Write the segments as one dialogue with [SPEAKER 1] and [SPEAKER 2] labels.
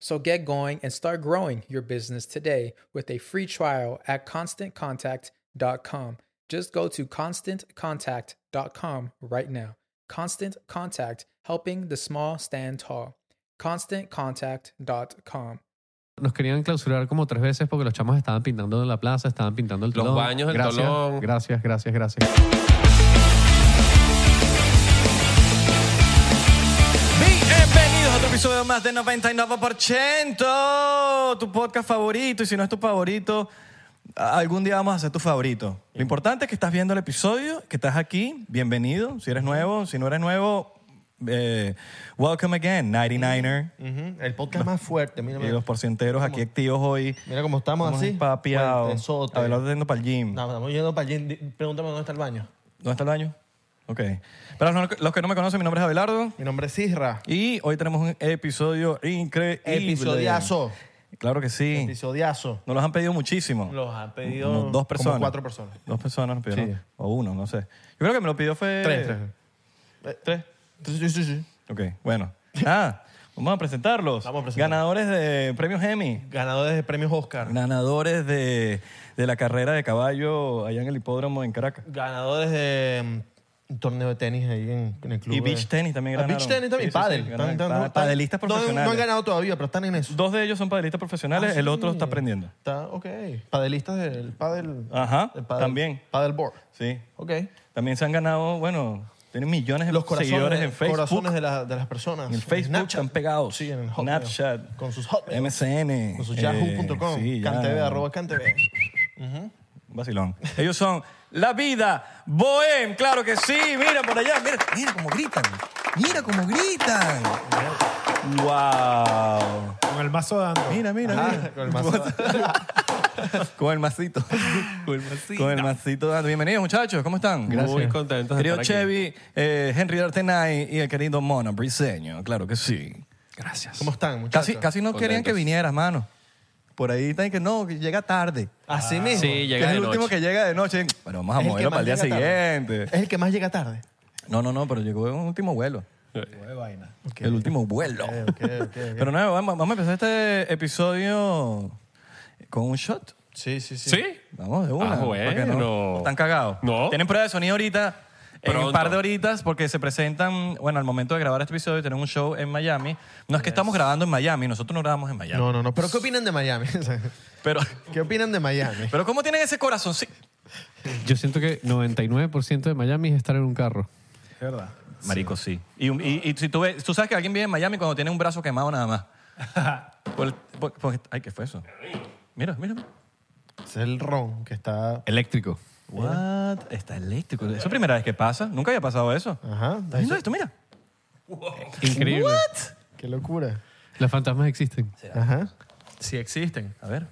[SPEAKER 1] So get going and start growing your business today with a free trial at constantcontact.com. Just go to constantcontact.com right now. Constant Contact, helping the small stand tall. ConstantContact.com.
[SPEAKER 2] Nos querían clausurar como tres veces porque los chamos estaban pintando la plaza, estaban pintando el
[SPEAKER 3] Los
[SPEAKER 2] tolón.
[SPEAKER 3] baños, el
[SPEAKER 2] gracias,
[SPEAKER 3] tolón.
[SPEAKER 2] Gracias, gracias, gracias.
[SPEAKER 4] Bienvenidos a otro episodio más de 99%, tu podcast favorito. Y si no es tu favorito, a- algún día vamos a hacer tu favorito. Lo importante es que estás viendo el episodio, que estás aquí. Bienvenido. Si eres nuevo, si no eres nuevo, eh, welcome again, 99er.
[SPEAKER 5] Ujú, El podcast más fuerte, mira,
[SPEAKER 4] Y
[SPEAKER 5] mira,
[SPEAKER 4] los porcienteros aquí activos hoy.
[SPEAKER 5] Mira cómo estamos así.
[SPEAKER 4] Papi, a ver,
[SPEAKER 5] Fuertezote.
[SPEAKER 4] ahora yendo para el gym.
[SPEAKER 5] No, estamos yendo para allí. Di- Pregúntame dónde está el baño.
[SPEAKER 4] ¿Dónde está el baño? Ok. Para los no- los que no me conocen, mi nombre es Abelardo.
[SPEAKER 5] Mi nombre es Isra.
[SPEAKER 4] Y hoy tenemos un episodio increíble.
[SPEAKER 5] Episodiazo.
[SPEAKER 4] Claro que sí.
[SPEAKER 5] Episodiazo.
[SPEAKER 4] Nos los han pedido muchísimo.
[SPEAKER 5] Los han pedido
[SPEAKER 4] Unos dos
[SPEAKER 5] como
[SPEAKER 4] personas.
[SPEAKER 5] cuatro personas.
[SPEAKER 4] Dos personas nos pidieron.
[SPEAKER 5] Sí.
[SPEAKER 4] O uno, no sé. Yo creo que me lo pidió fue...
[SPEAKER 5] Tres, tres. Eh, Tres. Sí, sí, sí, sí.
[SPEAKER 4] Ok, bueno. Ah, vamos a presentarlos.
[SPEAKER 5] Vamos a presentar.
[SPEAKER 4] Ganadores de premios Emmy.
[SPEAKER 5] Ganadores de premios Oscar.
[SPEAKER 4] Ganadores de, de la carrera de caballo allá en el hipódromo en Caracas.
[SPEAKER 5] Ganadores de mm, un torneo de tenis ahí en, en el club.
[SPEAKER 4] Y
[SPEAKER 5] de-
[SPEAKER 4] beach tenis también
[SPEAKER 5] Ah,
[SPEAKER 4] ganaron.
[SPEAKER 5] Beach tenis también.
[SPEAKER 4] Sí, sí, sí,
[SPEAKER 5] pádel.
[SPEAKER 4] ganaron.
[SPEAKER 5] Están-
[SPEAKER 4] Pa-
[SPEAKER 5] están- no-
[SPEAKER 4] padelistas
[SPEAKER 5] No, han
[SPEAKER 4] profesionales.
[SPEAKER 5] ganado todavía, pero están en eso.
[SPEAKER 4] Dos de ellos son padelistas profesionales,
[SPEAKER 5] Ah,
[SPEAKER 4] el
[SPEAKER 5] sí.
[SPEAKER 4] otro está aprendiendo.
[SPEAKER 5] Está, ok. Padelistas del pádel.
[SPEAKER 4] Ajá,
[SPEAKER 5] del pádel-
[SPEAKER 4] también.
[SPEAKER 5] Padelboard.
[SPEAKER 4] Sí.
[SPEAKER 5] Ok.
[SPEAKER 4] También se han ganado, bueno, tienen millones de
[SPEAKER 5] los corazones,
[SPEAKER 4] seguidores en Facebook.
[SPEAKER 5] corazones de, la- de las personas.
[SPEAKER 4] Ah, En el Facebook están pegados.
[SPEAKER 5] Sí, en el Hotmail.
[SPEAKER 4] Snapchat.
[SPEAKER 5] Con sus Hotmail.
[SPEAKER 4] MSN.
[SPEAKER 5] Con sus
[SPEAKER 4] eh,
[SPEAKER 5] Yahoo.com.
[SPEAKER 4] sí, ya.
[SPEAKER 5] CanTV, arroba CanTV.
[SPEAKER 4] Vacilón. Ellos son La Vida Bohem. Claro que sí. Mira por allá. Mira, mira cómo gritan. Mira cómo gritan.
[SPEAKER 5] Ah.
[SPEAKER 4] Wow.
[SPEAKER 6] Con el mazo dando.
[SPEAKER 4] Mira, mira. mira.
[SPEAKER 5] con el mazo.
[SPEAKER 4] Con el masito.
[SPEAKER 3] Con el masito.
[SPEAKER 4] Con el masito dando. Bienvenidos, muchachos. ¿Cómo están?
[SPEAKER 3] Muy contentos de
[SPEAKER 4] Querido
[SPEAKER 3] estar aquí.
[SPEAKER 4] Chevy, eh, Henry Artenay y el querido Mona Briseño. Claro que sí.
[SPEAKER 3] Gracias.
[SPEAKER 5] ¿Cómo están, muchachos?
[SPEAKER 4] Casi, casi no
[SPEAKER 3] Contentos.
[SPEAKER 4] querían que vinieras, mano. Por ahí están que no, que llega tarde.
[SPEAKER 5] Así mismo.
[SPEAKER 3] Sí,
[SPEAKER 4] Que
[SPEAKER 3] llega
[SPEAKER 4] es
[SPEAKER 3] de
[SPEAKER 4] el último
[SPEAKER 3] noche.
[SPEAKER 4] que Ah, llega de noche. Bueno, vamos a
[SPEAKER 5] Es el que
[SPEAKER 4] moverlo para el día
[SPEAKER 5] más llega tarde.
[SPEAKER 4] siguiente.
[SPEAKER 5] Es el que más llega tarde.
[SPEAKER 4] No, no, no, pero llegó un último vuelo.
[SPEAKER 3] Eh.
[SPEAKER 4] El último vuelo.
[SPEAKER 5] ok, ok, ok.
[SPEAKER 4] Pero no, vamos, vamos a empezar este episodio con un shot.
[SPEAKER 5] Sí, sí, sí.
[SPEAKER 3] ¿Sí?
[SPEAKER 4] Vamos de una.
[SPEAKER 3] Ah,
[SPEAKER 4] porque
[SPEAKER 3] bueno.
[SPEAKER 4] no- están cagados.
[SPEAKER 3] No.
[SPEAKER 4] Tienen prueba de sonido ahorita. en un
[SPEAKER 3] Pronto.
[SPEAKER 4] par de horitas porque se presentan, bueno, al momento de grabar este episodio tienen un show en Miami. No es que estamos grabando en Miami, nosotros no grabamos en Miami.
[SPEAKER 5] No, no, no. Pero ¿qué opinan de Miami? O sea,
[SPEAKER 4] Pero,
[SPEAKER 5] ¿Qué opinan de Miami?
[SPEAKER 4] pero ¿cómo tienen ese corazoncito?
[SPEAKER 2] Yo siento que 99% de Miami es estar en un carro.
[SPEAKER 4] Es verdad. Marico, sí. Y, un- y- y si tú ves, tú sabes que alguien vive en Miami cuando tiene un brazo quemado nada más. Por- por- por- ay, ¿qué fue eso? Mira, mira.
[SPEAKER 5] Es el ron que está...
[SPEAKER 2] Eléctrico.
[SPEAKER 4] What? Está eléctrico. Eso es la primera vez que pasa. Nunca había pasado eso.
[SPEAKER 5] Ajá.
[SPEAKER 4] ¿Estás viendo esto? Mira.
[SPEAKER 2] Increíble.
[SPEAKER 4] What?
[SPEAKER 5] Qué locura.
[SPEAKER 2] Las fantasmas existen.
[SPEAKER 5] Ajá.
[SPEAKER 3] Sí existen.
[SPEAKER 4] A ver.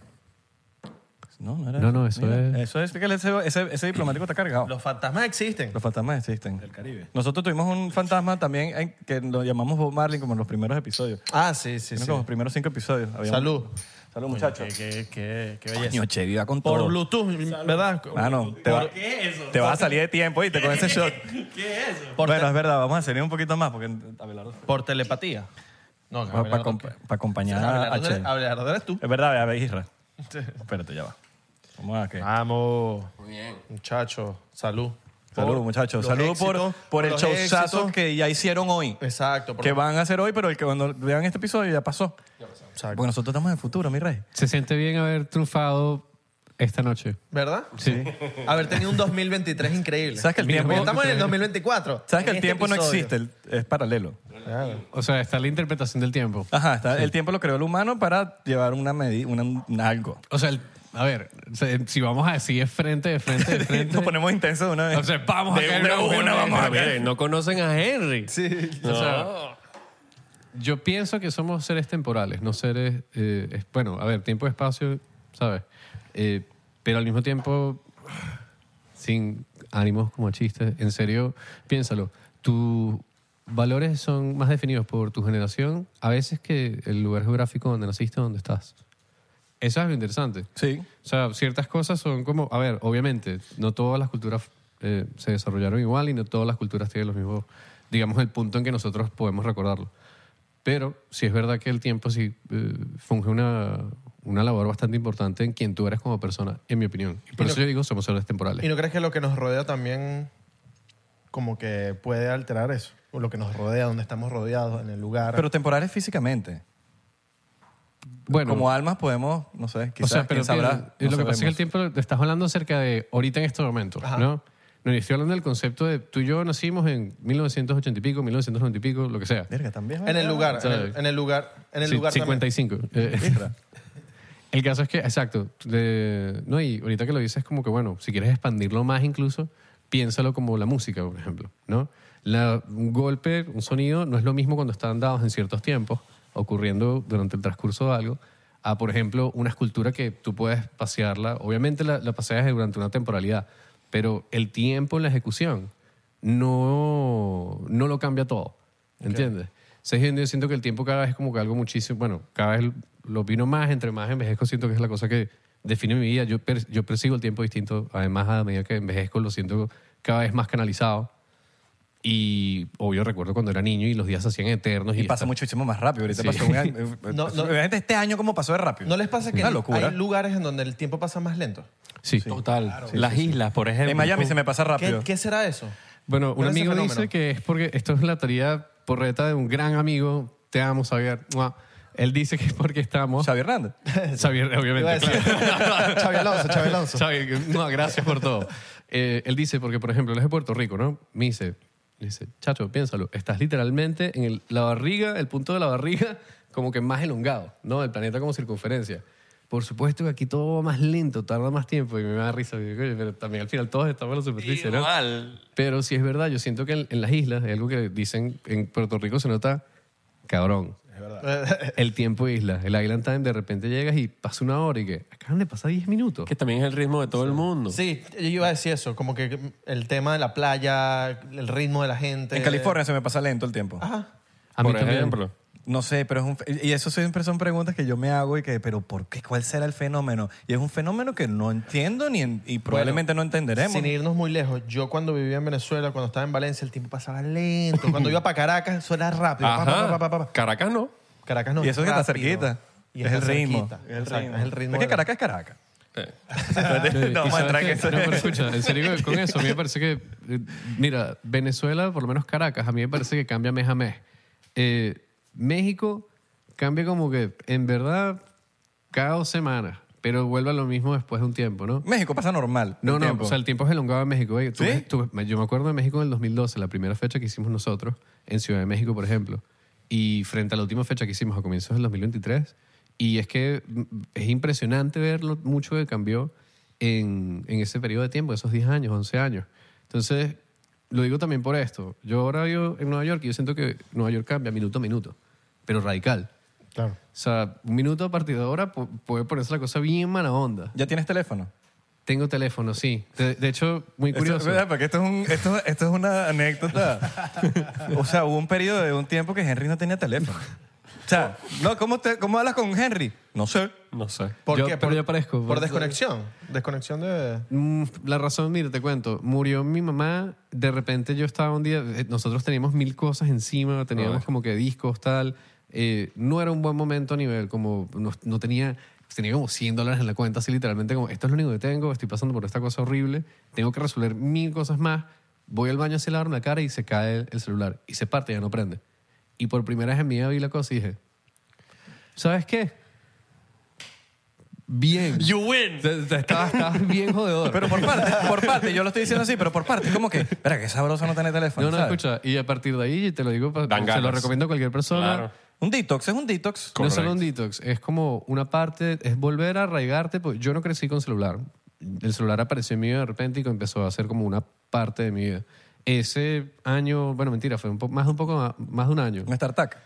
[SPEAKER 4] No, no era
[SPEAKER 2] No, no, eso es-
[SPEAKER 4] Eso es que el- ese, ese- ese diplomático está cargado. Los,
[SPEAKER 3] Los fantasmas existen.
[SPEAKER 4] fantasmas existen. Del
[SPEAKER 3] Caribe.
[SPEAKER 4] Nosotros tuvimos un fantasma también en- que lo llamamos Bob Marley como en los primeros episodios.
[SPEAKER 5] Ah, sí, sí,
[SPEAKER 4] Tiene
[SPEAKER 5] sí.
[SPEAKER 4] como los primeros cinco episodios. Había un-
[SPEAKER 5] Salud.
[SPEAKER 4] Salud, muchachos.
[SPEAKER 3] Qué, qué, qué belleza.
[SPEAKER 4] Coño, Che, viva con
[SPEAKER 5] Por
[SPEAKER 4] todo.
[SPEAKER 5] Bluetooth, ¿verdad?
[SPEAKER 4] Mano, te, va-
[SPEAKER 3] ¿Qué es eso?
[SPEAKER 4] te vas a salir de tiempo, ¿viste? Con ese shot.
[SPEAKER 3] ¿Qué es eso?
[SPEAKER 4] bueno, es verdad, vamos a salir un poquito más porque Abelardo.
[SPEAKER 3] Por telepatía.
[SPEAKER 5] No,
[SPEAKER 4] Para
[SPEAKER 5] Gabriel,
[SPEAKER 4] acompañar a,
[SPEAKER 3] Abelardo,
[SPEAKER 4] Che.
[SPEAKER 3] eres- Abelardo eres tú.
[SPEAKER 4] Es verdad, a ver, Isra. Espérate, ya va. Vamos a que.
[SPEAKER 5] Vamos. Muy bien. Muchachos, salud.
[SPEAKER 4] Saludos,
[SPEAKER 5] Por
[SPEAKER 4] muchachos.
[SPEAKER 5] los
[SPEAKER 4] Saludos por,
[SPEAKER 5] éxitos,
[SPEAKER 4] por el
[SPEAKER 5] los
[SPEAKER 4] showzazo
[SPEAKER 5] éxitos.
[SPEAKER 4] que ya hicieron hoy.
[SPEAKER 5] Exacto. por-
[SPEAKER 4] Que van a hacer hoy, pero el que cuando vean este episodio ya pasó.
[SPEAKER 5] Exacto.
[SPEAKER 4] Porque nosotros estamos en el futuro, mi rey.
[SPEAKER 2] Se siente bien haber triunfado esta noche.
[SPEAKER 5] ¿Verdad?
[SPEAKER 2] Sí.
[SPEAKER 5] Haber tenido un 2023 increíble.
[SPEAKER 4] ¿Sabes que el
[SPEAKER 5] Porque
[SPEAKER 4] tiempo-
[SPEAKER 5] Estamos en el 2024.
[SPEAKER 4] ¿Sabes que
[SPEAKER 5] en
[SPEAKER 4] el
[SPEAKER 5] este
[SPEAKER 4] tiempo no
[SPEAKER 5] episodio.
[SPEAKER 4] existe? el- es paralelo.
[SPEAKER 5] Claro.
[SPEAKER 2] O sea, está la interpretación del tiempo.
[SPEAKER 4] Ajá, está- el tiempo lo creó el humano para llevar una medida, un algo.
[SPEAKER 2] O sea, el- a ver, o sea, si vamos a decir es frente, de frente, de frente.
[SPEAKER 4] Nos ponemos intensos de una vez.
[SPEAKER 2] O sea, vamos a
[SPEAKER 3] De
[SPEAKER 2] caer
[SPEAKER 3] una
[SPEAKER 2] en
[SPEAKER 3] a
[SPEAKER 2] un
[SPEAKER 3] una
[SPEAKER 2] agujero
[SPEAKER 3] vamos a
[SPEAKER 2] negro.
[SPEAKER 3] caer.
[SPEAKER 2] Miren,
[SPEAKER 3] No conocen a Henry. Sí.
[SPEAKER 2] o sea, yo pienso que somos seres temporales, no seres. eh, es- bueno, a ver, tiempo y espacio, ¿sabes? Eh, pero al mismo tiempo, sin ánimos como chistes, en serio, piénsalo. Tus valores son más definidos por tu generación, a veces que el lugar geográfico donde naciste, donde estás. Eso es lo interesante.
[SPEAKER 4] sí.
[SPEAKER 2] O sea, ciertas cosas son como, a ver, obviamente, no todas las culturas eh, se desarrollaron igual y no todas las culturas tienen los mismos, digamos, el punto en que nosotros podemos recordarlo. Pero sí es verdad que el tiempo sí eh, funge una, una labor bastante importante en quien tú eres como persona, en mi opinión. Y por eso yo digo, somos seres temporales.
[SPEAKER 5] ¿Y no crees que lo que nos rodea también como que puede alterar eso? O lo que nos rodea, donde estamos rodeados, en el lugar.
[SPEAKER 4] Pero temporales físicamente.
[SPEAKER 2] bueno,
[SPEAKER 4] Como almas podemos, no sé,
[SPEAKER 2] o
[SPEAKER 4] quizás,
[SPEAKER 2] sea, pero
[SPEAKER 4] quién sabrá.
[SPEAKER 2] que- lo
[SPEAKER 4] No
[SPEAKER 2] que pasa es que el
[SPEAKER 4] sabemos.
[SPEAKER 2] tiempo, te estás hablando acerca de ahorita en estos momentos, ¿no? No, yo estoy hablando del concepto de tú y yo nacimos en 1980 y pico, 1990 y pico, lo que sea.
[SPEAKER 4] Verga, también.
[SPEAKER 5] en el lugar, en el,
[SPEAKER 2] ¿sabes?
[SPEAKER 5] en el lugar, en el
[SPEAKER 2] Sí,
[SPEAKER 5] lugar también.
[SPEAKER 2] 55. Eh,
[SPEAKER 4] Isra.
[SPEAKER 2] el caso es que, exacto. de- no, y ahorita que lo dices, como que, bueno, si quieres expandirlo más incluso, piénsalo como la música, por ejemplo, ¿no? La- un golpe, un sonido, no es lo mismo cuando están dados en ciertos tiempos, ocurriendo durante el transcurso de algo, a, por ejemplo, una escultura que tú puedes pasearla. Obviamente la, la paseas durante una temporalidad, pero el tiempo en la ejecución no, no lo cambia todo. ¿Entiendes? Sí, yo siento que el tiempo cada vez es como que algo muchísimo. Bueno, cada vez lo opino más, entre más envejezco, siento que es la cosa que define mi vida. Yo, per- yo persigo el tiempo distinto. Además, a medida que envejezco, lo siento cada vez más canalizado. Y obvio, recuerdo cuando era niño y los días se hacían eternos. Y,
[SPEAKER 4] Y pasa muchísimo más rápido. Ahorita
[SPEAKER 2] Sí.
[SPEAKER 4] pasó un año. eh,
[SPEAKER 5] No, no.
[SPEAKER 4] Imagínate este año cómo pasó de rápido.
[SPEAKER 5] ¿No les pasa que
[SPEAKER 4] Una locura.
[SPEAKER 5] hay lugares en donde el tiempo pasa más lento?
[SPEAKER 2] Sí.
[SPEAKER 3] Total. Las islas, por ejemplo.
[SPEAKER 4] en Miami se me pasa
[SPEAKER 5] ¿Qué,
[SPEAKER 4] rápido.
[SPEAKER 5] qué será eso?
[SPEAKER 2] Bueno, un
[SPEAKER 5] ¿Cuál es ese
[SPEAKER 2] amigo
[SPEAKER 5] fenómeno?
[SPEAKER 2] dice que es porque esto es la teoría porreta de un gran amigo. Te amo, Xavier. Mua. Él dice que es porque estamos.
[SPEAKER 4] Xavi Hernández.
[SPEAKER 2] Xavier,
[SPEAKER 5] Iba a
[SPEAKER 2] obviamente.
[SPEAKER 5] decir.
[SPEAKER 2] claro.
[SPEAKER 5] Xavi Alonso, Xavi Alonso.
[SPEAKER 2] Xavi, no, gracias por todo. Eh, él dice, porque por ejemplo, él es de Puerto Rico, ¿no? Me dice, me dice, chacho, piénsalo, estás literalmente en el- la barriga, el punto de la barriga, como que más elongado, ¿no? El planeta como circunferencia. Por supuesto que aquí todo va más lento, tarda más tiempo y me da risa. y digo, "Oye, Pero también al final todos estamos en la superficie, ¿no?
[SPEAKER 3] Igual.
[SPEAKER 2] Pero si es verdad, yo siento que en, en las islas, hay algo que dicen en Puerto Rico se nota, cabrón. El tiempo isla, el island time, de repente llegas y pasa una hora y que "Ah, acaban de pasar 10 minutos.
[SPEAKER 3] Que también es el ritmo de todo el mundo.
[SPEAKER 5] Sí, yo iba a decir eso, como que el tema de la playa, el ritmo de la gente.
[SPEAKER 4] En California se me pasa lento el tiempo.
[SPEAKER 2] A mí
[SPEAKER 3] por
[SPEAKER 2] también.
[SPEAKER 3] ejemplo.
[SPEAKER 4] No sé, pero es un... Y eso siempre son preguntas que yo me hago y que, pero ¿por qué? ¿Cuál será el fenómeno? Y es un fenómeno que no entiendo ni en- y probablemente no entenderemos.
[SPEAKER 5] Sin irnos muy lejos, yo cuando vivía en Venezuela, cuando estaba en Valencia, el tiempo pasaba lento. Cuando iba para Caracas, eso era rápido. Pa, pa, pa, pa, pa, pa.
[SPEAKER 3] Caracas no.
[SPEAKER 5] Caracas no.
[SPEAKER 4] y eso es que está
[SPEAKER 5] rápido.
[SPEAKER 4] cerquita.
[SPEAKER 5] Y
[SPEAKER 4] es, el
[SPEAKER 5] está
[SPEAKER 4] ritmo.
[SPEAKER 5] cerquita.
[SPEAKER 4] Es el
[SPEAKER 5] Exacto,
[SPEAKER 4] ritmo.
[SPEAKER 5] Es el ritmo.
[SPEAKER 4] Es que
[SPEAKER 5] de la-
[SPEAKER 4] Caracas es Caracas.
[SPEAKER 2] Sí,
[SPEAKER 4] no,
[SPEAKER 2] y
[SPEAKER 4] vamos a
[SPEAKER 2] sabes
[SPEAKER 4] entrar
[SPEAKER 2] qué?
[SPEAKER 4] en eso.
[SPEAKER 2] No, Eh, pero escucha, en serio, con eso, a mí me parece que, eh, mira, Venezuela, por lo menos Caracas, a mí me parece que cambia mes a mes. Eh, México cambia como que, en verdad, cada dos semanas, pero vuelve a lo mismo después de un tiempo, ¿no?
[SPEAKER 4] México pasa normal.
[SPEAKER 2] No,
[SPEAKER 4] el
[SPEAKER 2] no,
[SPEAKER 4] tiempo.
[SPEAKER 2] o sea, el tiempo es elongado en México. güey. Tú
[SPEAKER 4] ¿Sí?
[SPEAKER 2] ves- tú ves- yo me acuerdo de México en el 2012, la primera fecha que hicimos nosotros, en Ciudad de México, por ejemplo, y frente a la última fecha que hicimos a comienzos del 2023. Y es que mm, es impresionante ver lo mucho que cambió en, en ese periodo de tiempo, esos 10 años, 11 años. Entonces, lo digo también por esto. Yo ahora vivo en Nueva York y yo siento que Nueva York cambia minuto a minuto, pero radical.
[SPEAKER 5] Claro.
[SPEAKER 2] O sea, un minuto a partir de ahora pu- puede ponerse la cosa bien mala onda.
[SPEAKER 4] ¿Ya tienes teléfono?
[SPEAKER 2] Tengo teléfono, sí. De, de hecho, muy
[SPEAKER 4] Esto-
[SPEAKER 2] curioso.
[SPEAKER 4] ¿verdad? Porque esto es, un- esto, esto es una anécdota. O sea, hubo un periodo de un tiempo que Henry no tenía teléfono. O sea, no, ¿cómo, te- cómo hablas con Henry? No sé.
[SPEAKER 3] No sé.
[SPEAKER 5] ¿Por
[SPEAKER 2] Yo-
[SPEAKER 5] qué?
[SPEAKER 2] pero yo aparezco.
[SPEAKER 5] Por desconexión. Desconexión de...
[SPEAKER 2] Mm, La razón, mira, te cuento. Murió mi mamá. De repente yo estaba un día. eh, Nosotros teníamos mil cosas encima. Teníamos como que discos, tal. Eh, no era un buen momento a nivel. Como no, no tenía. Tenía como 100 dólares en la cuenta. Así literalmente, como esto es lo único que tengo. Estoy pasando por esta cosa horrible. Tengo que resolver mil cosas más. Voy al baño a lavarme la cara y se cae el- el celular. Y se parte, ya no prende. Y por primera vez en mi vida vi la cosa y dije: ¿Sabes qué? Bien.
[SPEAKER 3] You win.
[SPEAKER 2] Te- te- Estabas estabas bien jodedor.
[SPEAKER 4] Pero por parte, por parte, yo lo estoy diciendo así, pero por parte, ¿cómo que? Espera, que sabroso no tener teléfono.
[SPEAKER 2] No, no,
[SPEAKER 4] ¿sabes?
[SPEAKER 2] escucha. Y a partir de ahí, te lo digo, pa-
[SPEAKER 3] Dan
[SPEAKER 2] se lo
[SPEAKER 3] ganas.
[SPEAKER 2] recomiendo a cualquier persona.
[SPEAKER 3] Claro.
[SPEAKER 4] Un detox, es un detox.
[SPEAKER 2] No solo un detox, es como una parte, es volver a arraigarte. Porque yo no crecí con celular. El celular apareció en mi vida de repente y empezó a ser como una parte de mi vida. Ese año, bueno, mentira, fue un po- más de un poco ma- más de un año.
[SPEAKER 4] Un StarTac.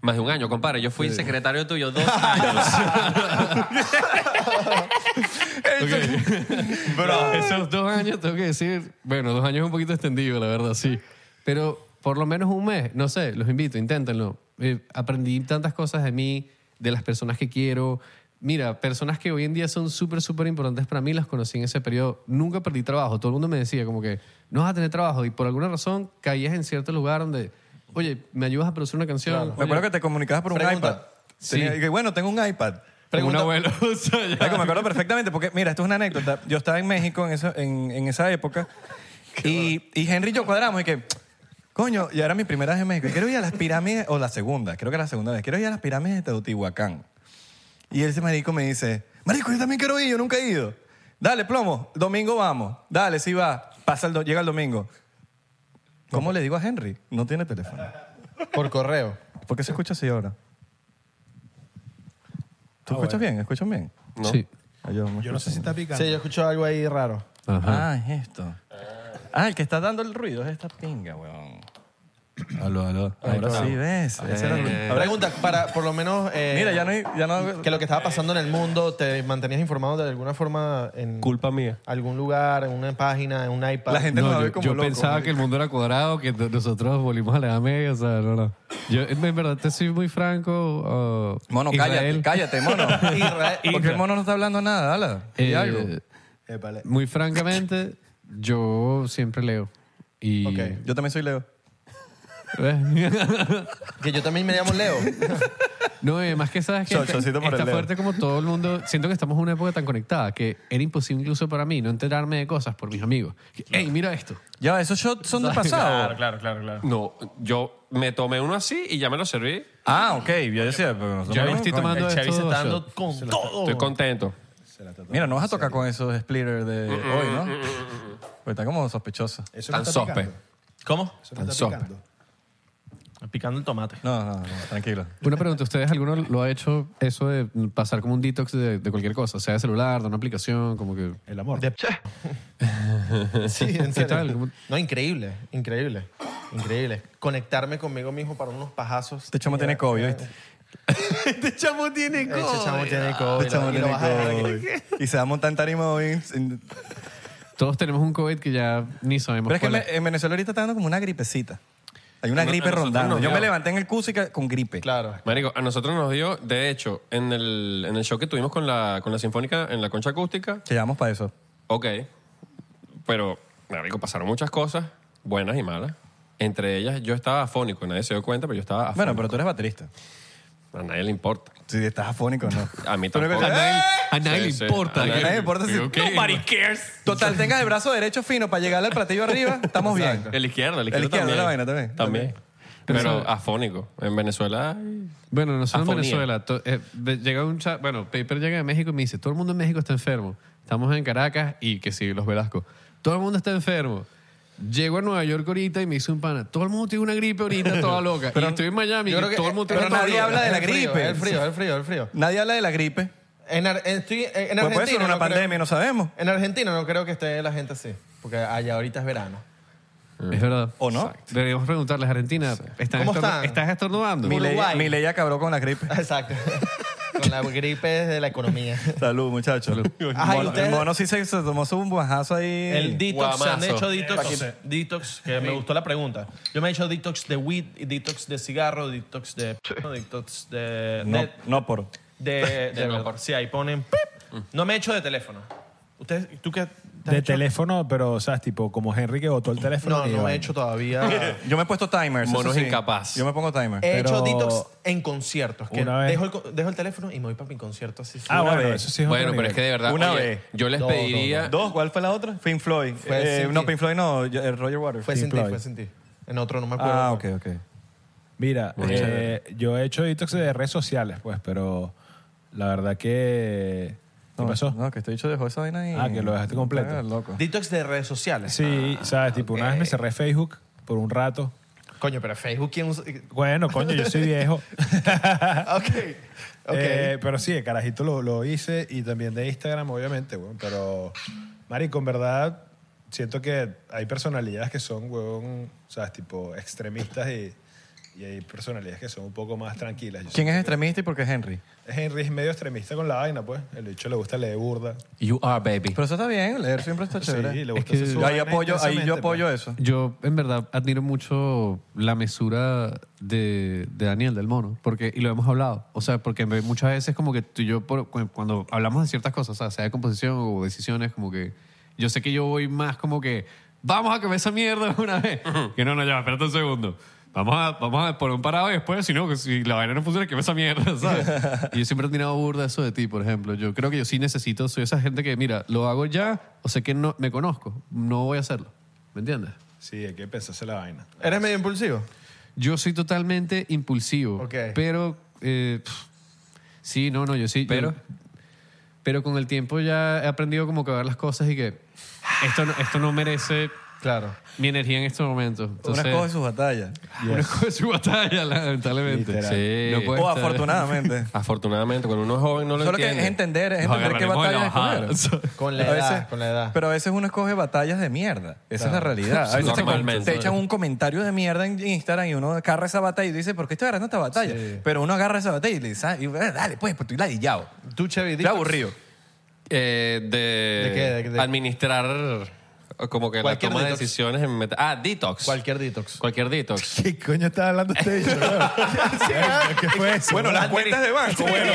[SPEAKER 3] Más de un año, compadre. Yo fui secretario tuyo dos años.
[SPEAKER 2] Bro. Esos dos años, tengo que decir, bueno, dos años es un poquito extendido, la verdad, sí. Pero por lo menos un mes, no sé, los invito, inténtenlo. Eh, aprendí tantas cosas de mí, de las personas que quiero. Mira, personas que hoy en día son súper, súper importantes para mí, las conocí en ese periodo. Nunca perdí trabajo. Todo el mundo me decía como que no vas a tener trabajo y por alguna razón caías en cierto lugar donde, oye, ¿me ayudas a producir una canción?
[SPEAKER 4] Me acuerdo que te comunicabas por un
[SPEAKER 5] Pregunta.
[SPEAKER 4] iPad. Tenía-
[SPEAKER 2] Sí.
[SPEAKER 4] y que, bueno, tengo un iPad.
[SPEAKER 2] Como un abuelo. o sea, ya.
[SPEAKER 4] Marico, me acuerdo perfectamente porque, mira, esto es una anécdota. Yo estaba en México en esa, en, en esa época y, y Henry y yo cuadramos y que, coño, y era mi primera vez en México. Quiero ir a las pirámides, o la segunda, creo que era la segunda vez. Quiero ir a las pirámides de Teotihuacán. Y ese marico me dice, marico, yo también quiero ir, yo nunca he ido. Dale, plomo, domingo vamos. Dale, sí va. Pasa el do- llega el domingo. ¿Cómo le digo a Henry? No tiene teléfono.
[SPEAKER 5] Por correo.
[SPEAKER 4] ¿Por qué se escucha así ahora? ¿Tú escuchas bien? ¿Escuchas bien?
[SPEAKER 2] Sí.
[SPEAKER 4] Ah, Yo, me
[SPEAKER 7] Yo no sé si
[SPEAKER 4] escucho bien.
[SPEAKER 7] está picando.
[SPEAKER 5] Sí, yo escucho algo ahí raro.
[SPEAKER 2] Ajá.
[SPEAKER 4] Ah, es esto. Ah, el que está dando el ruido es esta pinga, weón. Aló, aló. Ahora sí
[SPEAKER 2] Eh,
[SPEAKER 4] ves. Ese era el ruido.
[SPEAKER 5] eh, Pregunta, para por lo menos... eh,
[SPEAKER 4] Mira, ya no hay... Ya no...
[SPEAKER 5] Que lo que estaba pasando en el mundo, ¿te mantenías informado de alguna forma en
[SPEAKER 3] Culpa mía.
[SPEAKER 5] algún lugar, en una página, en un iPad?
[SPEAKER 4] La gente
[SPEAKER 2] Ah, No,
[SPEAKER 4] nos
[SPEAKER 2] yo,
[SPEAKER 4] ve como
[SPEAKER 2] yo
[SPEAKER 4] locos, ¿eh?
[SPEAKER 2] pensaba
[SPEAKER 4] marico.
[SPEAKER 2] que el mundo era cuadrado, que no- nosotros volvimos a la edad media, o sea, no, no. Yo, en en verdad, te soy muy franco. uh,
[SPEAKER 4] Mono,
[SPEAKER 2] Israel,
[SPEAKER 4] cállate, cállate, mono. Porque el mono no está hablando nada, habla. Di
[SPEAKER 2] eh,
[SPEAKER 4] algo.
[SPEAKER 5] Épale.
[SPEAKER 2] Muy francamente, yo siempre leo. Y,
[SPEAKER 5] Ok.
[SPEAKER 4] Yo también soy Leo.
[SPEAKER 5] Que yo también me llamo Leo.
[SPEAKER 2] No, y además que sabes que
[SPEAKER 4] Sol,
[SPEAKER 2] está-
[SPEAKER 4] solcito por el
[SPEAKER 2] está
[SPEAKER 4] dedo.
[SPEAKER 2] fuerte como todo el mundo. Siento que estamos en una época tan conectada que era imposible incluso para mí no enterarme de cosas por mis amigos. Que, Ey, mira esto.
[SPEAKER 4] Ya, esos shots son del pasado.
[SPEAKER 7] claro, claro, claro.
[SPEAKER 3] No, yo me tomé uno así y ya me lo serví.
[SPEAKER 4] Ah, ok. Yo decía, pero
[SPEAKER 2] Yo me estoy tomando
[SPEAKER 5] El Chevy
[SPEAKER 2] estos
[SPEAKER 5] se
[SPEAKER 2] dos
[SPEAKER 5] está
[SPEAKER 2] shots.
[SPEAKER 5] dando con todo.
[SPEAKER 3] Estoy contento.
[SPEAKER 4] Mira, no vas a tocar con esos splitters de hoy, ¿no? Porque está como sospechoso.
[SPEAKER 7] Eso no
[SPEAKER 3] Tan
[SPEAKER 7] está
[SPEAKER 3] sospe.
[SPEAKER 7] picando.
[SPEAKER 3] ¿Cómo?
[SPEAKER 7] Eso no está
[SPEAKER 3] Sopa.
[SPEAKER 7] picando.
[SPEAKER 5] Picando el tomate.
[SPEAKER 4] No, no, no, tranquilo.
[SPEAKER 2] Una pregunta, ¿ustedes alguno lo ha hecho eso de pasar como un detox de, de cualquier cosa? Sea de celular, de una aplicación, como que...
[SPEAKER 7] El amor.
[SPEAKER 5] De- Sí, en
[SPEAKER 2] ¿Qué
[SPEAKER 5] serio.
[SPEAKER 2] tal? ¿Cómo-
[SPEAKER 5] No, increíble, increíble, increíble. Conectarme conmigo mismo para unos pajazos.
[SPEAKER 4] Este chamo tiene COVID, ¿viste?
[SPEAKER 5] Ese chamo tiene COVID.
[SPEAKER 4] Este chamo
[SPEAKER 5] y lo
[SPEAKER 4] tiene
[SPEAKER 5] vas a dejar aquí.
[SPEAKER 4] COVID. Y se va a montar en tarima hoy. sin-
[SPEAKER 2] Todos tenemos un COVID que ya ni sabemos
[SPEAKER 4] Pero es que
[SPEAKER 2] cuál
[SPEAKER 4] me- en Venezuela ahorita está dando como una gripecita. Hay una
[SPEAKER 3] No,
[SPEAKER 4] gripe
[SPEAKER 3] a nosotros
[SPEAKER 4] rondando.
[SPEAKER 3] nos
[SPEAKER 4] Yo me
[SPEAKER 3] dio.
[SPEAKER 4] levanté en el cúsica con gripe.
[SPEAKER 5] Claro.
[SPEAKER 3] Marico, a nosotros nos dio, de hecho, en el, en el show que tuvimos con la, con la Sinfónica en la Concha Acústica,
[SPEAKER 4] Que llamamos para eso.
[SPEAKER 3] ok, pero, marico, pasaron muchas cosas, buenas y malas. Entre ellas, yo estaba afónico, nadie se dio cuenta, pero yo estaba afónico.
[SPEAKER 4] Bueno, pero tú eres baterista.
[SPEAKER 3] A nadie le importa.
[SPEAKER 4] Si estás afónico, no.
[SPEAKER 3] A mí
[SPEAKER 4] Tú no
[SPEAKER 3] tampoco.
[SPEAKER 4] escuchas-
[SPEAKER 3] nadie-
[SPEAKER 2] A nadie le
[SPEAKER 3] Sí, sí.
[SPEAKER 2] importa.
[SPEAKER 3] A
[SPEAKER 4] nadie le importa si-
[SPEAKER 2] Digo, ¿qué?
[SPEAKER 3] Nobody cares.
[SPEAKER 4] Total, tengas el brazo derecho fino para llegarle al platillo arriba, estamos bien.
[SPEAKER 3] El izquierdo,
[SPEAKER 4] El
[SPEAKER 3] el izquierdo
[SPEAKER 4] izquierdo,
[SPEAKER 3] también.
[SPEAKER 4] la vaina también.
[SPEAKER 3] También.
[SPEAKER 2] Pero
[SPEAKER 3] Pero
[SPEAKER 2] eso-
[SPEAKER 3] afónico. En Venezuela...
[SPEAKER 2] Bueno, nosotros en
[SPEAKER 3] Afonía.
[SPEAKER 2] Venezuela, to- eh, de- llega un chat, bueno, Paper llega de México y me dice, todo el mundo en México está enfermo. Estamos en Caracas y que sí, los Velasco. Todo el mundo está enfermo. Llego a Nueva York ahorita y me hice un pana. Todo el mundo tiene una gripe ahorita, toda loca. y estoy en Miami y
[SPEAKER 5] Yo creo que-
[SPEAKER 8] eh,
[SPEAKER 2] todo el mundo
[SPEAKER 4] pero
[SPEAKER 2] tiene una
[SPEAKER 4] nadie
[SPEAKER 2] loca.
[SPEAKER 4] habla de la
[SPEAKER 5] Es el frío,
[SPEAKER 4] gripe.
[SPEAKER 5] es El frío, es el frío, es el frío.
[SPEAKER 4] Nadie habla de la gripe.
[SPEAKER 5] En, Ar- en- estoy- en
[SPEAKER 4] Pues puede ser
[SPEAKER 5] Argentina. no
[SPEAKER 4] una
[SPEAKER 5] creo-
[SPEAKER 4] pandemia, no sabemos.
[SPEAKER 5] En Argentina no creo que esté la gente así, porque allá ahorita es verano.
[SPEAKER 2] Es verdad.
[SPEAKER 4] ¿O no?
[SPEAKER 2] Exacto. Deberíamos preguntarles, Argentina, ¿están
[SPEAKER 5] ¿Cómo
[SPEAKER 2] estornu-
[SPEAKER 5] están?
[SPEAKER 2] ¿estás estornudando?
[SPEAKER 4] Mi ley,
[SPEAKER 5] Uruguay.
[SPEAKER 4] mi ley ya cabró con la gripe.
[SPEAKER 5] Exacto. Con la gripe de la economía.
[SPEAKER 4] Salud, muchachos.
[SPEAKER 5] Ajá, ¿y
[SPEAKER 4] Mono-
[SPEAKER 5] ustedes?
[SPEAKER 4] El mono sí se, se tomó su buajazo ahí.
[SPEAKER 8] El detox, se han
[SPEAKER 3] Guamazo.
[SPEAKER 8] hecho detox, detox, que me gustó la pregunta. Yo me he hecho detox de weed, y detox de cigarro, detox de p- detox de...
[SPEAKER 4] no,
[SPEAKER 8] de-
[SPEAKER 4] no por.
[SPEAKER 8] de, de, verdad. Sí, ahí ponen...
[SPEAKER 2] Mm.
[SPEAKER 8] pip. No me he hecho de teléfono. ¿Ustedes, ¿Tú qué? te has
[SPEAKER 6] De
[SPEAKER 8] hecho?
[SPEAKER 6] teléfono, pero, o sea, tipo, como Henry que botó el teléfono.
[SPEAKER 5] No,
[SPEAKER 6] ni
[SPEAKER 5] no
[SPEAKER 6] vaina. Ah,
[SPEAKER 5] he hecho todavía.
[SPEAKER 4] Yo me he puesto timers. eso
[SPEAKER 3] Mono es
[SPEAKER 4] sí.
[SPEAKER 3] incapaz.
[SPEAKER 4] Yo me pongo timer.
[SPEAKER 5] He
[SPEAKER 6] Pero-
[SPEAKER 5] hecho detox en conciertos. Que
[SPEAKER 6] Una vez.
[SPEAKER 5] dejo, el, co- dejo el teléfono y me voy para mi concierto así.
[SPEAKER 6] Ah,
[SPEAKER 4] Una
[SPEAKER 6] bueno,
[SPEAKER 4] vez.
[SPEAKER 6] eso sí es otro
[SPEAKER 3] Bueno, pero
[SPEAKER 6] nivel.
[SPEAKER 3] es que de verdad...
[SPEAKER 4] Una
[SPEAKER 3] oye,
[SPEAKER 4] vez.
[SPEAKER 3] Yo les
[SPEAKER 5] No, no,
[SPEAKER 3] pediría...
[SPEAKER 4] ¿Dos? ¿Cuál fue la otra? Pink Floyd.
[SPEAKER 5] Fue
[SPEAKER 4] Eh,
[SPEAKER 5] sin
[SPEAKER 4] no,
[SPEAKER 5] ti.
[SPEAKER 4] Pink Floyd no, yo- eh, Roger Waters.
[SPEAKER 5] Fue sin ti,
[SPEAKER 6] Floyd.
[SPEAKER 5] fue sin ti. En otro no me acuerdo.
[SPEAKER 4] ah, ok, ok.
[SPEAKER 6] Mira, eh, yo he hecho detox de redes sociales, pues, pero la verdad que... ¿Qué
[SPEAKER 4] No,
[SPEAKER 6] pasó?
[SPEAKER 4] No, que estoy hecho dejó esa vaina y...
[SPEAKER 6] Ah, que lo dejaste completo.
[SPEAKER 4] Ah, loco. Ah,
[SPEAKER 8] Detox de redes sociales.
[SPEAKER 6] Sí, sabes, tipo, una vez me cerré Facebook por un rato.
[SPEAKER 5] Coño, pero Facebook, ¿quién usa?
[SPEAKER 6] Bueno, coño, yo soy viejo.
[SPEAKER 5] Ok. Ok.
[SPEAKER 6] Eh, pero sí, el carajito lo, lo hice y también de Instagram, obviamente, weón. Pero, marico, en verdad, siento que hay personalidades que son, weón, sabes, tipo extremistas y, y hay personalidades que son un poco más tranquilas. Yo
[SPEAKER 4] ¿Quién es
[SPEAKER 6] siento
[SPEAKER 4] extremista y por qué es Henry?
[SPEAKER 6] que- Henry es medio extremista con la vaina, pues. El hecho le gusta leer burda.
[SPEAKER 2] You are, baby.
[SPEAKER 4] Pero eso está bien, leer siempre está chévere.
[SPEAKER 6] Sí, le gusta
[SPEAKER 2] que-
[SPEAKER 6] hacer su
[SPEAKER 4] ahí,
[SPEAKER 6] vaina
[SPEAKER 4] apoyo, ahí yo
[SPEAKER 6] intensamente,
[SPEAKER 4] apoyo
[SPEAKER 6] pues.
[SPEAKER 4] eso.
[SPEAKER 2] Yo, en verdad, admiro mucho la mesura de, de Daniel, del mono, porque, y lo hemos hablado. O sea, porque me- muchas veces, como que tú y yo, por- cu- cuando hablamos de ciertas cosas, o sea, sea de composición o decisiones, como que yo sé que yo voy más como que, vamos a comer esa mierda una vez. que no, no, ya, espérate un segundo. Vamos a, vamos a poner un parado y después, si no, que si la vaina no funciona, que me esa mierda, ¿sabes? y yo siempre he tirado burda eso de ti, por ejemplo. Yo creo que yo sí necesito, soy esa gente que, mira, lo hago ya, o sé que no, me conozco, no voy a hacerlo. ¿Me entiendes?
[SPEAKER 6] Sí, hay que pensarse la vaina.
[SPEAKER 5] ¿Eres medio impulsivo?
[SPEAKER 2] Yo soy totalmente impulsivo.
[SPEAKER 5] Ok.
[SPEAKER 2] Pero. eh, pf, sí, no, no, yo sí. yo-
[SPEAKER 3] Pero-
[SPEAKER 2] pero con el tiempo ya he aprendido como que a ver las cosas y que esto no, esto no merece
[SPEAKER 5] Claro.
[SPEAKER 2] mi energía en estos momentos. Entonces,
[SPEAKER 4] Una cosa de sus batallas.
[SPEAKER 2] una cosa es su batalla, lamentablemente.
[SPEAKER 6] Literal.
[SPEAKER 3] Sí.
[SPEAKER 2] No puede
[SPEAKER 4] O
[SPEAKER 2] estar-
[SPEAKER 4] afortunadamente.
[SPEAKER 3] Afortunadamente, cuando uno es joven no lo
[SPEAKER 4] Solo que
[SPEAKER 3] entiende.
[SPEAKER 4] es entender, es
[SPEAKER 2] Nos
[SPEAKER 4] entender qué
[SPEAKER 2] agarraremos de la
[SPEAKER 4] batallas
[SPEAKER 2] bajada.
[SPEAKER 4] escoger.
[SPEAKER 5] Con la
[SPEAKER 4] A
[SPEAKER 5] edad,
[SPEAKER 4] veces-
[SPEAKER 5] con la edad.
[SPEAKER 4] Pero a veces uno escoge batallas de mierda. Esa es la realidad. A veces te-
[SPEAKER 3] Normalmente.
[SPEAKER 4] te echan un comentario de mierda en Instagram y uno agarra esa batalla y dice, ¿por qué estoy agarrando esta batalla? Pero uno agarra esa batalla y le dice, ah, y, bueno, dale, pues, pues estoy ladillado.
[SPEAKER 5] Tú, Chevy,
[SPEAKER 4] Estoy
[SPEAKER 5] detox.
[SPEAKER 4] aburrido.
[SPEAKER 3] Eh, de,
[SPEAKER 5] ¿De qué? ¿De- de-
[SPEAKER 3] administrar eh, como que la
[SPEAKER 5] Cualquier
[SPEAKER 3] toma
[SPEAKER 5] detox.
[SPEAKER 3] de decisiones en meta- Ah, detox.
[SPEAKER 5] Cualquier detox.
[SPEAKER 3] Cualquier detox.
[SPEAKER 6] ¿Qué coño está hablando este usted? ¿Qué fue eso?
[SPEAKER 4] Bueno, las cuentas de banco, bueno.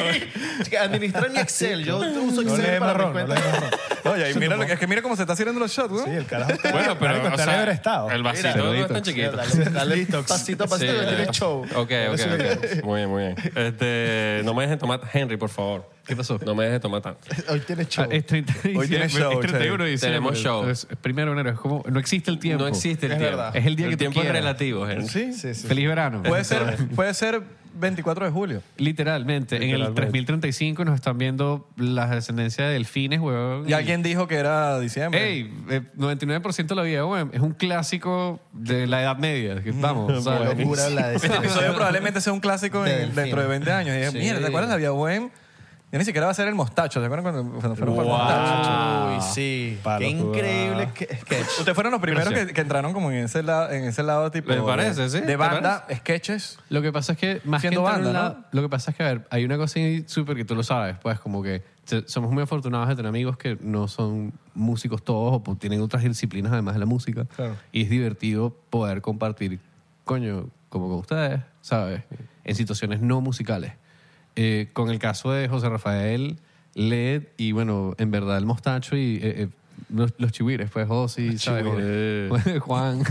[SPEAKER 5] Administrar mi Excel. Yo uso Excel
[SPEAKER 6] no le des
[SPEAKER 5] para
[SPEAKER 6] marrón,
[SPEAKER 5] mis
[SPEAKER 6] no le des
[SPEAKER 5] cuentas.
[SPEAKER 6] marrón.
[SPEAKER 4] Oye, y mira, lo que- es que mira cómo se está haciendo los shots, güey.
[SPEAKER 6] Sí, el carajo está,
[SPEAKER 3] Bueno, pero
[SPEAKER 6] marico,
[SPEAKER 3] o
[SPEAKER 6] está en
[SPEAKER 3] sea,
[SPEAKER 6] libre estado.
[SPEAKER 3] el
[SPEAKER 2] Mira,
[SPEAKER 3] vasito no es tan
[SPEAKER 2] detox.
[SPEAKER 3] chiquito.
[SPEAKER 5] Dale, dale pasito a pasito
[SPEAKER 3] Sí,
[SPEAKER 5] que
[SPEAKER 3] eh,
[SPEAKER 5] tiene show.
[SPEAKER 3] Ok, ok, ok. Muy bien, muy bien. Este, no me dejen tomar, Henry, por favor.
[SPEAKER 2] ¿Qué pasó?
[SPEAKER 3] No me dejes tomar tanto.
[SPEAKER 5] Hoy tiene show.
[SPEAKER 2] Ah, es 30 de
[SPEAKER 4] Hoy tiene
[SPEAKER 2] diciembre,
[SPEAKER 4] show,
[SPEAKER 2] es 31 de
[SPEAKER 3] Chevy.
[SPEAKER 2] diciembre.
[SPEAKER 3] Tenemos show.
[SPEAKER 2] Es primero de enero. Es como, no existe el tiempo.
[SPEAKER 3] No existe el
[SPEAKER 5] Es
[SPEAKER 3] tiempo.
[SPEAKER 5] verdad.
[SPEAKER 2] Es el día que tú
[SPEAKER 3] tiempo es
[SPEAKER 2] quieras.
[SPEAKER 3] relativo, Henry.
[SPEAKER 4] Sí.
[SPEAKER 5] Sí, sí.
[SPEAKER 2] Feliz verano.
[SPEAKER 4] Puede ser, puede ser 24 de julio.
[SPEAKER 2] Literalmente, en el 3035 nos están viendo las descendencias de delfines, huevón.
[SPEAKER 4] Y alguien dijo que era diciembre.
[SPEAKER 2] Ey, eh, 99% de la vida, huevón, es un clásico de la Edad Media. que Vamos, o sea,
[SPEAKER 5] Qué locura la de
[SPEAKER 4] Este episodio probablemente sea un clásico en-
[SPEAKER 5] Delfín.
[SPEAKER 4] dentro de 20 años. Y dije, mierda, ¿te acuerdas de la Vía Buen? Ya ni siquiera va a ser el mostacho. ¿Te acuerdan cuando, cuando fueron para el mostacho?
[SPEAKER 5] Uy, sí.
[SPEAKER 6] Palo
[SPEAKER 5] Qué
[SPEAKER 6] cubano.
[SPEAKER 5] increíble que- sketch.
[SPEAKER 4] Ustedes fueron los primeros que, que entraron como en ese lado, en ese lado tipo
[SPEAKER 3] ¿Les
[SPEAKER 4] de-
[SPEAKER 3] parece, sí?
[SPEAKER 4] de,
[SPEAKER 3] ¿Te
[SPEAKER 4] banda, sketches.
[SPEAKER 2] Lo que pasa es que más
[SPEAKER 4] Siendo
[SPEAKER 2] que entrar en
[SPEAKER 4] banda,
[SPEAKER 2] la-
[SPEAKER 4] ¿no?
[SPEAKER 2] lo que pasa es que a ver, hay una cosa ahí súper que tú lo sabes, pues como que se- somos muy afortunados de tener amigos que no son músicos todos o pu- tienen otras disciplinas además de la música. Y es divertido poder compartir, coño, como con ustedes, ¿sabes? En situaciones no musicales. Eh, con el caso de José Rafael, Led y bueno, en verdad el mostacho y eh, eh, los, los chihuires, pues, Josi, ¿sabes? Juan,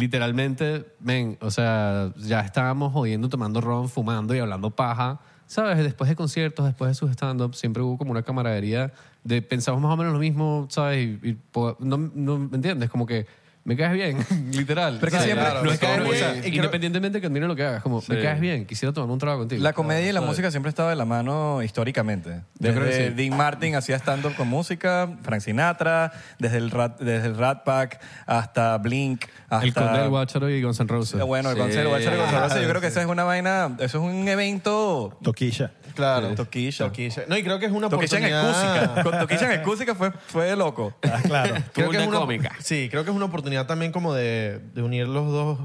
[SPEAKER 2] literalmente, men, o sea, ya estábamos jodiendo, tomando ron, fumando y hablando paja, ¿sabes? Después de conciertos, después de sus stand-up, siempre hubo como una camaradería de pensamos más o menos lo mismo, ¿sabes? Y, y po- no, no, ¿me entiendes? Como que me caes bien, literal.
[SPEAKER 4] Pero que
[SPEAKER 2] ¿sabes?
[SPEAKER 4] siempre-
[SPEAKER 2] me
[SPEAKER 4] me
[SPEAKER 2] caes
[SPEAKER 4] caes
[SPEAKER 2] bien,
[SPEAKER 4] bien, y creo-
[SPEAKER 2] independientemente de que admire lo que hagas, como, me caes bien, quisiera tomar un trago contigo.
[SPEAKER 4] La comedia y la
[SPEAKER 2] ¿Sabes?
[SPEAKER 4] música siempre estaba de la mano históricamente. Desde
[SPEAKER 2] creo que sí.
[SPEAKER 4] Dean Martin hacía stand-up con música, Frank Sinatra, desde el Rat, desde el Rat Pack hasta Blink, hasta...
[SPEAKER 2] El Conde del Guácharo y Guns N' Roses.
[SPEAKER 4] Eh, Bueno, el
[SPEAKER 3] Sí.
[SPEAKER 4] concierto, el concierto, yo creo que eso es una vaina, eso es un evento...
[SPEAKER 9] Toquilla.
[SPEAKER 5] Claro.
[SPEAKER 4] Toquilla.
[SPEAKER 5] Toquilla. No, y creo que es una
[SPEAKER 4] Toquilla en acúsica.
[SPEAKER 5] oportunidad.
[SPEAKER 4] Con Toquilla en acúsica fue, fue de loco.
[SPEAKER 9] Claro.
[SPEAKER 5] Creo que
[SPEAKER 3] Tuvo
[SPEAKER 5] es
[SPEAKER 3] una
[SPEAKER 5] una
[SPEAKER 3] cómica.
[SPEAKER 5] Sí, creo que es una oportunidad también como de, de unir los dos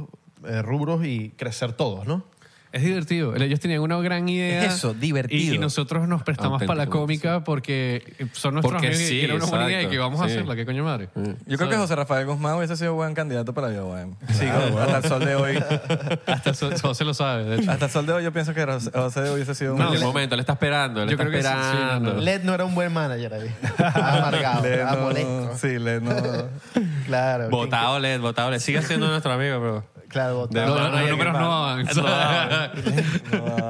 [SPEAKER 5] eh, rubros y crecer todos, ¿no?
[SPEAKER 2] Es divertido. Ellos tenían una gran idea.
[SPEAKER 4] Es eso, divertido.
[SPEAKER 2] Y, y nosotros nos prestamos para la
[SPEAKER 3] Auténtico,
[SPEAKER 2] cómica porque son nuestros
[SPEAKER 3] Porque
[SPEAKER 2] amigos y-
[SPEAKER 3] sí,
[SPEAKER 2] y era una buena idea y
[SPEAKER 3] exacto,
[SPEAKER 2] que vamos a
[SPEAKER 3] sí.
[SPEAKER 2] hacerla. ¿Qué coño madre?
[SPEAKER 4] Yo creo que José Rafael Guzmán hubiese sido buen candidato para Bio Sigo, hasta el sol de hoy.
[SPEAKER 2] Hasta so- José lo sabe, de hecho.
[SPEAKER 4] Hasta el sol de hoy yo pienso que José José hubiese sido un...
[SPEAKER 3] No, en el momento, le está esperando, le
[SPEAKER 2] Yo
[SPEAKER 3] está
[SPEAKER 2] creo que sí, sí,
[SPEAKER 3] esperando.
[SPEAKER 2] no, no.
[SPEAKER 5] Led no era un buen manager ahí. Estaba amargado,
[SPEAKER 4] Le-
[SPEAKER 5] estaba
[SPEAKER 4] no-
[SPEAKER 5] molesto.
[SPEAKER 4] Sí, le no...
[SPEAKER 5] Claro.
[SPEAKER 3] Botado LED, botado LED. Sigue siendo nuestro amigo, pero.
[SPEAKER 5] Claro,
[SPEAKER 3] De-
[SPEAKER 5] botado.
[SPEAKER 2] No, no,
[SPEAKER 3] no,
[SPEAKER 2] los
[SPEAKER 3] no,
[SPEAKER 2] números
[SPEAKER 3] no,
[SPEAKER 2] no van.
[SPEAKER 3] no van.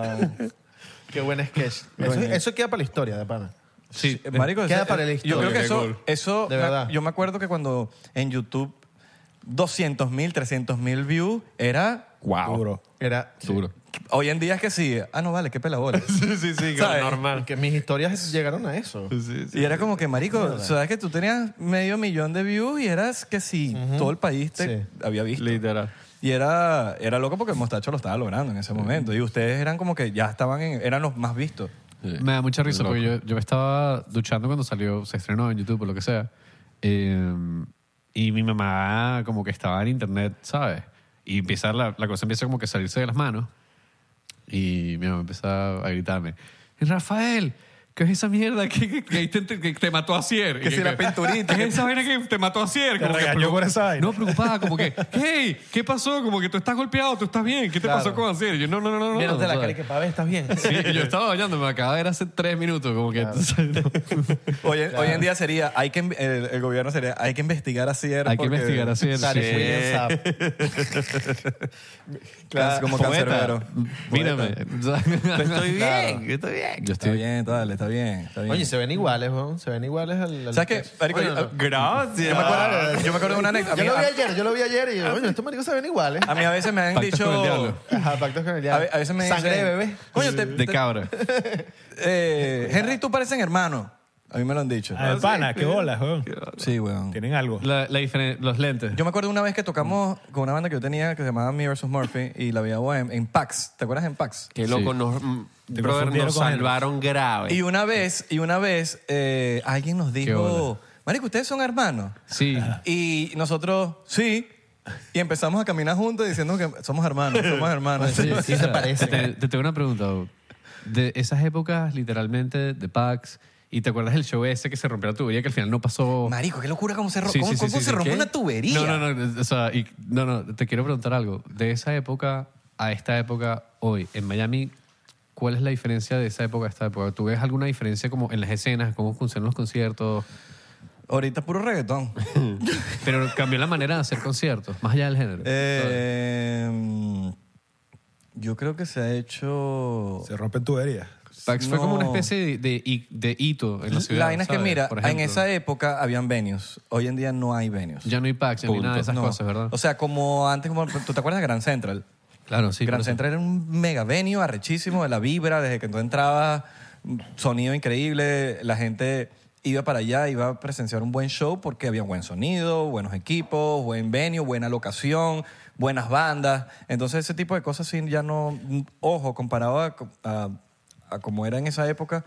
[SPEAKER 5] Qué buen sketch. Eso, eso queda para la historia, de pana.
[SPEAKER 2] Sí.
[SPEAKER 4] Eh, Marico,
[SPEAKER 5] Queda
[SPEAKER 4] eso-
[SPEAKER 5] para la historia.
[SPEAKER 4] Yo creo que
[SPEAKER 3] Qué
[SPEAKER 4] eso,
[SPEAKER 3] cool.
[SPEAKER 4] eso
[SPEAKER 5] De verdad.
[SPEAKER 4] yo me acuerdo que cuando en YouTube 200 mil, 300 mil views era
[SPEAKER 3] Wow.
[SPEAKER 9] Duro.
[SPEAKER 5] Era
[SPEAKER 3] Duro.
[SPEAKER 4] hoy en día es que sí, ah no vale, qué pelabola.
[SPEAKER 3] Sí, sí,
[SPEAKER 4] ¿Sabes?
[SPEAKER 3] normal.
[SPEAKER 5] Porque mis historias llegaron a eso.
[SPEAKER 4] y era como que marico, sabes que tú tenías medio millón de views y eras que sí, todo el país te
[SPEAKER 5] Sí.
[SPEAKER 4] había visto.
[SPEAKER 3] Literal.
[SPEAKER 4] Y era, era loco porque el mostacho lo estaba logrando en ese momento. Y ustedes eran como que ya estaban en- eran los más vistos.
[SPEAKER 2] Me da mucha risa porque yo, yo me estaba duchando cuando salió, se estrenó en YouTube o lo que sea. Eh, y mi mamá como que estaba en internet, ¿sabes? Y empieza la, la cosa empieza como que a salirse de las manos. Y mi mamá empieza a gritarme, Rafael, ¿qué es esa mierda que, que- que ahí te, que te mató a Cier?
[SPEAKER 4] Que si la pinturita.
[SPEAKER 2] ¿Qué es esa vaina que te mató a Cier?
[SPEAKER 9] Te regañó
[SPEAKER 2] preocup-
[SPEAKER 9] por esa vaina.
[SPEAKER 2] No, preocupada, como que, hey, ¿qué pasó? Como que tú estás golpeado, tú estás bien, ¿qué te pasó con Acier? Y yo, no, no, no, no. no,
[SPEAKER 5] Menos de la
[SPEAKER 2] ¿sabes?
[SPEAKER 5] cara y que para ver, estás bien.
[SPEAKER 2] Sí, yo estaba bañando, me acaba de ver hace tres minutos, como que.
[SPEAKER 4] Hoy, en- hoy en día sería, hay que, en- el, el gobierno sería, hay que investigar a Cier.
[SPEAKER 2] Hay que
[SPEAKER 4] porque-
[SPEAKER 2] investigar así. el-
[SPEAKER 5] Tarek
[SPEAKER 2] Sí.
[SPEAKER 5] Williams Saab.
[SPEAKER 4] Claro, como
[SPEAKER 3] Poeta.
[SPEAKER 4] cancerbero.
[SPEAKER 2] Mírame.
[SPEAKER 3] Estoy bien,
[SPEAKER 5] Claro.
[SPEAKER 3] estoy bien.
[SPEAKER 4] Está
[SPEAKER 2] Yo estoy.
[SPEAKER 4] bien, dale, está bien, está bien.
[SPEAKER 5] Oye, se ven iguales, weón. Se ven iguales al. al-
[SPEAKER 4] ¿Sabes qué? Marico,
[SPEAKER 5] Oye, no,
[SPEAKER 4] yo,
[SPEAKER 5] no.
[SPEAKER 3] Gracias.
[SPEAKER 4] yo me acuerdo, yo me acuerdo de una anécdota. A
[SPEAKER 5] Ah. Yo
[SPEAKER 4] mí
[SPEAKER 5] lo vi
[SPEAKER 4] a,
[SPEAKER 5] ayer, yo lo vi ayer y oye, estos maricos se ven iguales.
[SPEAKER 4] a mí a veces me han
[SPEAKER 2] Pactos con el diablo.
[SPEAKER 4] dicho...
[SPEAKER 5] Ajá, pactos con el
[SPEAKER 4] A,
[SPEAKER 5] diablo.
[SPEAKER 4] ve- a veces me dicen...
[SPEAKER 5] Sangre de bebé.
[SPEAKER 4] Coño, te- te-
[SPEAKER 2] De cabra.
[SPEAKER 4] eh, Henry, tú parecen hermanos. A mí me lo han dicho.
[SPEAKER 9] Ah, pana, qué bolas, weón.
[SPEAKER 4] Sí, weón.
[SPEAKER 9] Tienen algo.
[SPEAKER 2] La, la diferen- los lentes.
[SPEAKER 4] Yo me acuerdo una vez que tocamos con una banda que yo tenía que se llamaba Me vs. Murphy y la veía en, en PAX. ¿Te acuerdas en PAX?
[SPEAKER 3] Qué loco,
[SPEAKER 2] Sí.
[SPEAKER 3] nos, mm,
[SPEAKER 9] Te
[SPEAKER 3] brother,
[SPEAKER 9] confundieron
[SPEAKER 3] nos
[SPEAKER 9] con él.
[SPEAKER 3] salvaron grave.
[SPEAKER 4] Y una vez, y una vez, eh, alguien nos dijo,
[SPEAKER 2] bola.
[SPEAKER 4] Marico, ustedes son hermanos.
[SPEAKER 2] Sí.
[SPEAKER 4] Y nosotros, sí. Y empezamos a caminar juntos diciendo que somos hermanos, somos hermanos. Este,
[SPEAKER 2] Oye,
[SPEAKER 5] sí se
[SPEAKER 2] Isa,
[SPEAKER 5] parecen.
[SPEAKER 2] Te, te tengo una pregunta. Bob. De esas épocas, literalmente, de PAX, ¿y te acuerdas del show ese que se rompió la tubería que al final no pasó?
[SPEAKER 4] Marico, qué locura cómo se, ro-
[SPEAKER 2] Sí,
[SPEAKER 4] cómo,
[SPEAKER 2] sí, sí,
[SPEAKER 4] cómo
[SPEAKER 2] sí,
[SPEAKER 4] se
[SPEAKER 2] sí.
[SPEAKER 4] rompió
[SPEAKER 2] ¿Qué?
[SPEAKER 4] una tubería.
[SPEAKER 2] No, no, no. O sea, y- no, no, te quiero preguntar algo. De esa época a esta época hoy, en Miami, ¿cuál es la diferencia de esa época a esta época? ¿Tú ves alguna diferencia como en las escenas, cómo funcionan los conciertos?
[SPEAKER 4] Ahorita es puro reggaetón.
[SPEAKER 2] Pero cambió la manera de hacer conciertos, más allá del género.
[SPEAKER 4] Eh, yo creo que se ha hecho...
[SPEAKER 9] Se rompen tuberías.
[SPEAKER 2] Pax fue como una
[SPEAKER 4] no.
[SPEAKER 2] especie de, de- de hito en la ciudad.
[SPEAKER 4] La vaina es que,
[SPEAKER 2] ¿sabes?
[SPEAKER 4] mira,
[SPEAKER 2] Por
[SPEAKER 4] en
[SPEAKER 2] ejemplo.
[SPEAKER 4] esa época habían venues. Hoy en día no hay venues.
[SPEAKER 2] Ya no hay Pax, ya no hay nada de esas
[SPEAKER 4] No.
[SPEAKER 2] cosas, ¿verdad?
[SPEAKER 4] O sea, como antes, como, ¿tú te acuerdas de Grand Central?
[SPEAKER 2] claro, sí.
[SPEAKER 4] Grand
[SPEAKER 2] por eso.
[SPEAKER 4] Central era un mega venue arrechísimo de la vibra, desde que tú entrabas, mm, sonido increíble, la gente iba para allá, iba a presenciar un buen show porque había buen sonido, buenos equipos, buen venue, buena locación, buenas bandas. Entonces ese tipo de cosas sí, ya no, mm, ojo, comparado a, co- a- a como era en esa época.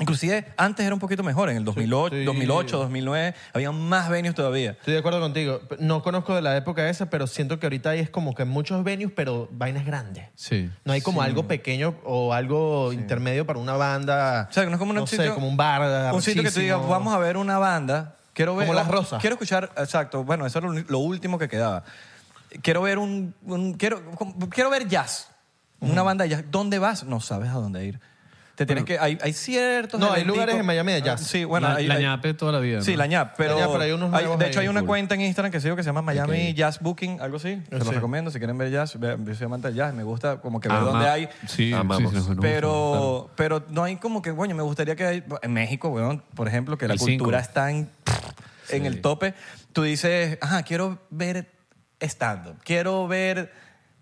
[SPEAKER 4] Inclusive antes era un poquito mejor, en el 2008,
[SPEAKER 5] sí.
[SPEAKER 4] 2008 2009, había más venues todavía.
[SPEAKER 5] Estoy de acuerdo contigo. No conozco de la época esa, pero siento que ahorita ahí es como que muchos venues, pero vainas grandes.
[SPEAKER 2] Sí.
[SPEAKER 5] No hay como algo pequeño o algo intermedio para una banda.
[SPEAKER 4] O sea, no es como un
[SPEAKER 5] no
[SPEAKER 4] sitio.
[SPEAKER 5] sé, como un bar.
[SPEAKER 4] Un sitio que tú digas,
[SPEAKER 5] arrechísimo.
[SPEAKER 4] vamos a ver una banda. Quiero ver.
[SPEAKER 5] Como Las Rosas.
[SPEAKER 4] Quiero escuchar, exacto. Bueno, eso era lo, lo último que quedaba. Quiero ver un. un- quiero, como- quiero ver jazz. Una banda de jazz. ¿Dónde vas? No sabes a dónde ir. Te tienes que. Hay, hay ciertos.
[SPEAKER 5] No, hay
[SPEAKER 4] elementicos-
[SPEAKER 5] lugares en Miami de
[SPEAKER 4] Ah,
[SPEAKER 5] jazz.
[SPEAKER 4] Sí, bueno.
[SPEAKER 2] la,
[SPEAKER 4] hay-
[SPEAKER 2] la
[SPEAKER 4] hay-
[SPEAKER 2] ñape toda la vida.
[SPEAKER 4] Sí,
[SPEAKER 2] ¿no?
[SPEAKER 4] la ñap, pero,
[SPEAKER 5] La ñap, pero hay unos nuevos
[SPEAKER 4] de hecho
[SPEAKER 5] ahí,
[SPEAKER 4] hay una
[SPEAKER 5] cool.
[SPEAKER 4] cuenta en Instagram que sigo que se llama Miami Jazz Booking, algo así. Se
[SPEAKER 5] Sí.
[SPEAKER 4] los recomiendo si quieren ver jazz. vean, Yo soy amante del jazz, me gusta como que ver
[SPEAKER 2] Ama-
[SPEAKER 4] dónde hay.
[SPEAKER 2] Sí,
[SPEAKER 4] Amamos.
[SPEAKER 2] sí, sí, nos- nos
[SPEAKER 4] pero, pero no hay como que, bueno, me gustaría que hay, en México, weón, por ejemplo, que la
[SPEAKER 2] El cinco.
[SPEAKER 4] cultura está en, en el tope. Tú dices, ajá, quiero ver stand-up, quiero ver,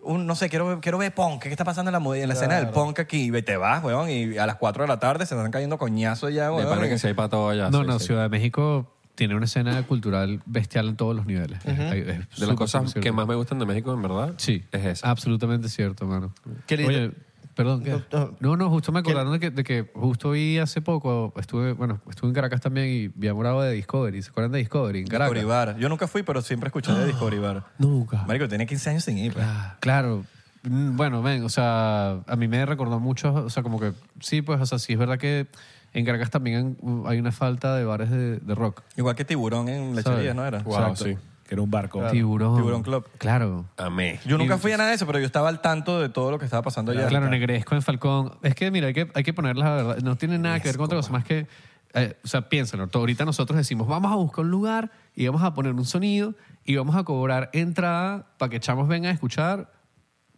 [SPEAKER 4] un, no sé, quiero, quiero ver punk, ¿qué está pasando en la, mo- en la escena del punk aquí? Y te vas, weón, y a las 4 de la tarde se están cayendo coñazos ya,
[SPEAKER 3] De
[SPEAKER 4] weón.
[SPEAKER 3] pana que si hay para todo allá.
[SPEAKER 2] No,
[SPEAKER 3] sí,
[SPEAKER 2] no,
[SPEAKER 3] sí.
[SPEAKER 2] Ciudad de México tiene una escena cultural bestial en todos los niveles. Es- es
[SPEAKER 3] De
[SPEAKER 2] súper,
[SPEAKER 3] las cosas
[SPEAKER 2] súper
[SPEAKER 3] que
[SPEAKER 2] cierto.
[SPEAKER 3] más me gustan de México, en verdad,
[SPEAKER 2] Sí,
[SPEAKER 3] es esa.
[SPEAKER 2] absolutamente cierto, mano.
[SPEAKER 5] Querido-
[SPEAKER 2] Oye, perdón, ¿qué?
[SPEAKER 5] Doctor-
[SPEAKER 2] No, no, justo me acordaron de que, de que justo vi hace poco, estuve, bueno, estuve en Caracas también y vi a Morado de Discovery. ¿Se acuerdan de Discovery? En Caracas.
[SPEAKER 4] Discovery Bar. Yo nunca fui, pero siempre escuché de Discovery Bar.
[SPEAKER 2] Nunca.
[SPEAKER 4] Marico, tenía 15 años sin ir. pues.
[SPEAKER 2] Ah, Claro. Mm, Bueno, ven, o sea, a mí me recordó mucho, o sea, como que sí, pues, o sea, sí es verdad que en Caracas también han- hay una falta de bares de, de rock.
[SPEAKER 4] Igual que Tiburón en
[SPEAKER 2] ¿Sabes?
[SPEAKER 4] Lecherías, ¿no era?
[SPEAKER 3] Wow, sí.
[SPEAKER 6] Que era un barco.
[SPEAKER 2] Tiburón.
[SPEAKER 4] Tiburón Club.
[SPEAKER 2] Claro.
[SPEAKER 3] Amé.
[SPEAKER 4] Yo nunca fui a nada de eso, pero yo estaba al tanto de todo lo que estaba pasando allá.
[SPEAKER 2] Claro, Negresco en Falcón. Es que, mira, hay que, hay que ponerlas a verdad. No tiene nada que ver con otra cosa, más que. eh, o sea, piénsalo. Todo- Ahorita nosotros decimos, vamos a buscar un lugar y vamos a poner un sonido y vamos a cobrar entrada para que chamos vengan a escuchar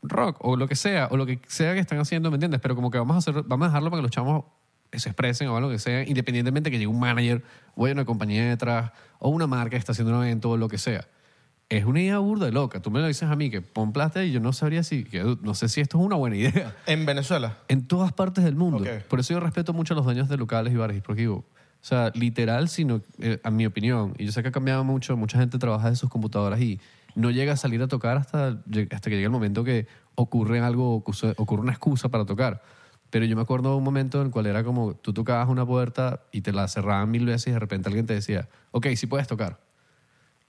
[SPEAKER 2] rock o lo que sea, o lo que sea que están haciendo, ¿me entiendes? Pero como que vamos a, hacer, vamos a dejarlo para que los chamos se expresen o lo que sea, independientemente que llegue un manager o haya una compañía detrás o una marca que está haciendo un evento o lo que sea. Es una idea burda de loca. Tú me lo dices a mí que pon plata y yo no sabría si, que, dude, no sé si esto es una buena idea.
[SPEAKER 5] En Venezuela.
[SPEAKER 2] En todas partes del mundo.
[SPEAKER 5] Ok.
[SPEAKER 2] Por eso yo respeto mucho a los dueños de locales y bares, porque digo, o sea, literal, sino, eh, a mi opinión, y yo sé que ha cambiado mucho, mucha gente trabaja de sus computadoras y no llega a salir a tocar hasta, lleg- hasta que llega el momento que ocurre algo, ocurre ocurre una excusa para tocar. Pero yo me acuerdo de un momento en el cual era como, tú tocabas una puerta y te la cerraban mil veces y de repente alguien te decía, ok, sí puedes tocar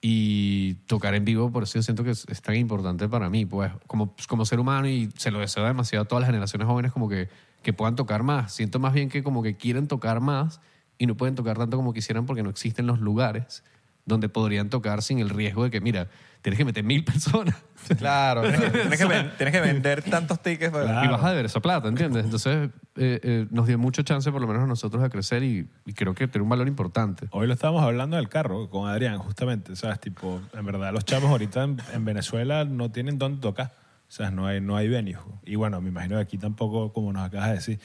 [SPEAKER 2] y tocar en vivo, por eso yo siento que es, es tan importante para mí, pues, como, como ser humano y se lo deseo demasiado a todas las generaciones jóvenes como que, que puedan tocar más. Siento más bien que como que quieren tocar más y no pueden tocar tanto como quisieran porque no existen los lugares donde podrían tocar sin el riesgo de que, mira, tienes que meter mil personas
[SPEAKER 5] Claro. claro.
[SPEAKER 4] Tienes que, ven- tienes que vender tantos tickets. para-
[SPEAKER 2] y vas a deber esa plata, ¿entiendes? Entonces eh, eh, nos dio mucho chance por lo menos a nosotros a crecer y, y creo que tiene un valor importante.
[SPEAKER 6] Hoy lo estábamos hablando del carro con Adrián, justamente. ¿Sabes? Tipo, en verdad, los chamos ahorita en, en Venezuela no tienen dónde tocar. O sea, no hay, no hay venues. Y bueno, me imagino que aquí tampoco, como nos acabas de decir.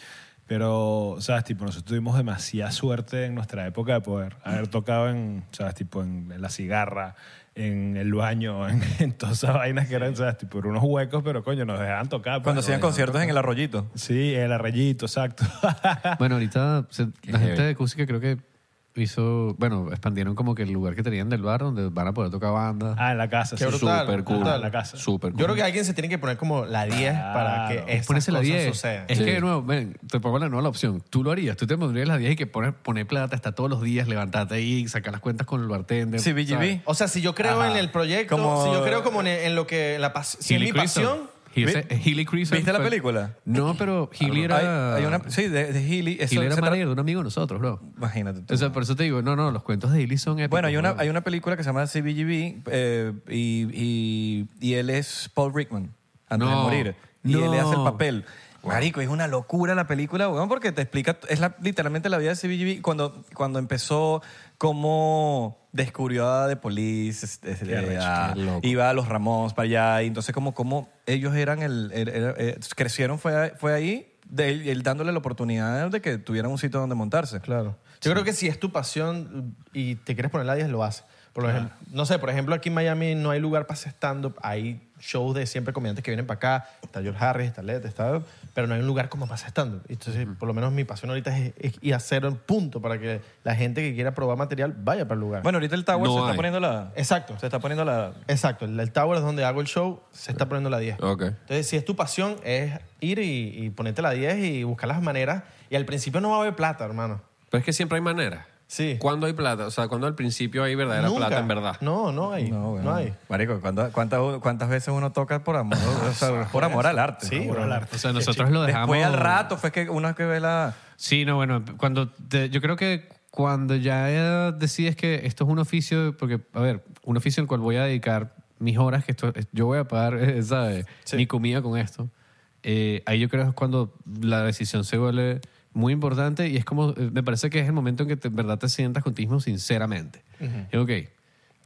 [SPEAKER 6] Pero, ¿sabes? Tipo, nosotros tuvimos demasiada suerte en nuestra época de poder haber tocado en, ¿sabes? Tipo, en, en la cigarra, en el baño, en, en todas esas vainas que eran, ¿sabes? Tipo, eran unos huecos, pero coño, nos dejaban tocar. pues.
[SPEAKER 4] Cuando hacían conciertos en el arroyito.
[SPEAKER 6] Sí, el arrayito, exacto.
[SPEAKER 2] Bueno, ahorita se- la gente
[SPEAKER 3] heavy.
[SPEAKER 2] de Cusi que creo que hizo, bueno, expandieron como que el lugar que tenían del bar donde van a poder tocar bandas.
[SPEAKER 6] ah, en la casa.
[SPEAKER 5] Qué
[SPEAKER 6] sí.
[SPEAKER 5] brutal.
[SPEAKER 3] Súper cool.
[SPEAKER 5] brutal.
[SPEAKER 6] La casa.
[SPEAKER 3] Súper cool.
[SPEAKER 5] Yo creo que alguien se tiene que poner como la 10 para que
[SPEAKER 2] es
[SPEAKER 5] esas
[SPEAKER 2] ponerse la
[SPEAKER 5] cosas
[SPEAKER 2] 10.
[SPEAKER 5] sucedan.
[SPEAKER 2] Es
[SPEAKER 3] Sí.
[SPEAKER 2] que de nuevo, ven, te pongo la nueva opción. Tú lo harías, tú te pondrías la 10 y que poner, poner plata hasta todos los días, levantarte ahí, sacar las cuentas con el bartender.
[SPEAKER 4] Sí, BGB.
[SPEAKER 2] ¿sabes?
[SPEAKER 5] O sea, si yo creo
[SPEAKER 4] Ajá.
[SPEAKER 5] en el proyecto,
[SPEAKER 4] Como-
[SPEAKER 5] si yo creo como en, en lo que en la pas- si en
[SPEAKER 2] Hilly
[SPEAKER 5] mi
[SPEAKER 2] Creason.
[SPEAKER 5] pasión,
[SPEAKER 2] Hilly- eh, Hilly Creason
[SPEAKER 4] ¿Viste la
[SPEAKER 2] fue-
[SPEAKER 4] película?
[SPEAKER 2] No, pero Hilly era.
[SPEAKER 4] Hay, hay una, sí, de, de Healy. eso-
[SPEAKER 2] Hilly era
[SPEAKER 4] se tra-
[SPEAKER 2] marido de un amigo de nosotros, bro.
[SPEAKER 4] Imagínate tú.
[SPEAKER 2] O sea, por eso te digo, no, no, los cuentos de Hilly son épicos.
[SPEAKER 4] Bueno, hay una,
[SPEAKER 2] bro.
[SPEAKER 4] hay una película que se llama CBGB eh, y, y, y él es Paul Rickman antes de
[SPEAKER 2] No,
[SPEAKER 4] morir. Y
[SPEAKER 2] no.
[SPEAKER 4] él le hace el papel. Marico, es una locura la película, weón, porque te explica, es la- literalmente la vida de CBGB cuando, cuando empezó, cómo descubrió a The Police, este, este, a- iba a los Ramones para allá, y entonces como, como ellos eran, el, el- era- eh, crecieron fue, fue ahí, de él- él dándole la oportunidad de que tuvieran un sitio donde montarse.
[SPEAKER 5] claro. Yo creo que si es tu pasión y te quieres poner la 10 lo haces. Por ejemplo, no sé, por ejemplo, aquí en Miami no hay lugar para hacer stand up, hay shows de siempre comediantes que vienen para acá, está George Harris, está Led, está, pero no hay un lugar como para hacer stand up. Entonces, por lo menos mi pasión ahorita es, es ir a cero en punto para que la gente que quiera probar material vaya para el lugar.
[SPEAKER 4] Bueno, ahorita el Tower
[SPEAKER 3] No
[SPEAKER 4] se está
[SPEAKER 3] hay.
[SPEAKER 4] poniendo la...
[SPEAKER 5] exacto.
[SPEAKER 4] Se está poniendo la...
[SPEAKER 5] Exacto, el, el Tower es donde hago el show, se está poniendo la 10.
[SPEAKER 3] Ok.
[SPEAKER 5] Entonces, si es tu pasión, es ir y, y ponerte la 10 y buscar las maneras. Y al principio no va a haber plata, hermano.
[SPEAKER 3] Pero es que siempre hay manera.
[SPEAKER 5] Sí.
[SPEAKER 3] ¿Cuándo hay plata? O sea, cuando al principio hay verdadera
[SPEAKER 5] Nunca.
[SPEAKER 3] plata en verdad?
[SPEAKER 5] No, no hay. No,
[SPEAKER 4] bueno.
[SPEAKER 5] hay.
[SPEAKER 4] Marico, ¿cuántas, cuántas, cuántas veces uno toca por amor, o sea, por amor al arte?
[SPEAKER 5] Sí,
[SPEAKER 4] Por
[SPEAKER 5] bro.
[SPEAKER 4] amor al arte.
[SPEAKER 2] O sea, nosotros lo dejamos.
[SPEAKER 4] Después al rato fue que uno que ve la...
[SPEAKER 2] Sí, no, bueno, cuando te- yo creo que cuando ya decides que esto es un oficio, porque, a ver, un oficio al cual voy a dedicar mis horas, que esto, yo voy a pagar, eh, ¿sabes? Mi comida con esto. eh, ahí yo creo que es cuando la decisión se vuelve muy importante y es como, eh, me parece que es el momento en que te- en verdad te sientas contigo mismo sinceramente. Y, Ok,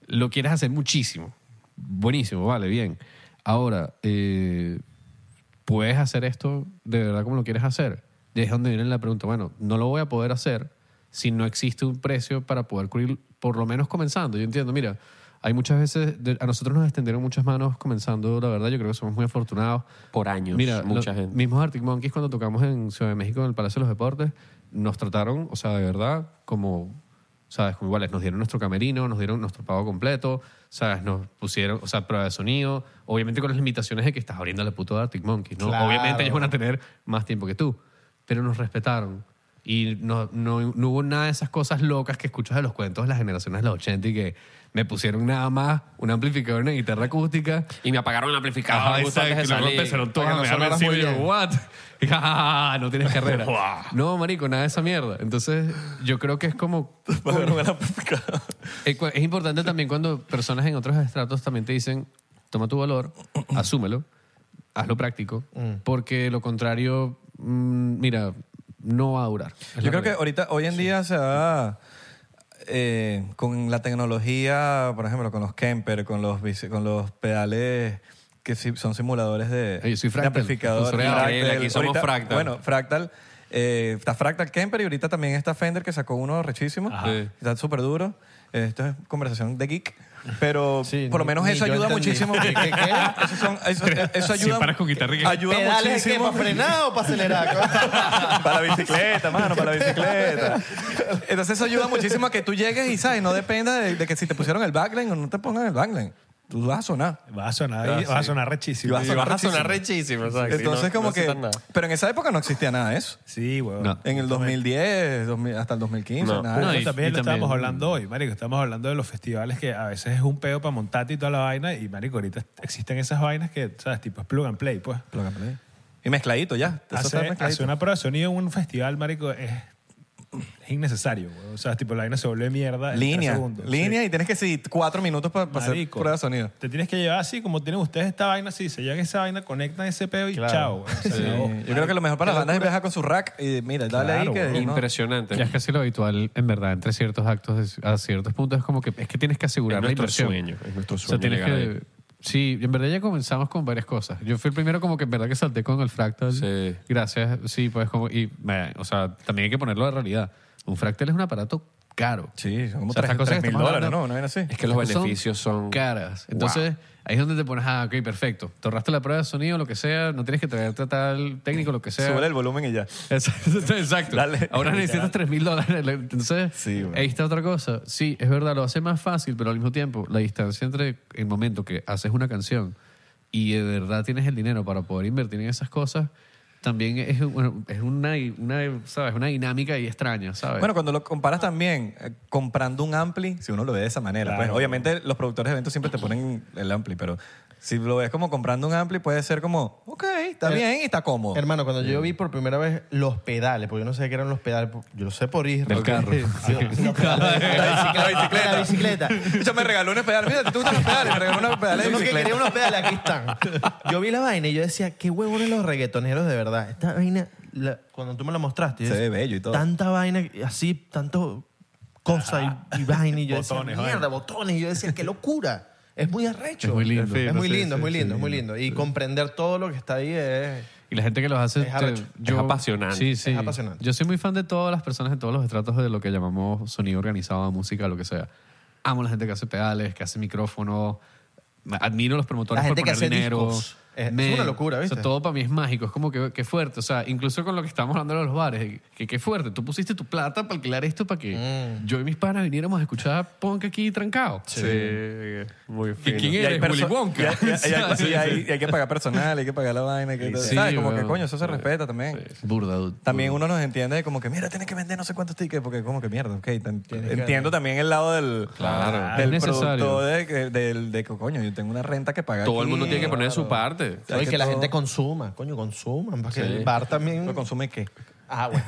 [SPEAKER 2] lo quieres hacer muchísimo. Buenísimo, vale, bien. Ahora, eh, ¿puedes hacer esto de verdad como lo quieres hacer? Y es donde viene la pregunta, bueno, no lo voy a poder hacer si no existe un precio para poder cubrir, por lo menos comenzando. Yo entiendo, mira, hay muchas veces, de- a nosotros nos extendieron muchas manos comenzando, la verdad, yo creo que somos muy afortunados.
[SPEAKER 3] Por años,
[SPEAKER 2] Mira,
[SPEAKER 3] mucha
[SPEAKER 2] lo-
[SPEAKER 3] gente.
[SPEAKER 2] mismos Arctic Monkeys cuando tocamos en Ciudad de México en el Palacio de los Deportes, nos trataron, o sea, de verdad, como, ¿sabes? Como iguales. Nos dieron nuestro camerino, nos dieron nuestro pago completo, ¿sabes? Nos pusieron, o sea, prueba de sonido. Obviamente con las limitaciones de que estás abriendo la puta de Arctic Monkeys, ¿no?
[SPEAKER 5] Claro.
[SPEAKER 2] Obviamente ellos van a tener más tiempo que tú. Pero nos respetaron. Y no, no- no hubo nada de esas cosas locas que escuchas de los cuentos de las generaciones de los 80 y que me pusieron nada más un amplificador, una guitarra acústica
[SPEAKER 3] Y me apagaron el amplificador.
[SPEAKER 2] Ajá,
[SPEAKER 3] justo
[SPEAKER 2] Ah, exacto.
[SPEAKER 3] antes
[SPEAKER 2] Y
[SPEAKER 3] de
[SPEAKER 2] luego
[SPEAKER 3] salir.
[SPEAKER 2] empezaron todos
[SPEAKER 5] Para
[SPEAKER 2] a
[SPEAKER 5] que no
[SPEAKER 2] mear
[SPEAKER 5] sonaras
[SPEAKER 2] encima y
[SPEAKER 5] muy
[SPEAKER 2] yo,
[SPEAKER 5] bien.
[SPEAKER 2] what? Y, ja, ja, ja, ja, no tienes carrera. no, marico, nada de esa mierda. Entonces, yo creo que es como... Es cu- es importante también cuando personas en otros estratos también te dicen, toma tu valor, asúmelo, hazlo práctico,
[SPEAKER 4] Mm.
[SPEAKER 2] porque lo contrario, mm, mira, no va a durar. Es la
[SPEAKER 4] Yo creo que
[SPEAKER 2] realidad.
[SPEAKER 4] ahorita, hoy en día se va eh, con la tecnología, por ejemplo, con los camper, con los, bici- con los pedales que sí- son simuladores de,
[SPEAKER 2] Oye, soy
[SPEAKER 4] de
[SPEAKER 2] Fractal,
[SPEAKER 4] amplificador.
[SPEAKER 2] sponsor de
[SPEAKER 3] Gabriel, aquí somos
[SPEAKER 4] Ahorita,
[SPEAKER 3] Fractal.
[SPEAKER 4] Bueno, Fractal. eh, está Fractal Camper y ahorita también está Fender que sacó uno rechísimo.
[SPEAKER 3] Sí.
[SPEAKER 4] Está súper duro. Eh, Esto es conversación de geek. Pero
[SPEAKER 5] Sí,
[SPEAKER 4] por lo
[SPEAKER 5] ni-
[SPEAKER 4] menos
[SPEAKER 5] ni
[SPEAKER 4] eso
[SPEAKER 5] yo
[SPEAKER 4] ayuda
[SPEAKER 5] entendí.
[SPEAKER 4] muchísimo.
[SPEAKER 5] ¿Qué- qué- qué?
[SPEAKER 4] Eso, son- eso- eso ayuda,
[SPEAKER 2] Si paras con guitarra y que-
[SPEAKER 4] ayuda
[SPEAKER 5] ¿Pedales de qué?
[SPEAKER 4] muchísimo.
[SPEAKER 5] ¿Para frenar o para acelerar?
[SPEAKER 4] Para la bicicleta, mano, para la bicicleta. Entonces eso ayuda muchísimo a que tú llegues y, ¿sabes? No dependa de, de que si te pusieron el backline o no te pongan el backline. Tú vas a sonar.
[SPEAKER 6] Va a sonar,
[SPEAKER 3] Ah,
[SPEAKER 6] y- va a sonar rechísimo.
[SPEAKER 4] Ah, Y vas a sonar
[SPEAKER 3] rechísimo, exacto.
[SPEAKER 4] Entonces como que... Pero en esa época no existía nada de eso.
[SPEAKER 6] Sí, weón.
[SPEAKER 2] No.
[SPEAKER 4] En el 2010, 2000 hasta el 2015,
[SPEAKER 3] No.
[SPEAKER 4] nada.
[SPEAKER 6] Pero
[SPEAKER 4] de
[SPEAKER 2] No,
[SPEAKER 6] eso
[SPEAKER 2] y-
[SPEAKER 6] también
[SPEAKER 2] y
[SPEAKER 6] lo
[SPEAKER 2] también-
[SPEAKER 6] estábamos hablando hoy, marico. Estamos hablando de los festivales que a veces es un peo para montarte y toda la vaina. Y, marico, ahorita existen esas vainas que, ¿sabes? Tipo, es plug and play, pues.
[SPEAKER 4] plug and play. Y mezcladito ya. Eso está
[SPEAKER 6] Hacer,
[SPEAKER 4] mezcladito.
[SPEAKER 6] hacer una prueba de sonido en un festival, marico, es, es innecesario, weón. O sea, tipo, la vaina se vuelve mierda en tres
[SPEAKER 4] Línea.
[SPEAKER 6] segundos.
[SPEAKER 4] línea
[SPEAKER 6] Sí.
[SPEAKER 4] y tienes que seguir cuatro minutos para hacer
[SPEAKER 6] Marico.
[SPEAKER 4] prueba de sonido.
[SPEAKER 6] Te tienes que llevar así, como tienen ustedes esta vaina, así. Se llevan esa vaina, conectan ese peo y
[SPEAKER 5] Claro.
[SPEAKER 6] chao, weón. Se
[SPEAKER 4] Sí.
[SPEAKER 6] acabó.
[SPEAKER 4] Yo creo que lo mejor para las bandas es viajar con su rack y mira, dale
[SPEAKER 6] Claro,
[SPEAKER 4] ahí que...
[SPEAKER 6] güey.
[SPEAKER 4] no-
[SPEAKER 3] Impresionante.
[SPEAKER 2] Ya es casi lo habitual, en verdad, entre ciertos actos, de- a ciertos puntos, es como que es que tienes que asegurar
[SPEAKER 3] Es
[SPEAKER 2] la
[SPEAKER 3] nuestro
[SPEAKER 2] inversión.
[SPEAKER 3] sueño, es nuestro
[SPEAKER 2] O sea,
[SPEAKER 3] sueño
[SPEAKER 2] tienes
[SPEAKER 3] llegar
[SPEAKER 2] que-
[SPEAKER 3] ahí.
[SPEAKER 2] Sí, en verdad ya comenzamos con varias cosas. Yo fui el primero como que en verdad que salté con el fractal.
[SPEAKER 3] Sí.
[SPEAKER 2] Gracias, sí, pues como... Y, me- o sea, también hay que ponerlo de realidad. Un fractal es un aparato caro.
[SPEAKER 4] Sí, son como
[SPEAKER 2] O sea, estas
[SPEAKER 4] tres- tres
[SPEAKER 2] cosas que
[SPEAKER 4] mil
[SPEAKER 2] estamos
[SPEAKER 4] dólares,
[SPEAKER 2] hablando-
[SPEAKER 4] ¿no? Una vaina así.
[SPEAKER 3] Es que los beneficios son...
[SPEAKER 2] caras. Entonces, ahí es donde te pones, ah, ok, perfecto. Torraste la prueba de sonido, lo que sea, no tienes que traerte a tal técnico, lo que sea.
[SPEAKER 4] Sube el volumen y ya.
[SPEAKER 2] Exacto. exacto.
[SPEAKER 4] Dale.
[SPEAKER 2] Ahora necesitas este 3 mil dólares. Entonces,
[SPEAKER 4] Sí, güey.
[SPEAKER 2] ahí está otra cosa. Sí, es verdad, lo hace más fácil, pero al mismo tiempo, la distancia entre el momento que haces una canción y de verdad tienes el dinero para poder invertir en esas cosas, también es, bueno, es una, una, ¿sabes? una dinámica ahí extraña, ¿sabes?
[SPEAKER 4] Bueno, cuando lo comparas también, eh, comprando un ampli, si uno lo ve de esa manera, pues, obviamente los productores de eventos siempre te ponen el ampli, pero si lo ves como comprando un ampli, puede ser como, ok, está
[SPEAKER 5] Her-
[SPEAKER 4] bien y está cómodo.
[SPEAKER 5] Eh, Hermano, cuando yo vi por primera vez los pedales, porque yo no sé qué eran los pedales, yo lo sé por Israel.
[SPEAKER 2] Del carro.
[SPEAKER 5] Sí, no, pero la bicicleta. La bicicleta.
[SPEAKER 4] Yo me regaló unos pedales, mira, tú gustan los pedales, me regaló unos pedales de
[SPEAKER 5] Uno que
[SPEAKER 4] bicicleta.
[SPEAKER 5] quería unos pedales, aquí están. Yo vi la vaina y yo decía, qué huevones los reggaetoneros de verdad. Esta vaina, la- cuando tú me la mostraste, yo
[SPEAKER 4] Se ve
[SPEAKER 5] decía,
[SPEAKER 4] bello y todo.
[SPEAKER 5] Tanta vaina, así, tanto cosa y, y vaina. Y yo
[SPEAKER 6] Botones,
[SPEAKER 5] decía,
[SPEAKER 6] vaina.
[SPEAKER 5] mierda, botones. Y yo decía, qué locura. Es muy arrecho.
[SPEAKER 2] Es muy lindo.
[SPEAKER 5] Es, muy
[SPEAKER 2] Sí,
[SPEAKER 5] lindo,
[SPEAKER 2] sí,
[SPEAKER 5] es muy
[SPEAKER 2] sí,
[SPEAKER 5] lindo, es muy lindo. Y comprender todo lo que está ahí es...
[SPEAKER 2] Y la gente que los hace... este,
[SPEAKER 5] Es arrecho.
[SPEAKER 3] Es apasionante.
[SPEAKER 2] Sí, sí.
[SPEAKER 5] Es apasionante.
[SPEAKER 2] Yo soy muy fan de todas las personas en todos los estratos de lo que llamamos sonido organizado, música, lo que sea. Amo la gente que hace pedales, que hace micrófonos. Admiro a los promotores
[SPEAKER 5] La gente
[SPEAKER 2] por
[SPEAKER 5] que
[SPEAKER 2] poner
[SPEAKER 5] hace
[SPEAKER 2] dinero.
[SPEAKER 5] discos. Es- es una locura,
[SPEAKER 2] o sea,
[SPEAKER 5] ¿viste?
[SPEAKER 2] todo para mí es mágico. Es como que, que fuerte. O sea, incluso con lo que estamos hablando de los bares. Que, que fuerte. Tú pusiste tu plata para alquilar esto para que
[SPEAKER 5] Mm.
[SPEAKER 2] yo y mis panas viniéramos a escuchar punk aquí trancado. Sí.
[SPEAKER 3] Muy
[SPEAKER 2] ¿Y
[SPEAKER 3] fino.
[SPEAKER 2] quién
[SPEAKER 4] Y hay
[SPEAKER 2] eres?
[SPEAKER 4] perso-
[SPEAKER 2] Willy Wonka.
[SPEAKER 4] y hay- y hay- y hay-
[SPEAKER 2] Sí,
[SPEAKER 4] y hay-
[SPEAKER 2] sí.
[SPEAKER 4] y hay que pagar personal, hay que pagar la vaina. hay que-
[SPEAKER 2] Sí,
[SPEAKER 4] ¿Sabes? Como que
[SPEAKER 2] weón.
[SPEAKER 4] coño, eso se respeta también.
[SPEAKER 2] Burda, dude.
[SPEAKER 4] También uno nos entiende como que, mira, tienes que vender no sé cuántos tickets, porque como que mierda, ok. te- Entiendo también el lado del,
[SPEAKER 3] Claro.
[SPEAKER 4] del
[SPEAKER 2] Ah, Es necesario.
[SPEAKER 4] productor de, que- del- de que, coño, yo tengo una renta que pagar.
[SPEAKER 3] Todo el
[SPEAKER 4] aquí.
[SPEAKER 3] mundo tiene que poner de su parte.
[SPEAKER 4] sea,
[SPEAKER 5] Oye,
[SPEAKER 4] que
[SPEAKER 5] que, la
[SPEAKER 4] todo-
[SPEAKER 5] gente consuma, coño, consuman. Para que
[SPEAKER 3] Sí.
[SPEAKER 5] el bar también.
[SPEAKER 4] ¿Lo consume qué?
[SPEAKER 5] Ah, bueno.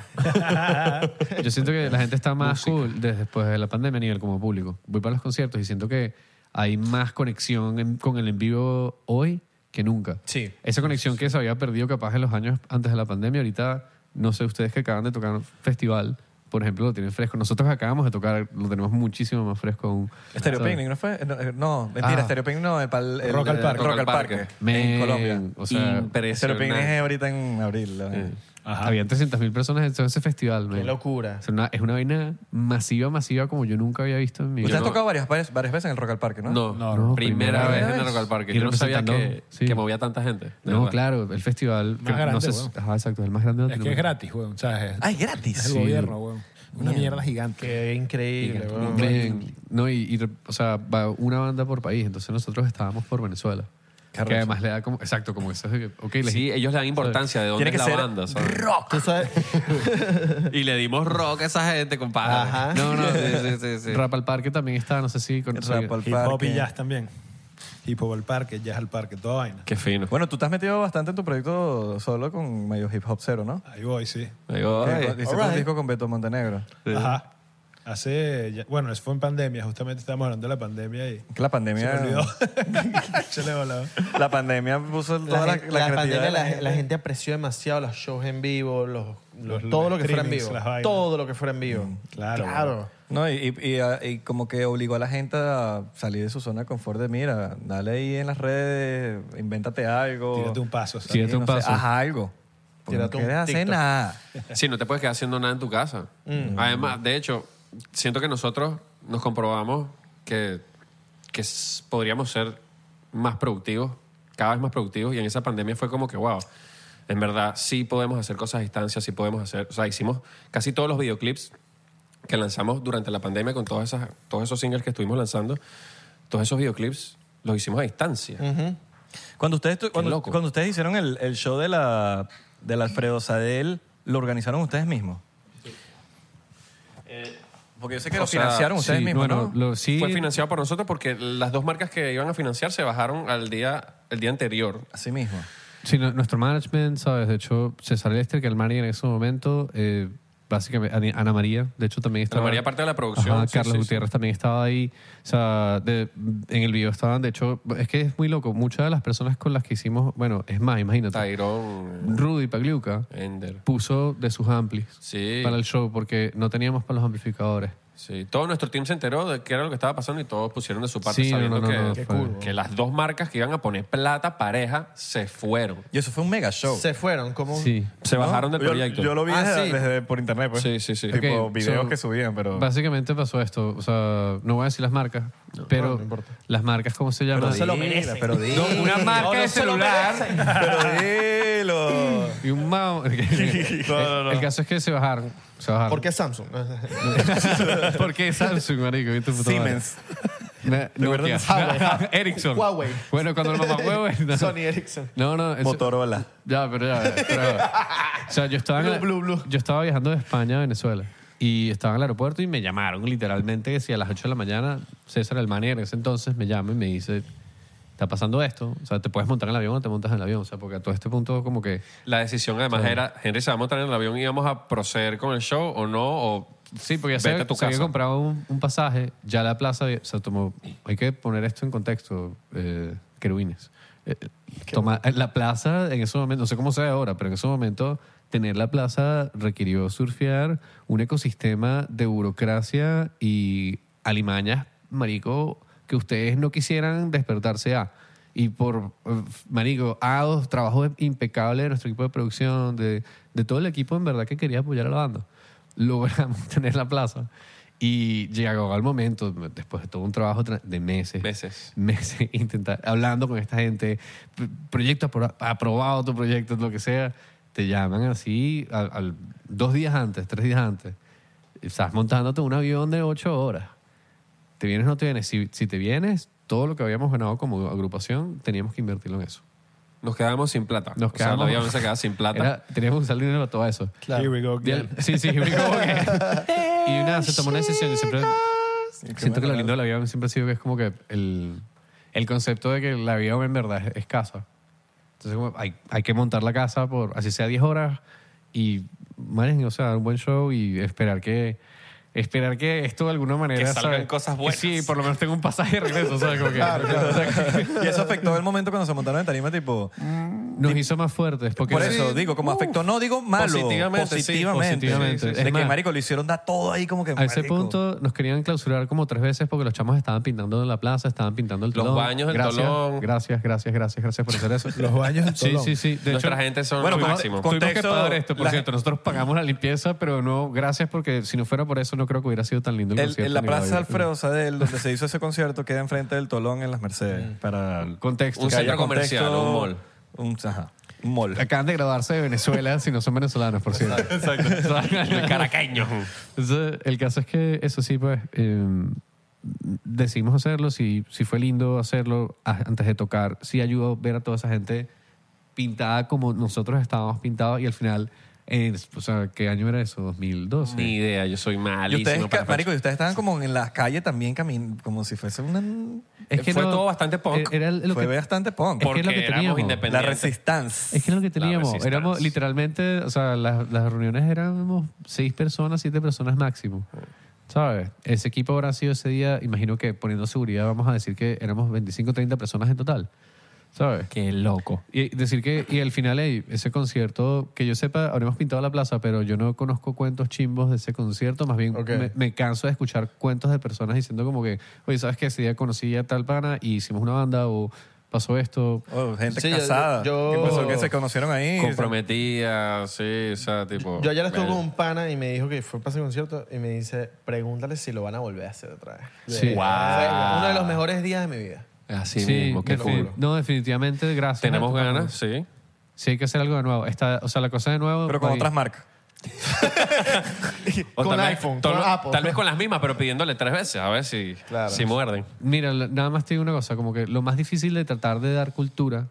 [SPEAKER 2] Yo siento que la gente está más cool desde después de la pandemia a nivel como público. Voy para los conciertos y siento que hay más conexión en- con el en vivo hoy que nunca.
[SPEAKER 5] Sí.
[SPEAKER 2] Esa conexión que se había perdido capaz en los años antes de la pandemia, ahorita No sé, ustedes que acaban de tocar un festival, por ejemplo, lo tienen fresco. Nosotros acabamos de tocar, lo tenemos muchísimo más fresco aún.
[SPEAKER 4] Stereo
[SPEAKER 2] ¿Sabes?
[SPEAKER 4] Picnic, ¿no fue? No, eh, No, mentira,
[SPEAKER 2] Ah.
[SPEAKER 4] Stereo Picnic no, el, pal- el-
[SPEAKER 6] Rock al
[SPEAKER 4] el-
[SPEAKER 6] Parque.
[SPEAKER 4] Rock al Parque, en
[SPEAKER 2] Men,
[SPEAKER 4] Colombia.
[SPEAKER 2] O sea,
[SPEAKER 4] Stereo Picnic
[SPEAKER 3] Impresionante.
[SPEAKER 4] es ahorita en abril. ¿no?
[SPEAKER 2] habían 300.000 personas en todo ese festival.
[SPEAKER 5] Qué
[SPEAKER 2] men.
[SPEAKER 5] locura.
[SPEAKER 2] Es una, es una vaina masiva, masiva como yo nunca había visto en mi
[SPEAKER 4] Usted
[SPEAKER 2] vida.
[SPEAKER 4] ha
[SPEAKER 3] no-
[SPEAKER 4] tocado varias, varias, varias veces en el Rock al Parque, ¿no?
[SPEAKER 3] No,
[SPEAKER 2] No,
[SPEAKER 3] primera,
[SPEAKER 2] primera
[SPEAKER 3] vez
[SPEAKER 2] vez.
[SPEAKER 3] en el Rock al Parque.
[SPEAKER 2] Y
[SPEAKER 3] Yo no sabía que,
[SPEAKER 2] representando, sí.
[SPEAKER 3] que movía tanta gente. de
[SPEAKER 2] No,
[SPEAKER 3] verdad.
[SPEAKER 2] claro, el festival. que no
[SPEAKER 10] grande,
[SPEAKER 2] sé,
[SPEAKER 10] weón.
[SPEAKER 2] ajá, exacto, el más grande. de
[SPEAKER 10] Es que es
[SPEAKER 2] Latinoamérica.
[SPEAKER 10] gratis, weón. O sea, es,
[SPEAKER 4] Ah, es
[SPEAKER 10] es
[SPEAKER 4] gratis.
[SPEAKER 10] el
[SPEAKER 2] sí.
[SPEAKER 10] gobierno, weón. Una mierda gigante.
[SPEAKER 5] Qué increíble, weón.
[SPEAKER 2] Men, no, y, y, o sea, va una banda por país. Entonces nosotros estábamos por Venezuela.
[SPEAKER 4] Qué
[SPEAKER 2] que
[SPEAKER 4] arrecho.
[SPEAKER 2] además le da como. Exacto, como eso. de que, ok, les-
[SPEAKER 3] Sí, ellos le dan importancia de dónde
[SPEAKER 4] Tiene que
[SPEAKER 3] es la
[SPEAKER 4] ser
[SPEAKER 3] banda. ¿sabes?
[SPEAKER 4] rock.
[SPEAKER 5] Tú sabes,
[SPEAKER 3] Y le dimos rock a esa gente, compadre.
[SPEAKER 5] Ajá.
[SPEAKER 3] No, no, sí, sí, sí. sí.
[SPEAKER 2] Rap al Parque también está, no sé si. Con,
[SPEAKER 4] Rap al
[SPEAKER 6] Hip hop y
[SPEAKER 4] Parque.
[SPEAKER 6] jazz también. Hip hop al parque, jazz al parque, toda vaina.
[SPEAKER 3] Qué fino.
[SPEAKER 4] Bueno, tú te has metido bastante en tu proyecto solo con medio hip hop cero, ¿no?
[SPEAKER 6] Ahí voy, sí.
[SPEAKER 3] Digo,
[SPEAKER 4] Que-
[SPEAKER 3] "Ay".
[SPEAKER 4] Hiciste un disco con Beto Montenegro.
[SPEAKER 6] Ajá. Hace, ya- bueno, eso fue en pandemia, justamente estábamos hablando de la pandemia y
[SPEAKER 4] Que
[SPEAKER 6] se me
[SPEAKER 4] la pandemia.
[SPEAKER 6] olvidó. Yo le he volado.
[SPEAKER 4] la pandemia puso toda
[SPEAKER 5] la,
[SPEAKER 4] la, la,
[SPEAKER 5] la
[SPEAKER 4] creatividad.
[SPEAKER 5] pandemia,
[SPEAKER 4] de
[SPEAKER 5] la,
[SPEAKER 4] la
[SPEAKER 5] gente. la gente apreció demasiado los shows en vivo, los, los-
[SPEAKER 6] Los
[SPEAKER 5] todo lo que fuera en
[SPEAKER 6] streamings,
[SPEAKER 5] vivo.
[SPEAKER 6] las vainas. Mm,
[SPEAKER 5] Todo lo que fuera en vivo.
[SPEAKER 6] claro,
[SPEAKER 5] Claro.
[SPEAKER 4] No, y, y- y, ah, y como que obligó a la gente a salir de su zona de confort de mira, dale ahí en las redes, invéntate algo.
[SPEAKER 6] Tírate un paso. ¿sabes?
[SPEAKER 4] Sí,
[SPEAKER 2] Tírate un
[SPEAKER 4] sé,
[SPEAKER 2] paso.
[SPEAKER 4] haz algo. Porque
[SPEAKER 5] Tírate un
[SPEAKER 4] Pues no quieres hacer
[SPEAKER 5] TikTok.
[SPEAKER 4] nada.
[SPEAKER 3] Sí, no te puedes quedar haciendo nada en tu casa. Además, de hecho, siento que nosotros nos comprobamos que, que s- podríamos ser más productivos, cada vez más productivos, y en esa pandemia fue como que, wow, en verdad sí podemos hacer cosas a distancia, sí podemos hacer, o sea, hicimos casi todos los videoclips que lanzamos durante la pandemia con todas esas, todos esos singles que estuvimos lanzando, todos esos videoclips los hicimos a distancia.
[SPEAKER 4] Cuando ustedes, tu- cuando,
[SPEAKER 3] loco.
[SPEAKER 4] cuando ustedes hicieron el, el show de la, del Alfredo Sadel, ¿lo organizaron ustedes mismos? Eh, Porque yo sé que
[SPEAKER 3] O
[SPEAKER 4] lo
[SPEAKER 3] sea,
[SPEAKER 4] financiaron ustedes
[SPEAKER 2] sí,
[SPEAKER 4] mismos,
[SPEAKER 2] bueno,
[SPEAKER 4] ¿no?
[SPEAKER 2] lo- sí.
[SPEAKER 3] Fue financiado por nosotros porque las dos marcas que iban a financiar se bajaron al día, el día anterior.
[SPEAKER 4] Así mismo.
[SPEAKER 2] Sí, no- nuestro management, ¿sabes? De hecho, César Lester, que el manager en ese momento, eh, básicamente, Ani- Ana María, de hecho también estaba.
[SPEAKER 3] María parte de la producción,
[SPEAKER 2] Ajá,
[SPEAKER 3] sí,
[SPEAKER 2] Carlos
[SPEAKER 3] sí, sí.
[SPEAKER 2] Gutiérrez también estaba ahí. O sea, de- en el video estaban, de hecho, es que es muy loco. Muchas de las personas con las que hicimos, bueno, es más, imagínate.
[SPEAKER 3] Tyrone,
[SPEAKER 2] Rudy Pagliuca
[SPEAKER 3] Ender.
[SPEAKER 2] puso de sus amplis
[SPEAKER 3] Sí.
[SPEAKER 2] para el show porque no teníamos para los amplificadores.
[SPEAKER 3] Sí, todo nuestro team se enteró de qué era lo que estaba pasando y todos pusieron de su parte
[SPEAKER 2] Sí, no,
[SPEAKER 3] sabiendo
[SPEAKER 2] no,
[SPEAKER 3] que,
[SPEAKER 2] no, fue-
[SPEAKER 3] que las dos marcas que iban a poner plata pareja se fueron.
[SPEAKER 4] Y eso fue un mega show.
[SPEAKER 5] Se fueron como...
[SPEAKER 2] Sí.
[SPEAKER 3] Se bajaron del
[SPEAKER 4] Yo-
[SPEAKER 3] proyecto.
[SPEAKER 4] Yo, lo vi
[SPEAKER 5] Ah,
[SPEAKER 4] desde,
[SPEAKER 5] sí.
[SPEAKER 4] desde- por internet, pues.
[SPEAKER 3] Sí, sí, sí.
[SPEAKER 4] Tipo
[SPEAKER 2] Ok,
[SPEAKER 4] videos
[SPEAKER 2] so-
[SPEAKER 4] que subían, pero...
[SPEAKER 2] Básicamente pasó esto. O sea, no voy a decir las marcas, pero las marcas, ¿cómo se llaman?
[SPEAKER 5] se lo
[SPEAKER 4] Dila,
[SPEAKER 5] merecen.
[SPEAKER 4] Pero dilo.
[SPEAKER 3] Una marca de celular.
[SPEAKER 4] pero dilo.
[SPEAKER 2] Y un mouse.
[SPEAKER 4] no, no.
[SPEAKER 2] El caso es que se bajaron. Se bajaron.
[SPEAKER 5] ¿Por qué Samsung?
[SPEAKER 2] ¿Por qué Samsung, marico? ¿Viste, puta madre?
[SPEAKER 4] Siemens.
[SPEAKER 2] Na- Nokia. Ericsson.
[SPEAKER 5] Huawei.
[SPEAKER 2] Bueno, cuando lo mamá huevo. no.
[SPEAKER 5] Sony Ericsson.
[SPEAKER 2] No, no. eso-
[SPEAKER 4] Motorola.
[SPEAKER 2] Ya, pero ya. pero ya. o sea, yo estaba, en la-
[SPEAKER 5] Blue, blue, blue.
[SPEAKER 2] yo estaba viajando de España a Venezuela y estaba en el aeropuerto y me llamaron literalmente que si a las 8 de la mañana César el manager en ese entonces me llama y me dice está pasando esto o sea te puedes montar en el avión o te montas en el avión o sea porque a todo este punto como que
[SPEAKER 3] La decisión además era, Henry, ¿se va a montar en el avión y vamos a proceder con el show o no? O
[SPEAKER 2] sí porque ya
[SPEAKER 3] vete
[SPEAKER 2] se,
[SPEAKER 3] a tu
[SPEAKER 2] se había
[SPEAKER 3] casa.
[SPEAKER 2] comprado un, un pasaje ya la plaza había- o sea tomó hay que poner esto en contexto eh, querubines Eh, toma- la plaza en ese momento no sé cómo sea ahora pero en ese momento tener la plaza requirió surfear un ecosistema de burocracia y alimañas marico que ustedes no quisieran despertarse a y por eh, marico a dos trabajo impecable de nuestro equipo de producción de, de todo el equipo en verdad que quería apoyar a la banda logramos tener la plaza y llegó al momento, después de todo un trabajo tra- de meses,
[SPEAKER 3] Meses.
[SPEAKER 2] meses intentar, hablando con esta gente, p- proyecto apro- aprobado, tu proyecto, lo que sea, te llaman así al, al- dos días antes, tres días antes. Estás montándote en un avión de ocho horas. ¿Te vienes o no te vienes? Si, si te vienes, todo lo que habíamos ganado como agrupación, teníamos que invertirlo en eso.
[SPEAKER 3] nos quedábamos sin plata.
[SPEAKER 2] Nos
[SPEAKER 3] O sea,
[SPEAKER 2] quedamos,
[SPEAKER 3] la avión se quedaba sin plata.
[SPEAKER 2] Era- teníamos que usar dinero para todo eso.
[SPEAKER 6] Here we go
[SPEAKER 2] Bien.
[SPEAKER 6] again.
[SPEAKER 2] Sí, sí, me equivoco, ok. Y nada, se tomó una decisión. y siempre, siento que lo lindo del avión siempre ha sido que es como que el, el concepto de que el avión en verdad es, es casa. Entonces como hay, hay que montar la casa por así sea 10 horas y, man, o sea, dar un buen show y esperar que... Esperar que esto de alguna manera...
[SPEAKER 3] Que salgan
[SPEAKER 2] ¿sabes?
[SPEAKER 3] cosas buenas.
[SPEAKER 2] Sí, por lo menos tengo un Ah, pasaje de regreso, ¿sabes? Como que-
[SPEAKER 4] y eso afectó el momento cuando se montaron en tarima, tipo...
[SPEAKER 2] nos hizo más fuertes. Porque
[SPEAKER 4] Por eso digo, como afectó, no digo malo, positivamente.
[SPEAKER 3] Positivamente, sí, positivamente. Sí, sí, sí.
[SPEAKER 4] De
[SPEAKER 3] Es
[SPEAKER 4] que,
[SPEAKER 3] más-
[SPEAKER 4] marico, lo hicieron da todo ahí como que.
[SPEAKER 2] A ese
[SPEAKER 4] marico.
[SPEAKER 2] punto nos querían clausurar como tres veces porque los chamos estaban pintando la plaza, estaban pintando el
[SPEAKER 3] Los
[SPEAKER 2] telón.
[SPEAKER 3] baños, el
[SPEAKER 2] gracias,
[SPEAKER 3] tolón.
[SPEAKER 2] Gracias, gracias, gracias, gracias por hacer eso.
[SPEAKER 6] Los baños del
[SPEAKER 2] Sí,
[SPEAKER 6] Tolón.
[SPEAKER 2] sí, sí. De
[SPEAKER 3] Nuestra
[SPEAKER 2] hecho,
[SPEAKER 3] gente son
[SPEAKER 4] Bueno,
[SPEAKER 3] lo
[SPEAKER 4] con-
[SPEAKER 3] máximo.
[SPEAKER 4] con-
[SPEAKER 2] Tuvimos que
[SPEAKER 4] Contexto,
[SPEAKER 2] pagar esto, por
[SPEAKER 4] la-
[SPEAKER 2] cierto. Nosotros pagamos la limpieza, pero no, gracias porque si no fuera por eso no este creo que hubiera sido tan lindo el,
[SPEAKER 4] El-
[SPEAKER 2] concierto.
[SPEAKER 4] en la
[SPEAKER 2] ni lo
[SPEAKER 4] plaza
[SPEAKER 2] había-
[SPEAKER 4] Alfredo Sadel, donde se hizo ese concierto, queda enfrente del Tolón en las Mercedes. Para el-
[SPEAKER 2] Mm. Contexto.
[SPEAKER 3] Un
[SPEAKER 4] que haya
[SPEAKER 3] centro comercial,
[SPEAKER 4] contexto,
[SPEAKER 3] un mall.
[SPEAKER 4] Un, ajá, un mall.
[SPEAKER 2] Acaban de graduarse de Venezuela, si no son venezolanos, por cierto. Exacto.
[SPEAKER 3] Caraqueño.
[SPEAKER 2] Entonces, el caso es que eso sí, pues eh, decidimos hacerlo, si, si fue lindo hacerlo a- antes de tocar, sí ayudó ver a toda esa gente pintada como nosotros estábamos pintados y al final, eh, o sea, ¿qué año era eso? 2012.
[SPEAKER 3] Ni idea, yo soy
[SPEAKER 4] Y ustedes,
[SPEAKER 3] malísimo.
[SPEAKER 4] ca-
[SPEAKER 3] para
[SPEAKER 4] marico, y ustedes estaban como en las calles también caminando, como si fuese una...
[SPEAKER 3] Fue todo bastante punk.
[SPEAKER 2] e-, Era lo
[SPEAKER 4] fue
[SPEAKER 2] que-
[SPEAKER 4] bastante punk.
[SPEAKER 2] es que
[SPEAKER 3] porque
[SPEAKER 2] es lo que
[SPEAKER 3] éramos
[SPEAKER 2] teníamos.
[SPEAKER 4] La
[SPEAKER 3] independientes.
[SPEAKER 4] resistencia.
[SPEAKER 2] Es que es lo que teníamos.
[SPEAKER 3] resistencia.
[SPEAKER 2] Éramos literalmente, o sea, las, las reuniones éramos seis personas, siete personas máximo. ¿Sabes? Ese equipo habrá sido ese día, imagino que poniendo seguridad vamos a decir que éramos 25, 30 personas en total. ¿Sabes?
[SPEAKER 3] Qué loco.
[SPEAKER 2] Y decir que, y al final, ey, ese concierto, que yo sepa, habremos pintado la plaza, pero yo no conozco cuentos chimbos de ese concierto. Más bien,
[SPEAKER 5] Ok.
[SPEAKER 2] me, me canso de escuchar cuentos de personas diciendo como que, oye, ¿sabes qué? Ese día conocí a tal pana y hicimos una banda o pasó esto.
[SPEAKER 4] Oh, gente
[SPEAKER 5] Sí, yo-
[SPEAKER 4] casada.
[SPEAKER 5] yo-
[SPEAKER 4] ¿Qué pasó? Que se conocieron ahí.
[SPEAKER 3] Comprometida, sí, o sea,
[SPEAKER 2] Oh,
[SPEAKER 3] tipo.
[SPEAKER 5] Yo ayer estuve
[SPEAKER 3] el-
[SPEAKER 5] con un pana y me dijo que fue para ese concierto y me dice, pregúntale si lo van a volver a hacer otra vez.
[SPEAKER 2] Sí. Ah.
[SPEAKER 5] Fue
[SPEAKER 3] Wow.
[SPEAKER 5] uno de los mejores días de mi vida.
[SPEAKER 3] Así mismo, qué
[SPEAKER 2] defi-
[SPEAKER 3] cool.
[SPEAKER 2] No, definitivamente, gracias.
[SPEAKER 3] Tenemos
[SPEAKER 2] a esta
[SPEAKER 3] ganas,
[SPEAKER 2] pandemia.
[SPEAKER 3] sí.
[SPEAKER 2] Sí, hay que hacer algo de nuevo. Esta, o sea, la cosa de nuevo.
[SPEAKER 4] Pero con
[SPEAKER 2] ahí.
[SPEAKER 4] otras marcas.
[SPEAKER 3] O
[SPEAKER 5] Con
[SPEAKER 3] tal vez-
[SPEAKER 5] iPhone,
[SPEAKER 3] tal,
[SPEAKER 5] con Apple.
[SPEAKER 3] Tal vez con las mismas, pero pidiéndole tres veces, a ver si,
[SPEAKER 5] Claro.
[SPEAKER 3] si muerden.
[SPEAKER 2] Mira, la- nada más te digo una cosa, como que lo más difícil de tratar de dar cultura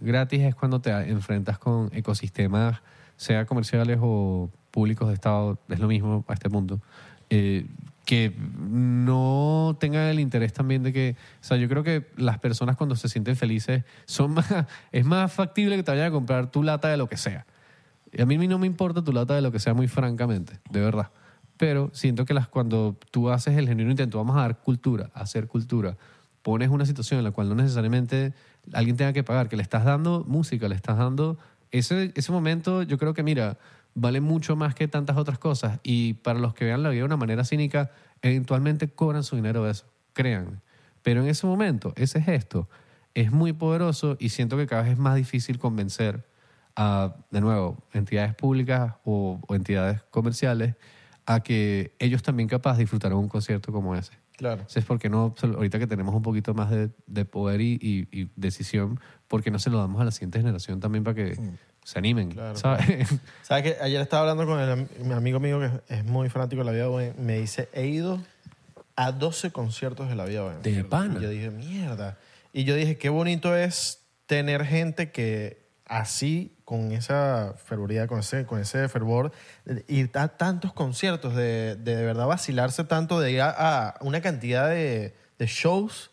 [SPEAKER 2] gratis es cuando te enfrentas con ecosistemas, sea comerciales o públicos de Estado, es lo mismo a este punto, eh, que no tengan el interés también de que, o sea, yo creo que las personas cuando se sienten felices son más, es más factible que te vayan a comprar tu lata de lo que sea. Y a mí no me importa tu lata de lo que sea, muy francamente, de verdad. Pero siento que las, cuando tú haces el genuino intento, vamos a dar cultura, a hacer cultura, pones una situación en la cual no necesariamente alguien tenga que pagar, que le estás dando música, le estás dando... Ese, ese momento yo creo que, mira, vale mucho más que tantas otras cosas. Y para los que vean la vida de una manera cínica, eventualmente cobran su dinero de eso, créanme. Pero en ese momento, ese gesto es muy poderoso y siento que cada vez es más difícil convencer a, de nuevo, entidades públicas o, o entidades comerciales a que ellos también capaz disfrutaron un concierto como ese.
[SPEAKER 5] Claro.
[SPEAKER 2] Entonces, ¿por qué no, ahorita que tenemos un poquito más de, de poder y, y- y decisión, ¿por qué no se lo damos a la siguiente generación también para que se animen? ¿sabes?
[SPEAKER 5] ¿Sabes que Ayer estaba hablando con el am- mi amigo mío que es muy fanático de la vida Bohem. Me dice, he ido a 12 conciertos de la vida Bohem.
[SPEAKER 3] De pana.
[SPEAKER 5] Y yo dije, mierda. Y yo dije, qué bonito es tener gente que así, con esa fervoridad, con ese, con ese fervor, eh, ir a tantos conciertos, de de, de verdad vacilarse tanto, de ir a, a una cantidad de, de shows.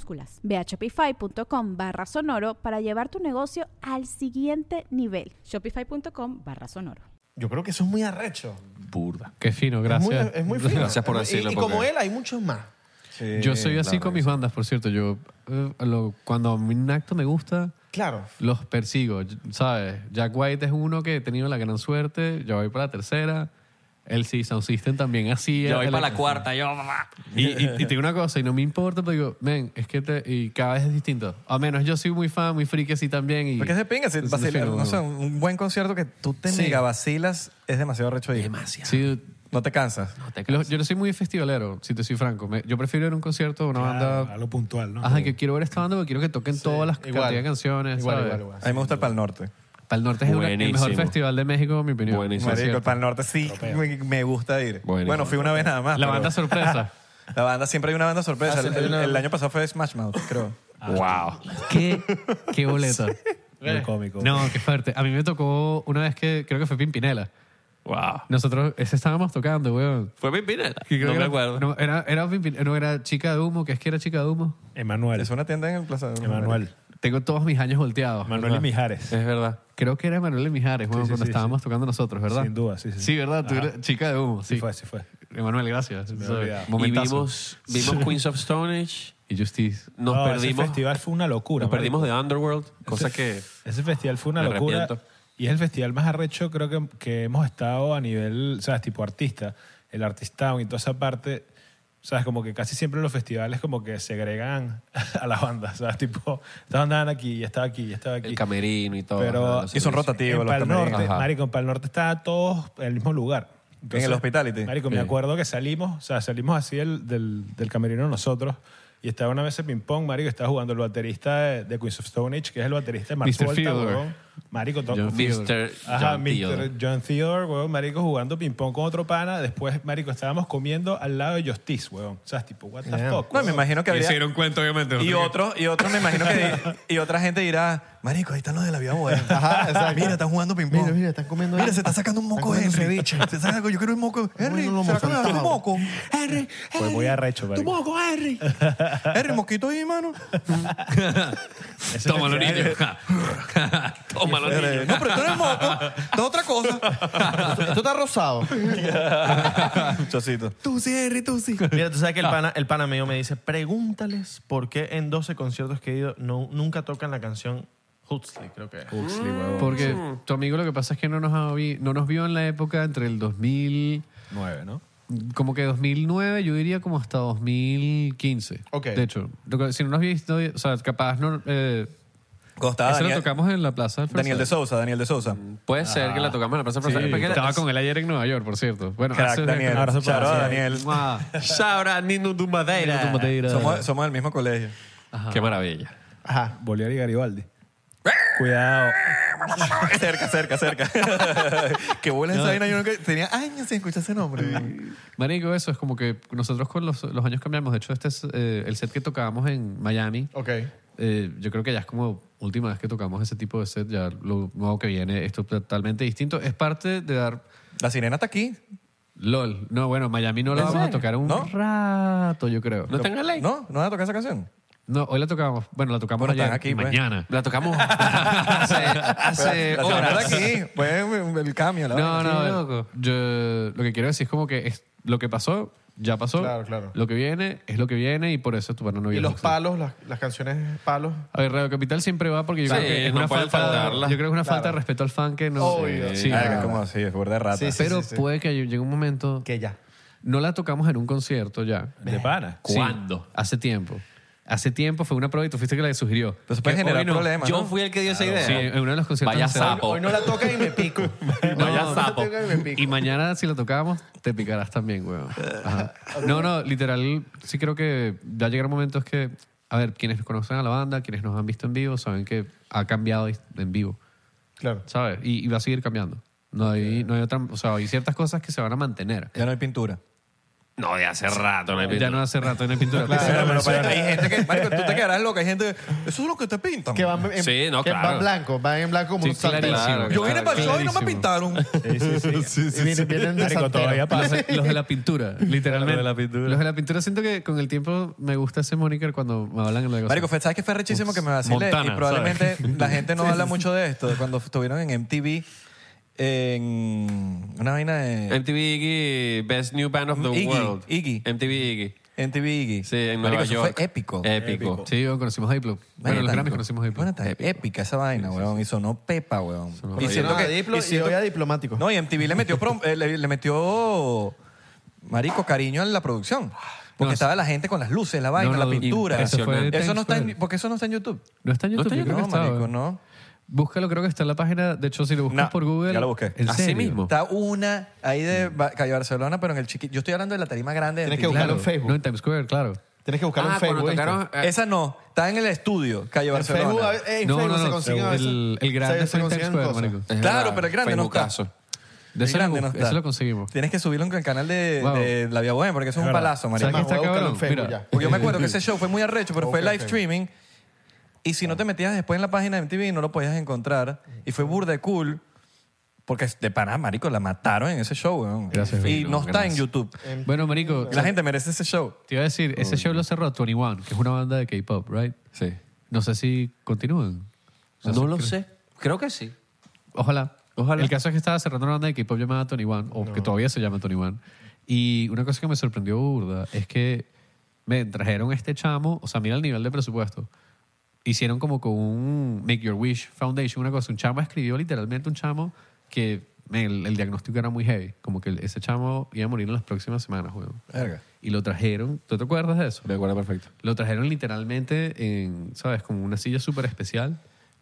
[SPEAKER 11] Ve a shopify.com barra sonoro para llevar tu negocio al siguiente nivel.
[SPEAKER 12] Shopify.com barra sonoro.
[SPEAKER 5] Yo creo que eso es muy arrecho.
[SPEAKER 3] Burda.
[SPEAKER 2] Qué fino,
[SPEAKER 5] Es muy-
[SPEAKER 2] gracias.
[SPEAKER 5] Es muy, fino.
[SPEAKER 3] Gracias por
[SPEAKER 5] Y-
[SPEAKER 3] decirlo,
[SPEAKER 5] Y, como
[SPEAKER 3] porque-
[SPEAKER 5] él, hay muchos más.
[SPEAKER 2] Yo soy así con mis bandas, por cierto. Yo, eh, lo- cuando un acto me gusta,
[SPEAKER 5] Claro.
[SPEAKER 2] los persigo, ¿sabes? Jack White es uno que he tenido la gran suerte, yo voy para la tercera, el sí, Sound System también así.
[SPEAKER 3] Yo voy
[SPEAKER 2] el-
[SPEAKER 3] para la cuarta, yo.
[SPEAKER 2] Y, y, y te digo una cosa, y no me importa, pero digo, men, es que te, y cada vez es distinto. A menos yo soy muy fan, muy friki así también. Y,
[SPEAKER 4] Porque es de pinga, si
[SPEAKER 2] Entonces,
[SPEAKER 4] vacilas,
[SPEAKER 2] fino,
[SPEAKER 4] no sé, un buen concierto que tú te
[SPEAKER 2] Sí.
[SPEAKER 4] mega vacilas es demasiado recho ahí.
[SPEAKER 3] Demasiado.
[SPEAKER 2] Sí,
[SPEAKER 4] No te cansas.
[SPEAKER 2] Los- yo no soy muy festivalero, si te soy franco. Me- yo prefiero ir a un concierto de una
[SPEAKER 10] a
[SPEAKER 2] banda.
[SPEAKER 10] lo puntual, ¿no?
[SPEAKER 2] Ajá, que quiero ver esta banda porque quiero que toquen todas las
[SPEAKER 5] igual.
[SPEAKER 2] cantidad de canciones.
[SPEAKER 5] Igual,
[SPEAKER 2] ¿sabes?
[SPEAKER 5] igual, igual.
[SPEAKER 4] A mí me gusta el Pal Norte.
[SPEAKER 2] Para el norte es una- el mejor
[SPEAKER 3] Buenísimo.
[SPEAKER 2] festival de México, en mi opinión.
[SPEAKER 3] Buenísimo.
[SPEAKER 2] Por
[SPEAKER 4] Marico, el
[SPEAKER 2] cierto.
[SPEAKER 4] Pal Norte sí me, me gusta ir.
[SPEAKER 3] Buenísimo.
[SPEAKER 4] Bueno, fui una vez nada más.
[SPEAKER 2] La
[SPEAKER 4] pero-
[SPEAKER 2] banda sorpresa. Ah,
[SPEAKER 4] La banda, siempre hay una banda sorpresa. el, el- el año pasado fue Smash Mouth, creo.
[SPEAKER 3] Wow.
[SPEAKER 2] ¿Qué, qué boleto?
[SPEAKER 6] Muy cómico.
[SPEAKER 2] No, qué fuerte. A mí me tocó una vez que creo que fue Pimpinela.
[SPEAKER 3] Wow.
[SPEAKER 2] Nosotros ese estábamos tocando, weón.
[SPEAKER 3] ¿Fue Pimpinela?
[SPEAKER 2] Y
[SPEAKER 3] No
[SPEAKER 2] creo que
[SPEAKER 3] me
[SPEAKER 2] era-
[SPEAKER 3] acuerdo.
[SPEAKER 2] No, era, era, Pimpin- no, era chica de humo, que es que era chica de humo.
[SPEAKER 6] Emanuel.
[SPEAKER 4] Es una tienda en el Plaza de
[SPEAKER 6] Emanuel.
[SPEAKER 2] Tengo todos mis años volteados.
[SPEAKER 6] Manuel y
[SPEAKER 2] ¿verdad?
[SPEAKER 6] Mijares.
[SPEAKER 3] Es verdad.
[SPEAKER 2] Creo que era Manuel y Mijares, weón,
[SPEAKER 6] sí,
[SPEAKER 2] cuando
[SPEAKER 6] sí,
[SPEAKER 2] estábamos tocando nosotros, ¿verdad?
[SPEAKER 6] Sin duda, sí, sí.
[SPEAKER 2] Sí, ¿verdad? Tú eras chica de humo. Sí,
[SPEAKER 6] Sí fue, sí fue.
[SPEAKER 2] Emanuel, gracias.
[SPEAKER 6] había olvidado.
[SPEAKER 3] Y
[SPEAKER 2] Momentazo.
[SPEAKER 3] vimos, vimos Queens of Stone Age.
[SPEAKER 2] Y Justice.
[SPEAKER 3] Nos
[SPEAKER 6] No, Ese
[SPEAKER 3] perdimos.
[SPEAKER 6] festival fue una locura.
[SPEAKER 3] Nos
[SPEAKER 6] marico.
[SPEAKER 3] perdimos de Underworld, cosa que
[SPEAKER 6] Ese festival fue una
[SPEAKER 3] Me
[SPEAKER 6] locura.
[SPEAKER 3] arrepiento.
[SPEAKER 6] Y es el festival más arrecho, creo que, que hemos estado a nivel, ¿sabes? Tipo artista. El Artistown y toda esa parte. ¿Sabes? Como que casi siempre los festivales como que segregan a las bandas. ¿Sabes? Tipo, esta banda van aquí, y estaba aquí, y estaba aquí.
[SPEAKER 3] el camerino y todo.
[SPEAKER 6] Pero-
[SPEAKER 3] ¿no?
[SPEAKER 4] Y son rotativos
[SPEAKER 6] en
[SPEAKER 4] los
[SPEAKER 6] Pal
[SPEAKER 4] camerinos.
[SPEAKER 6] Norte,
[SPEAKER 3] Ajá.
[SPEAKER 6] marico, en Pal Norte estaban todos en el mismo lugar.
[SPEAKER 4] En el hospitality.
[SPEAKER 6] Marico, me acuerdo que salimos, o sea, salimos así del, del, del camerino nosotros y estaba una vez en ping-pong, marico, estaba jugando el baterista de, de Queens of Stone Age, que es el baterista de Mark
[SPEAKER 2] Mr.
[SPEAKER 6] Volta,
[SPEAKER 2] Theodore.
[SPEAKER 6] huevón. Marico, to-
[SPEAKER 2] John
[SPEAKER 3] Mr.
[SPEAKER 6] Ajá,
[SPEAKER 3] John
[SPEAKER 6] Mr.
[SPEAKER 3] Theodore.
[SPEAKER 6] John Theodore, huevón, marico, jugando ping-pong con otro pana. Después, marico, estábamos comiendo al lado de Justice, huevón. O sea, es tipo, what the fuck,
[SPEAKER 4] No, me
[SPEAKER 6] huevón.
[SPEAKER 4] imagino que habría...
[SPEAKER 2] cuenta, obviamente.
[SPEAKER 4] Y otros, y otros me imagino que... Y otra gente dirá, marico, ahí están los de la vida moderna. Ajá, Mira, están jugando ping-pong.
[SPEAKER 5] Mira, mira, están comiendo
[SPEAKER 4] Mira,
[SPEAKER 5] ahí.
[SPEAKER 4] se está sacando un moco
[SPEAKER 5] Están
[SPEAKER 4] Henry.
[SPEAKER 5] comiendo
[SPEAKER 4] Se saca, yo quiero un moco. Henry,
[SPEAKER 5] un lomo
[SPEAKER 4] se acaba de abrir un
[SPEAKER 5] saltado.
[SPEAKER 4] moco. Henry,
[SPEAKER 6] Fue muy pues arrecho, marico.
[SPEAKER 4] moco, Henry. Henry, mosquito ahí, mano.
[SPEAKER 3] Tómalo, niño. Tómalo, niño.
[SPEAKER 4] No, pero esto no es moco. Esto es otra cosa.
[SPEAKER 5] Esto está rosado.
[SPEAKER 4] Chocito.
[SPEAKER 5] Tú sí, Henry, tú sí.
[SPEAKER 13] Mira, tú sabes que el pana, el pana mío me dice, pregúntales por qué en 12 conciertos que he ido no, nunca tocan la canción Huxley, creo que es.
[SPEAKER 2] Porque tu amigo lo que pasa es que no nos, ha vi- no nos vio en la época entre el 2000,
[SPEAKER 6] Nueve, ¿no?
[SPEAKER 2] como que 2009, yo diría como hasta 2015.
[SPEAKER 5] Ok.
[SPEAKER 2] De hecho, lo que- si no nos viste, o sea, capaz no... eh,
[SPEAKER 4] Costaba
[SPEAKER 2] eso lo
[SPEAKER 4] Daniel,
[SPEAKER 2] tocamos en la plaza. del
[SPEAKER 4] Daniel de
[SPEAKER 2] Fresal.
[SPEAKER 4] Sousa, Daniel de Sousa.
[SPEAKER 3] Puede ser que la tocamos en la Plaza Frontal. Porque la-
[SPEAKER 2] Ah. Estaba con él ayer en Nueva York, por cierto. Bueno,
[SPEAKER 4] Crack,
[SPEAKER 2] hace-
[SPEAKER 4] Daniel.
[SPEAKER 6] abrazo para
[SPEAKER 4] Charo a
[SPEAKER 6] Daniel.
[SPEAKER 4] Daniel.
[SPEAKER 2] Mua.
[SPEAKER 3] Sabra Nino tu
[SPEAKER 2] Mira tu
[SPEAKER 3] Madeira.
[SPEAKER 2] mateira.
[SPEAKER 4] Somos, somos del mismo colegio.
[SPEAKER 3] Qué maravilla. ¡Eh!
[SPEAKER 6] Ajá. Bolívar y Garibaldi. Cuidado.
[SPEAKER 4] cerca, cerca, cerca. Qué bola esa vaina. Yo nunca tenía años sin escuchar ese nombre.
[SPEAKER 2] Marico, eso es como que nosotros con los, los años cambiamos. De hecho, este es eh, el set que tocábamos en Miami.
[SPEAKER 5] Ok.
[SPEAKER 2] Eh, yo creo que ya es como última vez que tocamos ese tipo de set. Ya lo nuevo que viene es totalmente distinto. Es parte de dar
[SPEAKER 4] La sirena está aquí.
[SPEAKER 2] LOL. No, bueno, Miami no la
[SPEAKER 4] ¿En
[SPEAKER 2] vamos a
[SPEAKER 4] serio?
[SPEAKER 2] tocar un
[SPEAKER 4] ¿No?
[SPEAKER 2] rato, yo creo.
[SPEAKER 3] ¿No están en ley?
[SPEAKER 4] ¿No? ¿No van a tocar esa canción?
[SPEAKER 2] No, hoy la tocamos. Bueno, la tocamos
[SPEAKER 4] Bueno,
[SPEAKER 2] ayer
[SPEAKER 4] están aquí,
[SPEAKER 2] y
[SPEAKER 4] pues.
[SPEAKER 2] mañana.
[SPEAKER 3] La tocamos hace, hace
[SPEAKER 4] Pero la sirena
[SPEAKER 3] horas.
[SPEAKER 4] está aquí. Pues el cambio. La
[SPEAKER 2] No,
[SPEAKER 4] vaina.
[SPEAKER 2] no, Yo lo que quiero decir es como que es, lo que pasó, ya pasó.
[SPEAKER 5] Claro, claro.
[SPEAKER 2] Lo que viene es lo que viene y por eso tu pana no
[SPEAKER 5] Y
[SPEAKER 2] viene.
[SPEAKER 5] los palos, las, las canciones palos.
[SPEAKER 2] A ver, Radio Capital siempre va porque yo
[SPEAKER 3] Sí,
[SPEAKER 2] creo que es
[SPEAKER 3] no
[SPEAKER 2] una
[SPEAKER 3] puede
[SPEAKER 2] falta,
[SPEAKER 3] faltarla.
[SPEAKER 2] yo creo que es una falta de respeto al fan que no.
[SPEAKER 5] Obvio.
[SPEAKER 2] Sí,
[SPEAKER 4] Verga,
[SPEAKER 2] claro.
[SPEAKER 4] como así, es burda de rata.
[SPEAKER 5] Sí, sí.
[SPEAKER 2] Pero puede que llegue un momento
[SPEAKER 5] Que ya.
[SPEAKER 2] no la tocamos en un concierto ya.
[SPEAKER 6] De pana.
[SPEAKER 2] Sí, hace tiempo. Hace tiempo fue una prueba y tú fuiste que la sugirió.
[SPEAKER 4] Pero eso puede
[SPEAKER 2] Que
[SPEAKER 4] generar
[SPEAKER 2] hoy no.
[SPEAKER 4] problemas.
[SPEAKER 3] Yo
[SPEAKER 4] ¿no?
[SPEAKER 3] fui el que dio esa
[SPEAKER 2] Sí,
[SPEAKER 3] idea.
[SPEAKER 2] en uno de los conciertos.
[SPEAKER 3] Vaya
[SPEAKER 2] no se da.
[SPEAKER 3] sapo.
[SPEAKER 5] Hoy no la toca y me pico.
[SPEAKER 2] No,
[SPEAKER 3] Vaya sapo.
[SPEAKER 2] Y mañana si la tocamos, te picarás también, weón. Ajá. No, no, literal, sí creo que ya llegarán momentos que, a ver, quienes conocen a la banda, quienes nos han visto en vivo, saben que ha cambiado en vivo,
[SPEAKER 5] Claro.
[SPEAKER 2] ¿sabes? Y, y va a seguir cambiando. No hay, no hay otra, o sea, hay ciertas cosas que se van a mantener.
[SPEAKER 4] Ya no hay pintura.
[SPEAKER 3] No, de hace rato. No hay
[SPEAKER 2] Ya no hace rato en la pintura.
[SPEAKER 4] Pero, pero, pero, hay gente que, marico, tú te quedarás loca. Hay gente, eso es lo que te pintan.
[SPEAKER 5] Que van en,
[SPEAKER 3] Sí, no,
[SPEAKER 5] que
[SPEAKER 3] claro.
[SPEAKER 5] van blanco, van en blanco como
[SPEAKER 2] Sí,
[SPEAKER 5] un sartén.
[SPEAKER 2] clarísimo.
[SPEAKER 4] Yo vine para el show y no me
[SPEAKER 2] Clarísimo.
[SPEAKER 4] pintaron.
[SPEAKER 6] Sí, sí, sí.
[SPEAKER 5] Y vienen- vienen de
[SPEAKER 6] Marico,
[SPEAKER 5] santero.
[SPEAKER 6] todavía
[SPEAKER 2] Los
[SPEAKER 6] pasa.
[SPEAKER 2] de, los de la pintura, literalmente.
[SPEAKER 4] Los de la pintura.
[SPEAKER 2] Los de la pintura. Siento que con el tiempo me gusta ese moniker cuando me hablan en la
[SPEAKER 4] Marico, fue- ¿sabes qué fue rechísimo que me vacilé?
[SPEAKER 3] Montana,
[SPEAKER 4] y probablemente la gente no habla mucho de esto. Cuando estuvieron en MTV, en una vaina de...
[SPEAKER 3] MTV Iggy, Best New Band of the
[SPEAKER 4] Iggy,
[SPEAKER 3] World.
[SPEAKER 4] Iggy.
[SPEAKER 3] MTV Iggy.
[SPEAKER 4] MTV Iggy.
[SPEAKER 3] Sí, en
[SPEAKER 4] Marico,
[SPEAKER 3] Nueva
[SPEAKER 4] eso
[SPEAKER 3] York.
[SPEAKER 4] fue épico.
[SPEAKER 3] Épico.
[SPEAKER 2] Sí, yo conocimos a Diplo.
[SPEAKER 4] Vaina
[SPEAKER 2] Bueno, en los
[SPEAKER 4] tan-
[SPEAKER 2] Grammys conocimos a Diplo.
[SPEAKER 4] vaina tan épica esa vaina, weón. Y sonó Pepa, weón.
[SPEAKER 5] Y siento que Diplo y
[SPEAKER 4] siento-
[SPEAKER 5] hoy a diplomático.
[SPEAKER 4] No, y MTV le metió, prom- eh, le, le metió marico cariño en la producción. Porque
[SPEAKER 2] No,
[SPEAKER 4] estaba la gente con las luces, la vaina,
[SPEAKER 2] no,
[SPEAKER 4] la
[SPEAKER 2] no,
[SPEAKER 4] pintura.
[SPEAKER 2] impresionante.
[SPEAKER 4] Eso no está en,
[SPEAKER 2] Impresionante.
[SPEAKER 4] porque eso no está en YouTube.
[SPEAKER 2] No está en YouTube. yo creo
[SPEAKER 4] no,
[SPEAKER 2] que estaba.
[SPEAKER 4] marico, no.
[SPEAKER 2] Búscalo, creo que está en la página. De hecho, si lo buscas
[SPEAKER 4] No,
[SPEAKER 2] por Google.
[SPEAKER 4] ya lo busqué.
[SPEAKER 2] ¿En
[SPEAKER 3] Así
[SPEAKER 2] serio?
[SPEAKER 3] mismo.
[SPEAKER 4] Está una ahí de Ba- Calle Barcelona, pero en el chiquito. Yo estoy hablando de la tarima grande. de
[SPEAKER 5] Tienes que
[SPEAKER 4] Antigua.
[SPEAKER 5] buscarlo en Facebook.
[SPEAKER 2] No, en Times Square, claro.
[SPEAKER 5] Tienes que buscarlo
[SPEAKER 3] Ah,
[SPEAKER 5] en
[SPEAKER 3] cuando
[SPEAKER 5] Facebook. ¿viste?
[SPEAKER 3] tocaron. eh,
[SPEAKER 4] Esa no, está en el estudio, Calle
[SPEAKER 5] En
[SPEAKER 4] Barcelona.
[SPEAKER 5] Facebook, eh, en
[SPEAKER 2] No,
[SPEAKER 5] Facebook
[SPEAKER 2] no,
[SPEAKER 5] se
[SPEAKER 2] no,
[SPEAKER 5] consiguen a veces-
[SPEAKER 2] el- el grande
[SPEAKER 5] se-
[SPEAKER 2] fue
[SPEAKER 5] se
[SPEAKER 2] en Times
[SPEAKER 5] consiguen
[SPEAKER 2] Square,
[SPEAKER 5] cosas.
[SPEAKER 2] marico.
[SPEAKER 3] es
[SPEAKER 4] claro,
[SPEAKER 3] verdad,
[SPEAKER 4] pero el grande no está.
[SPEAKER 3] Facebookazo. De
[SPEAKER 4] El
[SPEAKER 3] eso,
[SPEAKER 4] grande
[SPEAKER 3] lo,
[SPEAKER 4] no
[SPEAKER 3] bus-
[SPEAKER 4] está.
[SPEAKER 2] eso lo conseguimos.
[SPEAKER 4] Tienes que subirlo en el canal de,
[SPEAKER 2] Wow.
[SPEAKER 4] de La Vía Bohemia, porque eso es un
[SPEAKER 5] verdad.
[SPEAKER 4] palazo, marico.
[SPEAKER 2] ¿Sabes qué está
[SPEAKER 5] voy a buscarlo
[SPEAKER 2] cabrón?
[SPEAKER 5] en Facebook
[SPEAKER 2] Mira,
[SPEAKER 4] Porque yo me acuerdo que ese show fue muy arrecho, pero fue
[SPEAKER 5] Ok,
[SPEAKER 4] live
[SPEAKER 5] ok.
[SPEAKER 4] streaming. Y si no te metías después en la página de MTV, no lo podías encontrar. Y fue burda de cool. Porque de Panamá, marico, la mataron en ese show, weón.
[SPEAKER 2] Gracias,
[SPEAKER 4] Y
[SPEAKER 3] Filo,
[SPEAKER 4] no está
[SPEAKER 3] gracias.
[SPEAKER 4] en YouTube.
[SPEAKER 2] Bueno, marico,
[SPEAKER 4] La gente merece ese show.
[SPEAKER 2] te iba a decir, ese show lo cerró 21, que es una banda de K-pop, ¿right?
[SPEAKER 3] Sí.
[SPEAKER 2] No sé si continúan. No sé
[SPEAKER 3] No lo
[SPEAKER 2] si-
[SPEAKER 3] sé. Creo que sí.
[SPEAKER 2] Ojalá.
[SPEAKER 3] Ojalá.
[SPEAKER 2] El caso es que estaba cerrando una banda de K-pop llamada Tony One, o que todavía se llama Tony One. Y una cosa que me sorprendió burda es que me trajeron este chamo, o sea, mira el nivel de presupuesto. Hicieron como con un Make Your Wish Foundation, una cosa. Un chamo escribió literalmente un chamo que men, el, el diagnóstico era muy heavy. Como que el- ese chamo iba a morir en las próximas semanas, weón.
[SPEAKER 4] Verga.
[SPEAKER 2] Y lo trajeron. ¿Tú te acuerdas de eso?
[SPEAKER 3] Me acuerdo perfecto.
[SPEAKER 2] Lo trajeron literalmente en, ¿sabes? Como una silla súper especial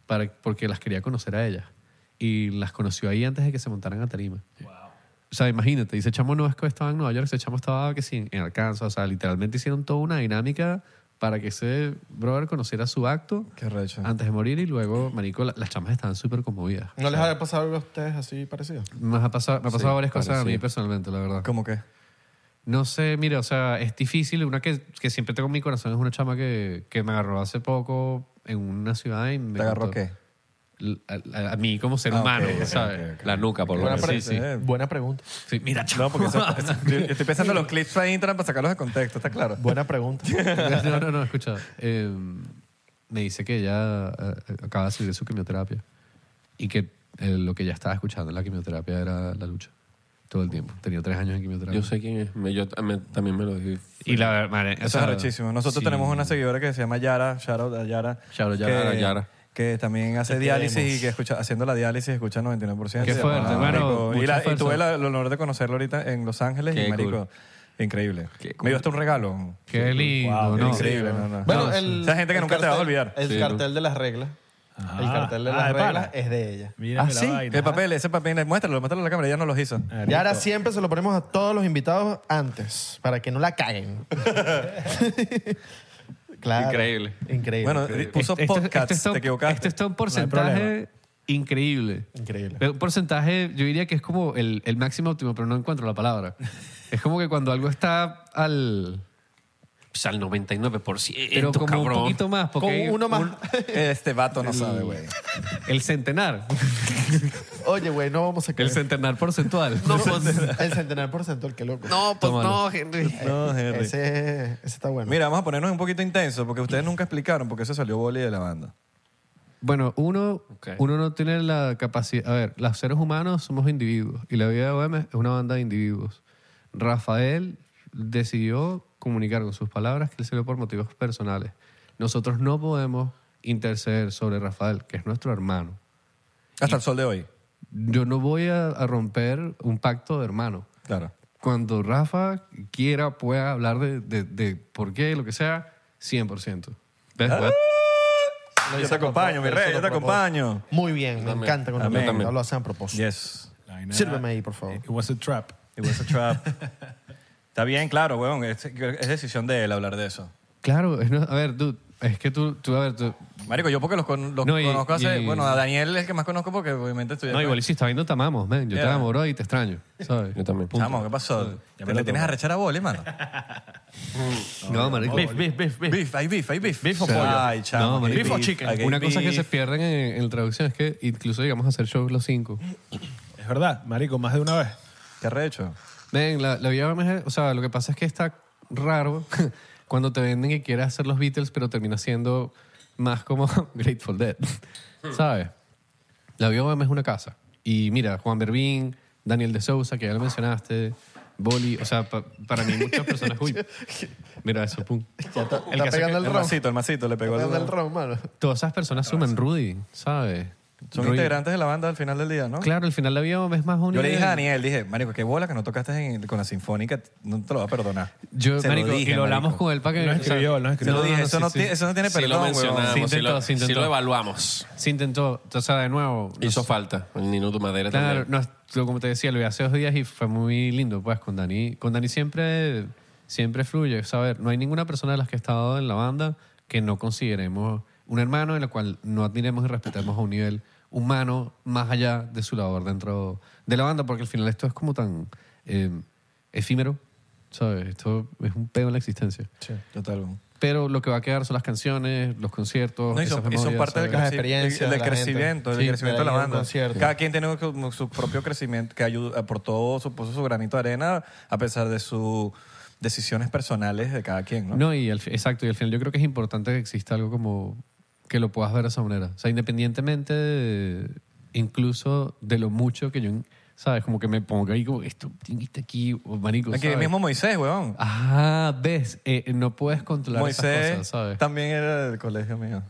[SPEAKER 2] para, porque las quería conocer a ellas. Y las conoció ahí antes de que se montaran a tarima. O sea, imagínate, dice Chamo no es que estaba en Nueva York, ese Chamo estaba que sí, en Arkansas. O sea, literalmente hicieron toda una dinámica para que ese brother conociera su acto
[SPEAKER 4] Qué arrecho.
[SPEAKER 2] antes de morir y luego, marico, la- las chamas estaban súper conmovidas.
[SPEAKER 5] ¿No les ha pasado algo a ustedes así parecido?
[SPEAKER 2] Nos ha pasado, me ha pasado varias cosas a mí
[SPEAKER 3] parecido.
[SPEAKER 2] personalmente, la verdad.
[SPEAKER 4] ¿Cómo que?
[SPEAKER 2] No sé, mira, o sea, es difícil. Una que, que siempre tengo en mi corazón es una chama que, que me agarró hace poco en una ciudad y me.
[SPEAKER 4] ¿Te agarró
[SPEAKER 2] contó-
[SPEAKER 4] qué?
[SPEAKER 2] L- A, a- a mí como ser
[SPEAKER 4] Ah,
[SPEAKER 2] humano,
[SPEAKER 4] ok, ok,
[SPEAKER 2] ¿sabes?
[SPEAKER 4] ok, ok.
[SPEAKER 3] La nuca, por lo
[SPEAKER 5] Buena,
[SPEAKER 3] menos.
[SPEAKER 5] pre-
[SPEAKER 2] Sí, sí.
[SPEAKER 4] Eh,
[SPEAKER 5] buena pregunta.
[SPEAKER 2] Sí, mira, chamo.
[SPEAKER 4] No, porque eso- eso- yo yo estoy pensando en los clips para Instagram para sacarlos de contexto, está claro.
[SPEAKER 5] Buena pregunta.
[SPEAKER 2] no, no, no, escucha. eh, me dice que ella eh, acaba de salir de su quimioterapia y que eh, lo que ella estaba escuchando en la quimioterapia era la lucha todo el tiempo. Tenía tres años en quimioterapia.
[SPEAKER 3] Yo sé quién es. Me- yo t- me- también me lo dije.
[SPEAKER 2] Y la verdad,
[SPEAKER 4] Eso es arrechísimo. Nosotros tenemos una seguidora que se llama Yara, shout out a Yara.
[SPEAKER 2] Shout out,
[SPEAKER 3] Yara,
[SPEAKER 4] que,
[SPEAKER 3] Yara.
[SPEAKER 4] Que también hace diálisis y que escucha, haciendo la diálisis escucha 99%.
[SPEAKER 2] Qué fuerte,
[SPEAKER 4] Ah,
[SPEAKER 2] bueno,
[SPEAKER 4] marico. Y,
[SPEAKER 2] mucha
[SPEAKER 4] la- y
[SPEAKER 2] fuerza.
[SPEAKER 4] tuve la- el honor de conocerlo ahorita en Los Ángeles
[SPEAKER 3] Qué
[SPEAKER 4] y marico, increíble.
[SPEAKER 3] Qué cool.
[SPEAKER 4] Me dio hasta un regalo.
[SPEAKER 2] Qué lindo, ¿no?
[SPEAKER 4] increíble, no, no.
[SPEAKER 5] Bueno,
[SPEAKER 4] No,
[SPEAKER 5] el,
[SPEAKER 4] esa gente que
[SPEAKER 5] el
[SPEAKER 4] nunca te vas a olvidar.
[SPEAKER 5] El
[SPEAKER 3] Sí, ¿no?
[SPEAKER 5] cartel de las reglas. el cartel de
[SPEAKER 6] ah,
[SPEAKER 5] las
[SPEAKER 6] ¿de pana?
[SPEAKER 5] reglas es de ella.
[SPEAKER 6] Mira
[SPEAKER 2] ¿sí?
[SPEAKER 4] El Ah, papel, ese papel, muéstralo, muéstralo a la cámara, ya no los hizo.
[SPEAKER 5] Y ahora siempre se lo ponemos a todos los invitados antes, para que no la caguen. claro.
[SPEAKER 3] Increíble.
[SPEAKER 5] Increíble.
[SPEAKER 4] Bueno, puso
[SPEAKER 2] Este- este-
[SPEAKER 4] podcast,
[SPEAKER 2] este está un-
[SPEAKER 4] te equivocaste.
[SPEAKER 2] Este está un
[SPEAKER 5] problema.
[SPEAKER 2] porcentaje increíble.
[SPEAKER 5] Increíble.
[SPEAKER 2] Pero Un porcentaje, yo diría que es como el, el máximo óptimo, pero no encuentro la palabra. es como que cuando algo está al...
[SPEAKER 3] Pues al 99%.
[SPEAKER 2] Pero como
[SPEAKER 3] cabrón.
[SPEAKER 2] un poquito más, porque
[SPEAKER 5] Con
[SPEAKER 2] hay
[SPEAKER 5] uno más.
[SPEAKER 2] un-
[SPEAKER 4] Este vato no sabe, güey.
[SPEAKER 2] el centenar.
[SPEAKER 5] Oye, güey, no vamos a
[SPEAKER 2] el
[SPEAKER 5] caer.
[SPEAKER 2] centenar porcentual.
[SPEAKER 3] No, pues,
[SPEAKER 5] El centenar porcentual, qué loco.
[SPEAKER 3] no, pues
[SPEAKER 2] Tómalo.
[SPEAKER 3] no, Henry.
[SPEAKER 4] No, Henry.
[SPEAKER 5] Ese, ese está bueno.
[SPEAKER 4] Mira, vamos a ponernos un poquito intenso porque ustedes nunca explicaron por qué se salió Boli de la banda.
[SPEAKER 2] Bueno, uno,
[SPEAKER 3] Ok.
[SPEAKER 2] uno no tiene la capacidad. A ver, los seres humanos somos individuos y la vida de OM es una banda de individuos. Rafael decidió comunicar con sus palabras que él se lo por motivos personales. Nosotros no podemos interceder sobre Rafael, que es nuestro hermano.
[SPEAKER 4] Hasta el sol de hoy.
[SPEAKER 2] Yo no voy a, a romper un pacto de hermano.
[SPEAKER 4] Claro.
[SPEAKER 2] Cuando Rafa quiera, pueda hablar de, de- de por qué, lo que sea, 100%. ¿Ves?
[SPEAKER 4] Ah. Yo te acompaño, mi rey, yo te acompaño.
[SPEAKER 5] Muy bien, me encanta cuando
[SPEAKER 4] Amén.
[SPEAKER 5] me- lo hacen a propósito.
[SPEAKER 4] Yes.
[SPEAKER 5] Sírveme ahí, por favor.
[SPEAKER 10] It was a trap.
[SPEAKER 4] It was a trap. Está bien, claro, weón. Es, es decisión de él hablar de eso.
[SPEAKER 2] Claro, es no- a ver, dude, es que tú, tú a ver, tú,
[SPEAKER 4] Marico, yo porque los, con- los
[SPEAKER 2] No, y-
[SPEAKER 4] conozco hace...
[SPEAKER 2] y-
[SPEAKER 4] bueno, a Daniel es el que más conozco porque obviamente estudié...
[SPEAKER 2] No,
[SPEAKER 4] con-
[SPEAKER 2] igual y si está viendo, te amamos, man. Yo te
[SPEAKER 4] Yeah.
[SPEAKER 2] amo, bro, y te extraño, ¿sabes?
[SPEAKER 3] Yo también.
[SPEAKER 2] Punto.
[SPEAKER 4] Chamo, ¿qué pasó? ¿Te le tienes a rechar a Boli, mano?
[SPEAKER 2] No, marico.
[SPEAKER 13] Beef, beef, beef, beef.
[SPEAKER 4] Beef, hay beef, hay beef. Beef o
[SPEAKER 2] pollo.
[SPEAKER 4] Ay, chamo.
[SPEAKER 2] No,
[SPEAKER 4] hay
[SPEAKER 2] marico.
[SPEAKER 4] aquí hay
[SPEAKER 2] Una cosa que se
[SPEAKER 4] beef.
[SPEAKER 2] pierden en, en la traducción es que incluso llegamos a hacer shows los cinco.
[SPEAKER 10] Es verdad, marico, más de una vez.
[SPEAKER 4] ¿Qué arrecho?
[SPEAKER 2] Ven, la, la vida OMG, o sea, lo que pasa es que está raro cuando te venden que quieres hacer los Beatles, pero termina siendo más como Grateful Dead,
[SPEAKER 10] Hmm.
[SPEAKER 2] ¿sabes? La vida OMG es una casa. Y mira, Juan Berbín, Daniel de Sousa, que ya lo mencionaste, Boli, o sea, pa- para mí muchas personas... Uy, mira eso, pum.
[SPEAKER 5] Ya está,
[SPEAKER 2] El
[SPEAKER 5] está
[SPEAKER 2] caso
[SPEAKER 5] pegando
[SPEAKER 2] que-
[SPEAKER 5] el
[SPEAKER 4] El
[SPEAKER 5] ron.
[SPEAKER 4] masito, el masito le pegó
[SPEAKER 5] Está
[SPEAKER 4] el...
[SPEAKER 5] pegando el ron, mano.
[SPEAKER 2] Todas esas personas suman Rudy, ¿sabes?
[SPEAKER 4] Son
[SPEAKER 2] Ruido.
[SPEAKER 4] integrantes de la banda al final del día, ¿no?
[SPEAKER 2] Claro, al final la vida es más una
[SPEAKER 4] Yo le dije a
[SPEAKER 2] idea.
[SPEAKER 4] Daniel, dije, Marico, qué bola que no tocaste en- con la sinfónica, no te lo va a perdonar.
[SPEAKER 2] Yo,
[SPEAKER 4] Se lo
[SPEAKER 2] marico,
[SPEAKER 4] dije,
[SPEAKER 2] y lo hablamos
[SPEAKER 4] marico.
[SPEAKER 2] con él para que...
[SPEAKER 6] No escribió, no
[SPEAKER 4] Se
[SPEAKER 6] escribió.
[SPEAKER 4] lo
[SPEAKER 2] No,
[SPEAKER 4] dije,
[SPEAKER 2] no,
[SPEAKER 4] eso,
[SPEAKER 2] sí,
[SPEAKER 4] no
[SPEAKER 2] sí,
[SPEAKER 4] tiene-
[SPEAKER 2] sí.
[SPEAKER 4] eso no tiene
[SPEAKER 3] Si lo
[SPEAKER 4] perdón, weón.
[SPEAKER 3] mencionamos,
[SPEAKER 2] Sí
[SPEAKER 3] si,
[SPEAKER 2] intentó,
[SPEAKER 3] lo,
[SPEAKER 2] sí
[SPEAKER 3] sí
[SPEAKER 2] intentó.
[SPEAKER 3] lo evaluamos.
[SPEAKER 2] Se intentó, o sea, de nuevo... no
[SPEAKER 3] Hizo
[SPEAKER 2] sé.
[SPEAKER 3] falta. El Nino tu madera
[SPEAKER 2] Claro,
[SPEAKER 3] también.
[SPEAKER 2] no, lo- como te decía, lo vi hace dos días y fue muy lindo, pues, con Dani. Con Dani siempre, siempre fluye, saber, no hay ninguna persona de las que he estado en la banda que no consideremos un hermano en la cual no admiremos y respetemos a un nivel humano más allá de su labor dentro de la banda, porque al final esto es como tan eh, efímero, ¿sabes? Esto es un pedo en la existencia.
[SPEAKER 4] Total, weón.
[SPEAKER 2] Pero lo que va a quedar son las canciones, los conciertos,
[SPEAKER 4] No, y son,
[SPEAKER 2] esas
[SPEAKER 4] y son
[SPEAKER 2] memorias,
[SPEAKER 4] parte del,
[SPEAKER 2] ¿sabes?
[SPEAKER 4] creci-
[SPEAKER 5] experiencias
[SPEAKER 4] del-
[SPEAKER 5] de
[SPEAKER 4] del
[SPEAKER 5] la gente.
[SPEAKER 4] crecimiento, del
[SPEAKER 5] Sí,
[SPEAKER 4] crecimiento de la
[SPEAKER 5] de ir a un
[SPEAKER 4] banda.
[SPEAKER 5] concierto.
[SPEAKER 4] Cada quien tiene como su propio crecimiento que ayudó, aportó, su- puso su granito de arena a pesar de sus decisiones personales de cada quien, ¿no?
[SPEAKER 2] No, y al, fi- exacto, y al final yo creo que es importante que exista algo como que lo puedas ver de esa manera. O sea, independientemente de- incluso de lo mucho que yo, ¿sabes? Como que me pongo ahí como, esto tiene que estar aquí, o marico,
[SPEAKER 4] Aquí
[SPEAKER 2] ¿sabes?
[SPEAKER 4] mismo Moisés, weón.
[SPEAKER 2] Ajá, ves, Eh, no puedes controlar esas
[SPEAKER 4] Moisés
[SPEAKER 2] cosas, ¿sabes?
[SPEAKER 4] también era del colegio mío.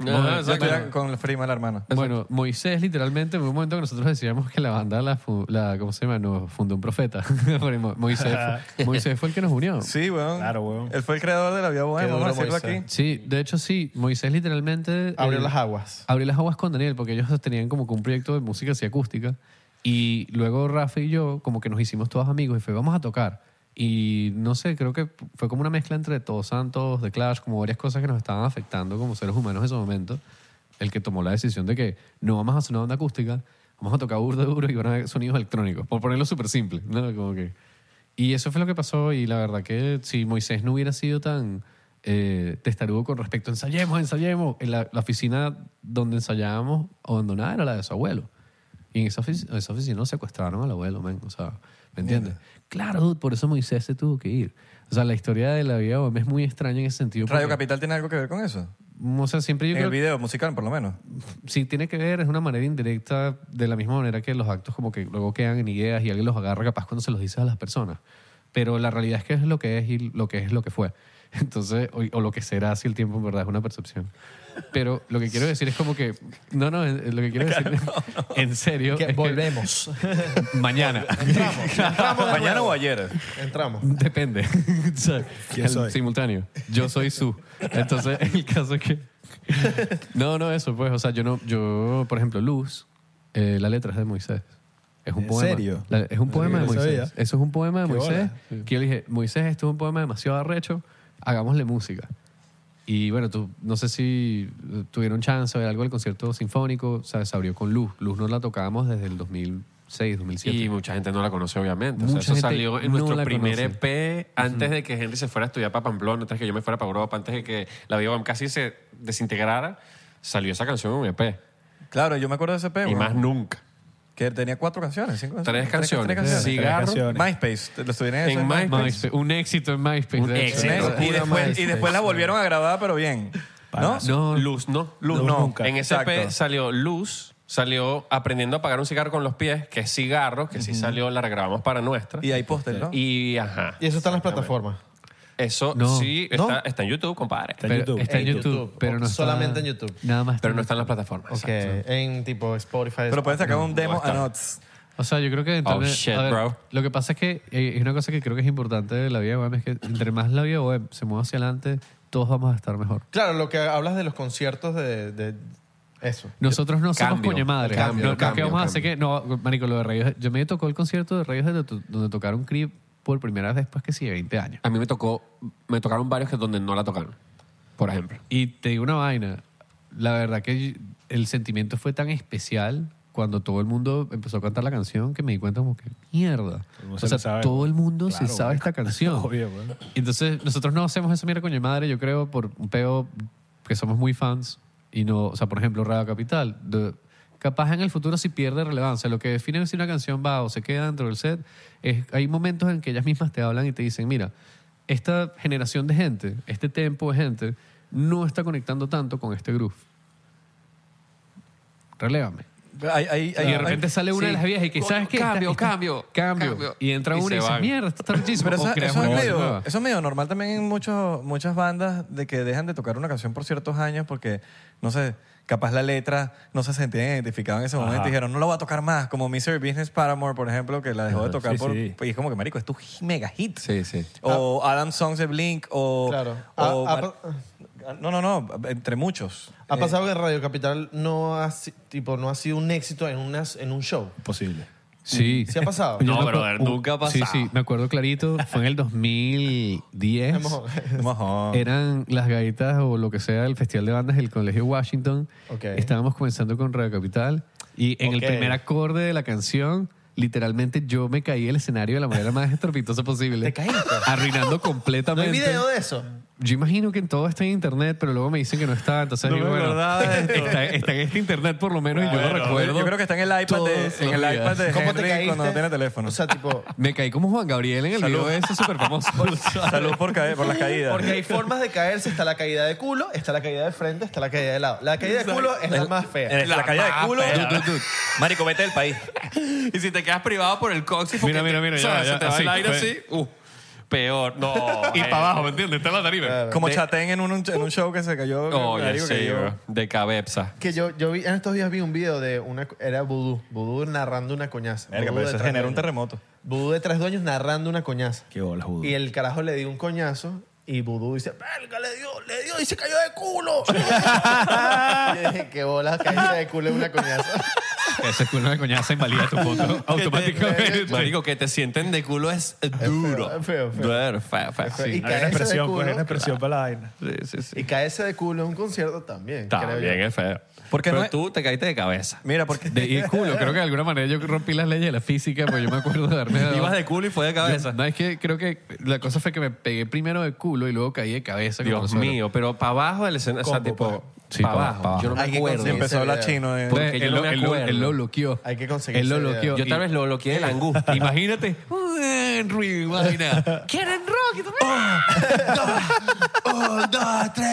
[SPEAKER 3] No, no,
[SPEAKER 4] Yo
[SPEAKER 3] exacto.
[SPEAKER 4] estudiaba con Frima, la hermana.
[SPEAKER 2] Bueno, Moisés literalmente en un momento que nosotros decíamos que la banda, la, fu- la ¿cómo se llama? Nos fundó un profeta. Porque Mo- Moisés, fue, Moisés fue el que nos unió.
[SPEAKER 4] Sí, weón.
[SPEAKER 6] Claro, weón.
[SPEAKER 4] Él fue el creador de la vida
[SPEAKER 5] Qué
[SPEAKER 4] bohemia, vamos a
[SPEAKER 5] duro,
[SPEAKER 4] decirlo
[SPEAKER 5] Moisés.
[SPEAKER 4] aquí.
[SPEAKER 2] Sí, de hecho sí, Moisés literalmente...
[SPEAKER 5] Abrió
[SPEAKER 2] eh,
[SPEAKER 5] las aguas.
[SPEAKER 2] abrí las aguas con Daniel porque ellos tenían como que un proyecto de música así acústica y luego Rafa y yo como que nos hicimos todos amigos y fue vamos a tocar y no sé creo que fue como una mezcla entre Todos Santos The Clash como varias cosas que nos estaban afectando como seres humanos en ese momento el que tomó la decisión de que no vamos a hacer una banda acústica vamos a tocar burda duro y van a haber sonidos electrónicos por ponerlo súper simple ¿no? como que y eso fue lo que pasó y la verdad que si Moisés no hubiera sido tan eh, testarudo con respecto a ensayemos, ensayemos, en la, la oficina donde ensayábamos abandonada era la de su abuelo. Y en esa, ofici- en esa oficina secuestraron al abuelo, men. O sea, ¿me entiendes? Claro, dude, por eso Moisés se tuvo que ir. O sea, la historia de la vida de Gómez es muy extraña en ese sentido.
[SPEAKER 4] Radio
[SPEAKER 2] porque-
[SPEAKER 4] Capital tiene algo que ver con eso.
[SPEAKER 2] O sea, siempre yo
[SPEAKER 4] en el
[SPEAKER 2] creo
[SPEAKER 4] video musical, por lo menos.
[SPEAKER 2] sí tiene que ver, es una manera indirecta, de la misma manera que los actos como que luego quedan en ideas y alguien los agarra capaz cuando se los dice a las personas. Pero la realidad es que es lo que es y lo que es lo que fue. Entonces, o, o lo que será si el tiempo en verdad es una percepción. Pero lo que quiero decir es como que... No, no, eh, lo que quiero decir en serio
[SPEAKER 5] Que
[SPEAKER 2] es que
[SPEAKER 5] volvemos.
[SPEAKER 2] mañana.
[SPEAKER 4] Mañana o ayer.
[SPEAKER 5] Entramos.
[SPEAKER 2] Depende. O sea,
[SPEAKER 6] ¿Quién
[SPEAKER 2] al-
[SPEAKER 6] soy?
[SPEAKER 2] Simultáneo. Yo soy su. Entonces, el caso es que. No, no, eso, pues. O sea, yo no. Yo, por ejemplo, Luz, eh, la letra es de Moisés. Es un
[SPEAKER 6] ¿En
[SPEAKER 2] poema.
[SPEAKER 6] serio?
[SPEAKER 2] La- es un poema de
[SPEAKER 6] no
[SPEAKER 2] Moisés.
[SPEAKER 6] sabía.
[SPEAKER 2] Eso es un poema de
[SPEAKER 6] Qué
[SPEAKER 2] Moisés.
[SPEAKER 6] bola.
[SPEAKER 2] Que yo le dije, Moisés, esto es un poema demasiado arrecho, hagámosle música. Y bueno, tú, no sé si eh, tuvieron chance de ver algo del concierto sinfónico, o sea, se abrió con Luz. Luz no la tocábamos desde el 2006, 2007.
[SPEAKER 3] Y mucha gente no la conoce, obviamente. o sea,
[SPEAKER 2] Mucha
[SPEAKER 3] eso
[SPEAKER 2] gente
[SPEAKER 3] salió en
[SPEAKER 2] no
[SPEAKER 3] nuestro
[SPEAKER 2] la
[SPEAKER 3] primer E
[SPEAKER 2] conoce.
[SPEAKER 3] EP antes de que Henry se fuera a estudiar para Pamplona, antes de que yo me fuera para Europa, antes de que la Viva casi se desintegrara. Salió esa canción en un E EP.
[SPEAKER 4] Claro, yo me acuerdo de ese
[SPEAKER 3] y
[SPEAKER 4] peo.
[SPEAKER 3] más nunca.
[SPEAKER 4] Que tenía cuatro canciones, cinco
[SPEAKER 3] Tres canciones. Cigarro.
[SPEAKER 6] canciones.
[SPEAKER 4] MySpace, te lo estuviera en,
[SPEAKER 3] En
[SPEAKER 4] eso,
[SPEAKER 3] MySpace.
[SPEAKER 2] MySpace, un éxito en MySpace.
[SPEAKER 3] Un
[SPEAKER 2] de hecho.
[SPEAKER 3] éxito.
[SPEAKER 4] MySpace. Y
[SPEAKER 5] Pura
[SPEAKER 4] después, y
[SPEAKER 5] MySpace.
[SPEAKER 4] después la volvieron a grabar, pero bien. ¿No?
[SPEAKER 2] No,
[SPEAKER 3] Luz, no.
[SPEAKER 4] Luz,
[SPEAKER 6] Luz
[SPEAKER 4] no.
[SPEAKER 6] nunca.
[SPEAKER 3] En ese EP
[SPEAKER 4] Exacto.
[SPEAKER 3] salió Luz, salió Aprendiendo a apagar un cigarro con los pies, que es cigarro, que sí salió, la grabamos para nuestra.
[SPEAKER 4] Y hay póster, ¿no?
[SPEAKER 3] Y ajá.
[SPEAKER 5] Y eso está en las plataformas.
[SPEAKER 3] Eso
[SPEAKER 2] No.
[SPEAKER 3] sí
[SPEAKER 5] No.
[SPEAKER 3] Está, está en YouTube, compadre.
[SPEAKER 6] en
[SPEAKER 2] Pero
[SPEAKER 6] YouTube.
[SPEAKER 2] Está en
[SPEAKER 5] En
[SPEAKER 2] YouTube,
[SPEAKER 5] YouTube.
[SPEAKER 2] pero no está-
[SPEAKER 5] Solamente en YouTube.
[SPEAKER 2] Nada más. Mm.
[SPEAKER 3] Pero no está en las plataformas.
[SPEAKER 5] Ok. En tipo Spotify.
[SPEAKER 4] Pero puedes sacar un demo
[SPEAKER 3] está.
[SPEAKER 4] a Notes.
[SPEAKER 2] O sea, yo creo que... entre-
[SPEAKER 3] Oh, shit,
[SPEAKER 2] a
[SPEAKER 3] bro.
[SPEAKER 2] Lo que pasa es que eh, es una cosa que creo que es importante de la vida web, es que entre más la vida web se mueva hacia adelante, todos vamos a estar mejor.
[SPEAKER 5] Claro, lo que hablas de los conciertos de, de eso.
[SPEAKER 2] Nosotros no
[SPEAKER 3] Cambio.
[SPEAKER 2] somos coñe madre.
[SPEAKER 3] Cambio,
[SPEAKER 2] no, no,
[SPEAKER 3] cambio,
[SPEAKER 2] que vamos a hacer
[SPEAKER 3] cambio.
[SPEAKER 2] que... No, marico, lo de Reyes... Yo me tocó el concierto de Reyes de tu- donde tocaron Creep por primera vez después que sí, de 20 años.
[SPEAKER 3] A mí me tocó, me tocaron varios que donde no la tocaron, por ejemplo.
[SPEAKER 2] Y te digo una vaina, la verdad que yo- el sentimiento fue tan especial cuando todo el mundo empezó a cantar la canción que me di cuenta como que mierda.
[SPEAKER 6] mundo
[SPEAKER 2] O
[SPEAKER 6] se
[SPEAKER 2] sea,
[SPEAKER 6] la sabe.
[SPEAKER 2] todo el mundo se
[SPEAKER 6] Claro,
[SPEAKER 2] sabe esta canción.
[SPEAKER 6] Obvio, weón.
[SPEAKER 2] Y Entonces, nosotros no hacemos esa mierda coño madre, yo creo, por un peo que somos muy fans y no, o sea, por ejemplo, Radio Capital. de- capaz en el futuro si pierde relevancia. Lo que define si una canción va o se queda dentro del set es hay momentos en que ellas mismas te hablan y te dicen, mira, esta generación de gente, este tempo de gente, no está conectando tanto con este groove. Relévame.
[SPEAKER 4] Hay, hay, hay-
[SPEAKER 2] y de repente
[SPEAKER 4] hay-
[SPEAKER 2] sale una
[SPEAKER 3] sí.
[SPEAKER 2] de las viejas y que,
[SPEAKER 3] Coño,
[SPEAKER 2] ¿sabes qué?
[SPEAKER 3] cambio,
[SPEAKER 2] Esta- esta-
[SPEAKER 3] cambio,
[SPEAKER 2] cambio,
[SPEAKER 3] cambio.
[SPEAKER 2] Y entra
[SPEAKER 3] Y
[SPEAKER 2] una
[SPEAKER 3] se
[SPEAKER 2] y, dice,
[SPEAKER 3] van.
[SPEAKER 2] mierda, esto está rotísimo.
[SPEAKER 4] Pero
[SPEAKER 2] O
[SPEAKER 4] eso,
[SPEAKER 2] creas
[SPEAKER 4] eso
[SPEAKER 2] una
[SPEAKER 4] es
[SPEAKER 2] cosa
[SPEAKER 4] medio,
[SPEAKER 2] nueva.
[SPEAKER 4] eso es medio normal también en muchos, muchas bandas de que dejan de tocar una canción por ciertos años porque, no sé, capaz la letra no se sentían identificados en ese momento y dijeron, no lo voy a tocar más, como Misery Business Paramore, por ejemplo, que la dejó de tocar
[SPEAKER 5] sí,
[SPEAKER 4] por...
[SPEAKER 5] sí.
[SPEAKER 4] Y es como que, marico, es tu hi- mega hit.
[SPEAKER 3] Sí, sí.
[SPEAKER 4] O Adam Songs de Blink,
[SPEAKER 5] Ah.
[SPEAKER 4] o...
[SPEAKER 5] Claro.
[SPEAKER 4] o-
[SPEAKER 5] Ha- ha pa-
[SPEAKER 4] no, no, no, entre muchos.
[SPEAKER 5] Ha
[SPEAKER 4] Eh,
[SPEAKER 5] pasado que Radio Capital no ha, si- tipo, no ha sido un éxito en, unas- en un show.
[SPEAKER 10] Posible.
[SPEAKER 2] Sí.
[SPEAKER 5] ¿Sí ha pasado?
[SPEAKER 3] No,
[SPEAKER 2] Yo me
[SPEAKER 3] pero
[SPEAKER 2] acuer-
[SPEAKER 3] nunca ha pasado.
[SPEAKER 2] Sí, sí, me acuerdo clarito. Fue en el 2010.
[SPEAKER 4] mojón.
[SPEAKER 2] Eran las gaitas o lo que sea el Festival de Bandas del Colegio Washington.
[SPEAKER 5] Ok.
[SPEAKER 2] Estábamos comenzando con Radio Capital y en
[SPEAKER 5] Ok.
[SPEAKER 2] el primer acorde de la canción, literalmente yo me caí del escenario de la manera más estrepitosa posible.
[SPEAKER 5] ¿Te caíste?
[SPEAKER 2] Arruinando
[SPEAKER 5] ¿No hay
[SPEAKER 2] completamente.
[SPEAKER 5] video de eso?
[SPEAKER 2] Yo imagino que todo está en internet, pero luego me dicen que no está. Entonces
[SPEAKER 4] No
[SPEAKER 2] digo,
[SPEAKER 4] me
[SPEAKER 2] bueno,
[SPEAKER 4] acordaba de esto.
[SPEAKER 2] está, está en este internet por lo menos y yo lo
[SPEAKER 4] Bueno,
[SPEAKER 2] recuerdo.
[SPEAKER 4] Yo creo que está en el iPad de,
[SPEAKER 2] todos
[SPEAKER 4] en
[SPEAKER 2] los
[SPEAKER 4] el
[SPEAKER 2] días.
[SPEAKER 4] iPad de
[SPEAKER 5] ¿Cómo
[SPEAKER 4] Henry
[SPEAKER 5] te caíste?
[SPEAKER 4] cuando no tiene teléfono.
[SPEAKER 5] O sea, tipo...
[SPEAKER 2] Me caí como Juan Gabriel en el
[SPEAKER 4] Salud.
[SPEAKER 2] video ese súper famoso.
[SPEAKER 4] Salud por, caer, por las caídas.
[SPEAKER 5] Porque hay formas de caerse. Está la caída de culo, está la caída de frente, está la caída de lado. La caída de culo es la más fea.
[SPEAKER 4] Eh, la, caída de culo.
[SPEAKER 3] Dude, dude, dude.
[SPEAKER 4] Marico, vete del país.
[SPEAKER 3] Y si te quedas privado por el coxis,
[SPEAKER 2] Mira, mira, mira, ya, ya,
[SPEAKER 3] se te va
[SPEAKER 2] así,
[SPEAKER 3] el aire
[SPEAKER 2] fue.
[SPEAKER 3] así, uh, peor. No. y para abajo, ¿me entiendes? Está en la tarima.
[SPEAKER 4] Como Chatén en un, en un show que se cayó.
[SPEAKER 3] Oh, ya
[SPEAKER 4] marico, que
[SPEAKER 3] sé,
[SPEAKER 4] yo-
[SPEAKER 3] bro. De cabeza.
[SPEAKER 5] Que yo, yo vi, en estos días vi un video de una... Era Vudú. Vudú narrando una coñaza.
[SPEAKER 4] Verga,
[SPEAKER 5] Vudú
[SPEAKER 4] pero
[SPEAKER 5] de
[SPEAKER 4] eso
[SPEAKER 5] tres
[SPEAKER 4] generó un
[SPEAKER 5] dueños.
[SPEAKER 4] terremoto.
[SPEAKER 5] Vudú de tres dueños narrando una coñaza.
[SPEAKER 10] Qué bolas, Vudú.
[SPEAKER 5] Y el carajo le dio un coñazo y Vudú dice, "Verga, le dio, le dio y se cayó de culo! y yo dije, qué bolas, caída de culo es una coñaza.
[SPEAKER 2] Ese culo de coñaza invalida tu voto automáticamente.
[SPEAKER 3] Marico, que te sienten de culo es duro.
[SPEAKER 5] es feo, feo.
[SPEAKER 3] Duro, feo, feo.
[SPEAKER 5] y
[SPEAKER 3] Sí,
[SPEAKER 10] Hay una
[SPEAKER 5] caerse de
[SPEAKER 10] expresión, pues, hay
[SPEAKER 5] culo.
[SPEAKER 10] una expresión para la vaina.
[SPEAKER 3] sí, sí, sí.
[SPEAKER 5] Y caerse de culo en un concierto también. creo
[SPEAKER 3] También
[SPEAKER 5] yo.
[SPEAKER 2] eh.
[SPEAKER 3] es feo.
[SPEAKER 4] Porque
[SPEAKER 3] Pero
[SPEAKER 4] no es-
[SPEAKER 3] tú te caíste de cabeza.
[SPEAKER 4] Mira, porque
[SPEAKER 2] De, y culo, creo que de alguna manera yo rompí las leyes de la física, porque yo me acuerdo de darme dado.
[SPEAKER 3] Ibas de culo y fue de cabeza.
[SPEAKER 2] Yo- no, es que creo que la cosa fue que me pegué primero de culo y luego caí de cabeza. como
[SPEAKER 3] Dios
[SPEAKER 2] nosotros.
[SPEAKER 3] mío, pero para abajo del escenario. O sea,
[SPEAKER 5] Combo,
[SPEAKER 3] tipo,
[SPEAKER 2] Sí,
[SPEAKER 3] para
[SPEAKER 2] pa'
[SPEAKER 3] abajo.
[SPEAKER 2] abajo.
[SPEAKER 3] Yo no me
[SPEAKER 5] Hay que
[SPEAKER 3] acuerdo.
[SPEAKER 5] conseguir-
[SPEAKER 4] empezó a hablar chino. eh.
[SPEAKER 3] Por-
[SPEAKER 2] Entonces,
[SPEAKER 3] Porque yo
[SPEAKER 2] él,
[SPEAKER 3] no
[SPEAKER 2] lo-
[SPEAKER 3] me
[SPEAKER 2] él lo-
[SPEAKER 3] acuerdo.
[SPEAKER 2] él lo bloqueó.
[SPEAKER 5] Hay que conseguir
[SPEAKER 2] Él lo
[SPEAKER 5] ese
[SPEAKER 2] bloqueó.
[SPEAKER 3] Yo
[SPEAKER 2] Y
[SPEAKER 3] tal vez lo bloqueé de la angustia.
[SPEAKER 2] Imagínate. Henry, imagina. ¡Ah!
[SPEAKER 3] ¿Quieren rock?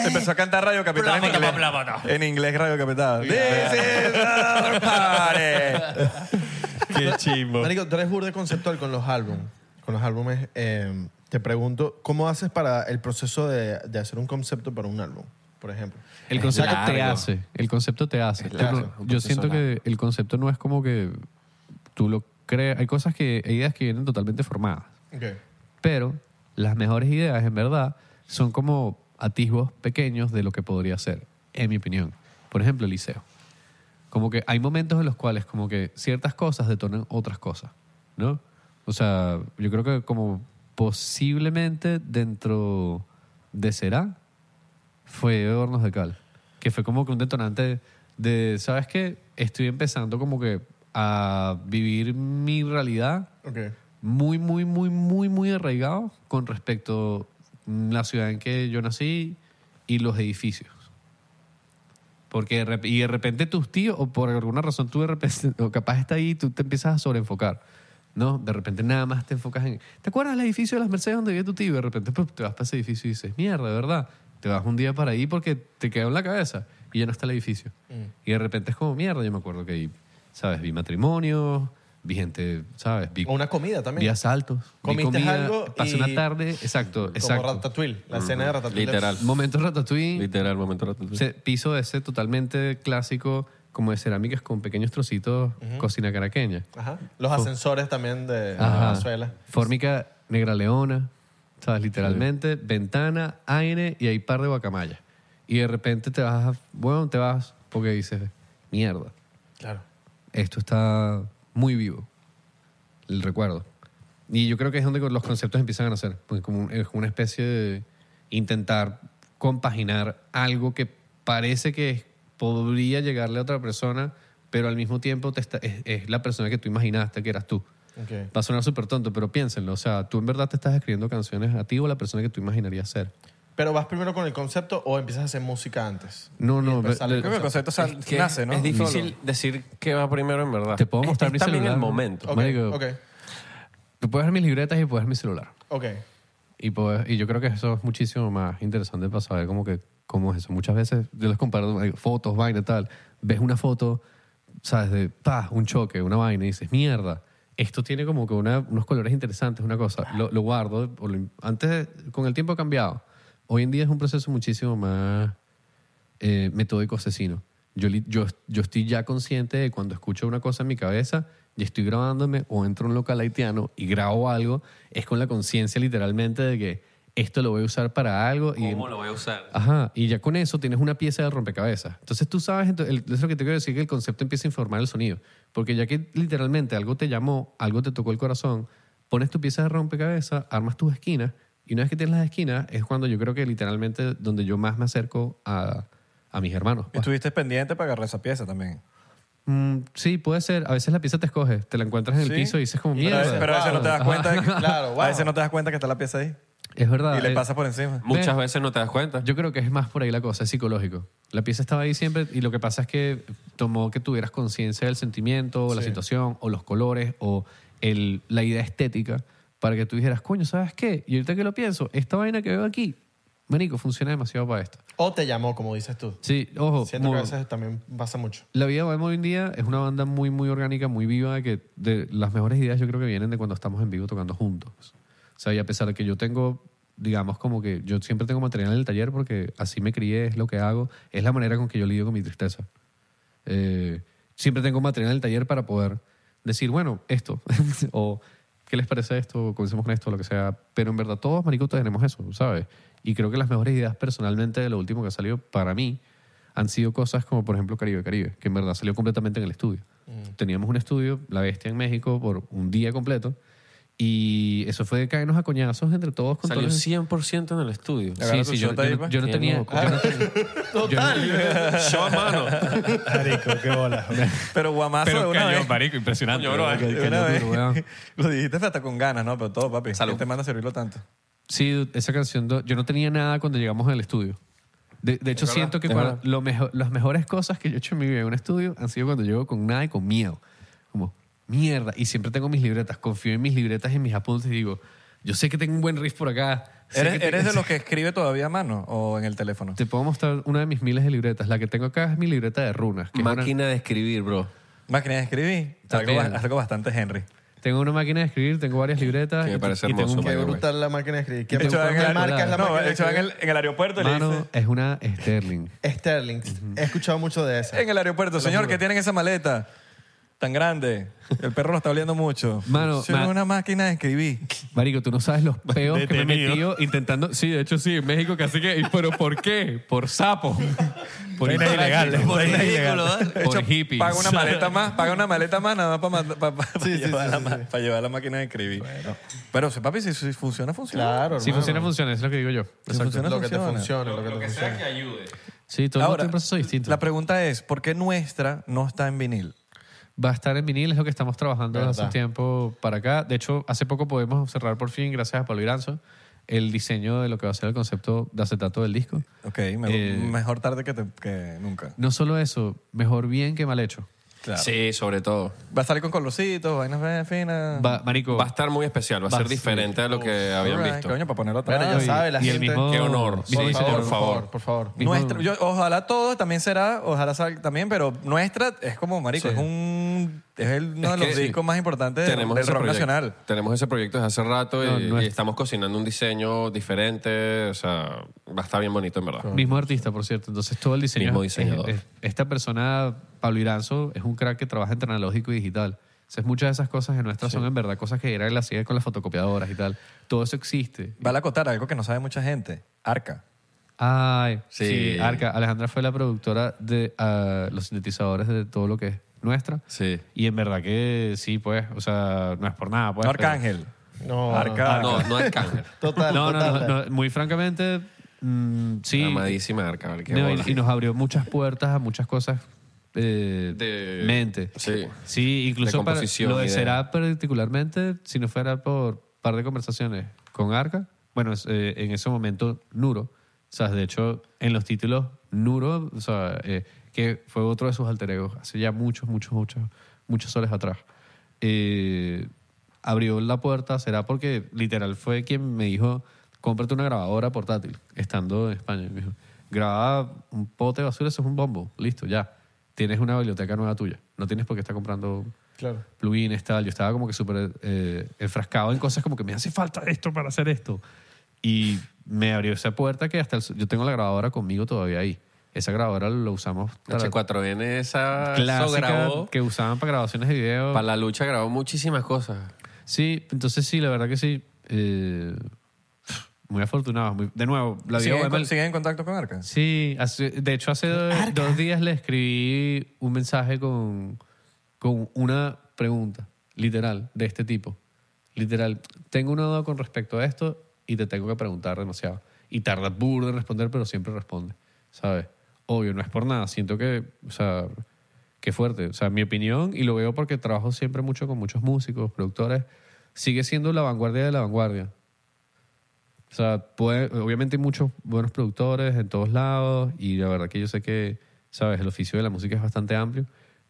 [SPEAKER 4] Empezó a cantar Radio Capital en
[SPEAKER 3] Bla, bla,
[SPEAKER 4] inglés.
[SPEAKER 3] bla, bla, bla.
[SPEAKER 4] En inglés Radio Capital. This is our party.
[SPEAKER 3] Qué chimbo.
[SPEAKER 5] Marico, tú eres burde conceptual con los álbumes. Con los álbumes, eh, te pregunto, ¿cómo haces para el proceso de, de hacer un concepto para un álbum, por ejemplo?
[SPEAKER 2] El
[SPEAKER 3] Es
[SPEAKER 2] concepto te
[SPEAKER 3] largo.
[SPEAKER 2] hace. El concepto te hace.
[SPEAKER 3] Es largo,
[SPEAKER 2] Yo-
[SPEAKER 3] un
[SPEAKER 2] yo
[SPEAKER 3] proceso
[SPEAKER 2] siento
[SPEAKER 3] largo.
[SPEAKER 2] que el concepto no es como que tú lo creas. Hay cosas que, hay ideas que vienen totalmente formadas. Pero las mejores ideas, en verdad, son como atisbos pequeños de lo que podría ser, en mi opinión. Por ejemplo, el liceo. Como que hay momentos en los cuales como que ciertas cosas detonan otras cosas, ¿no? O sea, yo creo que como posiblemente dentro de Será fue Hornos de Cal, que fue como que un detonante de, ¿sabes qué? Estoy empezando como que a vivir mi realidad
[SPEAKER 5] Ok.
[SPEAKER 2] muy, muy, muy, muy, muy arraigado con respecto a la ciudad en que yo nací y los edificios. Porque de rep- y de repente tus tíos, o por alguna razón tú de repente, o capaz está ahí y tú te empiezas a sobreenfocar. No, de repente nada más te enfocas en. ¿Te acuerdas del edificio de las Mercedes donde vive tu tío? Y de repente pues, te vas para ese edificio y dices, mierda, de verdad. Te vas un día para ahí porque te quedó en la cabeza y ya no está el edificio.
[SPEAKER 5] Mm,
[SPEAKER 2] Y de repente es como mierda. Yo me acuerdo que ahí, ¿sabes? Vi matrimonios, vi gente, ¿sabes? Vi
[SPEAKER 5] O una comida también.
[SPEAKER 2] Vi asaltos. vi
[SPEAKER 5] Comiste
[SPEAKER 2] comida,
[SPEAKER 5] algo
[SPEAKER 2] Pasé
[SPEAKER 5] y-
[SPEAKER 2] una tarde. Exacto,
[SPEAKER 5] Como
[SPEAKER 2] exacto.
[SPEAKER 5] Ratatouille, la escena de Ratatouille.
[SPEAKER 3] Literal.
[SPEAKER 2] Momento Ratatouille.
[SPEAKER 3] Literal, momento rato.
[SPEAKER 2] se- piso ese totalmente clásico, como de cerámicas con pequeños trocitos, cocina caraqueña.
[SPEAKER 5] Ajá. Los ascensores también de
[SPEAKER 2] Ajá.
[SPEAKER 5] Ah, Venezuela.
[SPEAKER 2] Fórmica negra leona, ¿sabes? Literalmente, ventana, aire y hay par de guacamayas. Y de repente te vas, a- bueno, te vas porque dices, mierda,
[SPEAKER 5] Claro.
[SPEAKER 2] esto está muy vivo, el recuerdo. Y yo creo que es donde los conceptos empiezan a nacer, porque como un- es como una especie de intentar compaginar algo que parece que es- podría llegarle a otra persona, pero al mismo tiempo te está- es, es la persona que tú imaginaste que eras tú.
[SPEAKER 5] Ok.
[SPEAKER 2] Va a sonar súper tonto, pero piénsenlo. O sea, tú en verdad te estás escribiendo canciones a ti o a la persona que tú imaginarías ser.
[SPEAKER 5] Pero vas primero con el concepto o empiezas a hacer música antes.
[SPEAKER 2] No, no,
[SPEAKER 5] después
[SPEAKER 2] ve-
[SPEAKER 5] sale el
[SPEAKER 4] Creo que el
[SPEAKER 5] concepto.
[SPEAKER 4] concepto sal- nace, ¿no?
[SPEAKER 3] Es difícil
[SPEAKER 4] Solo.
[SPEAKER 3] decir qué va primero en verdad.
[SPEAKER 2] Te puedo
[SPEAKER 3] Es-
[SPEAKER 2] mostrar
[SPEAKER 3] es
[SPEAKER 2] mi
[SPEAKER 3] también
[SPEAKER 2] celular.
[SPEAKER 3] el momento.
[SPEAKER 5] Ok,
[SPEAKER 2] Marico.
[SPEAKER 5] ok,
[SPEAKER 2] Tú puedes ver mis libretas y puedes ver mi celular.
[SPEAKER 5] ok.
[SPEAKER 2] Y, pues, y yo creo que eso es muchísimo más interesante para saber cómo, que, cómo es eso. Muchas veces yo les comparo eh, fotos, vaina, tal. Ves una foto, ¿sabes? De pa, un choque, una vaina, y dices, mierda, esto tiene como que una- unos colores interesantes, una cosa. Lo, lo guardo. o lo- antes, con el tiempo ha cambiado. Hoy en día es un proceso muchísimo más eh, metódico asesino. Yo, li- yo, yo estoy ya consciente de cuando escucho una cosa en mi cabeza y estoy grabándome o entro a un local haitiano y grabo algo, es con la conciencia literalmente de que esto lo voy a usar para algo. y
[SPEAKER 3] ¿Cómo lo voy a usar?
[SPEAKER 2] Ajá, y ya con eso tienes una pieza del rompecabezas. Entonces tú sabes, ento- el- eso es lo que te quiero decir, que el concepto empieza a informar el sonido. Porque ya que literalmente algo te llamó, algo te tocó el corazón, pones tu pieza de rompecabezas, armas tus esquinas, y una vez que tienes las esquinas es cuando yo creo que literalmente donde yo más me acerco a, a mis hermanos. pues.
[SPEAKER 4] Estuviste pendiente para agarrar esa pieza también.
[SPEAKER 2] Mm, sí, puede ser. A veces la pieza te escoge, te la encuentras en el
[SPEAKER 4] Sí.
[SPEAKER 2] piso y dices como
[SPEAKER 4] Pero a
[SPEAKER 2] mierda.
[SPEAKER 4] veces, pero a veces no te das
[SPEAKER 2] Ajá.
[SPEAKER 4] cuenta de que,
[SPEAKER 5] Claro, wow.
[SPEAKER 4] a veces no te das cuenta que está la pieza ahí.
[SPEAKER 2] Es verdad.
[SPEAKER 4] Y le
[SPEAKER 2] eh,
[SPEAKER 4] pasas por encima.
[SPEAKER 3] Muchas
[SPEAKER 2] Ve.
[SPEAKER 3] veces no te das cuenta.
[SPEAKER 2] Yo creo que es más por ahí la cosa, es psicológico. La pieza estaba ahí siempre y lo que pasa es que tomó que tuvieras conciencia del sentimiento, o la situación, o los colores, o el, la idea estética, para que tú dijeras, coño, ¿sabes qué? Y ahorita que lo pienso, esta vaina que veo aquí, marico, funciona demasiado para esto.
[SPEAKER 5] O te llamó, como dices tú.
[SPEAKER 2] Sí, ojo.
[SPEAKER 5] Siento que
[SPEAKER 2] como-
[SPEAKER 5] a veces también pasa mucho.
[SPEAKER 2] la Vida Bohemia hoy en día es una banda muy, muy orgánica, muy viva, que de las mejores ideas yo creo que vienen de cuando estamos en vivo tocando juntos. O sea, y a pesar de que yo tengo, digamos, como que yo siempre tengo material en el taller porque así me crié, es lo que hago, es la manera con que yo lidio con mi tristeza. Eh, siempre tengo material en el taller para poder decir, bueno, esto, o qué les parece esto, o comencemos con esto, lo que sea. Pero en verdad todos, marico, tenemos eso, ¿sabes? Y creo que las mejores ideas personalmente de lo último que ha salido para mí han sido cosas como, por ejemplo, Caribe Caribe, que en verdad salió completamente en el estudio.
[SPEAKER 5] Mm.
[SPEAKER 2] Teníamos un estudio, La Bestia en México, por un día completo. Y eso fue de caernos a coñazos entre todos. Con
[SPEAKER 3] Salió
[SPEAKER 2] todos los-
[SPEAKER 3] 100% en el estudio.
[SPEAKER 2] Sí, sí, yo, yo no- yo no
[SPEAKER 3] Qué
[SPEAKER 2] tenía...
[SPEAKER 3] loco.
[SPEAKER 2] yo no tenía-
[SPEAKER 3] Yo a mano.
[SPEAKER 6] Marico, qué bola.
[SPEAKER 4] Pero guamazo de
[SPEAKER 3] Pero
[SPEAKER 4] una
[SPEAKER 3] cayó,
[SPEAKER 4] vez.
[SPEAKER 3] marico, impresionante.
[SPEAKER 4] Coño, bro,
[SPEAKER 3] bro. eh.
[SPEAKER 4] de
[SPEAKER 2] que
[SPEAKER 4] una
[SPEAKER 2] yo
[SPEAKER 4] vez.
[SPEAKER 2] duro, weón.
[SPEAKER 4] Lo dijiste hasta con ganas, ¿no? Pero todo, papi.
[SPEAKER 3] Salud.
[SPEAKER 4] ¿Quién te manda a servirlo tanto?
[SPEAKER 2] Sí, esa canción, do- yo no tenía nada cuando llegamos al estudio. De, de hecho, siento que cuando- lo mejo- las mejores cosas que yo he hecho en mi vida en un estudio han sido cuando llego con nada y con miedo. Como, mierda. Y siempre tengo mis libretas, confío en mis libretas y en mis apuntes y digo, yo sé que tengo un buen riff por acá. sé
[SPEAKER 4] ¿Eres,
[SPEAKER 2] que te-
[SPEAKER 4] eres de los que escribe todavía a mano o en el teléfono?
[SPEAKER 2] Te puedo mostrar una de mis miles de libretas. La que tengo acá es mi libreta de runas. que es una-
[SPEAKER 3] Máquina de escribir, bro.
[SPEAKER 4] Máquina de escribir. Algo,
[SPEAKER 2] También.
[SPEAKER 4] ba- algo bastante Henry.
[SPEAKER 2] tengo una máquina de escribir, tengo varias libretas.
[SPEAKER 3] Que me
[SPEAKER 2] y-
[SPEAKER 3] parece
[SPEAKER 2] y tengo
[SPEAKER 3] hermoso,
[SPEAKER 2] un-
[SPEAKER 3] by the way.
[SPEAKER 5] la máquina de escribir.
[SPEAKER 2] ¿Qué
[SPEAKER 5] ¿Qué
[SPEAKER 2] te
[SPEAKER 4] Hecho
[SPEAKER 2] gusta
[SPEAKER 4] en
[SPEAKER 2] la
[SPEAKER 4] el,
[SPEAKER 2] palabra?
[SPEAKER 5] marca es la
[SPEAKER 4] no,
[SPEAKER 5] máquina de
[SPEAKER 4] hecho en
[SPEAKER 5] escribir?
[SPEAKER 4] el, en el aeropuerto le dice.
[SPEAKER 2] Mano, es una Sterling.
[SPEAKER 5] Sterling. He escuchado mucho de esa.
[SPEAKER 4] En el aeropuerto, señor, ¿qué tienen esa maleta? Tan grande. El perro lo está oliendo mucho.
[SPEAKER 2] Mano,
[SPEAKER 4] Yo era
[SPEAKER 2] ma-
[SPEAKER 4] una máquina de escribir.
[SPEAKER 2] Marico, tú no sabes los peos que me he
[SPEAKER 3] Detenido.
[SPEAKER 2] metido intentando. Sí, de hecho sí, en México casi que. ¿y ¿Pero por qué? Por sapo. Por
[SPEAKER 6] Vainas
[SPEAKER 2] ilegal.
[SPEAKER 6] ilegales,
[SPEAKER 2] Por,
[SPEAKER 6] vainas
[SPEAKER 2] ridículo, ¿eh? por hippie.
[SPEAKER 4] Paga una maleta más, paga una maleta más nada más para, mand- pa- pa- para llevar, la ma- para llevar la máquina de escribir. Pero, si, papi, si, si funciona, funciona.
[SPEAKER 5] Claro,
[SPEAKER 2] Si funciona, funciona, es lo que digo yo.
[SPEAKER 4] Si funciona,
[SPEAKER 5] Lo que te
[SPEAKER 4] funciona.
[SPEAKER 5] funcione, lo que te funcione.
[SPEAKER 3] ayude.
[SPEAKER 2] Sí, todo
[SPEAKER 4] Ahora,
[SPEAKER 2] el proceso distinto.
[SPEAKER 4] la pregunta es, ¿por qué nuestra no está en vinil?
[SPEAKER 2] Va a estar en vinil, es lo que estamos trabajando desde hace un
[SPEAKER 5] Verdad.
[SPEAKER 2] tiempo para acá. De hecho, hace poco podemos cerrar por fin, gracias a Pablo Iranzo, el diseño de lo que va a ser el concepto de acetato del disco.
[SPEAKER 4] Ok, me-
[SPEAKER 2] Eh.
[SPEAKER 4] mejor tarde que, te- que nunca.
[SPEAKER 2] No solo eso, mejor bien que mal hecho.
[SPEAKER 4] Claro.
[SPEAKER 3] Sí, sobre todo.
[SPEAKER 4] Va a salir con colorcitos, vainas bien finas.
[SPEAKER 2] Va- marico,
[SPEAKER 3] Va a estar muy especial, va a
[SPEAKER 2] Va
[SPEAKER 3] ser
[SPEAKER 2] a ser-
[SPEAKER 3] diferente a lo que habían
[SPEAKER 4] Alright,
[SPEAKER 3] visto.
[SPEAKER 4] Coño, para ponerlo atrás.
[SPEAKER 5] Bueno, ya
[SPEAKER 2] y-
[SPEAKER 5] sabe la
[SPEAKER 2] y el
[SPEAKER 5] gente.
[SPEAKER 2] mismo-
[SPEAKER 3] Qué honor.
[SPEAKER 2] Sí,
[SPEAKER 3] Por
[SPEAKER 2] sí,
[SPEAKER 3] favor, por favor.
[SPEAKER 5] Por favor.
[SPEAKER 2] mismo-
[SPEAKER 4] Nuestra, yo- ojalá todo también será, ojalá salga también, pero nuestra es como, marico, es un es el- uno de
[SPEAKER 3] Es que
[SPEAKER 4] los discos
[SPEAKER 3] sí.
[SPEAKER 4] más importantes del,
[SPEAKER 3] Tenemos
[SPEAKER 4] del
[SPEAKER 3] ese
[SPEAKER 4] rock
[SPEAKER 3] proyecto-
[SPEAKER 4] nacional.
[SPEAKER 3] Tenemos ese proyecto desde hace rato y,
[SPEAKER 2] No, no
[SPEAKER 3] y
[SPEAKER 2] es-
[SPEAKER 3] estamos cocinando un diseño diferente. O sea, va a estar bien bonito, en verdad.
[SPEAKER 2] Mismo artista, por cierto. Entonces todo el diseño.
[SPEAKER 3] Mismo
[SPEAKER 2] es-
[SPEAKER 3] diseñador.
[SPEAKER 2] es- esta persona, Pablo Iranzo, es un crack que trabaja entre analógico y digital. Entonces muchas de esas cosas en nuestras son en verdad cosas que era él hacía con las fotocopiadoras y tal. Todo eso existe.
[SPEAKER 4] Vale acotar algo que no sabe mucha gente. Arca.
[SPEAKER 2] Ay, sí.
[SPEAKER 3] Sí.
[SPEAKER 2] Arca, Alejandra fue la productora de ah, los sintetizadores de todo lo que es nuestra.
[SPEAKER 3] Sí.
[SPEAKER 2] Y en verdad que sí, pues, o sea, no es por nada. Pues,
[SPEAKER 4] No
[SPEAKER 2] pero-
[SPEAKER 4] Arcángel.
[SPEAKER 5] No.
[SPEAKER 4] Arca.
[SPEAKER 3] Ah, no, no es cáncer.
[SPEAKER 5] Total,
[SPEAKER 2] No, no,
[SPEAKER 5] total.
[SPEAKER 2] no, no, muy francamente, mm, sí.
[SPEAKER 3] Amadísima arca, vale, qué
[SPEAKER 2] No,
[SPEAKER 3] bola.
[SPEAKER 2] y, y nos abrió muchas puertas a muchas cosas eh,
[SPEAKER 3] De-
[SPEAKER 2] mente.
[SPEAKER 3] sí.
[SPEAKER 2] Sí, incluso
[SPEAKER 3] De
[SPEAKER 2] para
[SPEAKER 3] composición,
[SPEAKER 2] lo de
[SPEAKER 3] idea.
[SPEAKER 2] Será particularmente, si no fuera por un par de conversaciones con Arca, bueno, es, eh, en ese momento Nuro, o sea, de hecho, en los títulos Nuro, o sea, eh, que fue otro de sus alter egos hace ya muchos, muchos, muchos, muchos soles atrás. Eh, abrió la puerta, será porque literal fue quien me dijo, cómprate una grabadora portátil, estando en España. Y Me dijo, graba un pote de basura, eso es un bombo, listo, ya. Tienes una biblioteca nueva tuya, no tienes por qué estar comprando
[SPEAKER 5] Claro.
[SPEAKER 2] plugins, tal. Yo estaba como que súper eh, enfrascado en cosas como que me hace falta esto para hacer esto. Y me abrió esa puerta que hasta el so- yo tengo la grabadora conmigo todavía ahí. Esa grabadora lo usamos
[SPEAKER 3] La
[SPEAKER 2] para
[SPEAKER 3] H4N esa eso
[SPEAKER 2] clásica
[SPEAKER 3] grabó.
[SPEAKER 2] que usaban para grabaciones de video.
[SPEAKER 3] Para la lucha grabó muchísimas cosas.
[SPEAKER 2] Sí, entonces sí, la verdad que sí. Eh, muy afortunados. muy- de nuevo, la vida
[SPEAKER 4] ¿Siguen, en
[SPEAKER 2] bohemia-
[SPEAKER 4] con- siguen en contacto con Arca?
[SPEAKER 2] Sí, hace- de hecho hace do- dos días le escribí un mensaje con, con una pregunta, literal, de este tipo. Literal, tengo una duda con respecto a esto y te tengo que preguntar demasiado. Y tarda burro en responder, pero siempre responde, ¿sabes? Obvio, no es por nada. Siento que, o sea, qué fuerte. O sea, mi opinión, y lo veo porque trabajo siempre mucho con muchos músicos, productores, sigue siendo la vanguardia de la vanguardia. O sea, puede- obviamente hay muchos buenos productores en todos lados y la verdad que yo sé que, sabes, el oficio de la música es bastante amplio,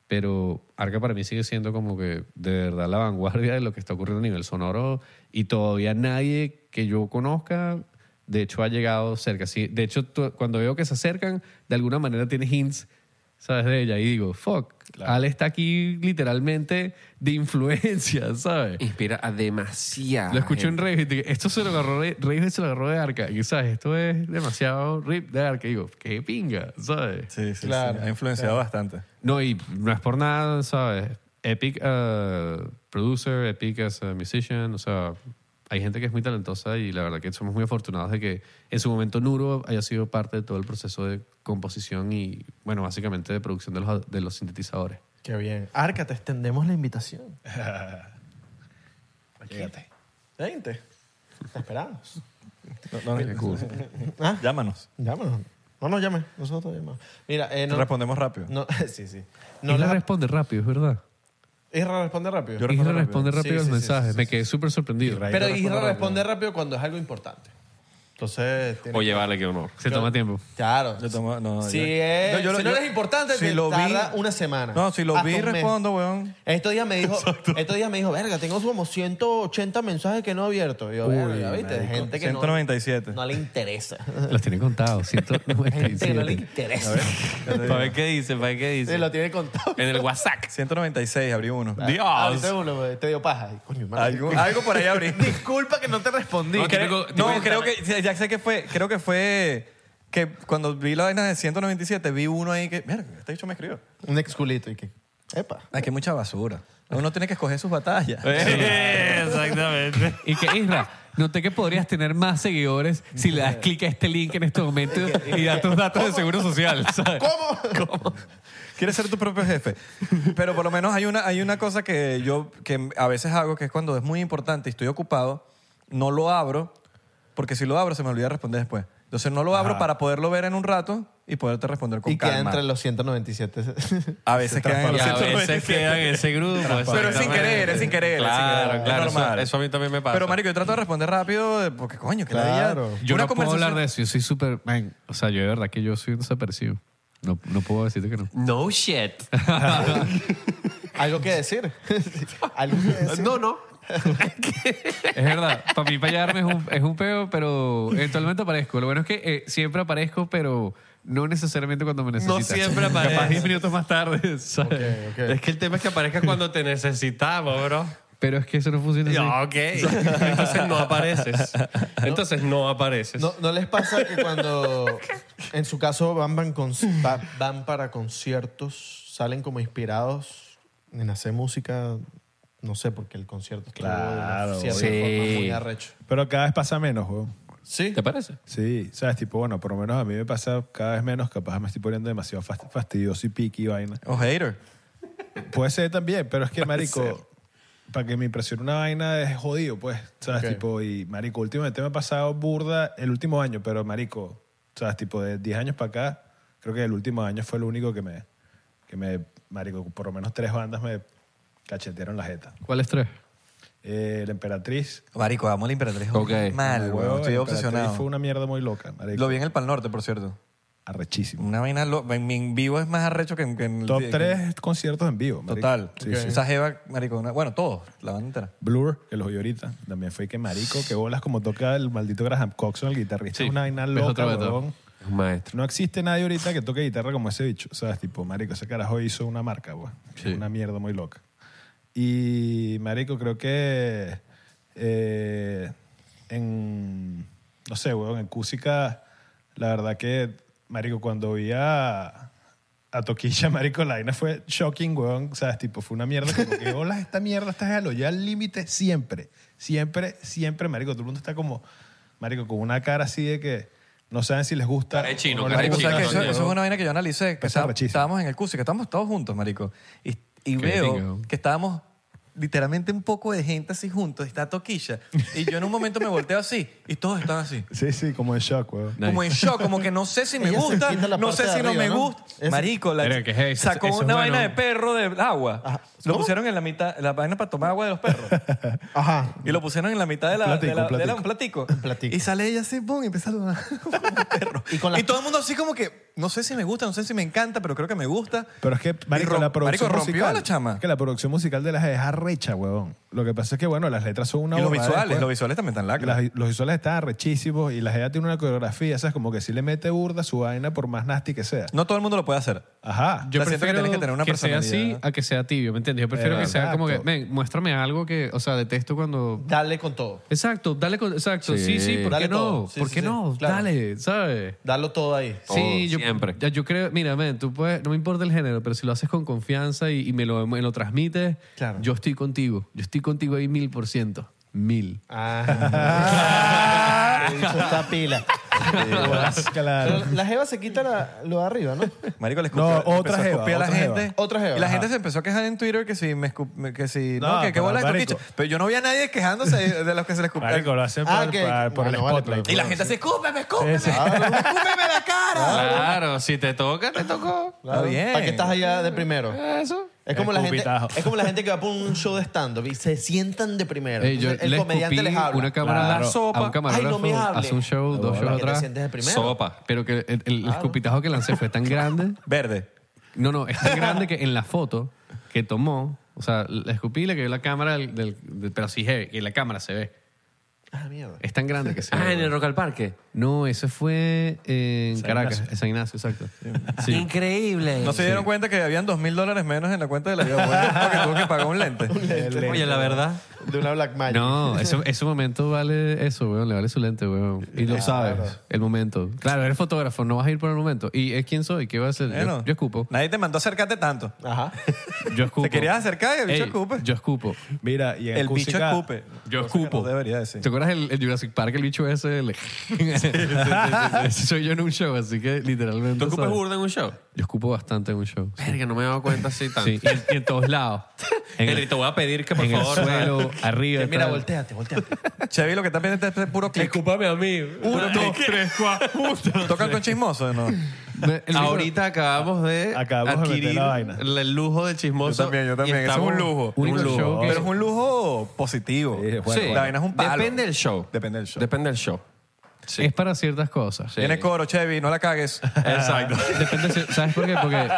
[SPEAKER 2] pero Arca para mí sigue siendo como que de verdad la vanguardia de lo que está ocurriendo a nivel sonoro y todavía nadie que yo conozca, de hecho, ha llegado cerca. Sí, de hecho, tú- cuando veo que se acercan, de alguna manera tienes hints, sabes, de ella y digo, fuck, Al está aquí literalmente de influencia, ¿sabes?
[SPEAKER 3] Inspira a demasiado.
[SPEAKER 2] Lo escuché en Rave y dije, esto se lo agarró de, Radiohead se lo agarró de Arca. Y sabes, esto es demasiado rip de Arca. Y digo, qué pinga, ¿sabes?
[SPEAKER 4] Sí, sí, sí. Ha influenciado bastante.
[SPEAKER 2] No, y no es por nada, ¿sabes? Epic uh, producer, epic as a musician, o sea, hay gente que es muy talentosa y la verdad que somos muy afortunados de que en su momento Nuro haya sido parte de todo el proceso de composición y, bueno, básicamente de producción de los, de los sintetizadores.
[SPEAKER 5] Qué bien. Arca, te extendemos la invitación. Llegate. Vente. Te esperamos.
[SPEAKER 4] No, no,
[SPEAKER 5] ¿Ah?
[SPEAKER 4] Llámanos.
[SPEAKER 5] Llámanos. No nos llames. Nosotros llamamos. Mira, eh,
[SPEAKER 4] Te
[SPEAKER 5] no,
[SPEAKER 4] Respondemos rápido.
[SPEAKER 5] no- sí, sí.
[SPEAKER 2] No
[SPEAKER 5] No
[SPEAKER 2] Isra
[SPEAKER 5] les-
[SPEAKER 2] responde rápido, es verdad.
[SPEAKER 5] Isra responde rápido.
[SPEAKER 4] Yo
[SPEAKER 2] Isra
[SPEAKER 4] respondo
[SPEAKER 2] responde rápido
[SPEAKER 5] Sí,
[SPEAKER 2] los
[SPEAKER 5] sí, sí,
[SPEAKER 2] mensajes.
[SPEAKER 5] sí, sí,
[SPEAKER 2] Me
[SPEAKER 5] sí.
[SPEAKER 2] quedé súper sorprendido.
[SPEAKER 5] Pero Isra
[SPEAKER 4] responde
[SPEAKER 5] responde
[SPEAKER 4] rápido.
[SPEAKER 5] rápido. cuando es algo importante. Entonces, tiene-
[SPEAKER 3] Oye, vale, qué honor.
[SPEAKER 2] Se toma tiempo.
[SPEAKER 5] claro.
[SPEAKER 4] Yo tomo- no,
[SPEAKER 5] si,
[SPEAKER 4] yo-
[SPEAKER 5] es-
[SPEAKER 4] no, yo lo-
[SPEAKER 5] si no
[SPEAKER 4] yo-
[SPEAKER 5] eres importante,
[SPEAKER 4] si
[SPEAKER 5] te
[SPEAKER 4] lo vi-
[SPEAKER 5] tarda una semana.
[SPEAKER 4] No, si lo
[SPEAKER 5] Hasta
[SPEAKER 4] vi,
[SPEAKER 5] un mes.
[SPEAKER 4] respondo, weón.
[SPEAKER 5] Estos días me dijo, estos días me dijo, verga, tengo como 180 mensajes que no he abierto. Y yo, verga, ¿viste? gente que no-
[SPEAKER 4] 197.
[SPEAKER 5] No, le interesa.
[SPEAKER 2] Los tiene contados,
[SPEAKER 5] gente que no le
[SPEAKER 2] 197.
[SPEAKER 5] interesa.
[SPEAKER 3] Para ver qué dice, para ver qué dice.
[SPEAKER 5] Sí, lo tiene contado.
[SPEAKER 3] En el WhatsApp.
[SPEAKER 4] 196, abrí uno.
[SPEAKER 5] Ah, Ahorita
[SPEAKER 3] Dios.
[SPEAKER 5] uno, güey, te dio paja. Ay, coño, madre.
[SPEAKER 4] Algo, algo por ahí abrí.
[SPEAKER 5] Disculpa que no te respondí.
[SPEAKER 3] No,
[SPEAKER 4] Creo-
[SPEAKER 3] típico-
[SPEAKER 4] no,
[SPEAKER 3] típico-
[SPEAKER 4] creo que ya- ya sé que fue, creo que fue que cuando vi la vaina de 197 vi uno ahí que, mira, este bicho me escribió.
[SPEAKER 5] Un exculito y que, epa.
[SPEAKER 4] Aquí hay mucha basura. Uno tiene que escoger sus batallas.
[SPEAKER 3] Eh, Exactamente.
[SPEAKER 2] Y que, Isra, noté que podrías tener más seguidores si le das clic a este link en este momento y da tus datos de seguro social. ¿sabes?
[SPEAKER 4] Quieres ser tu propio jefe. Pero por lo menos hay una, hay una cosa que yo que a veces hago, que es cuando es muy importante y estoy ocupado, no lo abro, porque si lo abro se me olvida responder después. Entonces no lo abro para poderlo ver en un rato y poderte responder con
[SPEAKER 5] Y queda
[SPEAKER 4] calma.
[SPEAKER 5] entre los 197.
[SPEAKER 4] A veces quedan en
[SPEAKER 3] Y
[SPEAKER 4] los
[SPEAKER 3] a veces
[SPEAKER 4] 197.
[SPEAKER 3] queda en ese grupo. pues,
[SPEAKER 4] Pero es sin querer, es sin querer. es sin
[SPEAKER 3] Claro,
[SPEAKER 4] querer. Es
[SPEAKER 3] claro. Eso,
[SPEAKER 4] normal.
[SPEAKER 3] eso a mí también me pasa.
[SPEAKER 4] Pero, marico, yo trato de responder rápido eh, porque, coño, que
[SPEAKER 5] Claro.
[SPEAKER 4] ladilla.
[SPEAKER 2] Yo
[SPEAKER 4] Una
[SPEAKER 2] no puedo
[SPEAKER 4] conversación-
[SPEAKER 2] hablar de eso. Yo soy súper. man, O sea, yo de verdad que yo soy un desapercibido. No, no puedo decirte que no.
[SPEAKER 3] No shit.
[SPEAKER 5] ¿Algo que decir? ¿Algo que decir?
[SPEAKER 3] No, no.
[SPEAKER 2] Es verdad. Para mí, para hallarme es un, es un peo, pero eventualmente aparezco. Lo bueno es que eh, siempre aparezco, pero no necesariamente cuando me necesitas.
[SPEAKER 3] siempre
[SPEAKER 2] Capaz
[SPEAKER 3] apareces.
[SPEAKER 2] 10 minutos más tarde. ¿sabes?
[SPEAKER 3] Es que el tema es que aparezca cuando te necesitamos, bro.
[SPEAKER 2] Pero es que eso no funciona así.
[SPEAKER 3] Ya, ok. Entonces no apareces. Entonces no apareces.
[SPEAKER 14] No, ¿No les pasa que cuando, en su caso, van, van, con- va- van para conciertos, salen como inspirados en hacer música? No sé, porque el concierto estuvo
[SPEAKER 6] Claro,
[SPEAKER 14] de cierta
[SPEAKER 6] sí.
[SPEAKER 14] forma muy arrecho.
[SPEAKER 6] Pero cada vez pasa menos, weón.
[SPEAKER 14] ¿Sí?
[SPEAKER 2] ¿Te parece?
[SPEAKER 6] Sí, sabes, tipo, bueno, por lo menos a mí me pasa cada vez menos, capaz me estoy poniendo demasiado fast- fastidioso y piqui y vaina.
[SPEAKER 14] Oh,
[SPEAKER 4] O hater.
[SPEAKER 6] Puede ser también, pero es que, marico, para que me impresione una vaina es jodido, pues. ¿Sabes? Tipo, y, marico, últimamente me ha pasado burda el último año, pero, marico, ¿sabes? Tipo, de 10 años para acá, creo que el último año fue el único que me, que me, marico, por lo menos tres bandas me cachetearon la jeta.
[SPEAKER 2] ¿Cuáles tres?
[SPEAKER 6] Eh, la Emperatriz.
[SPEAKER 4] Marico, amo a la Imperatriz.
[SPEAKER 2] Ok.
[SPEAKER 6] huevo,
[SPEAKER 4] Mal, weón. Estoy
[SPEAKER 6] la Emperatriz
[SPEAKER 4] obsesionado.
[SPEAKER 6] Fue una mierda muy loca, marico.
[SPEAKER 4] Lo vi en el Pal Norte, por cierto.
[SPEAKER 6] Arrechísimo.
[SPEAKER 4] Una vaina loca. En, en vivo es más arrecho que en... que en-
[SPEAKER 6] Top
[SPEAKER 4] que-
[SPEAKER 6] 3 conciertos en vivo, marico.
[SPEAKER 4] Total.
[SPEAKER 6] Sí, sí.
[SPEAKER 4] Esa jeva, marico, una- bueno, todos, la banda entera.
[SPEAKER 6] Blur, que los oí ahorita, también fue que marico, que bolas como toca el maldito Graham Coxon, el guitarrista, es una vaina
[SPEAKER 2] es
[SPEAKER 6] loca,
[SPEAKER 2] otro gato.
[SPEAKER 6] huevón.
[SPEAKER 3] Es un maestro.
[SPEAKER 6] No existe nadie ahorita que toque guitarra como ese bicho, ¿sabes? Tipo, marico, ese carajo hizo una marca, güey.
[SPEAKER 2] Sí.
[SPEAKER 6] Una mierda muy loca. Y, marico, creo que eh, en, no sé, weón, en Cusica, la verdad que Marico, cuando vi a, a Toquilla, Marico, la vaina fue shocking, weón. ¿Sabes? Tipo, fue una mierda. Como que, hola, esta mierda, estás a lo ya al límite siempre. Siempre, siempre, Marico. Todo el mundo está como, Marico, con una cara así de que no saben si les gusta.
[SPEAKER 3] Cara de chino,
[SPEAKER 6] o no
[SPEAKER 3] cara de
[SPEAKER 6] les
[SPEAKER 4] Marico,
[SPEAKER 3] chino,
[SPEAKER 6] gusta.
[SPEAKER 4] ¿sabes que eso,
[SPEAKER 3] sí.
[SPEAKER 4] eso es una vaina que yo analicé. Que
[SPEAKER 6] Pesar
[SPEAKER 4] está-
[SPEAKER 6] rechísimo.
[SPEAKER 4] estábamos en el curso, que estábamos todos juntos, marico. Y, y
[SPEAKER 3] Qué
[SPEAKER 4] veo
[SPEAKER 3] pinga, ¿no?
[SPEAKER 4] que estábamos literalmente un poco de gente así juntos. Está Toquilla. Y yo en un momento me volteo así y todos están así.
[SPEAKER 6] Sí, sí, como en shock, weón.
[SPEAKER 4] Como en shock, como que no sé si me
[SPEAKER 14] Ella se
[SPEAKER 4] gusta,
[SPEAKER 14] quita la
[SPEAKER 4] no
[SPEAKER 14] parte
[SPEAKER 4] sé
[SPEAKER 14] de
[SPEAKER 4] si no
[SPEAKER 14] arriba,
[SPEAKER 4] me
[SPEAKER 14] ¿no?
[SPEAKER 4] gusta.
[SPEAKER 14] Ese-
[SPEAKER 4] Marico, la-
[SPEAKER 3] Verga, ¿qué es eso?
[SPEAKER 4] sacó
[SPEAKER 3] Eso es
[SPEAKER 4] una
[SPEAKER 3] bueno.
[SPEAKER 4] vaina de perro del agua.
[SPEAKER 14] Ajá.
[SPEAKER 4] Lo
[SPEAKER 14] ¿Cómo?
[SPEAKER 4] pusieron en la mitad, la vaina para tomar agua de los perros.
[SPEAKER 14] Ajá.
[SPEAKER 4] Y lo pusieron en la mitad de la,
[SPEAKER 6] Platico,
[SPEAKER 4] de la- de la-
[SPEAKER 6] platico.
[SPEAKER 4] un platico.
[SPEAKER 14] platico.
[SPEAKER 4] Y sale ella así, pum, y empieza a tomar como un perro.
[SPEAKER 14] Y con las-
[SPEAKER 4] Y todo el mundo así como que, no sé si me gusta, no sé si me encanta, pero creo que me gusta.
[SPEAKER 6] Pero es que,
[SPEAKER 4] Y
[SPEAKER 6] marico,
[SPEAKER 4] rom-
[SPEAKER 6] la producción
[SPEAKER 4] marico, rompió
[SPEAKER 6] musical...
[SPEAKER 4] la chama.
[SPEAKER 6] es que la producción musical de las es arrecha, weón. Lo que pasa es que, bueno, las letras son una
[SPEAKER 4] y los
[SPEAKER 6] bobada
[SPEAKER 4] visuales,
[SPEAKER 6] después.
[SPEAKER 4] los visuales también están lacras.
[SPEAKER 6] Las- los visuales están arrechísimos y la GEA tiene una coreografía, ¿sabes? Como que si le mete burda su vaina por más nasty que sea.
[SPEAKER 4] No todo el mundo lo puede hacer.
[SPEAKER 6] Ajá.
[SPEAKER 4] O sea, siento que tienes que tener una
[SPEAKER 2] sea así
[SPEAKER 4] personalidad.
[SPEAKER 2] a que sea tibio, ¿me entiendes? Yo prefiero que sea como que,
[SPEAKER 6] Exacto.
[SPEAKER 2] ven, muéstrame algo que, o sea, detesto cuando...
[SPEAKER 14] Dale con todo.
[SPEAKER 2] Exacto, dale con... Exacto,
[SPEAKER 3] Sí.
[SPEAKER 2] sí, sí, ¿por
[SPEAKER 14] Dale
[SPEAKER 2] qué no?
[SPEAKER 14] todo. Sí,
[SPEAKER 2] ¿Por
[SPEAKER 14] sí,
[SPEAKER 2] qué
[SPEAKER 14] sí,
[SPEAKER 2] no?
[SPEAKER 14] claro.
[SPEAKER 2] Dale, ¿sabes?
[SPEAKER 14] Dalo todo ahí. Oh,
[SPEAKER 3] Todo,
[SPEAKER 2] Sí, yo,
[SPEAKER 3] siempre.
[SPEAKER 2] ya, yo creo, mira, men, tú puedes, no me importa el género, pero si lo haces con confianza y, y me, lo, me lo transmites,
[SPEAKER 14] Claro.
[SPEAKER 2] yo estoy contigo. Yo estoy contigo ahí mil por ciento. Mil.
[SPEAKER 14] Ah. Eso está pila.
[SPEAKER 6] Claro.
[SPEAKER 14] Pero la jeva se quita la- lo de arriba, ¿no?
[SPEAKER 4] Marico, le escupió,
[SPEAKER 6] No,
[SPEAKER 4] empezó
[SPEAKER 6] otra
[SPEAKER 4] a
[SPEAKER 6] jeva,
[SPEAKER 4] escupir a la
[SPEAKER 6] otra jeva.
[SPEAKER 4] gente.
[SPEAKER 14] Otra jeva,
[SPEAKER 4] Y la
[SPEAKER 14] ajá.
[SPEAKER 4] gente se empezó a quejar en Twitter que si me escup- me- que si no,
[SPEAKER 6] No,
[SPEAKER 4] que qué
[SPEAKER 6] pero
[SPEAKER 4] bola de
[SPEAKER 6] marico.
[SPEAKER 4] toquicha. Pero yo no vi a nadie quejándose de, de los que se le escupió.
[SPEAKER 6] Marico, lo hacen
[SPEAKER 14] Ah,
[SPEAKER 6] por,
[SPEAKER 14] que-
[SPEAKER 6] para- por
[SPEAKER 14] bueno,
[SPEAKER 6] el
[SPEAKER 14] vale,
[SPEAKER 6] spotlight.
[SPEAKER 4] y la gente así, escúpeme, escúpeme, escúpeme la
[SPEAKER 6] Ah,
[SPEAKER 4] cara.
[SPEAKER 3] Claro, si te toca, te tocó.
[SPEAKER 4] Está bien.
[SPEAKER 14] ¿Para qué estás allá de primero?
[SPEAKER 4] Ah,
[SPEAKER 3] Eso.
[SPEAKER 14] Es como, la gente,
[SPEAKER 6] Escupitajo.
[SPEAKER 14] es como la gente que va por un show de stand-up y se sientan de primero.
[SPEAKER 2] Ey, yo
[SPEAKER 14] Entonces, el
[SPEAKER 2] le
[SPEAKER 14] comediante
[SPEAKER 2] escupí
[SPEAKER 14] les habla.
[SPEAKER 2] una cámara
[SPEAKER 6] Claro.
[SPEAKER 2] a un camarógrafo
[SPEAKER 14] Ay, no me hable.
[SPEAKER 2] hace un show, dos
[SPEAKER 14] Para
[SPEAKER 2] shows
[SPEAKER 14] que te
[SPEAKER 2] atrás.
[SPEAKER 14] sientes el primero.
[SPEAKER 3] Sopa.
[SPEAKER 2] Pero que el, el escupitajo que lancé fue tan grande.
[SPEAKER 4] Verde.
[SPEAKER 2] No, no, es tan grande que en la foto que tomó, o sea, la escupí y le cayó la cámara del, del- del- pero sí heavy, que la cámara se ve.
[SPEAKER 14] Ah, mierda.
[SPEAKER 2] Es tan grande que se ve.
[SPEAKER 3] Ah, en el Rock al Parque.
[SPEAKER 2] No, eso fue en Caracas, en San Ignacio, exacto. Sí.
[SPEAKER 3] Increíble.
[SPEAKER 4] No se dieron cuenta que habían dos mil dólares menos en la cuenta de la vida porque tuvo que pagar un lente.
[SPEAKER 3] Oye, la verdad.
[SPEAKER 14] De una Black Magic.
[SPEAKER 2] No, eso- ese momento vale eso, weón. Le vale su lente, weón. Y lo sabes. El momento. Claro, eres fotógrafo, no vas a ir por el momento. ¿Y es quién soy? ¿Qué vas a hacer? Yo-
[SPEAKER 4] Bueno,
[SPEAKER 2] yo, escupo.
[SPEAKER 4] Nadie te mandó a acercarte tanto.
[SPEAKER 14] Ajá.
[SPEAKER 2] Yo escupo.
[SPEAKER 4] Te querías acercar y el bicho
[SPEAKER 2] Ey,
[SPEAKER 4] escupe.
[SPEAKER 2] Yo escupo.
[SPEAKER 6] Mira, y en
[SPEAKER 4] El bicho
[SPEAKER 6] acústica-
[SPEAKER 4] escupe.
[SPEAKER 2] Yo
[SPEAKER 4] Cosa que
[SPEAKER 2] escupo.
[SPEAKER 4] No debería decir.
[SPEAKER 2] ¿Te acuerdas el, el Jurassic Park, el bicho ese? El- Ese soy yo en un show, así que literalmente.
[SPEAKER 3] ¿Tú ocupas
[SPEAKER 2] ¿sabes?
[SPEAKER 3] burda en un show?
[SPEAKER 2] Yo escupo bastante en un show. sí.
[SPEAKER 3] Verga, no me he dado cuenta así tanto.
[SPEAKER 2] Sí, y en, y en todos lados. En
[SPEAKER 3] Henry,
[SPEAKER 2] el,
[SPEAKER 3] te voy a pedir que por
[SPEAKER 2] en el
[SPEAKER 3] favor.
[SPEAKER 2] suelo, arriba.
[SPEAKER 14] Que mira,
[SPEAKER 2] tal.
[SPEAKER 14] volteate, volteate.
[SPEAKER 4] Chevy, lo que está pendiente es puro clic.
[SPEAKER 3] Escúpame a mí. Uno, dos, tres, cuatro.
[SPEAKER 4] ¿Toca con chismoso o no?
[SPEAKER 2] Me- el-
[SPEAKER 3] Ahorita acabamos de
[SPEAKER 6] Acabamos de meter
[SPEAKER 3] adquirir
[SPEAKER 6] la vaina.
[SPEAKER 3] el lujo del
[SPEAKER 4] Yo
[SPEAKER 3] chismoso.
[SPEAKER 4] también, yo también.
[SPEAKER 3] y
[SPEAKER 4] Eso es
[SPEAKER 3] estamos-
[SPEAKER 4] un lujo.
[SPEAKER 2] Único
[SPEAKER 3] un lujo.
[SPEAKER 2] show que-
[SPEAKER 4] Pero es un lujo positivo.
[SPEAKER 6] Sí, bueno,
[SPEAKER 3] Sí.
[SPEAKER 4] La vaina es un palo.
[SPEAKER 3] Depende del show.
[SPEAKER 4] Depende del show.
[SPEAKER 3] Depende del show. Sí.
[SPEAKER 2] Es para ciertas cosas.
[SPEAKER 3] Sí.
[SPEAKER 4] Tiene coro, Chevy, no la cagues.
[SPEAKER 3] Exacto.
[SPEAKER 2] Depende, si- ¿Sabes por qué? Porque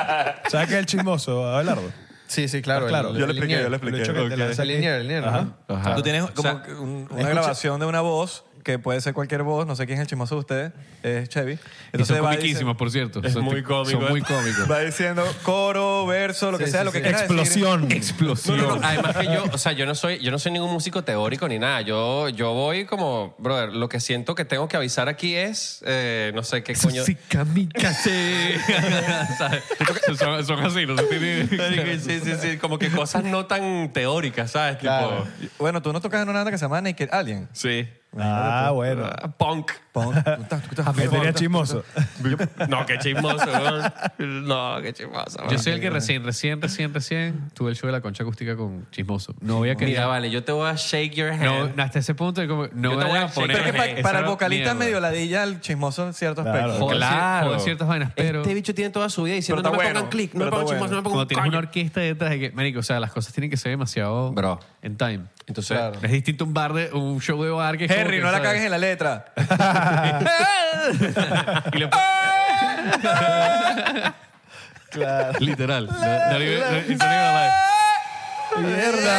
[SPEAKER 6] ¿Sabes qué es el chismoso, Abelardo?
[SPEAKER 14] Sí, sí, claro.
[SPEAKER 6] Claro,
[SPEAKER 4] Yo le expliqué, yo le
[SPEAKER 6] El hecho
[SPEAKER 4] expliqué.
[SPEAKER 6] que te lanza
[SPEAKER 14] El linear, el linear. ¿no?
[SPEAKER 3] Ajá.
[SPEAKER 4] Tú tienes como que un- una grabación de una voz, que puede ser cualquier voz, no sé quién es el chismoso de ustedes, es Chevy.
[SPEAKER 2] Y son
[SPEAKER 4] va
[SPEAKER 2] comiquísimas, por cierto.
[SPEAKER 3] Es
[SPEAKER 2] Son-
[SPEAKER 3] muy cómico.
[SPEAKER 4] ¿eh?
[SPEAKER 2] Son muy cómicos.
[SPEAKER 4] Va diciendo coro, verso, lo que
[SPEAKER 14] Sí,
[SPEAKER 4] sea,
[SPEAKER 14] sí,
[SPEAKER 4] lo que
[SPEAKER 14] sí.
[SPEAKER 4] quieras
[SPEAKER 6] Explosión.
[SPEAKER 2] Explosión.
[SPEAKER 3] No, no, no. Además que yo, o sea, yo no soy, yo no soy ningún músico teórico ni nada. Yo, yo voy como, brother, lo que siento que tengo que avisar aquí es, eh, no sé qué coño.
[SPEAKER 2] Sí, camica, sí. ¿Sabes? son, son así, no se tiene...
[SPEAKER 3] Sí, sí, sí, como que cosas no tan teóricas, ¿sabes? Tipo,
[SPEAKER 14] Claro.
[SPEAKER 4] decir. Bueno, tú no tocas en una banda que se llama Naked Alien.
[SPEAKER 3] sí.
[SPEAKER 6] Ah, bueno.
[SPEAKER 3] Ah, Punk.
[SPEAKER 4] Pon- tú estás- tú estás-
[SPEAKER 6] Me tenía chismoso.
[SPEAKER 3] No, qué chismoso, weón. No, qué chismoso.
[SPEAKER 2] Yo soy el que recién, recién, recién, recién tuve el show de la concha acústica con Chismoso. No voy a
[SPEAKER 3] Mira,
[SPEAKER 2] querer...
[SPEAKER 3] vale, yo te voy a shake your
[SPEAKER 2] No,
[SPEAKER 3] hand.
[SPEAKER 2] hasta ese punto es como... No
[SPEAKER 3] Yo te
[SPEAKER 2] voy
[SPEAKER 3] voy
[SPEAKER 2] a
[SPEAKER 3] a
[SPEAKER 2] poner...
[SPEAKER 4] Pero es que pa- para,
[SPEAKER 2] esa
[SPEAKER 4] el vocalista
[SPEAKER 2] mierda.
[SPEAKER 4] medio ladilla, el chismoso en cierto
[SPEAKER 6] Claro.
[SPEAKER 4] aspecto.
[SPEAKER 2] Joder,
[SPEAKER 3] claro.
[SPEAKER 2] joder ciertas vainas, pero-
[SPEAKER 3] Este bicho tiene toda su vida diciendo,
[SPEAKER 4] Pero
[SPEAKER 3] no
[SPEAKER 4] está
[SPEAKER 3] me
[SPEAKER 4] bueno,
[SPEAKER 3] pongan clic, no
[SPEAKER 4] pero
[SPEAKER 3] me pongan
[SPEAKER 4] está
[SPEAKER 3] chismoso,
[SPEAKER 4] bueno.
[SPEAKER 3] no me pongan
[SPEAKER 2] Cuando tienes
[SPEAKER 3] coño.
[SPEAKER 2] una orquesta detrás de que, marico, o sea, las cosas tienen que ser demasiado
[SPEAKER 3] Bro.
[SPEAKER 2] en time.
[SPEAKER 3] Entonces,
[SPEAKER 2] Es distinto un bar de un show de bar que es como
[SPEAKER 4] Henry,
[SPEAKER 2] que,
[SPEAKER 4] no la
[SPEAKER 2] ¿sabes?
[SPEAKER 4] cagues en la letra.
[SPEAKER 2] Y le- Literal. No- no le- no- it's not even a lie.
[SPEAKER 6] ¡Mierda!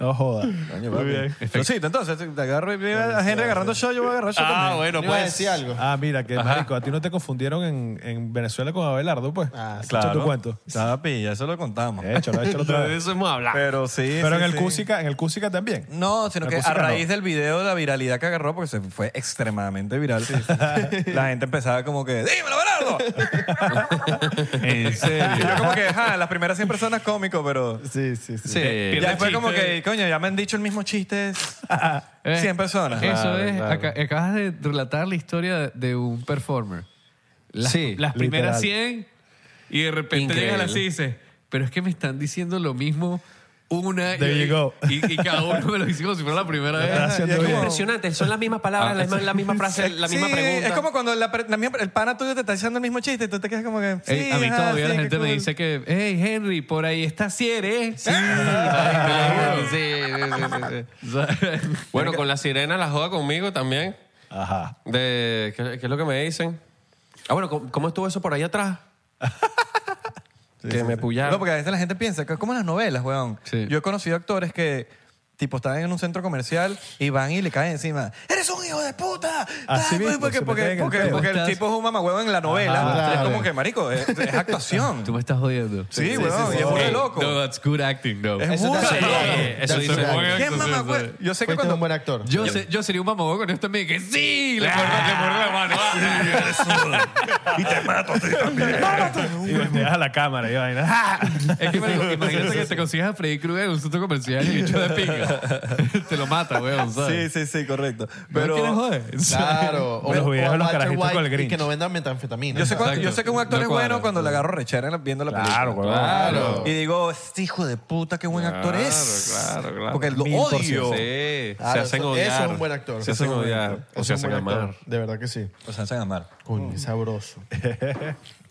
[SPEAKER 6] No joda.
[SPEAKER 4] Coño, papi. Chocito, entonces te agarro y ve a Henry agarrando show, yo voy a agarrar show.
[SPEAKER 3] Ah,
[SPEAKER 4] también.
[SPEAKER 3] bueno,
[SPEAKER 5] Iba a
[SPEAKER 3] pues.
[SPEAKER 5] decir algo.
[SPEAKER 6] Ah, mira, que marico, a ti no te confundieron en, en Venezuela con Abelardo, pues. Ah, tu cuento.
[SPEAKER 4] Papi, ya eso lo contamos.
[SPEAKER 6] Échalo, échalo otra
[SPEAKER 3] De
[SPEAKER 6] vez.
[SPEAKER 3] eso hemos hablado.
[SPEAKER 4] Pero sí.
[SPEAKER 6] Pero
[SPEAKER 4] sí,
[SPEAKER 6] en el
[SPEAKER 4] sí.
[SPEAKER 6] Cúsica, en el Cúsica también.
[SPEAKER 4] No, sino
[SPEAKER 6] La
[SPEAKER 4] que a
[SPEAKER 6] música no.
[SPEAKER 4] raíz del video, la viralidad que agarró, porque se fue extremadamente viral. La gente empezaba como que, ¡dímelo, Bernardo!
[SPEAKER 3] En serio.
[SPEAKER 4] Yo como que, ajá, las primeras 100 personas cómico, pero...
[SPEAKER 6] Sí, sí, sí.
[SPEAKER 3] Sí.
[SPEAKER 4] Y
[SPEAKER 3] Eh, Pierde
[SPEAKER 4] después como
[SPEAKER 3] chiste.
[SPEAKER 4] que, coño, ya me han dicho el mismo chiste 100 personas.
[SPEAKER 2] Eh, Eso
[SPEAKER 5] Claro,
[SPEAKER 2] es,
[SPEAKER 5] claro.
[SPEAKER 2] aca- acabas de relatar la historia de un performer. Las,
[SPEAKER 5] Sí,
[SPEAKER 2] las primeras
[SPEAKER 6] literal.
[SPEAKER 2] 100 y de repente
[SPEAKER 3] Increíble.
[SPEAKER 2] llegas a las 100 y dices, pero es que me están diciendo lo mismo una
[SPEAKER 6] There
[SPEAKER 2] y,
[SPEAKER 6] you go.
[SPEAKER 2] y, y cada uno me lo dice como si fuera la primera
[SPEAKER 6] Estás
[SPEAKER 2] vez.
[SPEAKER 6] haciendo
[SPEAKER 4] es
[SPEAKER 6] bien.
[SPEAKER 4] como-
[SPEAKER 3] Impresionante, son las mismas palabras,
[SPEAKER 2] Ah,
[SPEAKER 3] la, misma,
[SPEAKER 2] eso-
[SPEAKER 3] la misma frase, la misma
[SPEAKER 4] sí,
[SPEAKER 3] pregunta.
[SPEAKER 4] es como cuando la pre- la misma- el pana tuyo te está diciendo el mismo chiste y tú te quedas como que... Sí,
[SPEAKER 2] Ey, Eh, a mí
[SPEAKER 4] ajá,
[SPEAKER 2] todavía
[SPEAKER 4] sí,
[SPEAKER 2] la
[SPEAKER 4] qué
[SPEAKER 2] gente me
[SPEAKER 4] cool.
[SPEAKER 2] dice que, hey Henry, por ahí está Ciere. Sí,
[SPEAKER 3] Sí,
[SPEAKER 2] Ay,
[SPEAKER 3] sí, sí, sí.
[SPEAKER 2] te lo juro. O sea,
[SPEAKER 3] Bueno, con la sirena la joda conmigo también.
[SPEAKER 6] Ajá.
[SPEAKER 3] De, ¿qué, qué es lo que me dicen? Ah, bueno, ¿cómo, cómo estuvo eso por ahí atrás? que me pullaron.
[SPEAKER 4] No, porque a veces la gente piensa, que es como en las novelas, weón.
[SPEAKER 2] Sí.
[SPEAKER 4] Yo he conocido actores que, tipo, están en un centro comercial y van y le caen encima. ¡Eres un hijo de puta!
[SPEAKER 6] Así
[SPEAKER 4] Ah,
[SPEAKER 6] mismo,
[SPEAKER 4] porque,
[SPEAKER 6] se
[SPEAKER 4] porque,
[SPEAKER 6] meten en el
[SPEAKER 4] porque,
[SPEAKER 6] peo.
[SPEAKER 4] porque el
[SPEAKER 2] Estás-
[SPEAKER 4] tipo es un mamahuevo en la novela.
[SPEAKER 6] Ajá,
[SPEAKER 4] Entonces,
[SPEAKER 6] claro.
[SPEAKER 4] Es como que, marico, es, es actuación.
[SPEAKER 2] Tú me estás jodiendo.
[SPEAKER 4] Sí, weón,
[SPEAKER 6] sí,
[SPEAKER 4] y es
[SPEAKER 6] sí.
[SPEAKER 4] muy
[SPEAKER 6] Ey,
[SPEAKER 4] loco.
[SPEAKER 2] No, that's good acting, no.
[SPEAKER 4] Es
[SPEAKER 6] Eso
[SPEAKER 4] muy
[SPEAKER 6] te hace
[SPEAKER 4] loco.
[SPEAKER 6] loco.
[SPEAKER 3] eso
[SPEAKER 6] Te hace
[SPEAKER 3] dice-
[SPEAKER 6] loco.
[SPEAKER 4] ¿Qué
[SPEAKER 3] Exacto,
[SPEAKER 4] mamahuevo?
[SPEAKER 3] sí,
[SPEAKER 4] Yo sé que
[SPEAKER 6] Fuiste
[SPEAKER 4] cuando...
[SPEAKER 6] un buen actor.
[SPEAKER 2] Yo, sé- yo sería un mamagüey con esto también, que sí, le muerdo le muerdo la mano.
[SPEAKER 4] y te mato a ti también.
[SPEAKER 6] Y me deja la cámara y vaina. ¡Ah!
[SPEAKER 2] Es que, marico, imagínate que te consigas a Freddy Krueger en un centro comercial y el bicho de pinga. te lo mata, weón,
[SPEAKER 4] Sí,
[SPEAKER 2] ¿sabes?
[SPEAKER 4] sí, sí, correcto.
[SPEAKER 2] ¿No quieres
[SPEAKER 4] Pero...
[SPEAKER 2] joder?
[SPEAKER 5] Claro. O
[SPEAKER 6] Los
[SPEAKER 5] o
[SPEAKER 6] videos de los
[SPEAKER 5] Walter
[SPEAKER 6] carajitos
[SPEAKER 5] White
[SPEAKER 6] con el
[SPEAKER 5] y
[SPEAKER 6] Grinch.
[SPEAKER 5] que no vendan metanfetamina.
[SPEAKER 4] Yo sé, cuando-
[SPEAKER 2] Exacto.
[SPEAKER 4] yo sé que un actor
[SPEAKER 2] No
[SPEAKER 4] es
[SPEAKER 2] cuadra.
[SPEAKER 4] bueno cuando le agarro rechera en la- viendo la película.
[SPEAKER 6] Claro, weón.
[SPEAKER 3] Claro.
[SPEAKER 4] Y digo, este hijo de puta, qué buen actor es.
[SPEAKER 3] Claro, claro.
[SPEAKER 4] Porque lo
[SPEAKER 3] Mil por ciento.
[SPEAKER 4] odio.
[SPEAKER 3] Sí,
[SPEAKER 5] Claro,
[SPEAKER 3] se hacen
[SPEAKER 5] eso-
[SPEAKER 3] odiar.
[SPEAKER 5] eso es un buen actor.
[SPEAKER 3] Se
[SPEAKER 5] Eso
[SPEAKER 3] hacen
[SPEAKER 5] es un buen
[SPEAKER 3] odiar.
[SPEAKER 5] actor.
[SPEAKER 3] O
[SPEAKER 5] Eso
[SPEAKER 3] se
[SPEAKER 5] es un
[SPEAKER 3] hacen
[SPEAKER 5] buen
[SPEAKER 3] amar.
[SPEAKER 5] actor. De verdad que sí.
[SPEAKER 4] O sea, se amar.
[SPEAKER 5] Coño, sabroso.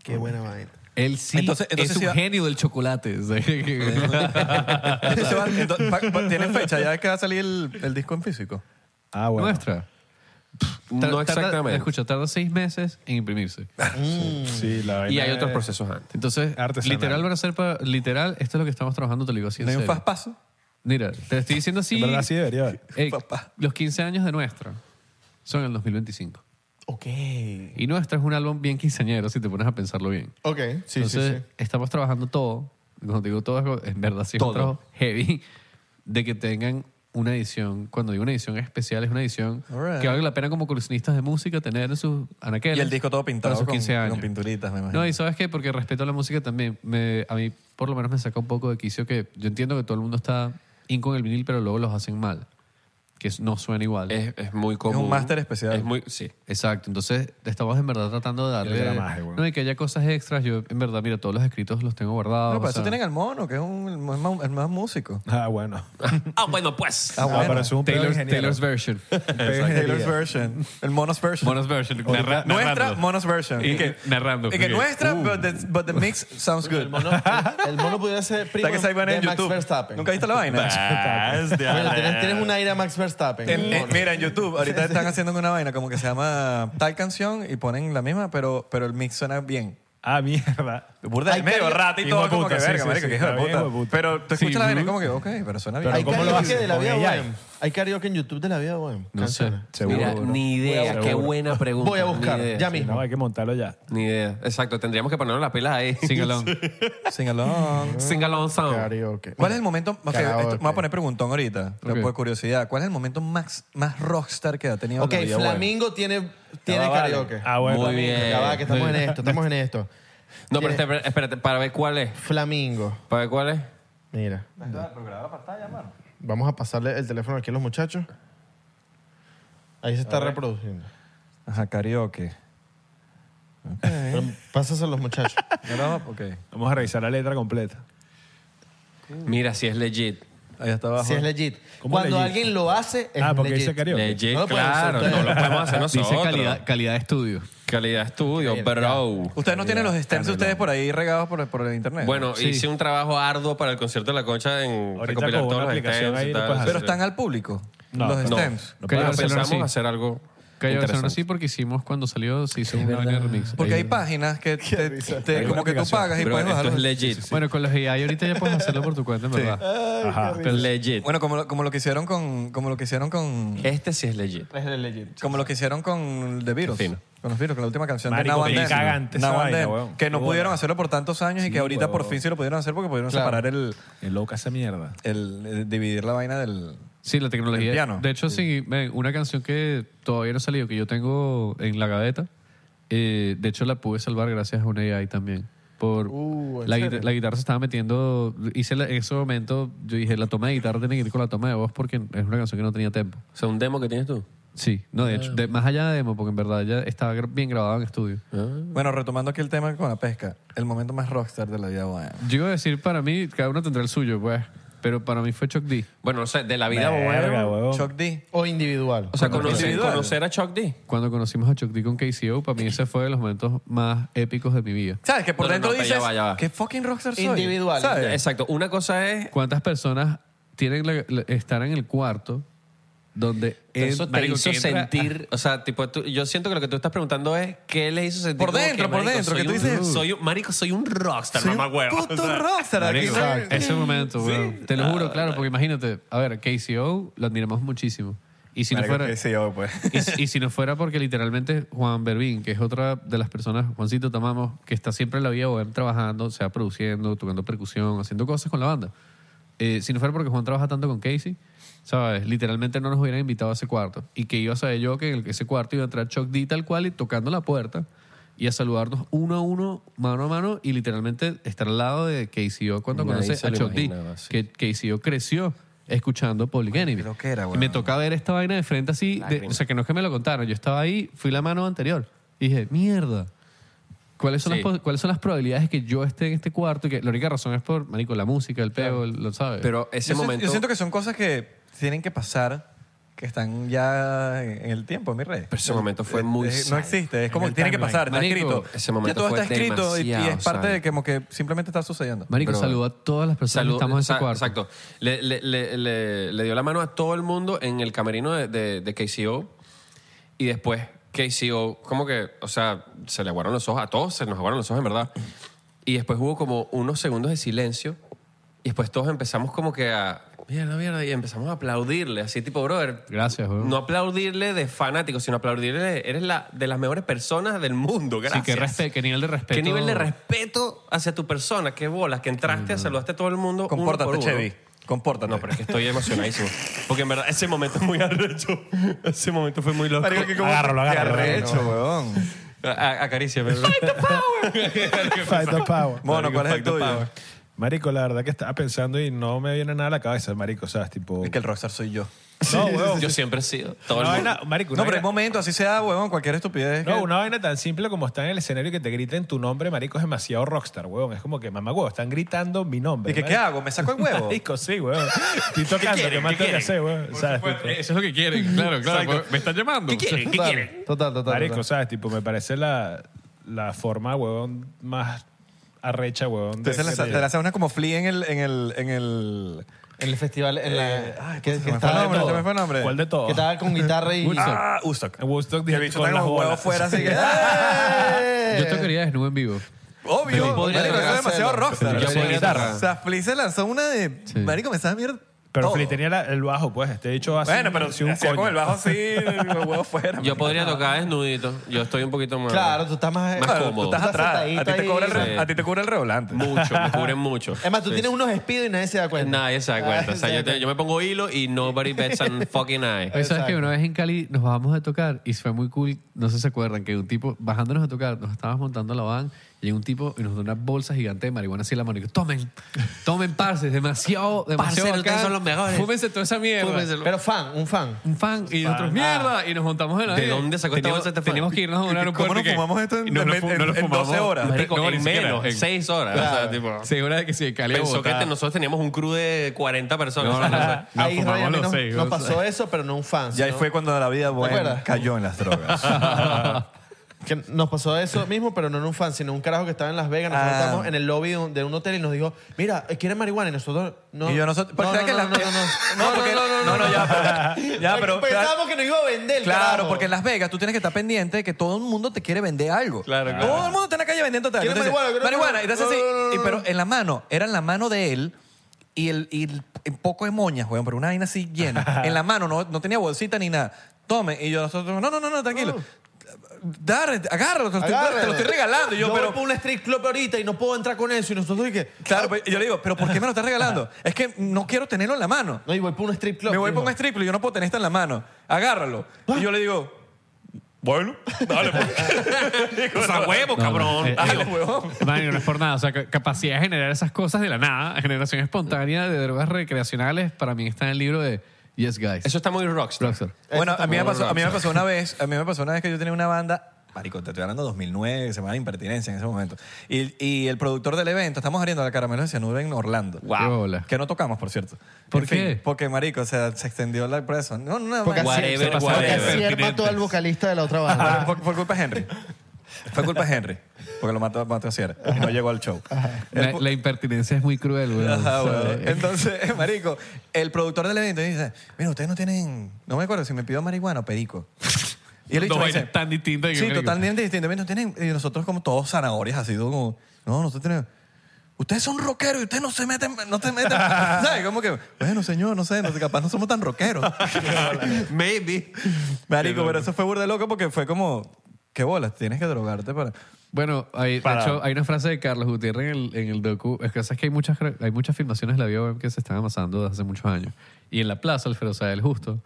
[SPEAKER 5] Qué buena vaina.
[SPEAKER 2] Él sí
[SPEAKER 4] Entonces- entonces
[SPEAKER 2] es un
[SPEAKER 4] sí va-
[SPEAKER 2] genio del chocolate. ¿sabes?
[SPEAKER 4] Entonces, va- entonces, pa- pa- ¿Tienen fecha? ¿Ya es que va a salir el, el disco en físico?
[SPEAKER 6] Ah, bueno.
[SPEAKER 2] Nuestra. Tar-
[SPEAKER 3] No
[SPEAKER 2] tarda-
[SPEAKER 3] exactamente.
[SPEAKER 2] escucha, tarda seis meses en imprimirse.
[SPEAKER 6] Sí, la vaina
[SPEAKER 3] Ah, Y hay otros
[SPEAKER 6] es-
[SPEAKER 3] procesos antes.
[SPEAKER 2] Entonces,
[SPEAKER 6] Artesanal.
[SPEAKER 2] literal, van a ser pa- literal, esto es lo que estamos trabajando, te lo digo así. en
[SPEAKER 4] ¿No hay un
[SPEAKER 2] serio.
[SPEAKER 4] fast paso?
[SPEAKER 2] Mira, te estoy diciendo así.
[SPEAKER 6] En verdad sí debería haber.
[SPEAKER 2] Ey,
[SPEAKER 4] Papá.
[SPEAKER 2] Los 15 años de Nuestra son en el 2025.
[SPEAKER 5] Ok.
[SPEAKER 2] Y Nuestra es un álbum bien quinceañero, si te pones a pensarlo bien.
[SPEAKER 5] Ok, sí,
[SPEAKER 2] Entonces,
[SPEAKER 5] sí, sí.
[SPEAKER 2] estamos trabajando todo. Cuando digo todo, es como- en verdad sí es un
[SPEAKER 3] Todo.
[SPEAKER 2] trabajo heavy de que tengan una edición. Cuando digo una edición especial, es una edición
[SPEAKER 4] Alright.
[SPEAKER 2] que valga la pena como coleccionistas de música tener en sus anaqueles.
[SPEAKER 4] Y el disco todo
[SPEAKER 2] para
[SPEAKER 4] pintado
[SPEAKER 2] sus
[SPEAKER 4] con,
[SPEAKER 2] 15 años.
[SPEAKER 4] con pinturitas, me imagino.
[SPEAKER 2] No, y ¿sabes qué? Porque respeto a la música también. Me- a mí, por lo menos, me saca un poco de quicio que yo entiendo que todo el mundo está in con el vinil, pero luego los hacen mal. Que es- no suena igual.
[SPEAKER 3] Es, es muy común.
[SPEAKER 4] máster especial.
[SPEAKER 3] Es muy, sí.
[SPEAKER 2] Exacto. Entonces, estamos en verdad tratando de darle...
[SPEAKER 6] El gramaje, güey.
[SPEAKER 2] No, y que haya cosas extras. Yo, en verdad, mira, todos los escritos los tengo guardados.
[SPEAKER 4] No,
[SPEAKER 2] o
[SPEAKER 4] para eso
[SPEAKER 2] sea,
[SPEAKER 4] tienen al mono, que es un, el, más, el más músico.
[SPEAKER 6] Ah, bueno.
[SPEAKER 3] Ah, bueno, pues.
[SPEAKER 6] Ah,
[SPEAKER 4] bueno.
[SPEAKER 6] pero eso es un pedo de
[SPEAKER 2] Taylor's,
[SPEAKER 6] ingeniero.
[SPEAKER 2] Taylor's version.
[SPEAKER 6] Un pedo de
[SPEAKER 4] Taylor's
[SPEAKER 6] ingeniería.
[SPEAKER 4] version. El mono's version.
[SPEAKER 2] Monos version. narra-
[SPEAKER 4] nuestra
[SPEAKER 2] narrando.
[SPEAKER 4] mono's version.
[SPEAKER 2] Y- narrando,
[SPEAKER 4] Y que
[SPEAKER 2] ok.
[SPEAKER 4] nuestra,
[SPEAKER 6] Uh.
[SPEAKER 4] but, the, but the mix sounds good.
[SPEAKER 5] El mono, el mono pudiera ser primo
[SPEAKER 4] Está que se van
[SPEAKER 5] de
[SPEAKER 4] en
[SPEAKER 5] Max
[SPEAKER 4] YouTube.
[SPEAKER 5] Verstappen.
[SPEAKER 4] ¿Nunca viste la vaina?
[SPEAKER 5] Coño, tienes, tienes un aire a Max Verstappen.
[SPEAKER 4] En- en-
[SPEAKER 5] Mono.
[SPEAKER 4] mira, en YouTube ahorita están haciendo una vaina como que se llama tal canción y ponen la misma, pero, pero el mix suena bien.
[SPEAKER 6] Ah, mierda.
[SPEAKER 4] Burda
[SPEAKER 5] Hay
[SPEAKER 4] del medio,
[SPEAKER 5] cari-
[SPEAKER 4] rato y
[SPEAKER 6] Hijo
[SPEAKER 4] todo,
[SPEAKER 6] de
[SPEAKER 4] como
[SPEAKER 6] puta,
[SPEAKER 4] que
[SPEAKER 6] sí,
[SPEAKER 4] verga,
[SPEAKER 6] sí,
[SPEAKER 4] marico,
[SPEAKER 6] sí,
[SPEAKER 4] que hijo de
[SPEAKER 6] está bien,
[SPEAKER 4] puta.
[SPEAKER 6] hijo de puta.
[SPEAKER 4] Pero tú escuchas
[SPEAKER 2] Sí,
[SPEAKER 4] la vaina y
[SPEAKER 2] bro.
[SPEAKER 4] como que, ok, pero suena bien.
[SPEAKER 5] Hay
[SPEAKER 6] ¿cómo lo
[SPEAKER 5] karaoke
[SPEAKER 6] hacen?
[SPEAKER 5] de la
[SPEAKER 6] Con
[SPEAKER 5] vida
[SPEAKER 6] AI.
[SPEAKER 5] Bohem. Hay karaoke en YouTube de la vida Bohem.
[SPEAKER 2] No sé.
[SPEAKER 5] Canciones.
[SPEAKER 6] Seguro.
[SPEAKER 3] Mira,
[SPEAKER 6] bro.
[SPEAKER 3] ni idea. Qué
[SPEAKER 6] Seguro.
[SPEAKER 3] buena pregunta.
[SPEAKER 5] Voy a buscar,
[SPEAKER 3] Ni idea.
[SPEAKER 5] ya
[SPEAKER 3] sí.
[SPEAKER 5] mismo.
[SPEAKER 6] No, hay que montarlo ya.
[SPEAKER 3] Ni idea. Exacto. Tendríamos que ponernos la pila ahí.
[SPEAKER 2] Sing along.
[SPEAKER 4] Sing along.
[SPEAKER 3] Sing along sound.
[SPEAKER 5] Karaoke.
[SPEAKER 4] ¿Cuál es el momento? ok,
[SPEAKER 5] Karaoke.
[SPEAKER 4] esto- me voy a poner preguntón ahorita,
[SPEAKER 2] Ok.
[SPEAKER 4] por curiosidad. ¿Cuál es el momento más, más rockstar que ha tenido
[SPEAKER 5] Ok,
[SPEAKER 4] la vida, güey?
[SPEAKER 5] Flamingo tiene, tiene
[SPEAKER 4] va, vale.
[SPEAKER 5] karaoke.
[SPEAKER 6] Ah, bueno.
[SPEAKER 3] Muy bien.
[SPEAKER 5] Ya va, que estamos en esto, estamos en esto.
[SPEAKER 3] No, pero espérate, espérate, para ver cuál es.
[SPEAKER 5] Flamingo.
[SPEAKER 3] Para ver cuál es.
[SPEAKER 5] Mira. Vamos a pasarle el teléfono aquí a los muchachos. Ahí se está reproduciendo.
[SPEAKER 4] Ajá, karaoke.
[SPEAKER 2] Eh,
[SPEAKER 5] Pero Pásaselo a los muchachos.
[SPEAKER 4] ¿No? Ok.
[SPEAKER 6] Vamos a revisar la letra completa.
[SPEAKER 3] Mira, si es legit.
[SPEAKER 4] Ahí está abajo.
[SPEAKER 5] si es legit.
[SPEAKER 6] ¿Cómo
[SPEAKER 5] Cuando
[SPEAKER 6] legit?
[SPEAKER 5] alguien lo hace, es
[SPEAKER 6] Ah, porque
[SPEAKER 5] legit.
[SPEAKER 6] dice karaoke.
[SPEAKER 3] Legit,
[SPEAKER 5] No pues, lo pueden hacer
[SPEAKER 3] claro. No
[SPEAKER 5] ustedes.
[SPEAKER 3] lo podemos hacer nosotros.
[SPEAKER 2] Dice calidad, calidad de estudio.
[SPEAKER 3] Calidad estudio, bro.
[SPEAKER 4] Ustedes no tienen los stems de ustedes por ahí regados por, por el internet.
[SPEAKER 3] Bueno, hice un trabajo arduo para el concierto de la concha en
[SPEAKER 6] Ahorita
[SPEAKER 3] recopilar
[SPEAKER 6] con
[SPEAKER 3] todos
[SPEAKER 6] una
[SPEAKER 3] los
[SPEAKER 6] aplicación
[SPEAKER 3] stems
[SPEAKER 6] ahí
[SPEAKER 3] y
[SPEAKER 6] lo
[SPEAKER 3] tal.
[SPEAKER 6] puedes
[SPEAKER 4] pero están al público.
[SPEAKER 6] No.
[SPEAKER 4] los
[SPEAKER 3] No,
[SPEAKER 4] stems.
[SPEAKER 3] no
[SPEAKER 2] Pero
[SPEAKER 3] pensamos
[SPEAKER 2] sí.
[SPEAKER 3] hacer algo
[SPEAKER 2] Cayo Venezolano
[SPEAKER 3] Interesante.
[SPEAKER 2] sí porque hicimos cuando salió, se hizo
[SPEAKER 1] Es
[SPEAKER 2] una vaina de
[SPEAKER 1] verdad.
[SPEAKER 2] remix.
[SPEAKER 4] Porque hay
[SPEAKER 2] Ahí-
[SPEAKER 4] páginas que te- te- como que tú pagas y
[SPEAKER 3] Bro,
[SPEAKER 4] puedes
[SPEAKER 3] esto
[SPEAKER 4] bajarlo.
[SPEAKER 3] es legit.
[SPEAKER 2] Bueno, con los AI ahorita ya puedes hacerlo por tu cuenta, en verdad.
[SPEAKER 3] Esto es legit.
[SPEAKER 4] Bueno, como lo, como lo que hicieron con como lo que hicieron con
[SPEAKER 3] Este sí es legit.
[SPEAKER 13] Es de legend.
[SPEAKER 4] como lo que hicieron con The Virus.
[SPEAKER 3] Fino.
[SPEAKER 4] Con los virus, con la última canción
[SPEAKER 10] Marico,
[SPEAKER 4] de Now and
[SPEAKER 10] qué
[SPEAKER 4] Then.
[SPEAKER 10] cagante esa
[SPEAKER 4] Now and
[SPEAKER 10] vaina,
[SPEAKER 4] Then,
[SPEAKER 10] weón.
[SPEAKER 4] Que no
[SPEAKER 10] Qué
[SPEAKER 4] pudieron
[SPEAKER 10] bola.
[SPEAKER 4] hacerlo por tantos años y que ahorita por fin sí lo pudieron hacer porque pudieron separar el,
[SPEAKER 10] Es loca esa mierda.
[SPEAKER 4] el, eh, dividir la vaina del
[SPEAKER 2] Sí, la tecnología.
[SPEAKER 4] El piano.
[SPEAKER 2] De hecho, sí, ven, una canción que todavía no ha salido, que yo tengo en la gaveta, eh, de hecho la pude salvar gracias a una AI también. Por
[SPEAKER 5] Uh,
[SPEAKER 2] la, guita-
[SPEAKER 3] ¿eh?
[SPEAKER 2] la guitarra se estaba metiendo, hice la- en ese momento, yo dije, la toma de guitarra tiene que ir con la toma de voz porque es una canción que no tenía tempo.
[SPEAKER 3] O sea, un demo que tienes tú.
[SPEAKER 2] Sí, no, de hecho, de- más allá de demo, porque en verdad ya estaba gra- bien grabada en estudio.
[SPEAKER 4] Bueno, retomando aquí el tema con la pesca, el momento más rockstar de la vida bohemia.
[SPEAKER 2] Yo iba a decir, para mí, cada uno tendrá el suyo, pues, pero para mí fue Chuck D.
[SPEAKER 3] Bueno, no sé, de la vida
[SPEAKER 10] Verga,
[SPEAKER 3] bohemia.
[SPEAKER 10] huevón.
[SPEAKER 4] Chuck D.
[SPEAKER 5] O individual.
[SPEAKER 3] O sea, conocer,
[SPEAKER 4] Individual.
[SPEAKER 3] conocer a Chuck D.
[SPEAKER 2] Cuando conocimos a Chuck D con KCO, para mí ese fue de los momentos más épicos de mi vida.
[SPEAKER 4] ¿Sabes? Que por
[SPEAKER 3] No, no,
[SPEAKER 4] dentro
[SPEAKER 3] no, pero ya
[SPEAKER 4] dices,
[SPEAKER 3] va, ya va.
[SPEAKER 4] ¿qué fucking rockstar soy?
[SPEAKER 5] Individual.
[SPEAKER 4] ¿Sabes?
[SPEAKER 3] Exacto. Una cosa es
[SPEAKER 2] ¿Cuántas personas tienen la- la- estar en el cuarto donde
[SPEAKER 3] Eso
[SPEAKER 2] en-
[SPEAKER 3] te
[SPEAKER 2] marico,
[SPEAKER 3] hizo
[SPEAKER 2] que entra-
[SPEAKER 3] sentir, o sea, tipo, tú- yo siento que lo que tú estás preguntando es qué le hizo sentir.
[SPEAKER 4] Por
[SPEAKER 3] como
[SPEAKER 4] dentro, por
[SPEAKER 3] marico,
[SPEAKER 4] dentro,
[SPEAKER 3] soy
[SPEAKER 4] que tú
[SPEAKER 3] un-
[SPEAKER 4] dices,
[SPEAKER 3] soy un- marico, soy un rockstar,
[SPEAKER 4] Soy un
[SPEAKER 3] mamá huevo. O
[SPEAKER 4] puto
[SPEAKER 3] sea,
[SPEAKER 4] rockstar aquí.
[SPEAKER 3] marico,
[SPEAKER 4] ¿sabes? Ah,
[SPEAKER 2] ese momento, weón. Te lo juro, claro, porque imagínate, a ver, KCO lo admiramos muchísimo. Y si no fuera
[SPEAKER 4] yo, pues.
[SPEAKER 2] y, si- y si no fuera porque literalmente Juan Berbín, que es otra de las personas, Juancito Tamamos, que está siempre en la vida bohem trabajando, o sea, produciendo, tocando percusión, haciendo cosas con la banda. Eh, si no fuera porque Juan trabaja tanto con Casey, ¿sabes? Literalmente no nos hubieran invitado a ese cuarto. Y que iba a saber yo que en el- ese cuarto iba a entrar Chuck D tal cual y tocando la puerta y a saludarnos uno a uno, mano a mano y literalmente estar al lado de Casey O cuando
[SPEAKER 3] Nadie
[SPEAKER 2] conoce
[SPEAKER 3] se
[SPEAKER 2] a
[SPEAKER 3] lo
[SPEAKER 2] Chuck D.
[SPEAKER 3] imaginaba, sí.
[SPEAKER 2] Que Casey O creció escuchando Public Enemy.
[SPEAKER 4] creo que era,
[SPEAKER 2] y me
[SPEAKER 4] weón.
[SPEAKER 2] toca ver esta vaina de frente así, de- o sea, que no es que me lo contaron. Yo estaba ahí, fui la mano anterior y dije, mierda. ¿Cuáles son,
[SPEAKER 3] Sí.
[SPEAKER 2] las, pos- ¿Cuáles son las probabilidades de que yo esté en este cuarto? Y que la única razón es por, marico, la música, el pego, el- lo sabes.
[SPEAKER 3] Pero ese
[SPEAKER 4] yo, si-
[SPEAKER 3] momento.
[SPEAKER 4] yo siento que son cosas que tienen que pasar, que están ya en el tiempo, mi rey.
[SPEAKER 3] Pero ese momento fue
[SPEAKER 4] Eh,
[SPEAKER 3] muy
[SPEAKER 4] eh, No
[SPEAKER 3] sad.
[SPEAKER 4] existe, es como que tiene que pasar, está
[SPEAKER 2] Marico,
[SPEAKER 4] escrito.
[SPEAKER 3] ese momento
[SPEAKER 4] ya todo
[SPEAKER 3] fue
[SPEAKER 4] está escrito y, y es
[SPEAKER 3] demasiado
[SPEAKER 4] parte
[SPEAKER 3] sad.
[SPEAKER 4] de como que simplemente está sucediendo.
[SPEAKER 2] Marico,
[SPEAKER 3] Bro.
[SPEAKER 2] saluda a todas las personas
[SPEAKER 3] Salud-
[SPEAKER 2] que estamos en
[SPEAKER 10] este
[SPEAKER 3] sa-
[SPEAKER 2] ese cuarto.
[SPEAKER 3] Exacto. Le, le- le- le- le dio la mano a todo el mundo en el camerino de, de, de KCO. Y después KCO, como que, o sea, se le aguaron los ojos, a todos se nos aguaron los ojos, en verdad. Y después hubo como unos segundos de silencio. Y después todos empezamos como que a. Mierda, mierda. Y empezamos a aplaudirle, así tipo, brother.
[SPEAKER 2] Gracias, weón.
[SPEAKER 3] No aplaudirle de fanático, sino aplaudirle. Eres la de las mejores personas del mundo,
[SPEAKER 2] Sí,
[SPEAKER 3] gracias.
[SPEAKER 2] qué, respe- qué nivel de respeto.
[SPEAKER 3] ¿Qué nivel de respeto hacia tu persona? ¿Qué bolas? Que
[SPEAKER 2] Mm.
[SPEAKER 3] entraste, saludaste a todo el mundo. uno por
[SPEAKER 4] Compórtate,
[SPEAKER 3] uno.
[SPEAKER 4] Chevy. Compórtate.
[SPEAKER 3] No, pero es que estoy emocionadísimo. Porque en verdad ese momento es muy arrecho. Ese momento fue muy loco.
[SPEAKER 4] Marico, que como-
[SPEAKER 10] Agárralo,
[SPEAKER 4] qué
[SPEAKER 10] agárralo,
[SPEAKER 4] arrecho, weón.
[SPEAKER 3] A- a- Acaricia, pero...
[SPEAKER 10] Fight the power.
[SPEAKER 4] Mono, ¿cuál es el tuyo?
[SPEAKER 10] Marico, la verdad que estaba pensando y no me viene nada a la cabeza, marico. O sea, es tipo...
[SPEAKER 4] Es que el rockstar soy yo.
[SPEAKER 10] No, huevón.
[SPEAKER 3] Yo siempre he sido. Todo
[SPEAKER 10] Una
[SPEAKER 3] el mundo.
[SPEAKER 10] vaina- marico, una
[SPEAKER 4] No, pero hay
[SPEAKER 10] vaina-
[SPEAKER 4] momentos, así sea, huevón, cualquier estupidez.
[SPEAKER 10] No,
[SPEAKER 4] que-
[SPEAKER 10] una vaina tan simple como estar en el escenario y que te griten tu nombre, marico, es demasiado rockstar, huevón. Es como que, mamá, huevo, están gritando mi nombre.
[SPEAKER 4] ¿Y que, qué
[SPEAKER 10] marico.
[SPEAKER 4] hago? ¿Me saco el huevo?
[SPEAKER 10] Marico, sí, huevón. Estoy tocando, ¿qué,
[SPEAKER 3] quieren?
[SPEAKER 10] más
[SPEAKER 3] ¿Qué
[SPEAKER 10] tengo que
[SPEAKER 3] quieren?
[SPEAKER 10] hacer, huevón? ¿Sabes? tipo,
[SPEAKER 2] Eso es lo que quieren, claro, claro. Me están llamando.
[SPEAKER 3] ¿Qué quieren? ¿Qué quieren?
[SPEAKER 5] Total, total.
[SPEAKER 10] marico,
[SPEAKER 5] total.
[SPEAKER 10] ¿sabes? Tipo, me parece la, la forma, huevón, más arrecha, huevón. de-
[SPEAKER 4] Entonces la-
[SPEAKER 10] de-
[SPEAKER 4] te la hace una como flea en el... En el, en el Eh,
[SPEAKER 5] En el festival, en la... que,
[SPEAKER 4] se
[SPEAKER 5] que
[SPEAKER 4] me fue
[SPEAKER 5] estaba
[SPEAKER 4] el
[SPEAKER 5] de
[SPEAKER 4] nombre,
[SPEAKER 5] todo.
[SPEAKER 4] se me fue el nombre.
[SPEAKER 10] ¿Cuál de todo?
[SPEAKER 5] Que estaba con guitarra y...
[SPEAKER 4] Ah, Ustok.
[SPEAKER 10] En Woodstock
[SPEAKER 4] Que
[SPEAKER 10] dije,
[SPEAKER 4] el bicho
[SPEAKER 10] con
[SPEAKER 4] está
[SPEAKER 10] las
[SPEAKER 4] con el huevo
[SPEAKER 10] bolas.
[SPEAKER 4] afuera, así que... ¡eh!
[SPEAKER 2] Yo te quería desnudo en vivo.
[SPEAKER 4] Obvio,
[SPEAKER 3] podría
[SPEAKER 4] marico, eso es
[SPEAKER 3] hacerlo.
[SPEAKER 4] demasiado rockstar.
[SPEAKER 3] Yo
[SPEAKER 4] Sí.
[SPEAKER 3] podría tocar.
[SPEAKER 4] O sea, Flea se lanzó una de...
[SPEAKER 2] Sí.
[SPEAKER 4] Marico, me estás mierda.
[SPEAKER 10] Pero
[SPEAKER 4] todo.
[SPEAKER 10] Flea tenía la- el bajo, pues. Este dicho así.
[SPEAKER 4] Bueno, pero
[SPEAKER 10] sí,
[SPEAKER 4] si un
[SPEAKER 10] coño.
[SPEAKER 4] con el bajo así, el huevo afuera.
[SPEAKER 3] Yo podría tocar desnudito. Yo estoy un poquito más...
[SPEAKER 5] Claro, tú estás más...
[SPEAKER 3] Más
[SPEAKER 5] Claro,
[SPEAKER 3] cómodo.
[SPEAKER 4] Tú estás atrás. A ti te
[SPEAKER 5] sentadito
[SPEAKER 4] cubre
[SPEAKER 5] ahí.
[SPEAKER 4] el re-
[SPEAKER 3] Sí.
[SPEAKER 4] a ti te cubre el redoblante.
[SPEAKER 3] Mucho, me cubren mucho.
[SPEAKER 5] Es más, tú
[SPEAKER 3] Sí.
[SPEAKER 5] tienes Ah, unos speed y nadie se da cuenta.
[SPEAKER 3] Nadie se da cuenta. O sea,
[SPEAKER 5] Nadie
[SPEAKER 3] yo,
[SPEAKER 5] se da
[SPEAKER 3] te- yo me pongo hilo y nobody bets an fucking eye.
[SPEAKER 2] Oye, ¿Sabes
[SPEAKER 5] Exacto.
[SPEAKER 2] que una vez en Cali nos bajamos a tocar y fue muy cool? No sé si se acuerdan que un tipo, bajándonos a tocar, nos estábamos montando la van y llegó un tipo y nos dio una bolsa gigante de marihuana así en la mano y dijo, tomen, tomen, parce, demasiado, demasiado
[SPEAKER 3] Parcero, ustedes
[SPEAKER 2] acá.
[SPEAKER 3] son los mejores.
[SPEAKER 2] Fúmense toda esa mierda.
[SPEAKER 3] Fúmenselo.
[SPEAKER 5] Pero fan, un fan. Ah,
[SPEAKER 2] Un fan y nosotros, mierda, y nos montamos en la
[SPEAKER 3] ¿De
[SPEAKER 2] aire.
[SPEAKER 3] dónde sacó esta
[SPEAKER 2] Teníamos-
[SPEAKER 3] bolsa este fan?
[SPEAKER 2] Teníamos que irnos a un aeropuerto.
[SPEAKER 4] ¿Cómo nos
[SPEAKER 2] que-
[SPEAKER 4] fumamos esto en-
[SPEAKER 2] y no- no
[SPEAKER 4] en-
[SPEAKER 2] fu-
[SPEAKER 4] en-
[SPEAKER 2] no lo
[SPEAKER 4] en 12
[SPEAKER 2] fumamos.
[SPEAKER 4] horas?
[SPEAKER 3] Marico,
[SPEAKER 2] No, ni
[SPEAKER 3] en
[SPEAKER 2] siquiera,
[SPEAKER 3] menos,
[SPEAKER 2] en-
[SPEAKER 3] seis horas. O sea, tipo...
[SPEAKER 2] Segura de que sí, de Cali a
[SPEAKER 3] Pensó que
[SPEAKER 2] Bogotá.
[SPEAKER 3] te- nosotros teníamos un crew de 40 personas.
[SPEAKER 2] Nos
[SPEAKER 5] Ahí
[SPEAKER 2] fumamos
[SPEAKER 5] Ryan,
[SPEAKER 2] los
[SPEAKER 5] nos,
[SPEAKER 2] seis,
[SPEAKER 5] nos
[SPEAKER 2] o sea.
[SPEAKER 5] pasó eso, pero no un fan.
[SPEAKER 4] Ya
[SPEAKER 5] sino-
[SPEAKER 4] fue cuando la vida
[SPEAKER 5] acuerdas?
[SPEAKER 4] buena cayó en las drogas.
[SPEAKER 5] Que nos pasó eso mismo, pero no en un fan, sino un carajo que estaba en Las Vegas. Nosotros
[SPEAKER 4] Ah.
[SPEAKER 5] estábamos en el lobby de un, de un hotel y nos dijo, mira, eh, ¿quieren marihuana? Y nosotros, no.
[SPEAKER 4] Y yo, nosotros-
[SPEAKER 5] No,
[SPEAKER 4] porque
[SPEAKER 5] no,
[SPEAKER 4] sabes que
[SPEAKER 5] no,
[SPEAKER 4] la-
[SPEAKER 5] no, no, no.
[SPEAKER 4] No, porque- no, no, ya, pero- ya, pero-
[SPEAKER 5] Pensábamos que nos iba a vender, el
[SPEAKER 4] Claro,
[SPEAKER 5] carajo.
[SPEAKER 4] porque en Las Vegas tú tienes que estar pendiente de que todo el mundo te quiere vender algo.
[SPEAKER 3] Claro, claro.
[SPEAKER 4] Todo el mundo está en la calle vendiendo tal.
[SPEAKER 5] ¿Quieres
[SPEAKER 4] Entonces,
[SPEAKER 5] marihuana? ¿Quieres
[SPEAKER 4] marihuana. Y te
[SPEAKER 5] marihuana?
[SPEAKER 4] hace así.
[SPEAKER 5] No, no, no,
[SPEAKER 4] Y
[SPEAKER 5] no.
[SPEAKER 4] pero en la mano, era en la mano de él y el, y el- el poco de moñas, weón, pero una vaina así llena. en la mano, no, no tenía bolsita ni nada. Tome. Y yo, nosotros, no, no, no, no tranquilo. Dar, agárralo, te lo, estoy, te lo estoy regalando. Y yo, pero.
[SPEAKER 5] voy por un strip club ahorita y no puedo entrar con eso. Y nosotros dije,
[SPEAKER 4] Claro, pues, yo le digo, pero ¿por qué me lo estás regalando? es que no quiero tenerlo en la mano.
[SPEAKER 5] no, y voy por un strip club. Ah.
[SPEAKER 4] Me voy a
[SPEAKER 5] dijo.
[SPEAKER 4] poner un strip, pero yo no puedo tener esta en la mano. Agárralo. Y yo le digo, bueno, dale. pues.
[SPEAKER 3] O sea, huevo,
[SPEAKER 2] No, no,
[SPEAKER 3] cabrón.
[SPEAKER 2] eh,
[SPEAKER 3] Dale,
[SPEAKER 2] eh,
[SPEAKER 4] huevón.
[SPEAKER 2] Mario, no es por nada. O sea, ca- capacidad de generar esas cosas de la nada, generación espontánea de drogas recreacionales, para mí está en el libro de Yes Guys.
[SPEAKER 3] Eso está muy rockstar.
[SPEAKER 2] Rockstar.
[SPEAKER 4] Bueno, a mí, me
[SPEAKER 3] muy
[SPEAKER 4] pasó, a mí me
[SPEAKER 3] raro.
[SPEAKER 4] pasó una vez, a mí me pasó una vez que yo tenía una banda, marico, te estoy hablando 2009, semana de impertinencia en ese momento. Y, y el productor del evento, estamos abriendo la Caramelo de Cianuro en Orlando.
[SPEAKER 2] Guau. Qué bola.
[SPEAKER 4] Que no tocamos, por cierto.
[SPEAKER 2] ¿Por
[SPEAKER 4] En fin,
[SPEAKER 2] qué?
[SPEAKER 4] porque, marico, o sea, se extendió la presa. No, no, no.
[SPEAKER 14] Porque
[SPEAKER 4] no.
[SPEAKER 14] así-
[SPEAKER 3] Whatever,
[SPEAKER 14] porque
[SPEAKER 3] whatever.
[SPEAKER 14] así arma todo el vocalista de la otra banda.
[SPEAKER 4] Por, por- por culpa de Henry. Fue culpa de Henry, porque lo mató, mató a Sierra. y No llegó al show. El
[SPEAKER 2] La,
[SPEAKER 4] pu-
[SPEAKER 2] la impertinencia es muy cruel, güey.
[SPEAKER 4] eh, Ajá,
[SPEAKER 2] O sea,
[SPEAKER 4] weón. Entonces, marico, el productor del evento dice, mira, ustedes no tienen, no me acuerdo si me pidió marihuana o perico. Y el
[SPEAKER 2] Dos
[SPEAKER 4] bicho me
[SPEAKER 2] vainas tan distintas que
[SPEAKER 4] Sí,
[SPEAKER 2] yo creo que-
[SPEAKER 4] totalmente distintas. No tienen, y nosotros como todos zanahorias, así como, no, nosotros tenemos... Ustedes son rockeros y ustedes no se meten, no se meten. ¿Sabes? Como que, bueno, señor, no sé, no sé, capaz no somos tan rockeros.
[SPEAKER 3] Maybe.
[SPEAKER 4] Marico, pero eso fue burda de loco porque fue como, qué bolas, tienes que drogarte para.
[SPEAKER 2] Bueno, hay, de hecho, hay una frase de Carlos Gutiérrez en el, en el docu. Es que, ¿sabes que hay muchas, hay muchas filmaciones de la BioWeb que se están amasando desde hace muchos años. Y en la plaza, Alfredo Saá del Justo,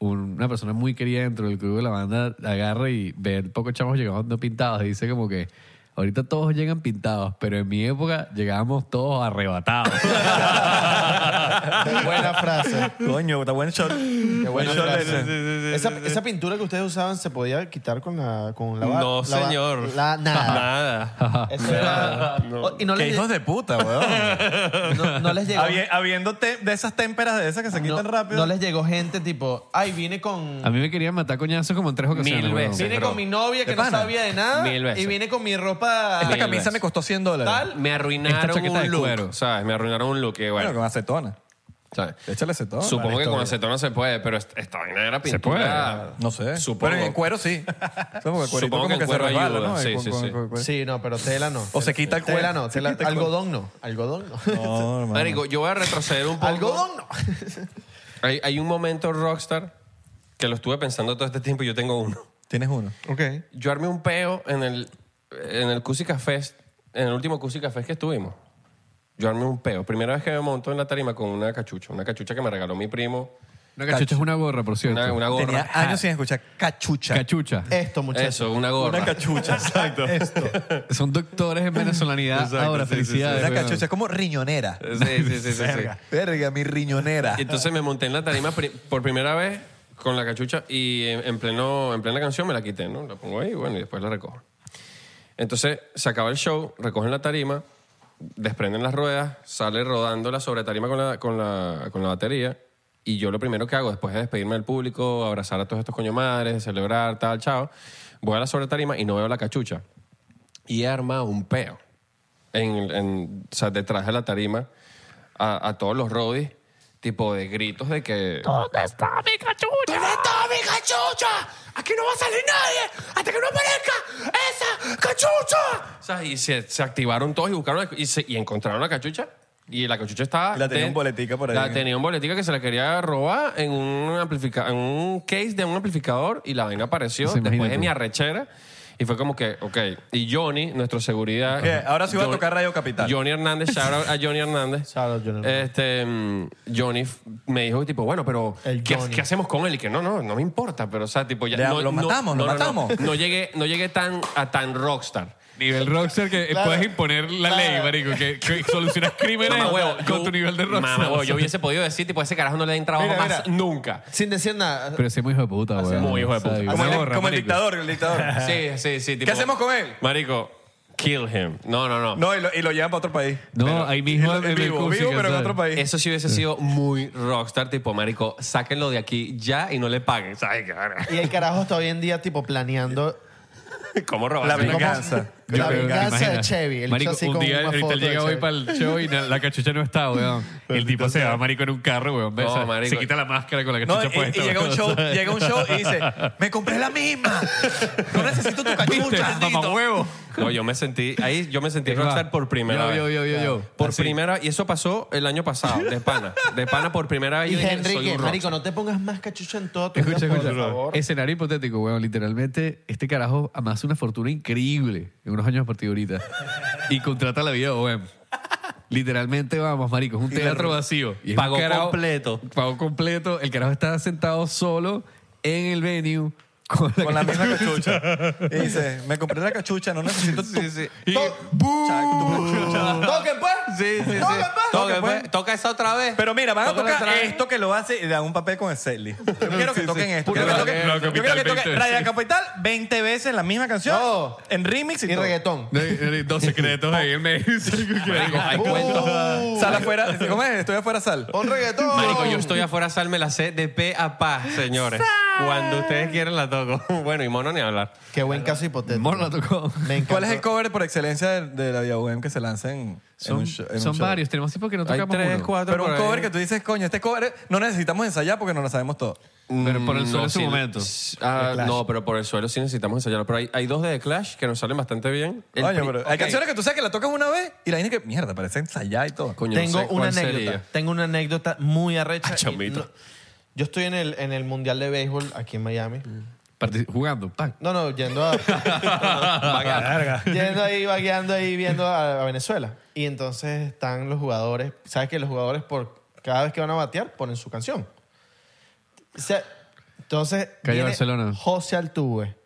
[SPEAKER 2] un- una persona muy querida dentro del club de la banda agarra y ve el poco chavos llegando pintados. Y dice como que, ahorita todos llegan pintados, pero en mi época llegábamos todos arrebatados.
[SPEAKER 14] Buena frase.
[SPEAKER 4] Coño, está buen shot.
[SPEAKER 14] Qué buena
[SPEAKER 4] Buen shot
[SPEAKER 14] frase.
[SPEAKER 4] ese.
[SPEAKER 5] Esa, esa pintura que ustedes usaban se podía quitar con la con la ba-
[SPEAKER 3] No,
[SPEAKER 5] la ba-
[SPEAKER 3] señor.
[SPEAKER 5] la- nada.
[SPEAKER 3] Nada.
[SPEAKER 5] Eso era- Oh, y no
[SPEAKER 4] Qué
[SPEAKER 5] les,
[SPEAKER 4] hijos de puta, weón.
[SPEAKER 5] no, no les llegó
[SPEAKER 4] Habi- habiendo te- de esas témperas de esas que se
[SPEAKER 5] no,
[SPEAKER 4] quitan rápido.
[SPEAKER 5] no les llegó gente tipo, "Ay, vine con
[SPEAKER 2] A mí me querían matar coñazos como en tres ocasiones.
[SPEAKER 3] Mil
[SPEAKER 2] weón.
[SPEAKER 3] veces.
[SPEAKER 5] vine
[SPEAKER 3] bro.
[SPEAKER 5] con mi novia que
[SPEAKER 4] ¿De
[SPEAKER 5] no
[SPEAKER 4] pana?
[SPEAKER 5] sabía de nada
[SPEAKER 3] Mil veces.
[SPEAKER 5] y vine con mi ropa
[SPEAKER 4] Esta
[SPEAKER 3] Mil
[SPEAKER 4] camisa
[SPEAKER 3] veces.
[SPEAKER 4] me costó 100 dólares.
[SPEAKER 5] Tal.
[SPEAKER 3] Me
[SPEAKER 2] Esta
[SPEAKER 3] arruinaron
[SPEAKER 2] chaqueta de
[SPEAKER 3] un look.
[SPEAKER 2] cuero.
[SPEAKER 3] ¿Sabes? Me arruinaron un look. que,
[SPEAKER 4] Bueno,
[SPEAKER 3] bueno,
[SPEAKER 4] con acetona.
[SPEAKER 3] ¿sabes?
[SPEAKER 4] Échale acetona.
[SPEAKER 3] Supongo que con acetona se puede, pero est- esta vaina era
[SPEAKER 2] Se
[SPEAKER 3] pintura.
[SPEAKER 4] No sé.
[SPEAKER 3] Supongo.
[SPEAKER 4] Pero en cuero sí. Supongo que el cuerito
[SPEAKER 3] Supongo
[SPEAKER 4] como
[SPEAKER 3] que
[SPEAKER 4] que,
[SPEAKER 3] el
[SPEAKER 4] se
[SPEAKER 3] cuero
[SPEAKER 4] resbala,
[SPEAKER 3] ayuda,
[SPEAKER 4] ¿no?
[SPEAKER 3] sí,
[SPEAKER 4] Con-
[SPEAKER 3] sí,
[SPEAKER 4] con-
[SPEAKER 3] sí.
[SPEAKER 4] con- con-
[SPEAKER 5] Sí, no, pero tela no.
[SPEAKER 4] O se quita el cuero.
[SPEAKER 5] Tela no,
[SPEAKER 4] Se
[SPEAKER 5] tela-
[SPEAKER 4] quita el cuero.
[SPEAKER 5] algodón no, algodón no.
[SPEAKER 4] No, hermano.
[SPEAKER 3] Marico, yo voy a retroceder un poco.
[SPEAKER 5] algodón no.
[SPEAKER 3] Hay, hay un momento rockstar que lo estuve pensando todo este tiempo y yo tengo uno.
[SPEAKER 4] Tienes uno.
[SPEAKER 5] Okay.
[SPEAKER 3] Yo armé un peo en el, en el Cusica Fest, en el último Cusica Fest que estuvimos. Yo armé un peo. Primera vez que me monto en la tarima con una cachucha. Una cachucha que me regaló mi primo.
[SPEAKER 2] Una cachucha es una gorra, por cierto.
[SPEAKER 3] Una, una gorra.
[SPEAKER 4] Tenía años sin escuchar cachucha.
[SPEAKER 2] Cachucha.
[SPEAKER 5] Esto, muchachos.
[SPEAKER 3] Eso, una gorra.
[SPEAKER 4] Una cachucha, exacto.
[SPEAKER 2] Son doctores en venezolanidad. Ahora, felicidades.
[SPEAKER 4] Una
[SPEAKER 2] weón.
[SPEAKER 4] cachucha es como riñonera.
[SPEAKER 3] Sí, sí, sí, sí, sí.
[SPEAKER 4] Verga, mi riñonera.
[SPEAKER 3] Y entonces me monté en la tarima pri- por primera vez con la cachucha y en, en pleno, en plena canción me la quité, ¿no? La pongo ahí, bueno, y después la recojo. Entonces se acaba el show, recogen la tarima, desprenden las ruedas, sale rodando la sobretarima con la, con la, con la batería. Y yo lo primero que hago después de despedirme del público, abrazar a todos estos coño madres, celebrar, tal, chao, voy a la sobretarima y no veo la cachucha. Y arma un peo en, en- o sea, detrás de la tarima a, a todos los rodis, tipo de gritos de que...
[SPEAKER 15] ¿Dónde está mi cachucha? ¿Dónde está mi cachucha? Aquí no va a salir nadie hasta que no aparezca esa cachucha.
[SPEAKER 3] O sea, y se, se activaron todos y buscaron la- y, se- y encontraron la cachucha. Y la cachucha estaba...
[SPEAKER 4] La tenía
[SPEAKER 3] de-
[SPEAKER 4] un boletica por ahí.
[SPEAKER 3] La tenía un boletica que se la quería robar en un, amplifica- en un case de un amplificador y la vaina apareció
[SPEAKER 2] Sí,
[SPEAKER 3] después de
[SPEAKER 2] imagínate.
[SPEAKER 3] mi arrechera. Y fue como que, ok. Y Johnny, nuestro seguridad...
[SPEAKER 4] ¿Qué? Ahora sí va a
[SPEAKER 3] Johnny-
[SPEAKER 4] tocar Radio Capital.
[SPEAKER 3] Johnny Hernández, shout out a Johnny Hernández.
[SPEAKER 5] Shout out, Johnny Hernández.
[SPEAKER 3] Este, mm, Johnny f- me dijo, tipo, bueno, pero
[SPEAKER 5] El
[SPEAKER 3] ¿qué,
[SPEAKER 5] Johnny.
[SPEAKER 3] qué hacemos con él? Y que no, no, no me importa. Pero, o sea, tipo, ya...
[SPEAKER 4] Le-
[SPEAKER 3] no,
[SPEAKER 4] lo
[SPEAKER 3] no-
[SPEAKER 4] matamos,
[SPEAKER 3] no,
[SPEAKER 4] lo
[SPEAKER 3] no, no.
[SPEAKER 4] matamos.
[SPEAKER 3] No llegué, no llegué tan, a tan rockstar.
[SPEAKER 2] Nivel rockstar que puedes imponer la ley, marico, que, que solucionas crímenes
[SPEAKER 3] Mamá huevo,
[SPEAKER 2] con
[SPEAKER 3] yo-
[SPEAKER 2] tu nivel de rockstar.
[SPEAKER 3] Mamá huevo, yo hubiese podido decir, tipo, ese carajo no le den trabajo
[SPEAKER 5] Mira,
[SPEAKER 3] más
[SPEAKER 5] mira.
[SPEAKER 3] nunca.
[SPEAKER 5] Sin decir nada.
[SPEAKER 2] Pero ese es muy hijo de puta, güey.
[SPEAKER 3] muy hijo de puta.
[SPEAKER 4] Como, el,
[SPEAKER 2] gorra,
[SPEAKER 4] como el
[SPEAKER 2] marico.
[SPEAKER 4] dictador, el dictador.
[SPEAKER 3] Sí, sí, sí. Tipo,
[SPEAKER 4] ¿Qué hacemos con él?
[SPEAKER 3] Marico, kill him. No, no, no.
[SPEAKER 4] No, y lo, y lo llevan para otro país.
[SPEAKER 2] No, ahí mismo
[SPEAKER 4] Y lo-
[SPEAKER 2] en el
[SPEAKER 4] vivo,
[SPEAKER 2] Cusica,
[SPEAKER 4] vivo, pero en
[SPEAKER 2] ¿sabes?
[SPEAKER 4] otro país.
[SPEAKER 3] Eso sí hubiese sido muy rockstar, tipo, marico, sáquenlo de aquí ya y no le paguen. ¿Sabes qué?
[SPEAKER 5] Y el carajo está hoy en día tipo planeando
[SPEAKER 3] ¿Cómo robar?
[SPEAKER 4] La
[SPEAKER 3] una
[SPEAKER 4] venganza.
[SPEAKER 3] casa?
[SPEAKER 4] La
[SPEAKER 3] Yo creo,
[SPEAKER 4] venganza
[SPEAKER 3] ¿te imaginas?
[SPEAKER 4] de Chevy. El
[SPEAKER 3] Marico,
[SPEAKER 4] bicho así
[SPEAKER 3] un
[SPEAKER 4] con
[SPEAKER 3] día
[SPEAKER 4] una
[SPEAKER 3] ahorita
[SPEAKER 4] foto
[SPEAKER 3] él
[SPEAKER 4] de
[SPEAKER 3] llega hoy
[SPEAKER 4] Chevy.
[SPEAKER 3] para el show y na- la cachucha no está, weón. El tipo se va, marico, en un carro, weón.
[SPEAKER 2] No,
[SPEAKER 3] ¿sabes?
[SPEAKER 2] marico.
[SPEAKER 3] Se quita la máscara con la
[SPEAKER 4] No,
[SPEAKER 3] cachucha
[SPEAKER 2] eh,
[SPEAKER 4] y,
[SPEAKER 3] puesta.
[SPEAKER 4] y llega un show,
[SPEAKER 3] ¿sabes?
[SPEAKER 4] llega un show y dice, me compré la misma. No necesito tu
[SPEAKER 3] ¿Viste?
[SPEAKER 4] cachucha,
[SPEAKER 3] Mamá
[SPEAKER 4] maldito.
[SPEAKER 3] huevo.
[SPEAKER 14] No, yo me sentí, ahí yo me sentí
[SPEAKER 3] Es verdad.
[SPEAKER 14] rockstar por primera
[SPEAKER 3] Yo,
[SPEAKER 14] vez.
[SPEAKER 3] yo, yo, yo, yo.
[SPEAKER 14] Por
[SPEAKER 3] Así.
[SPEAKER 14] primera, y eso pasó el año pasado, de pana. De pana por primera vez.
[SPEAKER 3] Y
[SPEAKER 14] yo dije,
[SPEAKER 3] Henry,
[SPEAKER 14] soy
[SPEAKER 3] ¿qué,
[SPEAKER 14] un
[SPEAKER 3] marico?
[SPEAKER 14] rockstar.
[SPEAKER 5] no te pongas más cachucha en todo tu
[SPEAKER 2] Escucha,
[SPEAKER 5] vida, por
[SPEAKER 2] escucha.
[SPEAKER 5] favor.
[SPEAKER 2] Escenario hipotético, weón. Literalmente, este carajo amasa una fortuna increíble en unos años a partir de ahorita. Y contrata la vida, weón. Literalmente, vamos, marico. Es un teatro vacío. Y es un
[SPEAKER 14] Pagó
[SPEAKER 2] carajo-
[SPEAKER 14] completo.
[SPEAKER 2] Pagó completo. El carajo está sentado solo en el venue con la,
[SPEAKER 4] Con la misma cachucha. Y dice, me compré la cachucha, no necesito tu...
[SPEAKER 14] To-
[SPEAKER 4] ¡Toquen, pues!
[SPEAKER 14] Sí, sí, sí.
[SPEAKER 4] Toca, pa.
[SPEAKER 14] Toca, pues. Toca esa otra vez.
[SPEAKER 4] Pero mira, van a
[SPEAKER 14] Toca la
[SPEAKER 4] tocar
[SPEAKER 14] otra vez.
[SPEAKER 4] esto que lo hace y le dan un papel con el Selly. Yo quiero que toquen esto.
[SPEAKER 14] Puro
[SPEAKER 4] Yo quiero
[SPEAKER 14] rock,
[SPEAKER 4] que-
[SPEAKER 14] no,
[SPEAKER 4] yo
[SPEAKER 14] Capital
[SPEAKER 4] quiero que
[SPEAKER 14] 20
[SPEAKER 4] toquen
[SPEAKER 14] veces.
[SPEAKER 4] Radio Capital 20 veces la misma canción
[SPEAKER 5] No.
[SPEAKER 4] en remix y,
[SPEAKER 5] Y
[SPEAKER 4] todo.
[SPEAKER 5] reggaetón.
[SPEAKER 2] No, no, no, Dos secretos ahí en medio.
[SPEAKER 14] Marico, hay cuentos.
[SPEAKER 5] Uh,
[SPEAKER 4] Sal afuera. ¿Cómo es? Estoy afuera, sal.
[SPEAKER 5] Pon reggaetón.
[SPEAKER 14] Marico, yo estoy afuera, sal, me la sé de pe a pa, señores. Cuando ustedes quieran la toco. Bueno, y mono ni hablar.
[SPEAKER 5] Qué buen caso hipotético.
[SPEAKER 2] Mono la tocó.
[SPEAKER 5] Me encanta.
[SPEAKER 4] ¿Cuál es el cover por excelencia de, de la Vía UEM que se lanza en, en
[SPEAKER 2] Son,
[SPEAKER 4] un show? en un
[SPEAKER 2] son
[SPEAKER 4] show?
[SPEAKER 2] varios. Tenemos tiempo que no
[SPEAKER 14] Hay
[SPEAKER 2] tocamos
[SPEAKER 14] tres,
[SPEAKER 2] uno.
[SPEAKER 14] cuatro
[SPEAKER 4] Pero un
[SPEAKER 14] por ahí.
[SPEAKER 4] cover que tú dices, coño, este cover no necesitamos ensayar porque no lo sabemos todo.
[SPEAKER 2] Mm, Pero por el suelo es su
[SPEAKER 14] sí,
[SPEAKER 2] momento.
[SPEAKER 14] s- ah, no, pero por el suelo sí necesitamos ensayarlo. Pero hay, hay dos de The Clash que nos salen bastante bien. El
[SPEAKER 4] Coño,
[SPEAKER 14] pri-
[SPEAKER 4] pero hay
[SPEAKER 14] Ok.
[SPEAKER 4] canciones que tú sabes que la tocas una vez y la gente que, mierda, parece ensayar y todo.
[SPEAKER 14] Coño, no
[SPEAKER 5] Tengo
[SPEAKER 14] sé cuál
[SPEAKER 5] una anécdota.
[SPEAKER 14] sería.
[SPEAKER 5] Tengo una anécdota muy arrecha.
[SPEAKER 14] Ah,
[SPEAKER 5] y
[SPEAKER 14] chambito.
[SPEAKER 5] no- yo estoy en el, en el Mundial de Béisbol aquí en Miami.
[SPEAKER 14] Mm.
[SPEAKER 2] Parti- Jugando, pan.
[SPEAKER 5] No, no, yendo a... yendo ahí, vagueando ahí, viendo a, a Venezuela. Y entonces están los jugadores. ¿Sabes que los jugadores por cada vez que van a batear ponen su canción? O sea, entonces...
[SPEAKER 2] Calle
[SPEAKER 5] viene
[SPEAKER 2] Barcelona.
[SPEAKER 5] José Altuve,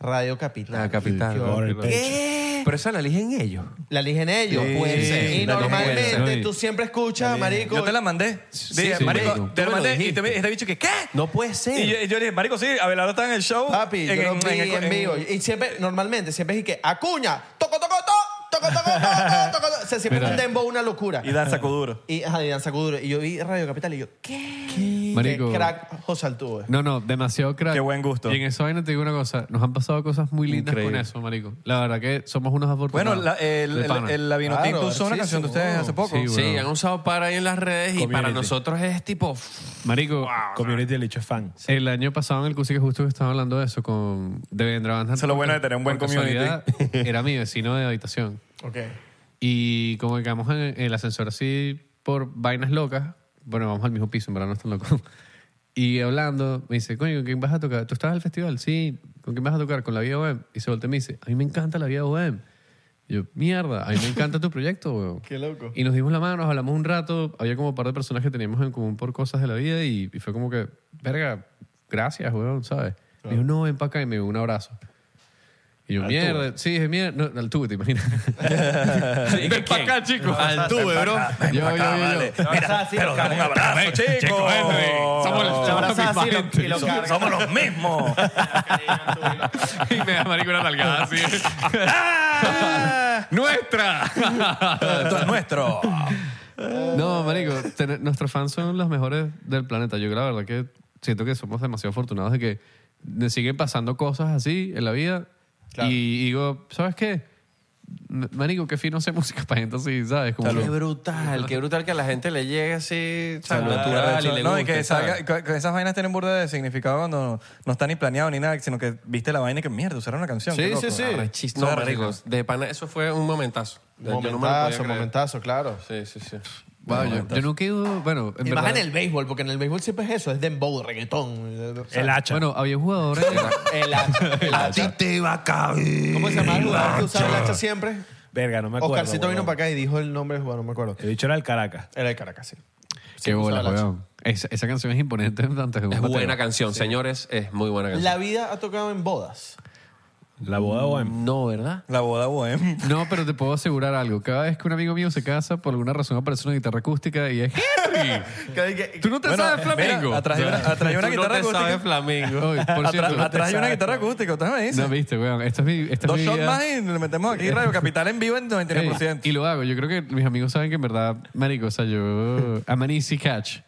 [SPEAKER 5] Radio Capital.
[SPEAKER 14] La capital.
[SPEAKER 5] Sí,
[SPEAKER 6] Por el pecho.
[SPEAKER 14] Pero esa la eligen ellos.
[SPEAKER 5] La eligen ellos.
[SPEAKER 4] Sí,
[SPEAKER 5] pues,
[SPEAKER 4] sí,
[SPEAKER 5] y
[SPEAKER 4] la eligen
[SPEAKER 5] normalmente
[SPEAKER 2] ellos.
[SPEAKER 5] tú siempre
[SPEAKER 4] Ah,
[SPEAKER 5] escuchas, marico...
[SPEAKER 4] Yo te la mandé. Dije,
[SPEAKER 2] sí,
[SPEAKER 4] marico,
[SPEAKER 2] marico.
[SPEAKER 4] te
[SPEAKER 14] Tú
[SPEAKER 4] la
[SPEAKER 14] me lo
[SPEAKER 4] mandé y
[SPEAKER 14] dijiste.
[SPEAKER 4] te, este bicho que, ¿qué?
[SPEAKER 14] No puede ser.
[SPEAKER 4] Y yo, y yo le dije, marico, sí, Abelardo está en el show.
[SPEAKER 5] Papi, yo lo vi en,
[SPEAKER 4] el-
[SPEAKER 5] vivo. Y siempre, normalmente, siempre es y que acuña, toco, toco, toco, toco, toco, toco, toco, toco. O sea, siempre
[SPEAKER 2] Mira.
[SPEAKER 5] un dembow, una locura.
[SPEAKER 4] Y danza coduro.
[SPEAKER 5] Y, ajá, y danza Kuduro. Y yo vi Radio Capital y yo, ¿qué?
[SPEAKER 2] Marico.
[SPEAKER 5] Qué crack José Altuve.
[SPEAKER 2] No, no, demasiado crack.
[SPEAKER 4] Qué buen gusto.
[SPEAKER 2] Y en eso vaina te digo una cosa, nos han pasado cosas muy lindas
[SPEAKER 14] Increíble.
[SPEAKER 2] con eso, marico. La verdad que somos unos
[SPEAKER 4] Bueno,
[SPEAKER 2] afortunados.
[SPEAKER 4] la, el,
[SPEAKER 2] De
[SPEAKER 4] el,
[SPEAKER 2] pana.
[SPEAKER 4] el Lavinotinto
[SPEAKER 5] Claro,
[SPEAKER 4] usó una
[SPEAKER 5] sí,
[SPEAKER 4] canción de
[SPEAKER 5] sí,
[SPEAKER 4] ustedes
[SPEAKER 5] wow.
[SPEAKER 4] hace poco.
[SPEAKER 2] Sí,
[SPEAKER 14] Sí, han
[SPEAKER 2] weón.
[SPEAKER 14] usado para ahí en las redes y para
[SPEAKER 6] Community.
[SPEAKER 14] nosotros es tipo. pff,
[SPEAKER 2] Marico,
[SPEAKER 6] Community del hecho es fan.
[SPEAKER 2] el año pasado en el curso que justo estaba hablando de eso con Devendra Bandan.
[SPEAKER 4] Eso es lo bueno de tener un buen
[SPEAKER 2] Era mi vecino de habitación.
[SPEAKER 5] Ok.
[SPEAKER 2] Y como que quedamos en el ascensor así por vainas locas, bueno, vamos al mismo piso, en verdad no es tan loco. Y hablando, me dice, coño, ¿con quién vas a tocar? ¿Tú estabas al festival? Sí. ¿Con quién vas a tocar? Con la Vía OEM. Y se voltea y me dice, a mí me encanta la Vía OEM. Y yo, mierda, a mí me encanta tu proyecto, weón.
[SPEAKER 5] Qué loco.
[SPEAKER 2] Y nos dimos la mano, nos hablamos un rato. Había como un par de personas que teníamos en común por cosas de la vida y, y fue como que, verga, gracias, weón, ¿sabes? Me dijo, no, ven para acá y me dio un abrazo. Y yo, mierda. Sí, dije, mierda. No, al tubo, te imaginas. ven para acá, chicos. Al tubo, bro. Yo, yo, yo, yo.
[SPEAKER 4] Mira, pero dame un abrazo, chicos.
[SPEAKER 2] Somos,
[SPEAKER 5] Te
[SPEAKER 2] somos
[SPEAKER 5] abrazas
[SPEAKER 2] la
[SPEAKER 5] así
[SPEAKER 2] misma
[SPEAKER 5] lo- y
[SPEAKER 2] gente.
[SPEAKER 5] lo cargas.
[SPEAKER 4] Somos los mismos.
[SPEAKER 2] Y me da marico una nalgada así. ¡Nuestra!
[SPEAKER 4] ¡Ah! Esto es nuestro.
[SPEAKER 2] No, marico, ten- nuestros fans son los mejores del planeta. Yo la verdad que siento que somos demasiado afortunados de que me siguen pasando cosas así en la vida. Y digo, ¿sabes qué? M- Marico, qué fino hacer música para gente así, ¿sabes? Como
[SPEAKER 14] Qué
[SPEAKER 2] que-
[SPEAKER 14] brutal, qué brutal Ah, que a la gente le llegue así. ¿sabes?
[SPEAKER 4] Salud, tú,
[SPEAKER 14] natural
[SPEAKER 4] arrecho.
[SPEAKER 14] y le
[SPEAKER 4] Ah, no, y
[SPEAKER 14] guste,
[SPEAKER 4] que
[SPEAKER 14] ¿sabes?
[SPEAKER 4] salga- que- que esas vainas tienen burda de significado cuando no está ni planeado ni nada, sino que viste la vaina y que mierda, usaron una canción. qué loco. Ah,
[SPEAKER 14] Arrechísimo. No, marico, de pana, eso fue un momentazo. Yo no me lo podía
[SPEAKER 5] Momentazo,
[SPEAKER 14] creer.
[SPEAKER 5] momentazo, claro.
[SPEAKER 14] Sí, sí, sí.
[SPEAKER 2] Wow, yo, yo nunca he ido... Bueno, en
[SPEAKER 5] y más
[SPEAKER 2] verdad...
[SPEAKER 5] en el béisbol, porque en el béisbol siempre es eso, es dembow, reggaetón.
[SPEAKER 6] El hacha.
[SPEAKER 2] Bueno, había jugadores...
[SPEAKER 5] El hacha. El hacha.
[SPEAKER 4] te iba a caber.
[SPEAKER 5] ¿Cómo se llama el jugador que usaba el hacha siempre?
[SPEAKER 6] Verga, no me acuerdo.
[SPEAKER 5] Oscarcito vino
[SPEAKER 6] weón.
[SPEAKER 5] para acá y dijo el nombre del jugador, no me acuerdo.
[SPEAKER 6] El bicho era el Caracas.
[SPEAKER 5] Era el Caracas, sí.
[SPEAKER 2] qué bola,
[SPEAKER 5] usaba la
[SPEAKER 2] weón. Esa, esa canción es imponente antes de un
[SPEAKER 14] Es
[SPEAKER 2] bateo.
[SPEAKER 14] buena canción, señores. Es muy buena canción.
[SPEAKER 5] La vida ha tocado en bodas.
[SPEAKER 6] La boda bohem.
[SPEAKER 14] No, ¿verdad?
[SPEAKER 4] La boda bohem.
[SPEAKER 2] Mm, No, pero te puedo asegurar algo. Cada vez que un amigo mío se casa, por alguna razón aparece una guitarra acústica y es Henry. Tú no te
[SPEAKER 4] Bueno, eh,
[SPEAKER 2] sabes flamenco.
[SPEAKER 4] mira, atrás hay una, atrás hay una
[SPEAKER 14] Tú
[SPEAKER 4] guitarra
[SPEAKER 14] no te sabes
[SPEAKER 4] acústica.
[SPEAKER 14] Flamingo.
[SPEAKER 2] Oye, por
[SPEAKER 4] Atrás,
[SPEAKER 2] cierto,
[SPEAKER 4] atrás hay una guitarra acústica, ustedes me
[SPEAKER 2] no
[SPEAKER 4] dicen.
[SPEAKER 2] viste, weón. Esta es mi, esta es
[SPEAKER 4] Dos
[SPEAKER 2] mi
[SPEAKER 4] shots
[SPEAKER 2] vida.
[SPEAKER 4] más y le metemos aquí Radio Capital en vivo en
[SPEAKER 2] Ey,
[SPEAKER 4] 99%.
[SPEAKER 2] y lo hago. Yo creo que mis amigos saben que en verdad, marico, o sea, yo... I'm an easy catch.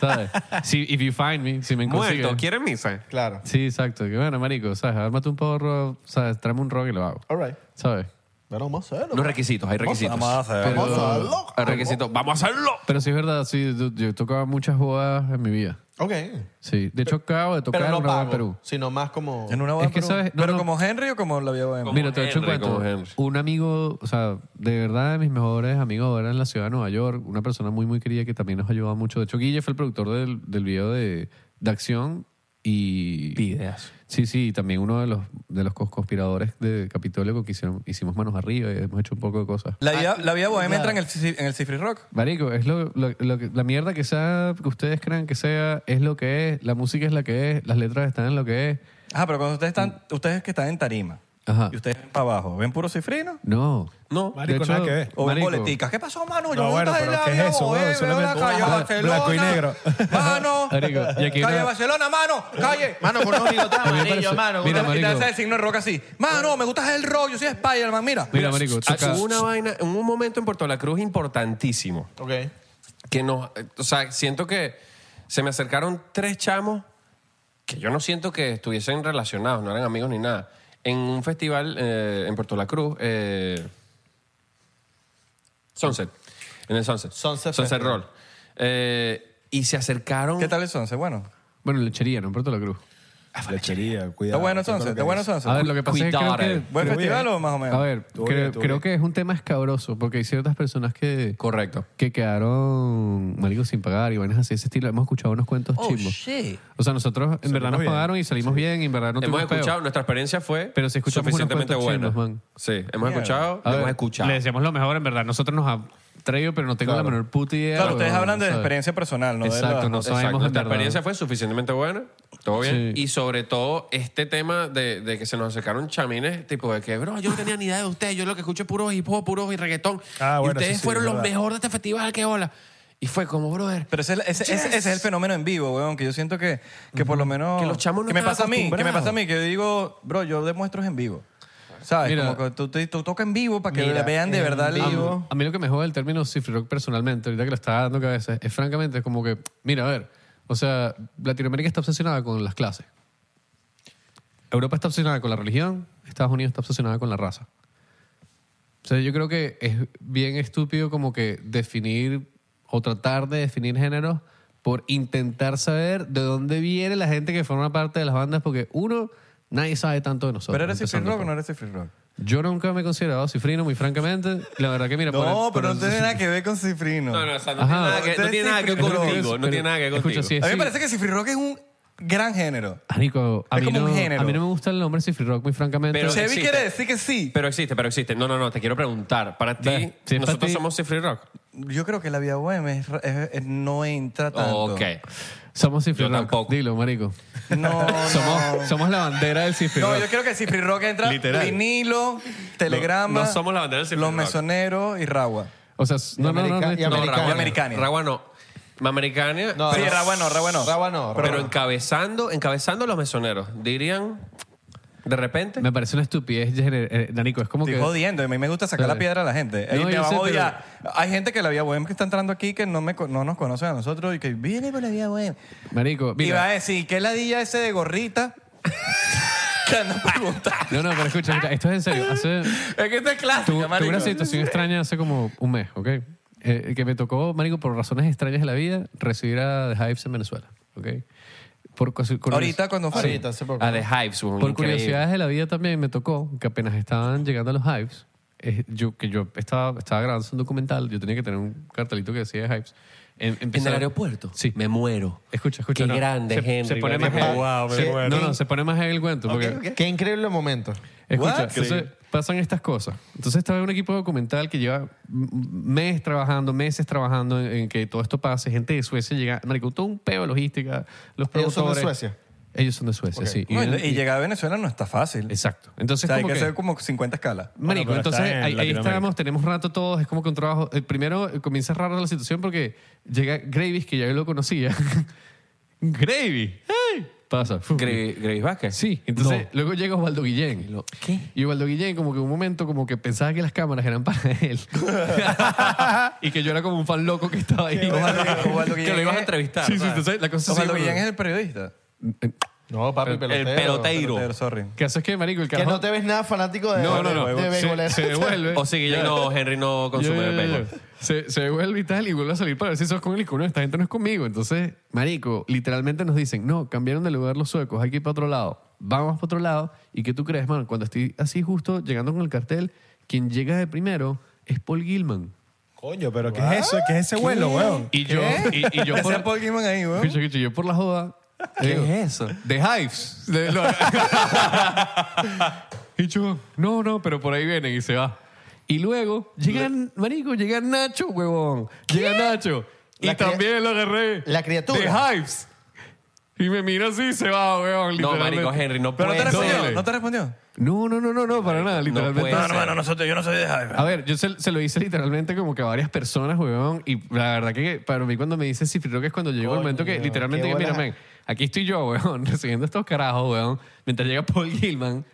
[SPEAKER 2] ¿Sabes? Si, if you find me, si me consigues.
[SPEAKER 3] Muerto, ¿quieren misa?
[SPEAKER 5] Claro.
[SPEAKER 2] Sí, exacto. Que bueno, marico, ¿sabes? Ármate un porro, ¿sabes? Tráeme un rock y lo hago.
[SPEAKER 5] All right.
[SPEAKER 2] ¿Sabes?
[SPEAKER 5] Pero vamos a hacerlo.
[SPEAKER 3] Los requisitos, hay requisitos.
[SPEAKER 4] Vamos a hacer-
[SPEAKER 2] Pero-
[SPEAKER 5] Vamos a hacerlo.
[SPEAKER 3] Hay requisitos. ¡Vamos a hacerlo!
[SPEAKER 2] Pero sí es verdad, sí, yo, yo he tocado muchas bodas en mi vida.
[SPEAKER 5] Ok.
[SPEAKER 2] Sí. De hecho, acabo de tocar
[SPEAKER 5] Pero
[SPEAKER 2] en
[SPEAKER 5] no
[SPEAKER 2] una boda en
[SPEAKER 5] pago,
[SPEAKER 2] Perú.
[SPEAKER 5] sino más como...
[SPEAKER 4] En una boda,
[SPEAKER 2] Es que,
[SPEAKER 4] pero,
[SPEAKER 2] ¿sabes? No,
[SPEAKER 4] pero
[SPEAKER 2] no.
[SPEAKER 4] como Henry o como la vía bohemia?
[SPEAKER 2] Mira, te he hecho un
[SPEAKER 3] Henry,
[SPEAKER 2] cuento.
[SPEAKER 3] como Henry.
[SPEAKER 2] Un amigo, o sea, de verdad, de mis mejores amigos ahora en la ciudad de Nueva York, una persona muy, muy querida que también nos ha ayudado mucho. De hecho, Guille fue el productor del, del video de, de acción y...
[SPEAKER 3] Ideas.
[SPEAKER 2] Sí, sí, también uno de los, de los cos- conspiradores de Capitolio con que hicieron- hicimos manos arriba y hemos hecho un poco de cosas.
[SPEAKER 4] La vía, la vía bohemia entra en el, ci- en el Cifri Rock.
[SPEAKER 2] Ah, Marico, es lo, lo- lo que- la mierda que sea, que ustedes crean que sea, es lo que es, la música es la que es, las letras están en lo que es.
[SPEAKER 4] Ah, pero cuando ustedes están, ustedes que están en tarima
[SPEAKER 2] Ajá.
[SPEAKER 4] y ustedes ven para abajo, ¿ven puro cifrino?
[SPEAKER 2] No.
[SPEAKER 3] No.
[SPEAKER 2] De
[SPEAKER 6] Marico,
[SPEAKER 2] hecho,
[SPEAKER 6] nada que ver.
[SPEAKER 4] ¿O ven
[SPEAKER 2] marico,
[SPEAKER 4] boleticas? ¿Qué pasó, mano?
[SPEAKER 6] No, bueno,
[SPEAKER 4] nunca
[SPEAKER 6] pero
[SPEAKER 4] la
[SPEAKER 6] ¿qué es
[SPEAKER 4] vía
[SPEAKER 6] eso,
[SPEAKER 4] bohemia,
[SPEAKER 6] weón?
[SPEAKER 4] veo la
[SPEAKER 6] Solamente-
[SPEAKER 4] calle
[SPEAKER 6] Bla-
[SPEAKER 4] Barcelona.
[SPEAKER 6] blanco y negro.
[SPEAKER 4] Mano.
[SPEAKER 2] Marico, y aquí
[SPEAKER 4] calle
[SPEAKER 2] no-
[SPEAKER 4] Barcelona, mano. Calle.
[SPEAKER 5] Mano, con unos bigotes
[SPEAKER 2] me
[SPEAKER 5] amarillos,
[SPEAKER 2] parece-
[SPEAKER 5] mano.
[SPEAKER 2] Mira,
[SPEAKER 4] Mira, y te
[SPEAKER 2] marico.
[SPEAKER 4] hace el signo de rock así. Mano, me gusta el rollo, soy Spider-Man, mira.
[SPEAKER 2] Mira, marico,
[SPEAKER 3] Ah,
[SPEAKER 2] toca-
[SPEAKER 3] Hubo una vaina, en un momento en Puerto La Cruz importantísimo.
[SPEAKER 5] Ok.
[SPEAKER 3] que nos, o sea, siento que se me acercaron tres chamos que yo no siento que estuviesen relacionados, no eran amigos ni nada. En un festival eh, en Puerto La Cruz, eh, Sunset, en el Sunset.
[SPEAKER 5] Sunset Festival.
[SPEAKER 3] Roll. Eh, y se acercaron.
[SPEAKER 4] ¿Qué tal el Sunset? Bueno.
[SPEAKER 2] Bueno, lechería, no en Puerto La Cruz.
[SPEAKER 6] Ah, Lechería, cuidado.
[SPEAKER 4] ¿Está bueno el
[SPEAKER 6] Con lo
[SPEAKER 4] Sunset?
[SPEAKER 6] que
[SPEAKER 4] ¿Está bueno el
[SPEAKER 6] dices.
[SPEAKER 4] Sunset?
[SPEAKER 2] A ver, lo que pasa es que creo que...
[SPEAKER 4] ¿Buen
[SPEAKER 6] Estuvo
[SPEAKER 4] festival
[SPEAKER 6] bien.
[SPEAKER 4] o más o menos?
[SPEAKER 2] A ver,
[SPEAKER 6] Estuvo bien,
[SPEAKER 2] creo,
[SPEAKER 6] estuvo
[SPEAKER 2] creo
[SPEAKER 6] bien.
[SPEAKER 2] que es un tema escabroso, porque hay ciertas personas que... Correcto. Que quedaron, marico, sin pagar y vainas así, ese estilo. Hemos escuchado unos cuentos
[SPEAKER 4] Oh,
[SPEAKER 2] chismos. O sea, nosotros en verdad nos
[SPEAKER 6] bien.
[SPEAKER 2] pagaron y salimos bien y en verdad no
[SPEAKER 3] hemos
[SPEAKER 2] tuvimos peo.
[SPEAKER 3] escuchado, nuestra experiencia fue
[SPEAKER 2] Pero si escuchamos unos
[SPEAKER 3] suficientemente
[SPEAKER 2] cuantos
[SPEAKER 3] buena.
[SPEAKER 2] chimbos, man.
[SPEAKER 3] Sí, hemos escuchado,
[SPEAKER 2] A ver,
[SPEAKER 3] hemos escuchado.
[SPEAKER 2] Le decíamos lo mejor, en verdad. Nosotros nos ha traído, pero no tengo la menor puta idea.
[SPEAKER 4] Claro, ustedes
[SPEAKER 2] weón,
[SPEAKER 4] hablan de
[SPEAKER 2] ¿sabes?
[SPEAKER 4] experiencia personal, ¿no? de
[SPEAKER 2] Exacto,
[SPEAKER 4] la-
[SPEAKER 2] no
[SPEAKER 3] Exacto,
[SPEAKER 2] sabemos en
[SPEAKER 3] nuestra
[SPEAKER 2] verdad.
[SPEAKER 3] experiencia fue suficientemente buena, todo bien.
[SPEAKER 2] Sí.
[SPEAKER 3] Y sobre todo este tema de, de que se nos acercaron chamines, tipo de que, bro, yo no tenía ni idea de ustedes, yo lo que escucho es puro hip hop, puro y reggaetón.
[SPEAKER 6] Ah,
[SPEAKER 3] y
[SPEAKER 6] bueno,
[SPEAKER 3] ustedes
[SPEAKER 6] eso sí,
[SPEAKER 3] fueron
[SPEAKER 6] es
[SPEAKER 3] los
[SPEAKER 6] verdad.
[SPEAKER 3] mejores de este festival, qué hola. Y fue como, brother,
[SPEAKER 4] Pero ese, es- ese- ese- ese es el fenómeno en vivo, weón, que yo siento que, que por lo menos...
[SPEAKER 3] Que los chamos no
[SPEAKER 4] que me
[SPEAKER 3] están
[SPEAKER 4] pasa a mí, que me
[SPEAKER 3] acostumbrados.
[SPEAKER 4] pasa a mí, que yo digo, bro, yo demuestro es en vivo. ¿Sabes? Como
[SPEAKER 2] Mira.
[SPEAKER 4] que tú, tú, tú tocas en vivo para que
[SPEAKER 6] Mira,
[SPEAKER 4] vean de
[SPEAKER 6] en
[SPEAKER 4] verdad el
[SPEAKER 2] eh, A mí-
[SPEAKER 4] vivo.
[SPEAKER 2] A mí lo que me jode el término cifre rock personalmente, ahorita que lo está dando cabeza, es francamente como que, mira, a ver, o sea, Latinoamérica está obsesionada con las clases. Europa está obsesionada con la religión, Estados Unidos está obsesionada con la raza. O sea, yo creo que es bien estúpido como que definir o tratar de definir géneros por intentar saber de dónde viene la gente que forma parte de las bandas, porque uno, nadie sabe tanto de nosotros.
[SPEAKER 4] ¿Pero eres cifre
[SPEAKER 2] empezando
[SPEAKER 4] rock o
[SPEAKER 2] por-
[SPEAKER 4] no eres cifre rock?
[SPEAKER 2] yo nunca me he considerado cifrino, muy francamente. La verdad que mira, por el-
[SPEAKER 4] No,
[SPEAKER 2] por
[SPEAKER 4] pero no
[SPEAKER 2] el-
[SPEAKER 4] tiene nada que ver con Cifrino.
[SPEAKER 3] no, no, o sea, no tiene nada
[SPEAKER 2] Ajá.
[SPEAKER 3] que, no
[SPEAKER 4] Ustedes
[SPEAKER 3] tiene nada que ver
[SPEAKER 4] siempre-
[SPEAKER 3] contigo, no
[SPEAKER 2] Pero-
[SPEAKER 3] tiene nada que ver
[SPEAKER 2] escucha,
[SPEAKER 3] contigo.
[SPEAKER 2] sí,
[SPEAKER 4] A mí
[SPEAKER 2] sí.
[SPEAKER 4] me parece que Cifri Rock es un gran género.
[SPEAKER 2] Marico, a
[SPEAKER 4] es
[SPEAKER 2] mí,
[SPEAKER 4] como
[SPEAKER 2] no,
[SPEAKER 4] un género.
[SPEAKER 2] a mí no me gusta el nombre cifri rock, muy francamente.
[SPEAKER 3] Pero-
[SPEAKER 4] Chevy
[SPEAKER 3] existe.
[SPEAKER 4] quiere decir que sí.
[SPEAKER 3] Pero existe, pero existe. No, no, no, te quiero preguntar, para ti,
[SPEAKER 2] Ve, si es para
[SPEAKER 3] nosotros
[SPEAKER 2] ti-
[SPEAKER 3] somos Cifre Rock.
[SPEAKER 4] Yo creo que la vía bohemia es- es- es- no entra tanto.
[SPEAKER 3] Ok.
[SPEAKER 2] somos cifri
[SPEAKER 3] Yo
[SPEAKER 2] rock.
[SPEAKER 3] tampoco.
[SPEAKER 2] Dilo, marico.
[SPEAKER 4] No, no.
[SPEAKER 2] Somos, somos la bandera del cifri
[SPEAKER 4] No,
[SPEAKER 2] rock.
[SPEAKER 4] yo creo que Cifri Rock entra
[SPEAKER 3] Literal.
[SPEAKER 4] vinilo, telegrama,
[SPEAKER 3] No, no somos la bandera del Cifri Rock.
[SPEAKER 4] Los mesoneros y Ragua.
[SPEAKER 2] O sea, s- no, no, no, no,
[SPEAKER 5] América- y
[SPEAKER 2] no,
[SPEAKER 3] No,
[SPEAKER 5] Americana.
[SPEAKER 3] Ragua-
[SPEAKER 4] Americana.
[SPEAKER 3] Ragua no. Americana.
[SPEAKER 5] No,
[SPEAKER 4] sí,
[SPEAKER 5] no.
[SPEAKER 4] Ragua no, Ragua no.
[SPEAKER 5] Ragua no.
[SPEAKER 3] Pero encabezando, encabezando los mesoneros, dirían de repente.
[SPEAKER 2] Me parece una estupidez, gener- eh, Danico. Es como
[SPEAKER 4] Estoy
[SPEAKER 2] que.
[SPEAKER 4] jodiendo, y a mí me gusta sacar la
[SPEAKER 2] Sí.
[SPEAKER 4] piedra a la gente.
[SPEAKER 2] No,
[SPEAKER 4] Ahí te
[SPEAKER 2] yo
[SPEAKER 4] van
[SPEAKER 2] sé,
[SPEAKER 4] a odiar. Hay gente que la vía bohemia que está entrando aquí que no, me, co- no nos conoce a nosotros y que viene por la vía bohemia.
[SPEAKER 2] Marico,
[SPEAKER 4] Y va a
[SPEAKER 2] mira.
[SPEAKER 4] decir, ¿qué ladilla ese de gorrita? que anda preguntando.
[SPEAKER 2] No, no, pero escucha, mira, esto es en serio. Hace,
[SPEAKER 4] Es que esta es clásica,
[SPEAKER 2] tu- tuve
[SPEAKER 4] marico.
[SPEAKER 2] una situación extraña hace como un mes, ¿ok? Eh, que me tocó, marico, por razones extrañas de la vida, recibir a The Hives en Venezuela, ¿ok? Por, cosi- con-
[SPEAKER 4] Ahorita cuando fue.
[SPEAKER 5] Ahorita, hace poco.
[SPEAKER 3] A Ah, The Hives, weón,
[SPEAKER 2] Por
[SPEAKER 3] increíble.
[SPEAKER 2] curiosidades de la vida también me tocó que apenas estaban llegando a los Hives, eh, yo, que yo estaba, estaba grabando un documental, yo tenía que tener un cartelito que decía Hives. Em-
[SPEAKER 3] En el
[SPEAKER 2] empezaron-
[SPEAKER 3] aeropuerto.
[SPEAKER 2] Sí.
[SPEAKER 3] Me muero.
[SPEAKER 2] Escucha, escucha.
[SPEAKER 3] Qué
[SPEAKER 2] no.
[SPEAKER 3] grande,
[SPEAKER 2] se,
[SPEAKER 3] Henry.
[SPEAKER 2] Se pone más
[SPEAKER 3] marico.
[SPEAKER 2] heavy.
[SPEAKER 3] Wow, me
[SPEAKER 2] Se-
[SPEAKER 3] muero.
[SPEAKER 2] No, no, se pone más heavy el cuento. Porque,
[SPEAKER 5] Qué increíble momento.
[SPEAKER 2] Escucha,
[SPEAKER 4] What?
[SPEAKER 2] entonces pasan estas cosas. Entonces estaba un equipo documental que lleva m- meses trabajando, meses trabajando en, en que todo esto pase. Gente de Suecia llega, marico, todo un peo de logística, los
[SPEAKER 5] Ellos
[SPEAKER 2] productores.
[SPEAKER 5] son de Suecia.
[SPEAKER 2] Ellos son de Suecia, sí.
[SPEAKER 4] No, y,
[SPEAKER 2] vienen-
[SPEAKER 4] y llegar a Venezuela no está fácil.
[SPEAKER 2] Exacto.
[SPEAKER 4] O
[SPEAKER 2] Entonces
[SPEAKER 4] sea, hay
[SPEAKER 2] como
[SPEAKER 4] que
[SPEAKER 2] que-
[SPEAKER 4] hacer como 50 escalas.
[SPEAKER 2] Marico,
[SPEAKER 6] Bueno, pero
[SPEAKER 2] entonces
[SPEAKER 6] está en
[SPEAKER 2] ahí, ahí
[SPEAKER 6] Latinoamérica.
[SPEAKER 2] estábamos, tenemos rato todos, es como que un trabajo. El primero eh, comienza raro la situación porque llega Gravis, que ya yo lo conocía. Gravis, ¡hey! pasa.
[SPEAKER 3] Gre- Grevis Vázquez.
[SPEAKER 2] Sí, entonces
[SPEAKER 3] No.
[SPEAKER 2] luego llega Osvaldo Guillén.
[SPEAKER 3] ¿Qué?
[SPEAKER 2] Y Osvaldo Guillén como que un momento como que pensaba que las cámaras eran para él. y que yo era como un fan loco que estaba ahí.
[SPEAKER 4] Osvaldo- Osvaldo
[SPEAKER 3] Que
[SPEAKER 4] Guillén
[SPEAKER 3] lo ibas a
[SPEAKER 4] es-
[SPEAKER 3] entrevistar.
[SPEAKER 2] Sí, sí,
[SPEAKER 3] ¿sabes?
[SPEAKER 2] entonces la cosa
[SPEAKER 4] Osvaldo
[SPEAKER 2] sí,
[SPEAKER 4] Guillén
[SPEAKER 2] bueno.
[SPEAKER 4] es el periodista.
[SPEAKER 5] No, papi, pelotero.
[SPEAKER 3] el peloteiro.
[SPEAKER 4] Pero, sorry.
[SPEAKER 2] Que eso es que, marico, el
[SPEAKER 5] Que
[SPEAKER 2] carajo...
[SPEAKER 5] no te ves nada fanático de
[SPEAKER 3] No, no, no.
[SPEAKER 5] de
[SPEAKER 2] se,
[SPEAKER 5] beisbolero.
[SPEAKER 2] se devuelve.
[SPEAKER 3] O sea que yo no, Henry no consume
[SPEAKER 2] Ya, ya, ya,
[SPEAKER 3] béisbol.
[SPEAKER 2] ya. Se, se devuelve y tal, y vuelve a salir para ver si sos con él y con no, esta gente no es conmigo. Entonces, marico, literalmente nos dicen, no, cambiaron de lugar los suecos, hay que ir para otro lado. Vamos para otro lado. ¿Y qué tú crees, man? Cuando estoy así justo llegando con el cartel, quien llega de primero es Paul Gilman.
[SPEAKER 6] Coño, pero ¿qué es eso? ¿Qué es ese vuelo, weón?
[SPEAKER 2] Y yo, y, y yo
[SPEAKER 4] Ese Paul Gilman ahí, weón.
[SPEAKER 2] Escucha, escucha, yo por la joda.
[SPEAKER 3] ¿Qué
[SPEAKER 2] le digo,
[SPEAKER 3] es eso?
[SPEAKER 2] The Hives. De- lo- y yo, no, no, pero por ahí vienen y se va. Y luego llegan, marico, llega Nacho, huevón. Llega Nacho. Y
[SPEAKER 5] La cria-
[SPEAKER 2] también lo agarré.
[SPEAKER 5] La criatura.
[SPEAKER 2] The Hives. Y me mira así y se va, huevón.
[SPEAKER 3] No,
[SPEAKER 2] literalmente.
[SPEAKER 3] marico, Henry, no
[SPEAKER 4] Pero no te
[SPEAKER 3] puedes.
[SPEAKER 4] respondió.
[SPEAKER 2] doble.
[SPEAKER 4] No te respondió.
[SPEAKER 2] No, no, no, no, no, para nada, literalmente.
[SPEAKER 3] puede ser.
[SPEAKER 4] nosotros, yo no soy de Jaime.
[SPEAKER 2] A ver, yo se, se lo hice literalmente como que a varias personas, weón. Y la verdad que para mí cuando me dicen cifrero que es cuando llegó el
[SPEAKER 5] Coño,
[SPEAKER 2] momento que literalmente
[SPEAKER 5] qué
[SPEAKER 2] digo, mira,
[SPEAKER 5] bolas.
[SPEAKER 2] men, aquí estoy yo, weón, recibiendo estos carajos, weón. Mientras llega Paul Gilman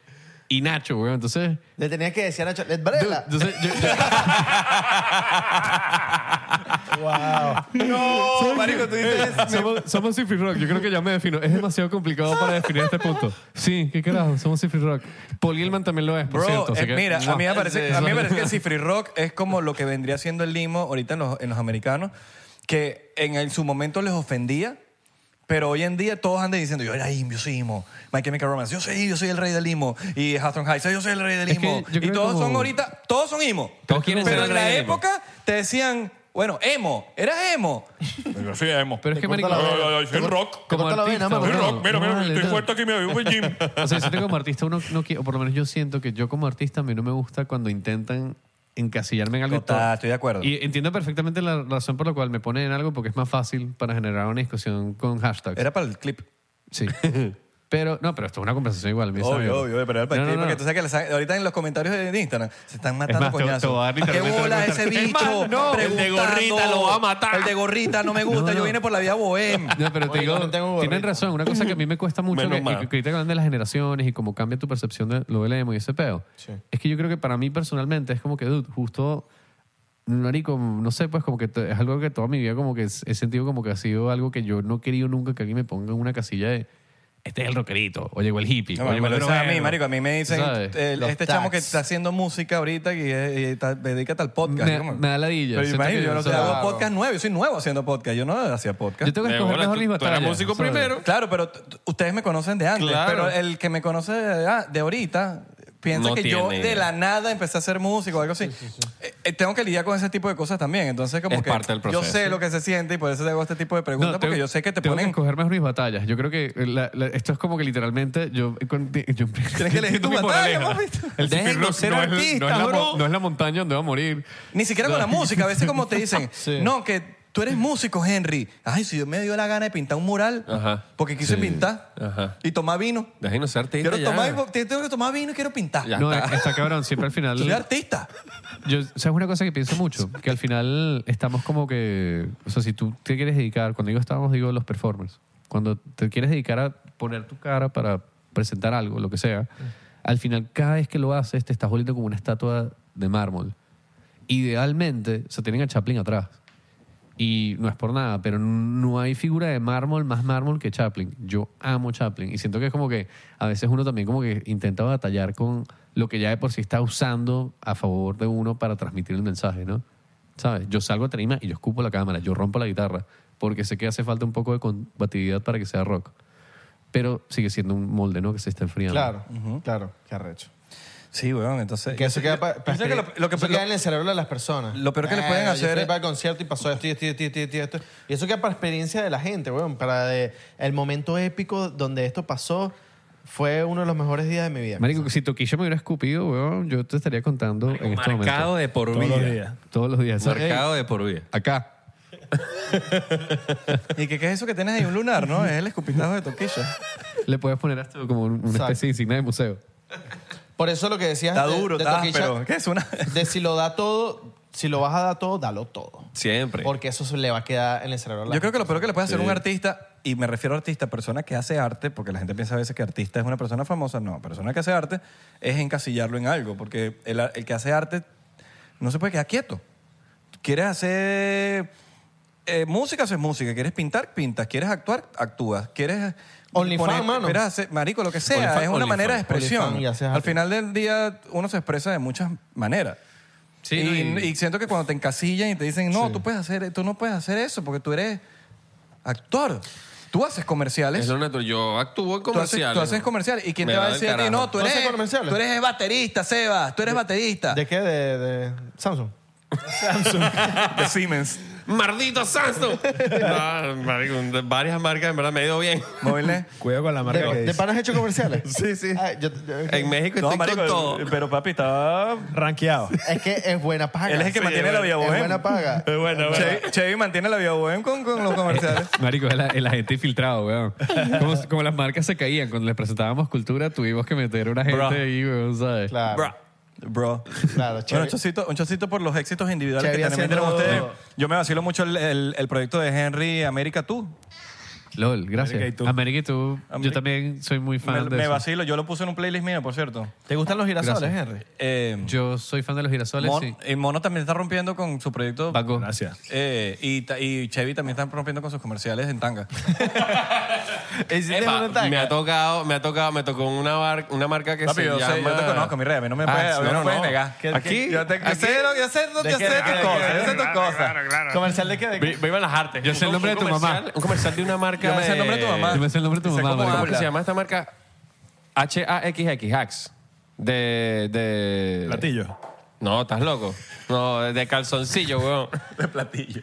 [SPEAKER 2] y Nacho, weón. Entonces...
[SPEAKER 5] Le tenías que decir a Nacho, "Let's
[SPEAKER 2] dude,
[SPEAKER 5] Varela".
[SPEAKER 2] entonces yo- yo-
[SPEAKER 5] Ah.
[SPEAKER 4] No, marico, tú dices...
[SPEAKER 2] somos, somos Cifri Rock, yo creo que ya me defino. Es demasiado complicado para definir este punto. Sí, qué carajo, somos Cifri Rock. Paul Gilman también lo es, por
[SPEAKER 4] Bro,
[SPEAKER 2] cierto. así
[SPEAKER 4] eh,
[SPEAKER 2] que-
[SPEAKER 4] mira, a mí me parece,
[SPEAKER 2] Mua.
[SPEAKER 4] a mí me parece que el Cifri Rock es como lo que vendría siendo el limo ahorita en los, en los americanos, que en, el- su momento les ofendía, pero hoy en día todos andan diciendo, yo era indio, yo soy limo. My Chemical Romance, yo soy yo soy el rey del limo. Y Hawthorne Heights, yo soy el rey del
[SPEAKER 2] Es que
[SPEAKER 4] limo.
[SPEAKER 2] yo creo
[SPEAKER 4] y todos
[SPEAKER 2] como-
[SPEAKER 4] son ahorita, todos son imo.
[SPEAKER 3] Todos quieren
[SPEAKER 4] pero
[SPEAKER 3] ser el
[SPEAKER 4] en la
[SPEAKER 3] rey del emo.
[SPEAKER 4] época te decían, bueno, emo, eras emo.
[SPEAKER 14] Yo soy emo.
[SPEAKER 2] Pero es que,
[SPEAKER 5] Te corta
[SPEAKER 2] marico...
[SPEAKER 5] la vena.
[SPEAKER 14] Ay, ay, ay, soy
[SPEAKER 5] Te cor-
[SPEAKER 14] rock.
[SPEAKER 5] Te corta la vena,
[SPEAKER 2] Como
[SPEAKER 5] mano.
[SPEAKER 14] Soy
[SPEAKER 2] artista,
[SPEAKER 14] rock, mira, mira,
[SPEAKER 2] Vale,
[SPEAKER 14] estoy
[SPEAKER 2] no.
[SPEAKER 14] fuerte aquí, me voy al gym.
[SPEAKER 2] O sea, siento que como artista uno no quiere, o por lo menos yo siento que yo como artista a mí no me gusta cuando intentan encasillarme en algo.
[SPEAKER 4] Total,
[SPEAKER 2] Todo-
[SPEAKER 4] estoy de acuerdo.
[SPEAKER 2] Y entiendo perfectamente la razón por la cual me ponen en algo porque es más fácil para generar una discusión con hashtags.
[SPEAKER 4] Era para el clip.
[SPEAKER 2] Sí. pero, no, pero esto es una conversación igual. me sabe.
[SPEAKER 4] Obvio, obvio, pero era para
[SPEAKER 2] No,
[SPEAKER 4] el clip,
[SPEAKER 2] no, no.
[SPEAKER 4] porque tú sabes que le sacan- ahorita en los comentarios de Instagram se están matando
[SPEAKER 2] más, te- te voy a
[SPEAKER 4] coñazos.
[SPEAKER 2] dar
[SPEAKER 4] ¿Qué
[SPEAKER 2] literalmente
[SPEAKER 4] bola
[SPEAKER 2] el
[SPEAKER 4] ese
[SPEAKER 2] comentario.
[SPEAKER 4] bicho?
[SPEAKER 2] Es más, no, el de
[SPEAKER 4] Preguntando.
[SPEAKER 3] gorrita lo va a matar.
[SPEAKER 4] El de gorrita no me gusta,
[SPEAKER 2] No, no.
[SPEAKER 4] yo vine por la vía bohem.
[SPEAKER 2] No, pero te
[SPEAKER 5] Oye,
[SPEAKER 2] digo,
[SPEAKER 5] yo no tengo gorrito.
[SPEAKER 2] tienen razón. Una cosa que a mí me cuesta mucho,
[SPEAKER 14] Menos
[SPEAKER 2] que,
[SPEAKER 14] mal.
[SPEAKER 2] y que ahorita hablan de las generaciones y cómo cambia tu percepción de lo del emo y ese peo, es que yo creo que para mí personalmente es como que, dude, justo, marico, no sé, pues como que te- es algo que toda mi vida como que es- he sentido como que ha sido algo que yo no he querido nunca que alguien me ponga en una casilla de este es el rockerito, o llegó el hippie,
[SPEAKER 4] No,
[SPEAKER 2] o
[SPEAKER 4] bueno,
[SPEAKER 2] llegó
[SPEAKER 4] me
[SPEAKER 2] el
[SPEAKER 4] lo dicen a mí,
[SPEAKER 2] drogero.
[SPEAKER 4] marico. A mí me dicen,
[SPEAKER 2] ¿Sabes?
[SPEAKER 4] el-
[SPEAKER 5] Los
[SPEAKER 4] este chamo que
[SPEAKER 5] tags.
[SPEAKER 4] está haciendo música ahorita y, eh, y está- dedícate al podcast.
[SPEAKER 2] Me-
[SPEAKER 4] Yo como-
[SPEAKER 2] me da ladilla,
[SPEAKER 4] Pero
[SPEAKER 2] siento
[SPEAKER 4] imagínate,
[SPEAKER 2] que
[SPEAKER 4] yo no
[SPEAKER 2] eso
[SPEAKER 4] te
[SPEAKER 2] lo
[SPEAKER 4] hago
[SPEAKER 2] hago.
[SPEAKER 4] podcast nuevo. Yo soy nuevo haciendo podcast. Yo no hacía podcast.
[SPEAKER 2] Yo tengo que
[SPEAKER 3] De
[SPEAKER 2] escoger
[SPEAKER 3] bola,
[SPEAKER 2] mejor
[SPEAKER 3] tú-
[SPEAKER 2] mis
[SPEAKER 3] tú eras
[SPEAKER 2] batallas.
[SPEAKER 3] músico
[SPEAKER 2] ¿sabes?
[SPEAKER 3] primero.
[SPEAKER 4] Claro, pero t- ustedes me conocen de antes.
[SPEAKER 3] Claro.
[SPEAKER 4] Pero el que me conoce de, ah, de ahorita piensa
[SPEAKER 3] No
[SPEAKER 4] que yo
[SPEAKER 3] tiene idea.
[SPEAKER 4] de la nada empecé a ser músico o algo así. Eh, eh, tengo que lidiar con ese tipo de cosas también. Entonces, como
[SPEAKER 3] Es
[SPEAKER 4] que
[SPEAKER 3] parte del proceso.
[SPEAKER 4] yo sé lo que se siente y por eso te hago este tipo de preguntas,
[SPEAKER 2] No,
[SPEAKER 4] porque
[SPEAKER 2] tengo-
[SPEAKER 4] yo sé que te
[SPEAKER 2] tengo que
[SPEAKER 4] ponen.
[SPEAKER 2] escoger mejor mis batallas. Yo creo que eh, la- la- esto es como que literalmente yo... eh, yo-
[SPEAKER 4] Tienes que elegir tu
[SPEAKER 2] mi
[SPEAKER 4] batalla,
[SPEAKER 2] moraleja.
[SPEAKER 4] papito.
[SPEAKER 2] El
[SPEAKER 4] Déjenos
[SPEAKER 2] Cipirrock
[SPEAKER 4] ser
[SPEAKER 2] no es- no es
[SPEAKER 4] artistas,
[SPEAKER 2] la mo-
[SPEAKER 4] bro.
[SPEAKER 2] No es la montaña donde va a morir.
[SPEAKER 4] Ni siquiera con la música. A veces como te dicen,
[SPEAKER 2] Sí.
[SPEAKER 4] no, que tú eres músico, Henry. Ay, si yo me dio la gana de pintar un mural,
[SPEAKER 3] Ajá.
[SPEAKER 4] porque quise
[SPEAKER 3] Sí.
[SPEAKER 4] pintar
[SPEAKER 3] Ajá.
[SPEAKER 4] y tomar vino.
[SPEAKER 3] Déjenos ser artistas
[SPEAKER 4] Quiero
[SPEAKER 3] ya.
[SPEAKER 4] tomar, tengo que tomar vino y quiero pintar.
[SPEAKER 3] Ya.
[SPEAKER 2] No, está cabrón. Siempre al final...
[SPEAKER 4] Soy artista.
[SPEAKER 2] Yo, ¿Sabes una cosa que pienso mucho? Que al final estamos como que... O sea, si tú te quieres dedicar... Cuando digo estamos, digo los performers. Cuando te quieres dedicar a poner tu cara para presentar algo, lo que sea, al final cada vez que lo haces te estás volviendo como una estatua de mármol. Idealmente, o sea, tienen a Chaplin atrás. Y no es por nada, pero no hay figura de mármol más mármol que Chaplin. Yo amo Chaplin y siento que es como que a veces uno también como que intenta batallar con lo que ya de por sí está usando a favor de uno para transmitir el mensaje, ¿no? ¿Sabes? Yo salgo a tarima y yo escupo la cámara, yo rompo la guitarra, porque sé que hace falta un poco de combatividad para que sea rock. Pero sigue siendo un molde, ¿no? Que se está enfriando.
[SPEAKER 5] Claro, claro, qué arrecho.
[SPEAKER 4] Sí, weón, entonces...
[SPEAKER 5] Que eso queda, pa- pa-
[SPEAKER 4] Yo creo que lo- lo que-
[SPEAKER 5] eso queda en el cerebro de las personas.
[SPEAKER 4] Lo peor que le
[SPEAKER 5] Ah,
[SPEAKER 4] pueden
[SPEAKER 5] yo
[SPEAKER 4] hacer
[SPEAKER 5] fui
[SPEAKER 4] es-
[SPEAKER 5] para el concierto y pasó esto y esto y esto y esto y esto, y esto. Y eso queda para experiencia de la gente, weón. Para de- el momento épico donde esto pasó fue uno de los mejores días de mi vida.
[SPEAKER 2] Marico, si Toquillo me hubiera escupido, weón, yo te estaría contando en este
[SPEAKER 3] Marcado
[SPEAKER 2] momento.
[SPEAKER 3] de por
[SPEAKER 6] Todos los
[SPEAKER 3] vida.
[SPEAKER 6] días.
[SPEAKER 2] Todos los días. ¿sabes?
[SPEAKER 3] Marcado de por vida.
[SPEAKER 2] Acá.
[SPEAKER 4] ¿Y qué, qué es eso que tienes ahí? Un lunar, ¿no? Es el escupitajo de Toquilla.
[SPEAKER 2] Le puedes poner esto como una especie
[SPEAKER 5] Exacto.
[SPEAKER 2] de insignia de museo.
[SPEAKER 5] Por eso lo que decías
[SPEAKER 4] Está
[SPEAKER 5] de-
[SPEAKER 4] duro,
[SPEAKER 5] de
[SPEAKER 4] está
[SPEAKER 5] Toquilla,
[SPEAKER 4] áspero. ¿Qué es una...?
[SPEAKER 5] de si lo da todo, Si lo vas a dar todo, dalo todo.
[SPEAKER 4] Siempre.
[SPEAKER 5] Porque eso se le va a quedar en el cerebro. a la
[SPEAKER 4] Yo creo que lo
[SPEAKER 5] gente.
[SPEAKER 4] peor que le puede hacer
[SPEAKER 5] Sí.
[SPEAKER 4] un artista, y me refiero a artista, persona que hace arte, porque la gente piensa a veces que artista es una persona famosa, no, persona que hace arte es encasillarlo en algo, porque el, a- el que hace arte no se puede quedar quieto. Quieres hacer eh, música, haces música, quieres pintar, pintas, quieres actuar, actúas, quieres...
[SPEAKER 5] OnlyFans,
[SPEAKER 4] poner-
[SPEAKER 5] mano.
[SPEAKER 4] quieres hacer- marico, lo que sea,
[SPEAKER 5] OnlyFans,
[SPEAKER 4] es una manera
[SPEAKER 5] OnlyFans,
[SPEAKER 4] de expresión.
[SPEAKER 5] OnlyFans y haces
[SPEAKER 4] Al
[SPEAKER 5] arte.
[SPEAKER 4] final del día uno se expresa de muchas maneras.
[SPEAKER 3] Sí,
[SPEAKER 4] y,
[SPEAKER 3] no, y-
[SPEAKER 4] y siento que cuando te encasillan y te dicen, no, tú, puedes hacer, tú no puedes hacer eso porque tú eres actor. Tú haces comerciales.
[SPEAKER 3] Es lo natural. Yo actúo en
[SPEAKER 4] Tú haces-
[SPEAKER 3] comerciales.
[SPEAKER 4] Tú haces, comerciales. ¿Y quién
[SPEAKER 3] Me
[SPEAKER 4] te va a
[SPEAKER 3] va del
[SPEAKER 4] decir a ti,
[SPEAKER 3] carajo.
[SPEAKER 4] no, tú
[SPEAKER 5] ¿No
[SPEAKER 4] eres,
[SPEAKER 5] haces comerciales?
[SPEAKER 4] tú eres baterista, Sebas? Tú eres baterista.
[SPEAKER 5] ¿De qué? De, de Samsung.
[SPEAKER 4] De Siemens.
[SPEAKER 3] ¡Mardito Samsung! No, marico, de varias marcas, en verdad, me ha ido bien.
[SPEAKER 4] Móvil. ¿eh?
[SPEAKER 6] Cuidado con la marca que
[SPEAKER 5] ¿De, de
[SPEAKER 6] dice.
[SPEAKER 5] panas hecho comerciales?
[SPEAKER 4] Sí, sí.
[SPEAKER 5] Ah, yo- yo-
[SPEAKER 3] En México
[SPEAKER 4] No,
[SPEAKER 3] estoy
[SPEAKER 4] marico,
[SPEAKER 3] con todo.
[SPEAKER 4] pero papi, estaba...
[SPEAKER 6] Ranqueado.
[SPEAKER 5] Es que es buena paga.
[SPEAKER 4] Él es el que
[SPEAKER 5] Ah. Sí,
[SPEAKER 4] mantiene la pues. Vía
[SPEAKER 5] buena-
[SPEAKER 4] Bohem.
[SPEAKER 5] Es buena paga.
[SPEAKER 3] Bueno,
[SPEAKER 4] Chevy, Chevy mantiene la vida bohem con, con los comerciales.
[SPEAKER 2] Marico, el, el agente infiltrado, weón. Como, como las marcas se caían cuando les presentábamos cultura, tuvimos que meter una gente
[SPEAKER 4] Bruh.
[SPEAKER 2] ahí, weón, ¿sabes?
[SPEAKER 5] Claro.
[SPEAKER 4] Bro.
[SPEAKER 5] Claro,
[SPEAKER 4] Bueno, un
[SPEAKER 5] chévere.
[SPEAKER 4] chocito, un chocito por los éxitos individuales
[SPEAKER 5] Chevy
[SPEAKER 4] que también tienen ustedes.
[SPEAKER 5] haciendo-
[SPEAKER 4] Yo me vacilo mucho el, el- el proyecto de Henry América Tú.
[SPEAKER 2] LOL, gracias.
[SPEAKER 6] América y tú.
[SPEAKER 2] América y tú.
[SPEAKER 4] América-
[SPEAKER 2] Yo también soy muy fan
[SPEAKER 4] Me,
[SPEAKER 2] de
[SPEAKER 4] me
[SPEAKER 2] eso.
[SPEAKER 4] vacilo, yo lo puse en un playlist mío, por cierto.
[SPEAKER 5] ¿Te gustan los girasoles, Henry?
[SPEAKER 4] Eh,
[SPEAKER 2] Yo soy fan de los girasoles,
[SPEAKER 4] Mon-
[SPEAKER 2] sí.
[SPEAKER 4] Y Mono también está rompiendo con su proyecto.
[SPEAKER 2] Paco.
[SPEAKER 6] Gracias.
[SPEAKER 4] Eh, y, ta- y Chevy también está rompiendo con sus comerciales en tanga.
[SPEAKER 3] Epa, me ha tocado, me ha tocado, me tocó una, bar- una marca que
[SPEAKER 4] Papi,
[SPEAKER 3] se
[SPEAKER 4] yo,
[SPEAKER 3] llama...
[SPEAKER 4] sé, yo te conozco, mi rey. a mí No me
[SPEAKER 3] Ah,
[SPEAKER 4] puedes, a mí
[SPEAKER 3] no,
[SPEAKER 4] no, me
[SPEAKER 3] no,
[SPEAKER 4] puedes
[SPEAKER 3] no.
[SPEAKER 4] negar.
[SPEAKER 5] ¿Qué-
[SPEAKER 4] aquí,
[SPEAKER 5] qué-
[SPEAKER 4] yo, te, yo
[SPEAKER 5] aquí?
[SPEAKER 4] sé, lo- yo sé, yo
[SPEAKER 5] ¿De
[SPEAKER 4] sé
[SPEAKER 5] qué-
[SPEAKER 3] Ah,
[SPEAKER 5] de
[SPEAKER 4] tus
[SPEAKER 5] qué-
[SPEAKER 4] cosas,
[SPEAKER 5] de
[SPEAKER 4] yo sé tus cosas.
[SPEAKER 5] ¿Comercial de qué? De-
[SPEAKER 3] Vi- Viva las artes.
[SPEAKER 2] Yo sé el
[SPEAKER 3] Un-
[SPEAKER 2] nombre
[SPEAKER 3] un
[SPEAKER 2] de tu
[SPEAKER 3] comercial-
[SPEAKER 2] mamá.
[SPEAKER 3] Un comercial de una marca
[SPEAKER 4] Yo me sé el nombre de tu mamá.
[SPEAKER 2] Yo me sé el nombre de tu
[SPEAKER 4] Sé
[SPEAKER 2] mamá,
[SPEAKER 4] cómo
[SPEAKER 2] marico.
[SPEAKER 3] ¿Cómo
[SPEAKER 4] habla.
[SPEAKER 3] se llama esta marca? H-A-X-X, Hacks. De, de...
[SPEAKER 6] Platillo.
[SPEAKER 3] No, estás loco. No, de calzoncillo, weón.
[SPEAKER 4] De platillo.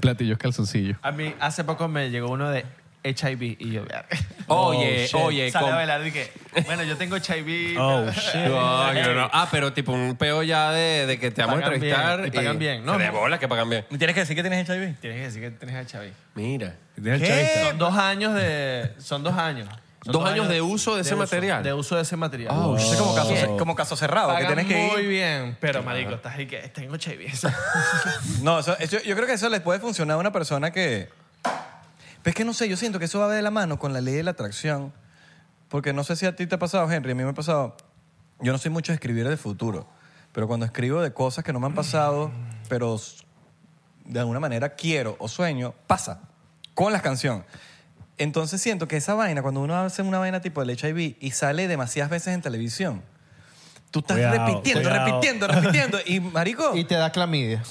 [SPEAKER 2] Platillos calzoncillos.
[SPEAKER 5] A mí hace poco me llegó uno de HIV y yo... verga.
[SPEAKER 4] Oh,
[SPEAKER 3] Oye, oye.
[SPEAKER 5] Sale
[SPEAKER 3] con-
[SPEAKER 5] a bailar y que, bueno, yo tengo HIV.
[SPEAKER 6] Oh, shit.
[SPEAKER 3] No, yo no. Ah, pero tipo un peo ya de, de que te vamos a
[SPEAKER 5] Pagan bien,
[SPEAKER 3] entrevistar.
[SPEAKER 5] y pagan bien, ¿no?
[SPEAKER 3] De bola que pagan bien.
[SPEAKER 4] ¿Me tienes que decir que tienes HIV?
[SPEAKER 5] Tienes que decir que tienes HIV.
[SPEAKER 3] Mira.
[SPEAKER 5] Son dos años de... Eh, Son dos años. Son
[SPEAKER 3] ¿Dos años de uso de ese material?
[SPEAKER 5] De uso de ese material.
[SPEAKER 3] Oh,
[SPEAKER 4] Ah, Es como caso, como caso cerrado,
[SPEAKER 5] Pagan
[SPEAKER 4] que tienes que ir.
[SPEAKER 5] muy bien, pero marico, estás ahí que tengo HIV.
[SPEAKER 4] No, eso- eso- yo creo que eso les puede funcionar a una persona que... Pero es que no sé, yo siento que eso va de la mano con la ley de la atracción. Porque no sé si a ti te ha pasado, Henry, a mí me ha pasado... Yo no soy mucho de escribir de futuro, pero cuando escribo de cosas que no me han pasado, pero s- de alguna manera quiero o sueño, pasa con la canción. Entonces siento que esa vaina, cuando uno hace una vaina tipo el HIV y sale demasiadas veces en televisión, tú estás
[SPEAKER 6] Cuidado,
[SPEAKER 4] repitiendo,
[SPEAKER 6] cuidado.
[SPEAKER 4] repitiendo, repitiendo, y marico,
[SPEAKER 5] y
[SPEAKER 4] y,
[SPEAKER 5] te da clamidia.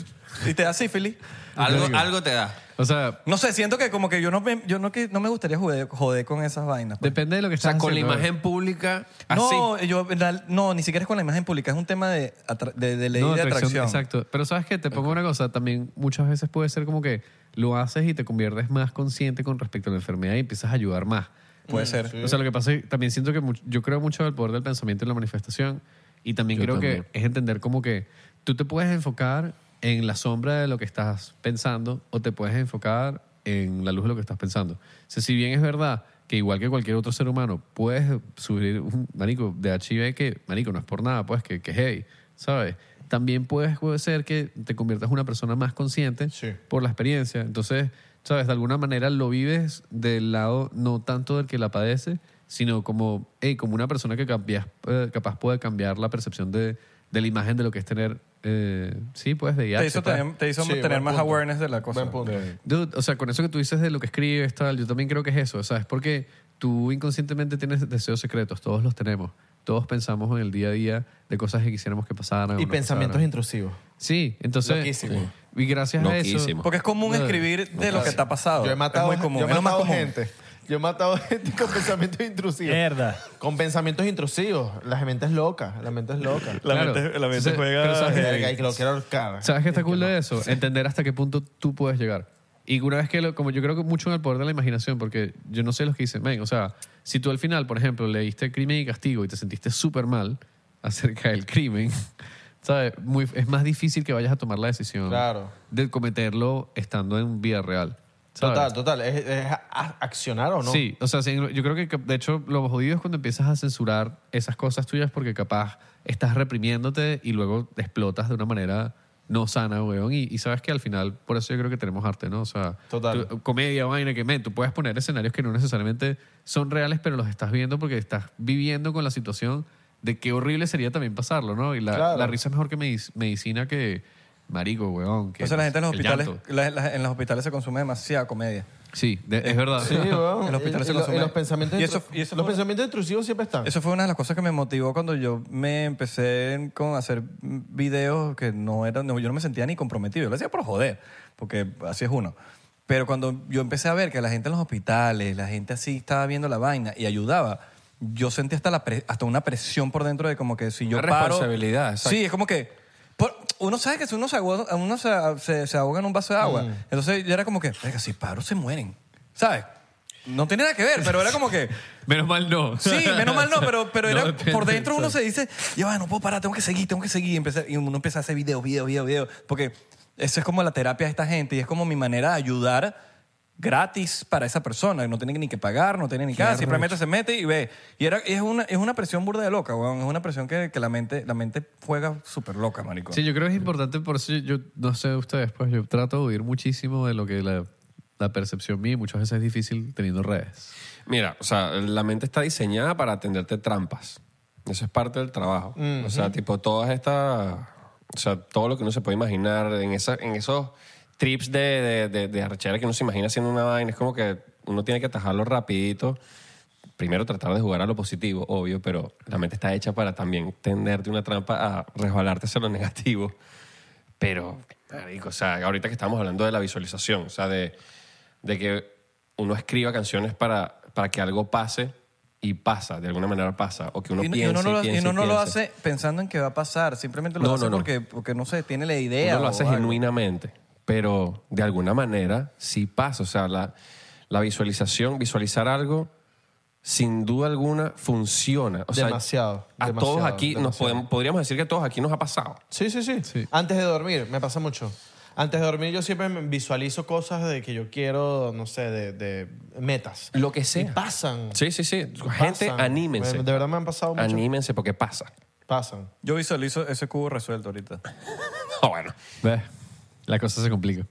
[SPEAKER 4] te da sífilis.
[SPEAKER 3] Algo, algo te da.
[SPEAKER 2] O sea,
[SPEAKER 4] No sé, siento que como que yo no me, yo no, que, no me gustaría joder, joder con esas vainas. pues.
[SPEAKER 2] depende de lo que
[SPEAKER 3] O sea,
[SPEAKER 2] estás
[SPEAKER 3] con la
[SPEAKER 2] haciendo,
[SPEAKER 3] imagen pública, así.
[SPEAKER 4] no, yo, la- no, ni siquiera es con la imagen pública, es un tema de, atra- de, de ley
[SPEAKER 2] No,
[SPEAKER 4] de atracción.
[SPEAKER 2] Exacto. Pero sabes que te pongo una cosa, también muchas veces puede ser como que lo haces y te conviertes más consciente con respecto a la enfermedad y empiezas a ayudar más.
[SPEAKER 4] Puede ser.
[SPEAKER 2] O sea, lo que pasa es que también siento que much- yo creo mucho del poder del pensamiento y la manifestación y también creo que es entender como que tú te puedes enfocar en la sombra de lo que estás pensando o te puedes enfocar en la luz de lo que estás pensando. O sea, si bien es verdad que igual que cualquier otro ser humano puedes subir un manico de HIV que, manico, no es por nada, pues que, que hey, ¿sabes? También puedes puede ser que te conviertas en una persona más consciente por la experiencia. Entonces, ¿sabes? De alguna manera lo vives del lado no tanto del que la padece, sino como, hey, como una persona que cambias, eh, capaz puede cambiar la percepción de, de la imagen de lo que es tener, eh, sí, pues, VIH.
[SPEAKER 4] Te hizo,
[SPEAKER 2] tal.
[SPEAKER 4] tener, te hizo
[SPEAKER 5] Sí,
[SPEAKER 4] tener
[SPEAKER 5] buen
[SPEAKER 4] más
[SPEAKER 5] punto.
[SPEAKER 4] awareness de la cosa.
[SPEAKER 5] Buen punto.
[SPEAKER 2] Dude, o sea, con eso que tú dices de lo que escribes, tal, yo también creo que es eso, ¿sabes? Porque tú inconscientemente tienes deseos secretos, todos los tenemos. Todos pensamos en el día a día de cosas que quisiéramos que pasaran. o
[SPEAKER 5] Y
[SPEAKER 2] no
[SPEAKER 5] pensamientos
[SPEAKER 2] pasaran.
[SPEAKER 5] intrusivos.
[SPEAKER 2] Sí, entonces.
[SPEAKER 5] Loquísimo.
[SPEAKER 2] Y gracias
[SPEAKER 3] Loquísimo.
[SPEAKER 4] Porque es común escribir de lo que te ha pasado.
[SPEAKER 5] Yo he matado,
[SPEAKER 4] es muy común.
[SPEAKER 5] yo he
[SPEAKER 4] es lo más
[SPEAKER 5] matado
[SPEAKER 4] común.
[SPEAKER 5] gente. Yo he matado gente con pensamientos intrusivos.
[SPEAKER 6] Mierda.
[SPEAKER 5] Con pensamientos intrusivos. La gente es loca. La mente es loca.
[SPEAKER 4] La
[SPEAKER 2] Claro.
[SPEAKER 4] mente, la mente
[SPEAKER 2] Entonces,
[SPEAKER 4] juega.
[SPEAKER 2] pero sabes-
[SPEAKER 5] Verga, y que lo quiero ahorcar.
[SPEAKER 2] a eso. ¿Sabes qué está cool de eso? Entender hasta qué punto tú puedes llegar. Y una vez que, lo- como yo creo que mucho en el poder de la imaginación, porque yo no sé los que dicen, ven, o sea, si tú al final, por ejemplo, leíste Crimen y Castigo y te sentiste súper mal acerca del crimen, ¿sabes? Muy, es más difícil que vayas a tomar la decisión
[SPEAKER 5] Claro.
[SPEAKER 2] de cometerlo estando en vida real. ¿sabes?
[SPEAKER 5] Total, total. ¿Es, es a- a- accionar o no?
[SPEAKER 2] Sí, o sea, sí, yo creo que de hecho lo jodido es cuando empiezas a censurar esas cosas tuyas porque capaz estás reprimiéndote y luego explotas de una manera no sana, weón. Y, y sabes que al final, por eso yo creo que tenemos arte, ¿no? O sea,
[SPEAKER 5] Total.
[SPEAKER 2] tú- comedia, vaina, que men, tú puedes poner escenarios que no necesariamente son reales, pero los estás viendo porque estás viviendo con la situación de qué horrible sería también pasarlo, ¿no? Y la,
[SPEAKER 4] Claro.
[SPEAKER 2] la risa es mejor que medic- medicina que marico, weón. Que
[SPEAKER 4] Entonces la gente en los
[SPEAKER 2] el
[SPEAKER 4] hospitales,
[SPEAKER 2] llanto.
[SPEAKER 4] la- la- en los hospitales se consume demasiada comedia.
[SPEAKER 2] Sí, de- es verdad.
[SPEAKER 4] Eh, Sí, weón. En los hospitales se
[SPEAKER 5] Y lo- y
[SPEAKER 4] consume.
[SPEAKER 5] los pensamientos
[SPEAKER 4] Y eso-
[SPEAKER 5] intru-
[SPEAKER 4] y eso
[SPEAKER 5] los
[SPEAKER 4] fue-
[SPEAKER 5] pensamientos intrusivos siempre están.
[SPEAKER 4] Eso fue una de las cosas que me motivó cuando yo me empecé con hacer videos que no eran, no, yo no me sentía ni comprometido, yo lo hacía por joder, porque así es uno. Pero cuando yo empecé a ver que la gente en los hospitales, la gente así estaba viendo la vaina y ayudaba, yo sentí hasta, la pre- hasta una presión por dentro de como que si yo
[SPEAKER 3] Una
[SPEAKER 4] paro...
[SPEAKER 3] responsabilidad, exacto.
[SPEAKER 4] Sí, es como que... por- uno sabe que si uno se ahoga, uno se, se- se ahoga en un vaso de agua.
[SPEAKER 5] Mm.
[SPEAKER 4] Entonces yo era como que, "Verga, si paro se mueren, ¿sabes? No tiene nada que ver, pero era como que...
[SPEAKER 2] Menos mal no.
[SPEAKER 4] Sí, menos mal no, pero, pero
[SPEAKER 2] No
[SPEAKER 4] era,
[SPEAKER 2] depende,
[SPEAKER 4] por dentro uno
[SPEAKER 2] exacto.
[SPEAKER 4] se dice, ya va, no puedo parar, tengo que seguir, tengo que seguir. Y, empecé- y uno empieza a hacer videos, videos, videos, videos. Porque eso es como la terapia de esta gente y es como mi manera de ayudar gratis para esa persona. No tiene ni que pagar, no tiene ni nada. Simplemente se mete y ve. Y era, es, una, es una presión burda de loca, weón. Es una presión que, que la, mente, la mente juega súper loca, marico.
[SPEAKER 2] Sí, yo creo que es importante, por eso yo, yo no sé ustedes, pues yo trato de huir muchísimo de lo que la, la percepción mía y muchas veces es difícil teniendo redes.
[SPEAKER 3] Mira, o sea, la mente está diseñada para atenderte trampas. Eso es parte del trabajo.
[SPEAKER 2] Ujú.
[SPEAKER 3] O sea, tipo, todas estas. O sea, todo lo que uno se puede imaginar en, esa, en esos trips de, de, de- de arrechera que uno se imagina haciendo una vaina. Es como que uno tiene que atajarlo rapidito. Primero tratar de jugar a lo positivo, obvio, pero la mente está hecha para también tenderte una trampa a resbalarte hacia lo negativo. Pero, marico, o sea, ahorita que estamos hablando de la visualización, o sea, de, de que uno escriba canciones para, para que algo pase y pasa, de alguna manera pasa, o que uno
[SPEAKER 4] y, no- y
[SPEAKER 3] piense
[SPEAKER 4] uno no, lo, y
[SPEAKER 3] piense
[SPEAKER 4] uno no lo
[SPEAKER 3] piense.
[SPEAKER 4] hace pensando en que va a pasar, simplemente lo
[SPEAKER 3] No,
[SPEAKER 4] hace
[SPEAKER 3] no, no.
[SPEAKER 4] Porque, porque no sé, tiene la idea.
[SPEAKER 3] Uno lo
[SPEAKER 4] o
[SPEAKER 3] hace
[SPEAKER 4] algo.
[SPEAKER 3] genuinamente, pero de alguna manera sí pasa. O sea, la, la visualización, visualizar algo, sin duda alguna, funciona. O sea,
[SPEAKER 5] Demasiado,
[SPEAKER 3] A
[SPEAKER 5] demasiado,
[SPEAKER 3] todos aquí nos
[SPEAKER 5] demasiado.
[SPEAKER 3] podemos- podríamos decir que a todos aquí nos ha pasado.
[SPEAKER 5] Sí, sí, sí, Antes de dormir, me pasa mucho. Antes de dormir yo siempre me visualizo cosas de que yo quiero, no sé, de, de metas.
[SPEAKER 3] Lo que
[SPEAKER 5] sea. Y pasan.
[SPEAKER 3] Sí, sí, sí. Gente,
[SPEAKER 5] Pasan.
[SPEAKER 3] anímense.
[SPEAKER 5] De verdad me han pasado mucho.
[SPEAKER 3] Anímense porque pasa.
[SPEAKER 5] Pasan.
[SPEAKER 4] Yo visualizo ese cubo resuelto ahorita. Ah,
[SPEAKER 3] No, bueno.
[SPEAKER 2] ¿Ves? La cosa se complica.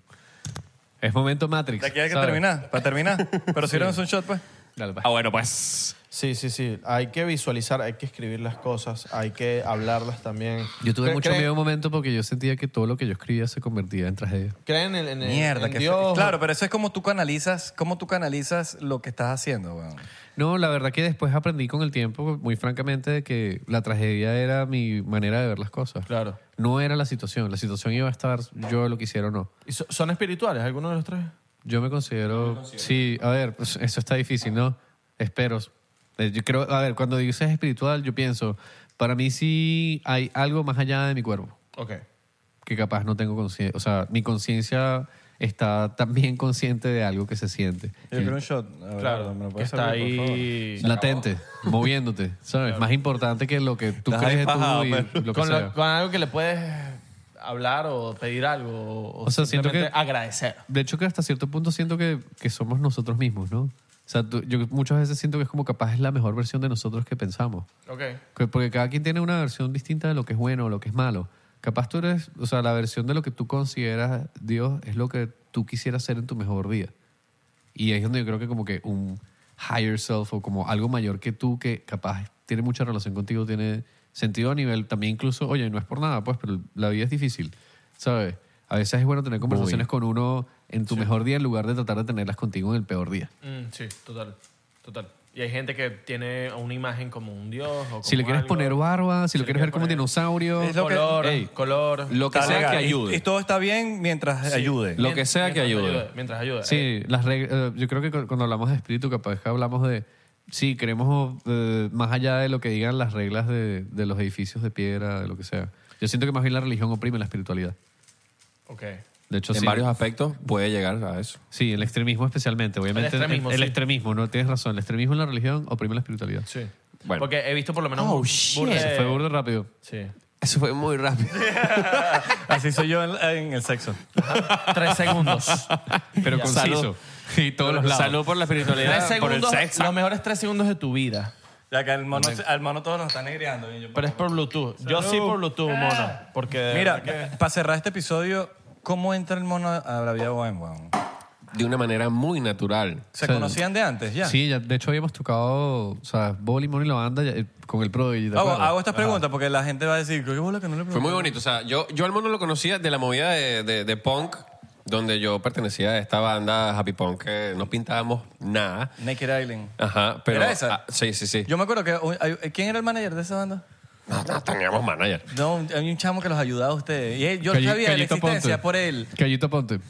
[SPEAKER 2] Es momento Matrix.
[SPEAKER 4] De aquí hay que
[SPEAKER 2] ¿sabes?
[SPEAKER 4] terminar, para terminar. Pero si un shot, pues.
[SPEAKER 2] Dale, pues.
[SPEAKER 3] Ah, bueno, pues.
[SPEAKER 5] Sí, sí, sí. Hay que visualizar, hay que escribir las cosas, hay que hablarlas también.
[SPEAKER 2] Yo tuve
[SPEAKER 5] ¿Cre-
[SPEAKER 2] mucho
[SPEAKER 5] creen-
[SPEAKER 2] miedo un momento porque yo sentía que todo lo que yo escribía se convertía en tragedia.
[SPEAKER 5] Creen en, en- en-
[SPEAKER 4] Mierda,
[SPEAKER 5] en
[SPEAKER 4] que
[SPEAKER 5] Dios.
[SPEAKER 4] Claro, pero eso es como tú canalizas, cómo tú canalizas lo que estás haciendo, weón.
[SPEAKER 2] No, la verdad que después aprendí con el tiempo, muy francamente, de que la tragedia era mi manera de ver las cosas.
[SPEAKER 5] Claro.
[SPEAKER 2] No era la situación. La situación iba a estar yo lo quisiera o no.
[SPEAKER 5] ¿Y so- ¿Son espirituales algunos de los tres?
[SPEAKER 2] Yo me considero, Sí, a ver, pues, eso está difícil, ¿no? Espero. Eh, Yo creo, a ver, cuando dices espiritual, yo pienso, para mí sí hay algo más allá de mi cuerpo,
[SPEAKER 5] Ok.
[SPEAKER 2] que capaz no tengo conciencia. O sea, mi conciencia está también consciente de algo que se siente.
[SPEAKER 4] Yo quiero un shot. A ver,
[SPEAKER 5] Claro,
[SPEAKER 4] ¿me lo
[SPEAKER 5] que
[SPEAKER 4] puedes
[SPEAKER 5] está
[SPEAKER 4] servir, por favor?
[SPEAKER 5] ahí...
[SPEAKER 2] Latente, moviéndote, ¿sabes? Más importante que lo que tú
[SPEAKER 4] Estás ahí
[SPEAKER 2] crees de tú
[SPEAKER 4] fajado,
[SPEAKER 2] y
[SPEAKER 4] pero-
[SPEAKER 2] lo que
[SPEAKER 5] pues. Con, lo-
[SPEAKER 2] sea.
[SPEAKER 5] con algo que le puedes hablar o pedir algo o,
[SPEAKER 2] O sea, siento
[SPEAKER 5] simplemente
[SPEAKER 2] que-
[SPEAKER 5] agradecer.
[SPEAKER 2] De hecho, que hasta cierto punto siento que, que somos nosotros mismos, ¿no? O sea, tú- yo muchas veces siento que es como capaz es la mejor versión de nosotros que pensamos.
[SPEAKER 5] Ok.
[SPEAKER 2] Que- Porque cada quien tiene una versión distinta de lo que es bueno o lo que es malo. Capaz tú eres, o sea, la versión de lo que tú consideras Dios es lo que tú quisieras ser en tu mejor día. Y ahí es donde yo creo que como que un higher self o como algo mayor que tú que capaz tiene mucha relación contigo, tiene sentido a nivel también incluso, oye, no es por nada, pues, pero la vida es difícil, ¿sabes? A veces es bueno tener conversaciones con uno en tu mejor día en lugar de tratar de tenerlas contigo en el peor día.
[SPEAKER 13] Mm, sí, total, total. Y hay gente que tiene una imagen como un dios o como
[SPEAKER 2] Si le quieres
[SPEAKER 13] algo.
[SPEAKER 2] poner barba, si, lo quieres ver como un
[SPEAKER 13] poner-
[SPEAKER 2] dinosaurio,
[SPEAKER 4] Es lo que-
[SPEAKER 13] color,
[SPEAKER 2] Ey.
[SPEAKER 13] color.
[SPEAKER 3] Lo que
[SPEAKER 4] Está
[SPEAKER 3] sea que
[SPEAKER 4] legal. Y-
[SPEAKER 3] ayude.
[SPEAKER 4] Y, todo está bien mientras ayude.
[SPEAKER 3] Lo que sea que
[SPEAKER 13] Mientras
[SPEAKER 3] ayude.
[SPEAKER 13] Mientras ayuda.
[SPEAKER 2] Sí, las reg- eh, yo creo que cu- cuando hablamos de espíritu, capaz que hablamos de, sí, queremos eh, más allá de lo que digan las reglas de, de los edificios de piedra, de lo que sea. Yo siento que más bien la religión oprime la espiritualidad.
[SPEAKER 13] Ok.
[SPEAKER 2] De hecho,
[SPEAKER 3] En
[SPEAKER 2] sí.
[SPEAKER 3] varios aspectos puede llegar a eso.
[SPEAKER 2] Sí, el extremismo especialmente, obviamente. El
[SPEAKER 13] extremismo,
[SPEAKER 2] el
[SPEAKER 13] sí.
[SPEAKER 2] extremismo, no tienes razón. El extremismo en la religión oprime la espiritualidad.
[SPEAKER 13] Sí.
[SPEAKER 3] Bueno.
[SPEAKER 13] Porque he visto por lo menos...
[SPEAKER 2] Oh,
[SPEAKER 13] bur-
[SPEAKER 2] shit.
[SPEAKER 13] burda de-
[SPEAKER 2] Se fue burdo rápido.
[SPEAKER 13] Sí.
[SPEAKER 3] Eso fue muy rápido.
[SPEAKER 4] Así soy yo en, en el sexo.
[SPEAKER 14] Tres segundos.
[SPEAKER 3] Pero
[SPEAKER 14] Ya.
[SPEAKER 3] conciso.
[SPEAKER 14] Salud.
[SPEAKER 3] Y todos los lados. Salud por la espiritualidad,
[SPEAKER 14] Tres
[SPEAKER 3] por el
[SPEAKER 14] segundos,
[SPEAKER 3] sexo.
[SPEAKER 14] los mejores tres segundos de tu vida.
[SPEAKER 4] Ya que al mono, al mono todos nos están negreando. y yo-
[SPEAKER 14] Pero es por Bluetooth. Yo
[SPEAKER 4] Salud.
[SPEAKER 14] sí por Bluetooth, mono.
[SPEAKER 5] Ah.
[SPEAKER 14] Porque de
[SPEAKER 4] Mira,
[SPEAKER 14] verdad que-
[SPEAKER 4] para cerrar este episodio, ¿cómo entra el mono a la vida bohem, weón?
[SPEAKER 3] De una manera muy natural.
[SPEAKER 4] ¿Se
[SPEAKER 3] O sea,
[SPEAKER 4] conocían de antes ya?
[SPEAKER 2] Sí, ya, de hecho habíamos tocado, o sea, Boli, Mono y la banda ya, eh, con el Prodigy. ¿te
[SPEAKER 4] Hago,
[SPEAKER 2] acuerdas?
[SPEAKER 4] hago estas preguntas porque la gente va a decir, ¿qué bola que no le
[SPEAKER 3] Fue muy
[SPEAKER 4] pregunté?"
[SPEAKER 3] bonito. O sea, yo, yo al mono lo conocía de la movida de, de- de punk, donde yo pertenecía a esta banda Happy Punk, que no pintábamos nada.
[SPEAKER 4] Naked Island.
[SPEAKER 3] Ajá, pero.
[SPEAKER 4] ¿Era esa?
[SPEAKER 3] ah, sí, sí, sí.
[SPEAKER 4] Yo me acuerdo que. un- hay- ¿Quién era el manager de esa banda?
[SPEAKER 3] No, no teníamos manager.
[SPEAKER 4] No, un- hay un chamo que los ayudaba a ustedes. Y él- yo
[SPEAKER 2] Calli-
[SPEAKER 4] sabía de la
[SPEAKER 2] Callito
[SPEAKER 4] existencia
[SPEAKER 2] Ponte.
[SPEAKER 4] por él.
[SPEAKER 2] Callito Ponte.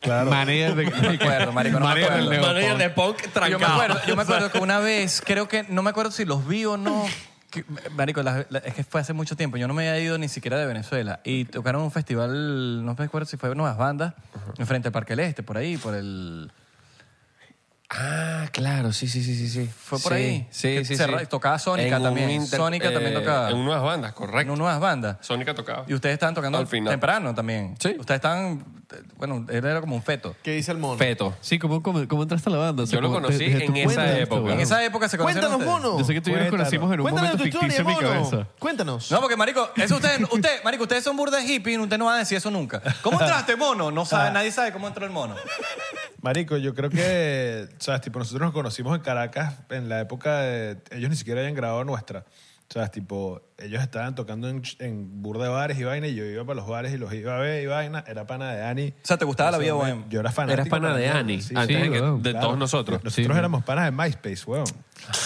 [SPEAKER 2] Claro. Manager de.
[SPEAKER 4] No me acuerdo, marico, no me
[SPEAKER 2] Manager
[SPEAKER 4] acuerdo.
[SPEAKER 2] del Neopunk.
[SPEAKER 3] Manager de punk
[SPEAKER 4] Yo me, acuerdo, yo me acuerdo que una vez, creo que, no me acuerdo si los vi o no. que- marico, las- la- es que fue hace mucho tiempo. Yo no me había ido ni siquiera de Venezuela. Y tocaron un festival, no me acuerdo si fue Nuevas Bandas, enfrente al Parque del Este, por ahí, por el...
[SPEAKER 3] Ah, claro, sí, sí, sí, sí. sí.
[SPEAKER 4] Fue por
[SPEAKER 3] Sí,
[SPEAKER 4] ahí.
[SPEAKER 3] Sí,
[SPEAKER 4] Que
[SPEAKER 3] sí,
[SPEAKER 4] cerra-
[SPEAKER 3] sí.
[SPEAKER 4] tocaba Sónica
[SPEAKER 3] En
[SPEAKER 4] también.
[SPEAKER 3] un inter-
[SPEAKER 4] Sónica también
[SPEAKER 3] eh,
[SPEAKER 4] tocaba.
[SPEAKER 3] En nuevas bandas,
[SPEAKER 4] En
[SPEAKER 3] correcto.
[SPEAKER 4] Nuevas Bandas.
[SPEAKER 3] Sónica tocaba.
[SPEAKER 4] Y ustedes estaban tocando
[SPEAKER 3] Al final.
[SPEAKER 4] temprano también.
[SPEAKER 3] Sí.
[SPEAKER 4] Ustedes estaban, eh, bueno, él era como un feto.
[SPEAKER 5] ¿Qué dice el mono?
[SPEAKER 3] Feto.
[SPEAKER 2] Sí, ¿cómo, cómo, cómo entraste a la banda? O sea,
[SPEAKER 3] Yo lo
[SPEAKER 2] ¿cómo
[SPEAKER 3] conocí en
[SPEAKER 2] ¿tú
[SPEAKER 3] esa
[SPEAKER 2] cuentas
[SPEAKER 3] época.
[SPEAKER 2] esto?
[SPEAKER 4] En esa época se conocieron
[SPEAKER 5] Cuéntanos,
[SPEAKER 4] ustedes.
[SPEAKER 5] mono.
[SPEAKER 2] Yo sé que tú y yo nos
[SPEAKER 5] Cuéntanos.
[SPEAKER 2] conocimos en un
[SPEAKER 5] Cuéntanos
[SPEAKER 2] momento
[SPEAKER 5] tu historia,
[SPEAKER 2] ficticio en mi
[SPEAKER 5] mono.
[SPEAKER 2] cabeza.
[SPEAKER 5] Cuéntanos.
[SPEAKER 4] No, porque marico, eso ustedes, usted, marico, ustedes son burda de hippie, ustedes no van a decir eso nunca. Ah. ¿Cómo entraste, mono? No sabe, nadie sabe cómo entró el mono.
[SPEAKER 6] Marico, yo creo que, ¿sabes? Tipo, nosotros nos conocimos en Caracas en la época de. Ellos ni siquiera habían grabado nuestra. ¿Sabes? Tipo, ellos estaban tocando en, en burda de bares y vaina, y yo iba para los bares y los iba a ver y vaina. Era pana de Ani.
[SPEAKER 4] O sea, ¿te gustaba la vida bohem?
[SPEAKER 6] Yo era fan
[SPEAKER 3] Eras pana de Ani, antes de, que- de todos nosotros.
[SPEAKER 6] Nosotros éramos panas de MySpace, weón.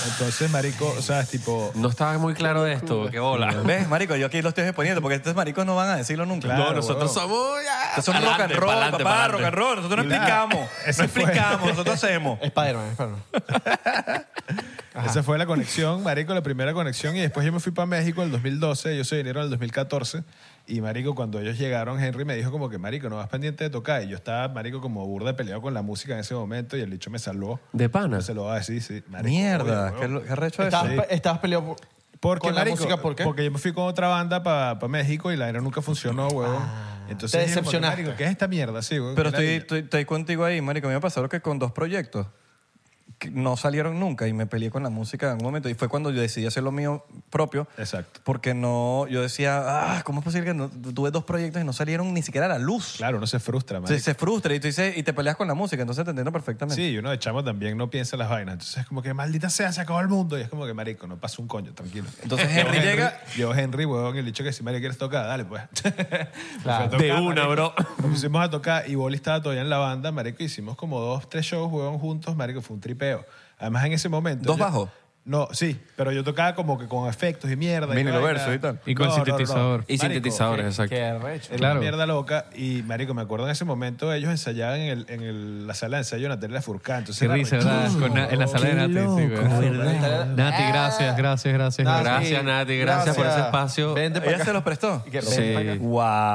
[SPEAKER 6] Entonces, marico, o sea, es tipo...
[SPEAKER 3] No estaba muy claro de esto. Qué bola.
[SPEAKER 4] ¿Ves, marico? Yo aquí lo estoy exponiendo porque estos maricos no van a decirlo nunca.
[SPEAKER 6] Claro,
[SPEAKER 4] no, nosotros
[SPEAKER 6] huevón.
[SPEAKER 4] somos... ya. Estos son rock and roll,
[SPEAKER 3] pa'lante,
[SPEAKER 4] papá,
[SPEAKER 3] pa'lante.
[SPEAKER 4] rock and roll. Nosotros no
[SPEAKER 6] Y nada,
[SPEAKER 4] explicamos.
[SPEAKER 6] eso
[SPEAKER 4] No
[SPEAKER 6] fue.
[SPEAKER 4] explicamos, nosotros hacemos.
[SPEAKER 5] Spider-Man, Spider-Man.
[SPEAKER 6] Esa fue la conexión, marico, la primera conexión. Y después yo me fui para México en el 2012, ellos se vinieron en el 2014. Y, marico, cuando ellos llegaron, Henry me dijo como que, marico, no vas pendiente de tocar. Y yo estaba, marico, como burda peleado con la música en ese momento. Y el dicho me salvó.
[SPEAKER 3] De pana.
[SPEAKER 6] Se lo va a decir, sí. marico,
[SPEAKER 4] Mierda,
[SPEAKER 6] obvio,
[SPEAKER 4] qué,
[SPEAKER 6] weón.
[SPEAKER 4] lo- qué recho eso.
[SPEAKER 6] Sí.
[SPEAKER 5] Estabas, pe- estabas peleado por,
[SPEAKER 6] Porque,
[SPEAKER 5] con la
[SPEAKER 6] marico,
[SPEAKER 5] música, ¿por qué?
[SPEAKER 6] Porque yo me fui con otra banda para México y la era nunca funcionó, huevón.
[SPEAKER 4] Ah.
[SPEAKER 6] Entonces, yo
[SPEAKER 5] te
[SPEAKER 6] como que,
[SPEAKER 5] decepcionaste.
[SPEAKER 6] marico, ¿qué es esta mierda? Sí, huevón,
[SPEAKER 4] Pero
[SPEAKER 6] qué
[SPEAKER 4] estoy,
[SPEAKER 6] ladilla.
[SPEAKER 4] estoy, estoy contigo ahí, marico. A mí me pasó lo que con dos proyectos que no salieron nunca y me peleé con la música en algún momento. Y fue cuando yo decidí hacer lo mío propio.
[SPEAKER 6] Exacto.
[SPEAKER 4] Porque no, yo decía, ah, ¿cómo es posible que no- tuve dos proyectos y no salieron ni siquiera a la luz?
[SPEAKER 6] Claro, uno se frustra, marico.
[SPEAKER 4] Se, se frustra y, tú dices, y te peleas con la música, entonces te entiendo perfectamente.
[SPEAKER 6] Sí, y uno de chamo también no piensa las vainas. Entonces es como que maldita sea, se acabó el mundo. Y es como que, marico, no pasa un coño, tranquilo.
[SPEAKER 4] Entonces Henry
[SPEAKER 6] Yo,
[SPEAKER 4] llega-
[SPEAKER 6] Yo, Henry, huevón, y le dicho que si Mario quieres tocar, dale, pues. Claro.
[SPEAKER 3] De una, bro.
[SPEAKER 6] Nos pusimos a tocar y Boli estaba todavía en la banda, marico. Hicimos como dos, tres shows, huevón, juntos, marico. Fue un tripeo. Además, en ese momento...
[SPEAKER 4] ¿Dos
[SPEAKER 6] yo-
[SPEAKER 4] bajos?
[SPEAKER 6] No, sí. pero yo tocaba como que con efectos y mierda.
[SPEAKER 4] Vinilo
[SPEAKER 6] vaina.
[SPEAKER 4] verso y tal.
[SPEAKER 2] Y con
[SPEAKER 6] No, no, no.
[SPEAKER 2] sintetizador.
[SPEAKER 3] Y
[SPEAKER 6] Marico,
[SPEAKER 3] sintetizadores, exacto.
[SPEAKER 5] Qué arrecho.
[SPEAKER 6] era
[SPEAKER 2] Claro.
[SPEAKER 6] una mierda loca. Y, marico, me acuerdo en ese momento ellos ensayaban en, el- en el- la sala de ensayo de Natalia Furcán. Entonces
[SPEAKER 2] Qué
[SPEAKER 6] era
[SPEAKER 2] risa,
[SPEAKER 6] arrechísimo,
[SPEAKER 2] ¿verdad? Con na- en la sala de Nati. sí, güey. Nati, gracias, gracias, gracias.
[SPEAKER 5] Nati.
[SPEAKER 2] gracias.
[SPEAKER 3] Gracias, Nati. Gracias por ese espacio.
[SPEAKER 5] Vente para
[SPEAKER 4] ¿Ella
[SPEAKER 5] acá.
[SPEAKER 4] se los prestó?
[SPEAKER 5] Y que-
[SPEAKER 3] Sí.
[SPEAKER 5] vente para acá.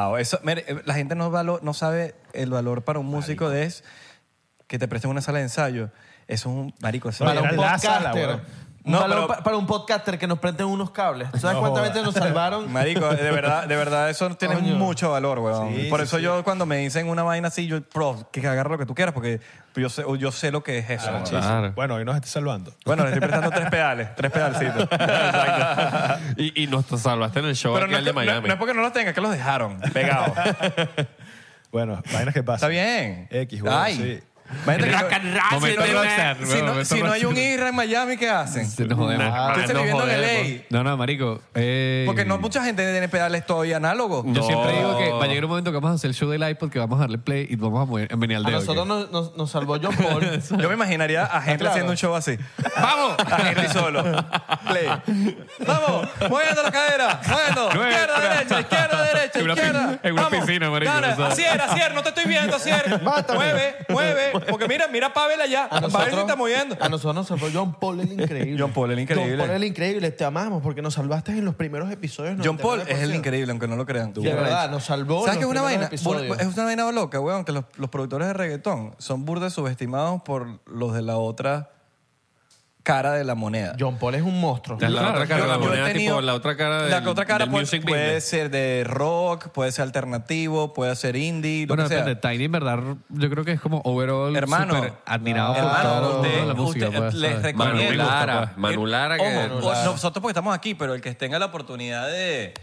[SPEAKER 4] Wow, eso, mire, eh, la gente no, valo- no sabe el valor para un músico de es que te presten una sala de ensayo. Eso es un marico. Eso
[SPEAKER 5] Para
[SPEAKER 6] era
[SPEAKER 5] un
[SPEAKER 6] la sala,
[SPEAKER 5] podcaster.
[SPEAKER 6] weón.
[SPEAKER 5] Un
[SPEAKER 4] No,
[SPEAKER 5] valor
[SPEAKER 4] pero-
[SPEAKER 5] pa- para un podcaster que nos prenden unos cables. ¿Tú sabes cuántas veces nos salvaron?
[SPEAKER 4] Marico, de verdad, de verdad, eso tiene
[SPEAKER 5] Coño.
[SPEAKER 4] mucho valor, weón.
[SPEAKER 6] Sí,
[SPEAKER 4] Por
[SPEAKER 6] sí,
[SPEAKER 4] eso
[SPEAKER 6] sí.
[SPEAKER 4] yo cuando me dicen una vaina así, yo, pro, que agarra lo que tú quieras, porque yo sé, yo sé lo que es eso. weón.
[SPEAKER 3] Claro.
[SPEAKER 6] Ah, Bueno, hoy nos está salvando.
[SPEAKER 4] Bueno, le estoy prestando tres pedales, tres pedalcitos.
[SPEAKER 3] Ah, Y, y nos salvaste en el show
[SPEAKER 4] Pero
[SPEAKER 3] aquel
[SPEAKER 4] no es,
[SPEAKER 3] de
[SPEAKER 4] que- no-
[SPEAKER 3] Miami.
[SPEAKER 4] no es porque no los tenga, que los dejaron pegados.
[SPEAKER 6] Bueno, vainas que
[SPEAKER 4] Está
[SPEAKER 6] pasan.
[SPEAKER 4] bien.
[SPEAKER 6] X, weón,
[SPEAKER 4] Ay.
[SPEAKER 6] sí.
[SPEAKER 4] Imagínate que-
[SPEAKER 3] Rock and roll,
[SPEAKER 4] Momento
[SPEAKER 3] sí,
[SPEAKER 4] rockstar,
[SPEAKER 3] sí,
[SPEAKER 4] si no-
[SPEAKER 3] momento
[SPEAKER 4] si no hay un
[SPEAKER 3] rockstar.
[SPEAKER 4] IRA en Miami, ¿qué hacen?
[SPEAKER 2] Sí, nos jodemos.
[SPEAKER 3] Nah,
[SPEAKER 2] Ah,
[SPEAKER 4] Yo estoy
[SPEAKER 3] nos
[SPEAKER 4] viviendo en
[SPEAKER 3] jodemos.
[SPEAKER 4] LA.
[SPEAKER 2] No, no, marico. eh,
[SPEAKER 4] Porque no mucha gente tiene pedales todavía análogos.
[SPEAKER 2] Yo siempre digo que va a llegar un momento que vamos a hacer el show del iPod, que vamos a darle play y vamos a mover- a venir al
[SPEAKER 5] A
[SPEAKER 2] dedo.
[SPEAKER 5] nosotros
[SPEAKER 2] ¿ok?
[SPEAKER 5] nos, nos- nos salvó John Paul.
[SPEAKER 4] Yo me imaginaría a
[SPEAKER 2] Ah,
[SPEAKER 4] gente
[SPEAKER 5] Claro.
[SPEAKER 4] haciendo un show así. ¡Vamos! A Henry solo. Play. ¡Vamos! ¡Moviendo la cadera! ¡Moviendo! ¡Izquierda, derecha! ¡Izquierda, derecha!
[SPEAKER 2] En una
[SPEAKER 4] ¡Izquierda!
[SPEAKER 2] piscina- en una
[SPEAKER 4] ¡Vamos!
[SPEAKER 2] piscina, marico,
[SPEAKER 4] Gana.
[SPEAKER 2] o sea.
[SPEAKER 4] Asier, Asier, no te estoy viendo, Asier. Mueve, mueve. Porque mira, mira a Pavel allá.
[SPEAKER 5] A
[SPEAKER 4] Pavel se
[SPEAKER 5] nosotros,
[SPEAKER 4] está moviendo.
[SPEAKER 5] a nosotros nos salvó John Paul el increíble.
[SPEAKER 4] John Paul el increíble.
[SPEAKER 5] John Paul el increíble. Te amamos porque nos salvaste en los primeros episodios.
[SPEAKER 4] John Paul
[SPEAKER 5] 99%.
[SPEAKER 4] es el increíble, aunque no lo crean.
[SPEAKER 5] De verdad, nos salvó. en
[SPEAKER 4] ¿Sabes qué es
[SPEAKER 5] los
[SPEAKER 4] una vaina?
[SPEAKER 5] primeros
[SPEAKER 4] Bu-
[SPEAKER 5] episodios.
[SPEAKER 4] Es una vaina loca, weón, que los, los productores de reggaetón son burdes subestimados por los de la otra cara de la moneda.
[SPEAKER 5] John Paul es un monstruo.
[SPEAKER 3] La, la
[SPEAKER 4] Claro,
[SPEAKER 3] otra cara de la
[SPEAKER 4] yo- yo he
[SPEAKER 3] moneda,
[SPEAKER 4] tenido-
[SPEAKER 3] tipo la otra cara
[SPEAKER 4] la
[SPEAKER 3] del-
[SPEAKER 4] otra cara
[SPEAKER 3] del
[SPEAKER 4] puede,
[SPEAKER 3] music
[SPEAKER 4] puede
[SPEAKER 3] business.
[SPEAKER 4] ser de rock, puede ser alternativo, puede ser indie, lo
[SPEAKER 2] Bueno,
[SPEAKER 4] que sea.
[SPEAKER 2] depende. Tiny, en verdad, yo creo que es como overall
[SPEAKER 4] Hermano,
[SPEAKER 2] súper admirado por
[SPEAKER 4] Hermano,
[SPEAKER 2] todo el mundo
[SPEAKER 4] usted-
[SPEAKER 2] de la música.
[SPEAKER 4] usted-
[SPEAKER 2] pues,
[SPEAKER 4] les
[SPEAKER 2] ¿sabes?
[SPEAKER 4] recomiendo-
[SPEAKER 3] Manu Lara, pues,
[SPEAKER 4] Lara,
[SPEAKER 3] Manu
[SPEAKER 4] eh,
[SPEAKER 3] Lara,
[SPEAKER 4] o
[SPEAKER 3] que-
[SPEAKER 4] Manu
[SPEAKER 3] o-
[SPEAKER 4] Lara. nosotros porque estamos aquí, pero el que tenga la oportunidad de,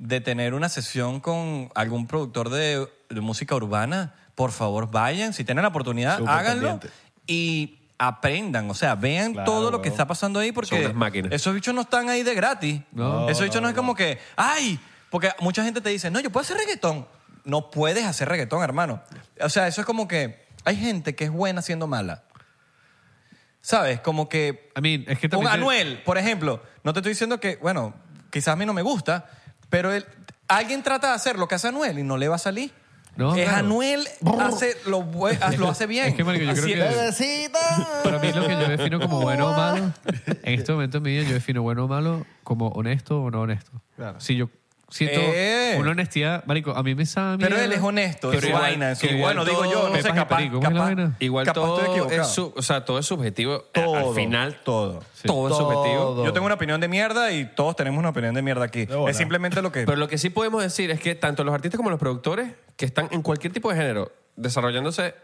[SPEAKER 4] de tener una sesión con algún productor de, de música urbana, por favor vayan, si tienen la oportunidad,
[SPEAKER 5] Súper
[SPEAKER 4] háganlo
[SPEAKER 5] pendiente.
[SPEAKER 4] y aprendan, o sea, vean
[SPEAKER 5] Claro,
[SPEAKER 4] todo lo que
[SPEAKER 5] huevón.
[SPEAKER 4] está pasando ahí
[SPEAKER 3] Son
[SPEAKER 4] porque
[SPEAKER 3] unas máquinas.
[SPEAKER 4] esos bichos no están ahí de gratis.
[SPEAKER 3] No.
[SPEAKER 4] esos bichos no, es como que, ay, porque mucha gente te dice, no, yo puedo hacer reggaetón. No puedes hacer reggaetón, hermano. O sea, eso es como que hay gente que es buena siendo mala. ¿Sabes? Como que.
[SPEAKER 2] I mean, es que
[SPEAKER 4] Un
[SPEAKER 2] también te-
[SPEAKER 4] Anuel, por ejemplo. No te estoy diciendo que, bueno, quizás a mí no me gusta, pero él- alguien trata de hacer lo que hace Anuel y no le va a salir.
[SPEAKER 2] No,
[SPEAKER 4] es
[SPEAKER 2] claro.
[SPEAKER 4] Anuel, hace lo, bue- Ah, lo hace bien.
[SPEAKER 2] Es que, marico, yo
[SPEAKER 4] Así-
[SPEAKER 2] creo que para mí lo que yo defino como bueno o malo, en este momento en mi vida yo defino bueno o malo como honesto o no honesto. Si yo siento
[SPEAKER 4] Eh.
[SPEAKER 2] una honestidad, marico, a mí me sabe a
[SPEAKER 4] Pero
[SPEAKER 2] mierda
[SPEAKER 4] él es honesto,
[SPEAKER 2] que
[SPEAKER 4] en su
[SPEAKER 2] igual-
[SPEAKER 4] vaina, en
[SPEAKER 2] que
[SPEAKER 4] su-
[SPEAKER 2] igual
[SPEAKER 4] bueno, digo yo, no sé,
[SPEAKER 2] pepas y
[SPEAKER 4] capaz-
[SPEAKER 2] perico, ¿cómo es la
[SPEAKER 4] capaz-
[SPEAKER 2] vaina?
[SPEAKER 3] Igual
[SPEAKER 4] Capaz estoy
[SPEAKER 3] todo
[SPEAKER 4] equivocado.
[SPEAKER 3] es, su- o sea, todo es subjetivo. eh,
[SPEAKER 4] Todo,
[SPEAKER 3] Al final,
[SPEAKER 4] todo.
[SPEAKER 3] Sí. Todo es subjetivo.
[SPEAKER 4] Yo tengo una opinión de mierda y todos tenemos una opinión de mierda aquí.
[SPEAKER 6] bola.
[SPEAKER 4] Es simplemente lo que.
[SPEAKER 3] Pero lo que sí podemos decir es que tanto los artistas como los productores que están en cualquier tipo de género desarrollándose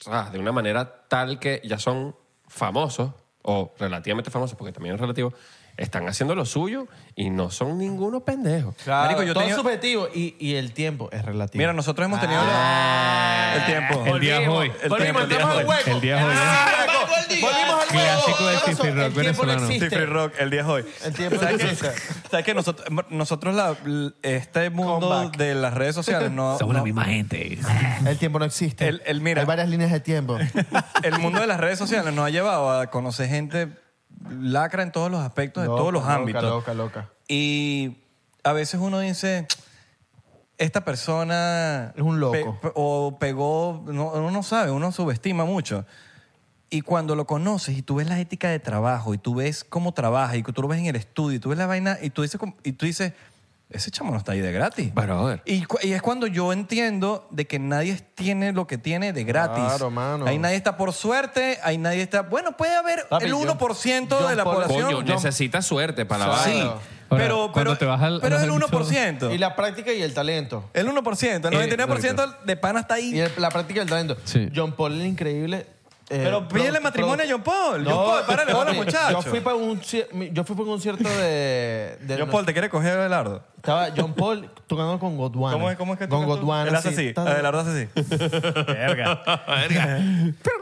[SPEAKER 3] o sea, de una manera tal que ya son famosos o relativamente famosos, porque también es relativo, están haciendo lo suyo y no son ninguno pendejo.
[SPEAKER 4] Marico, yo
[SPEAKER 5] todo
[SPEAKER 4] tenía-
[SPEAKER 5] es subjetivo y, y el tiempo es relativo. Ah.
[SPEAKER 4] Mira, nosotros hemos tenido la- el tiempo.
[SPEAKER 10] El día es hoy.
[SPEAKER 4] El tiempo, el tiempo.
[SPEAKER 10] El día es hoy.
[SPEAKER 5] Volvimos al
[SPEAKER 2] Clásico de Cifre Rock venezolano.
[SPEAKER 4] Cifre Rock, el día es hoy.
[SPEAKER 5] El tiempo
[SPEAKER 4] ¿Sabes
[SPEAKER 5] no
[SPEAKER 4] qué?
[SPEAKER 5] existe.
[SPEAKER 4] ¿Sabes qué? Nosotros, nosotros la- este mundo
[SPEAKER 5] Comeback.
[SPEAKER 4] de las redes sociales no... no-
[SPEAKER 2] gente.
[SPEAKER 5] El tiempo no existe.
[SPEAKER 4] El- el- mira.
[SPEAKER 5] Hay varias líneas de tiempo.
[SPEAKER 4] El mundo de las redes sociales nos ha llevado a conocer gente lacra en todos los aspectos, de
[SPEAKER 5] Loca,
[SPEAKER 4] todos los
[SPEAKER 5] loca,
[SPEAKER 4] ámbitos.
[SPEAKER 5] Loca, loca.
[SPEAKER 4] Y a veces uno dice, esta persona...
[SPEAKER 5] Es un loco.
[SPEAKER 4] pe- pe- o pegó, no, uno no sabe, uno subestima mucho. Y cuando lo conoces y tú ves la ética de trabajo y tú ves cómo trabaja y que tú lo ves en el estudio y tú ves la vaina y tú dices, como- y tú dices ese chamo no está ahí de gratis.
[SPEAKER 2] Bueno, joder.
[SPEAKER 4] Y, cu- y es cuando yo entiendo de que nadie tiene lo que tiene de gratis.
[SPEAKER 5] Claro, mano.
[SPEAKER 4] Ahí nadie está por suerte, ahí nadie está... Bueno, puede haber
[SPEAKER 5] Papi,
[SPEAKER 4] el
[SPEAKER 5] yo-
[SPEAKER 4] 1% de
[SPEAKER 5] yo
[SPEAKER 4] la
[SPEAKER 5] por-
[SPEAKER 4] población...
[SPEAKER 3] Coño, necesitas suerte para la
[SPEAKER 4] Sí,
[SPEAKER 3] vaina.
[SPEAKER 5] Claro.
[SPEAKER 2] Ahora,
[SPEAKER 4] pero, pero,
[SPEAKER 2] cuando te vas al-
[SPEAKER 4] pero es el
[SPEAKER 2] al-
[SPEAKER 4] 1%.
[SPEAKER 5] Y la práctica y el talento. Eh,
[SPEAKER 4] El 1%, el 99% de pana está
[SPEAKER 5] Y
[SPEAKER 4] ahí.
[SPEAKER 5] el- la práctica y el talento.
[SPEAKER 2] Sí.
[SPEAKER 5] John Paul el increíble. eh,
[SPEAKER 4] Pero pídele
[SPEAKER 5] pro-
[SPEAKER 4] matrimonio
[SPEAKER 5] pro-
[SPEAKER 4] a John Paul. John Paul, párale bola,
[SPEAKER 5] papi,
[SPEAKER 4] muchacho.
[SPEAKER 5] Yo fui para un, cier- yo fui pa' un concierto de. de-
[SPEAKER 4] Yo, Paul, ¿te quiere coger a Abelardo?
[SPEAKER 5] Estaba John Paul tocando con Godwana.
[SPEAKER 4] ¿Cómo es, cómo es que
[SPEAKER 5] Con
[SPEAKER 4] tocas tú?
[SPEAKER 5] Godwana.
[SPEAKER 4] Él hace así,
[SPEAKER 5] tan-
[SPEAKER 4] Abelardo hace así.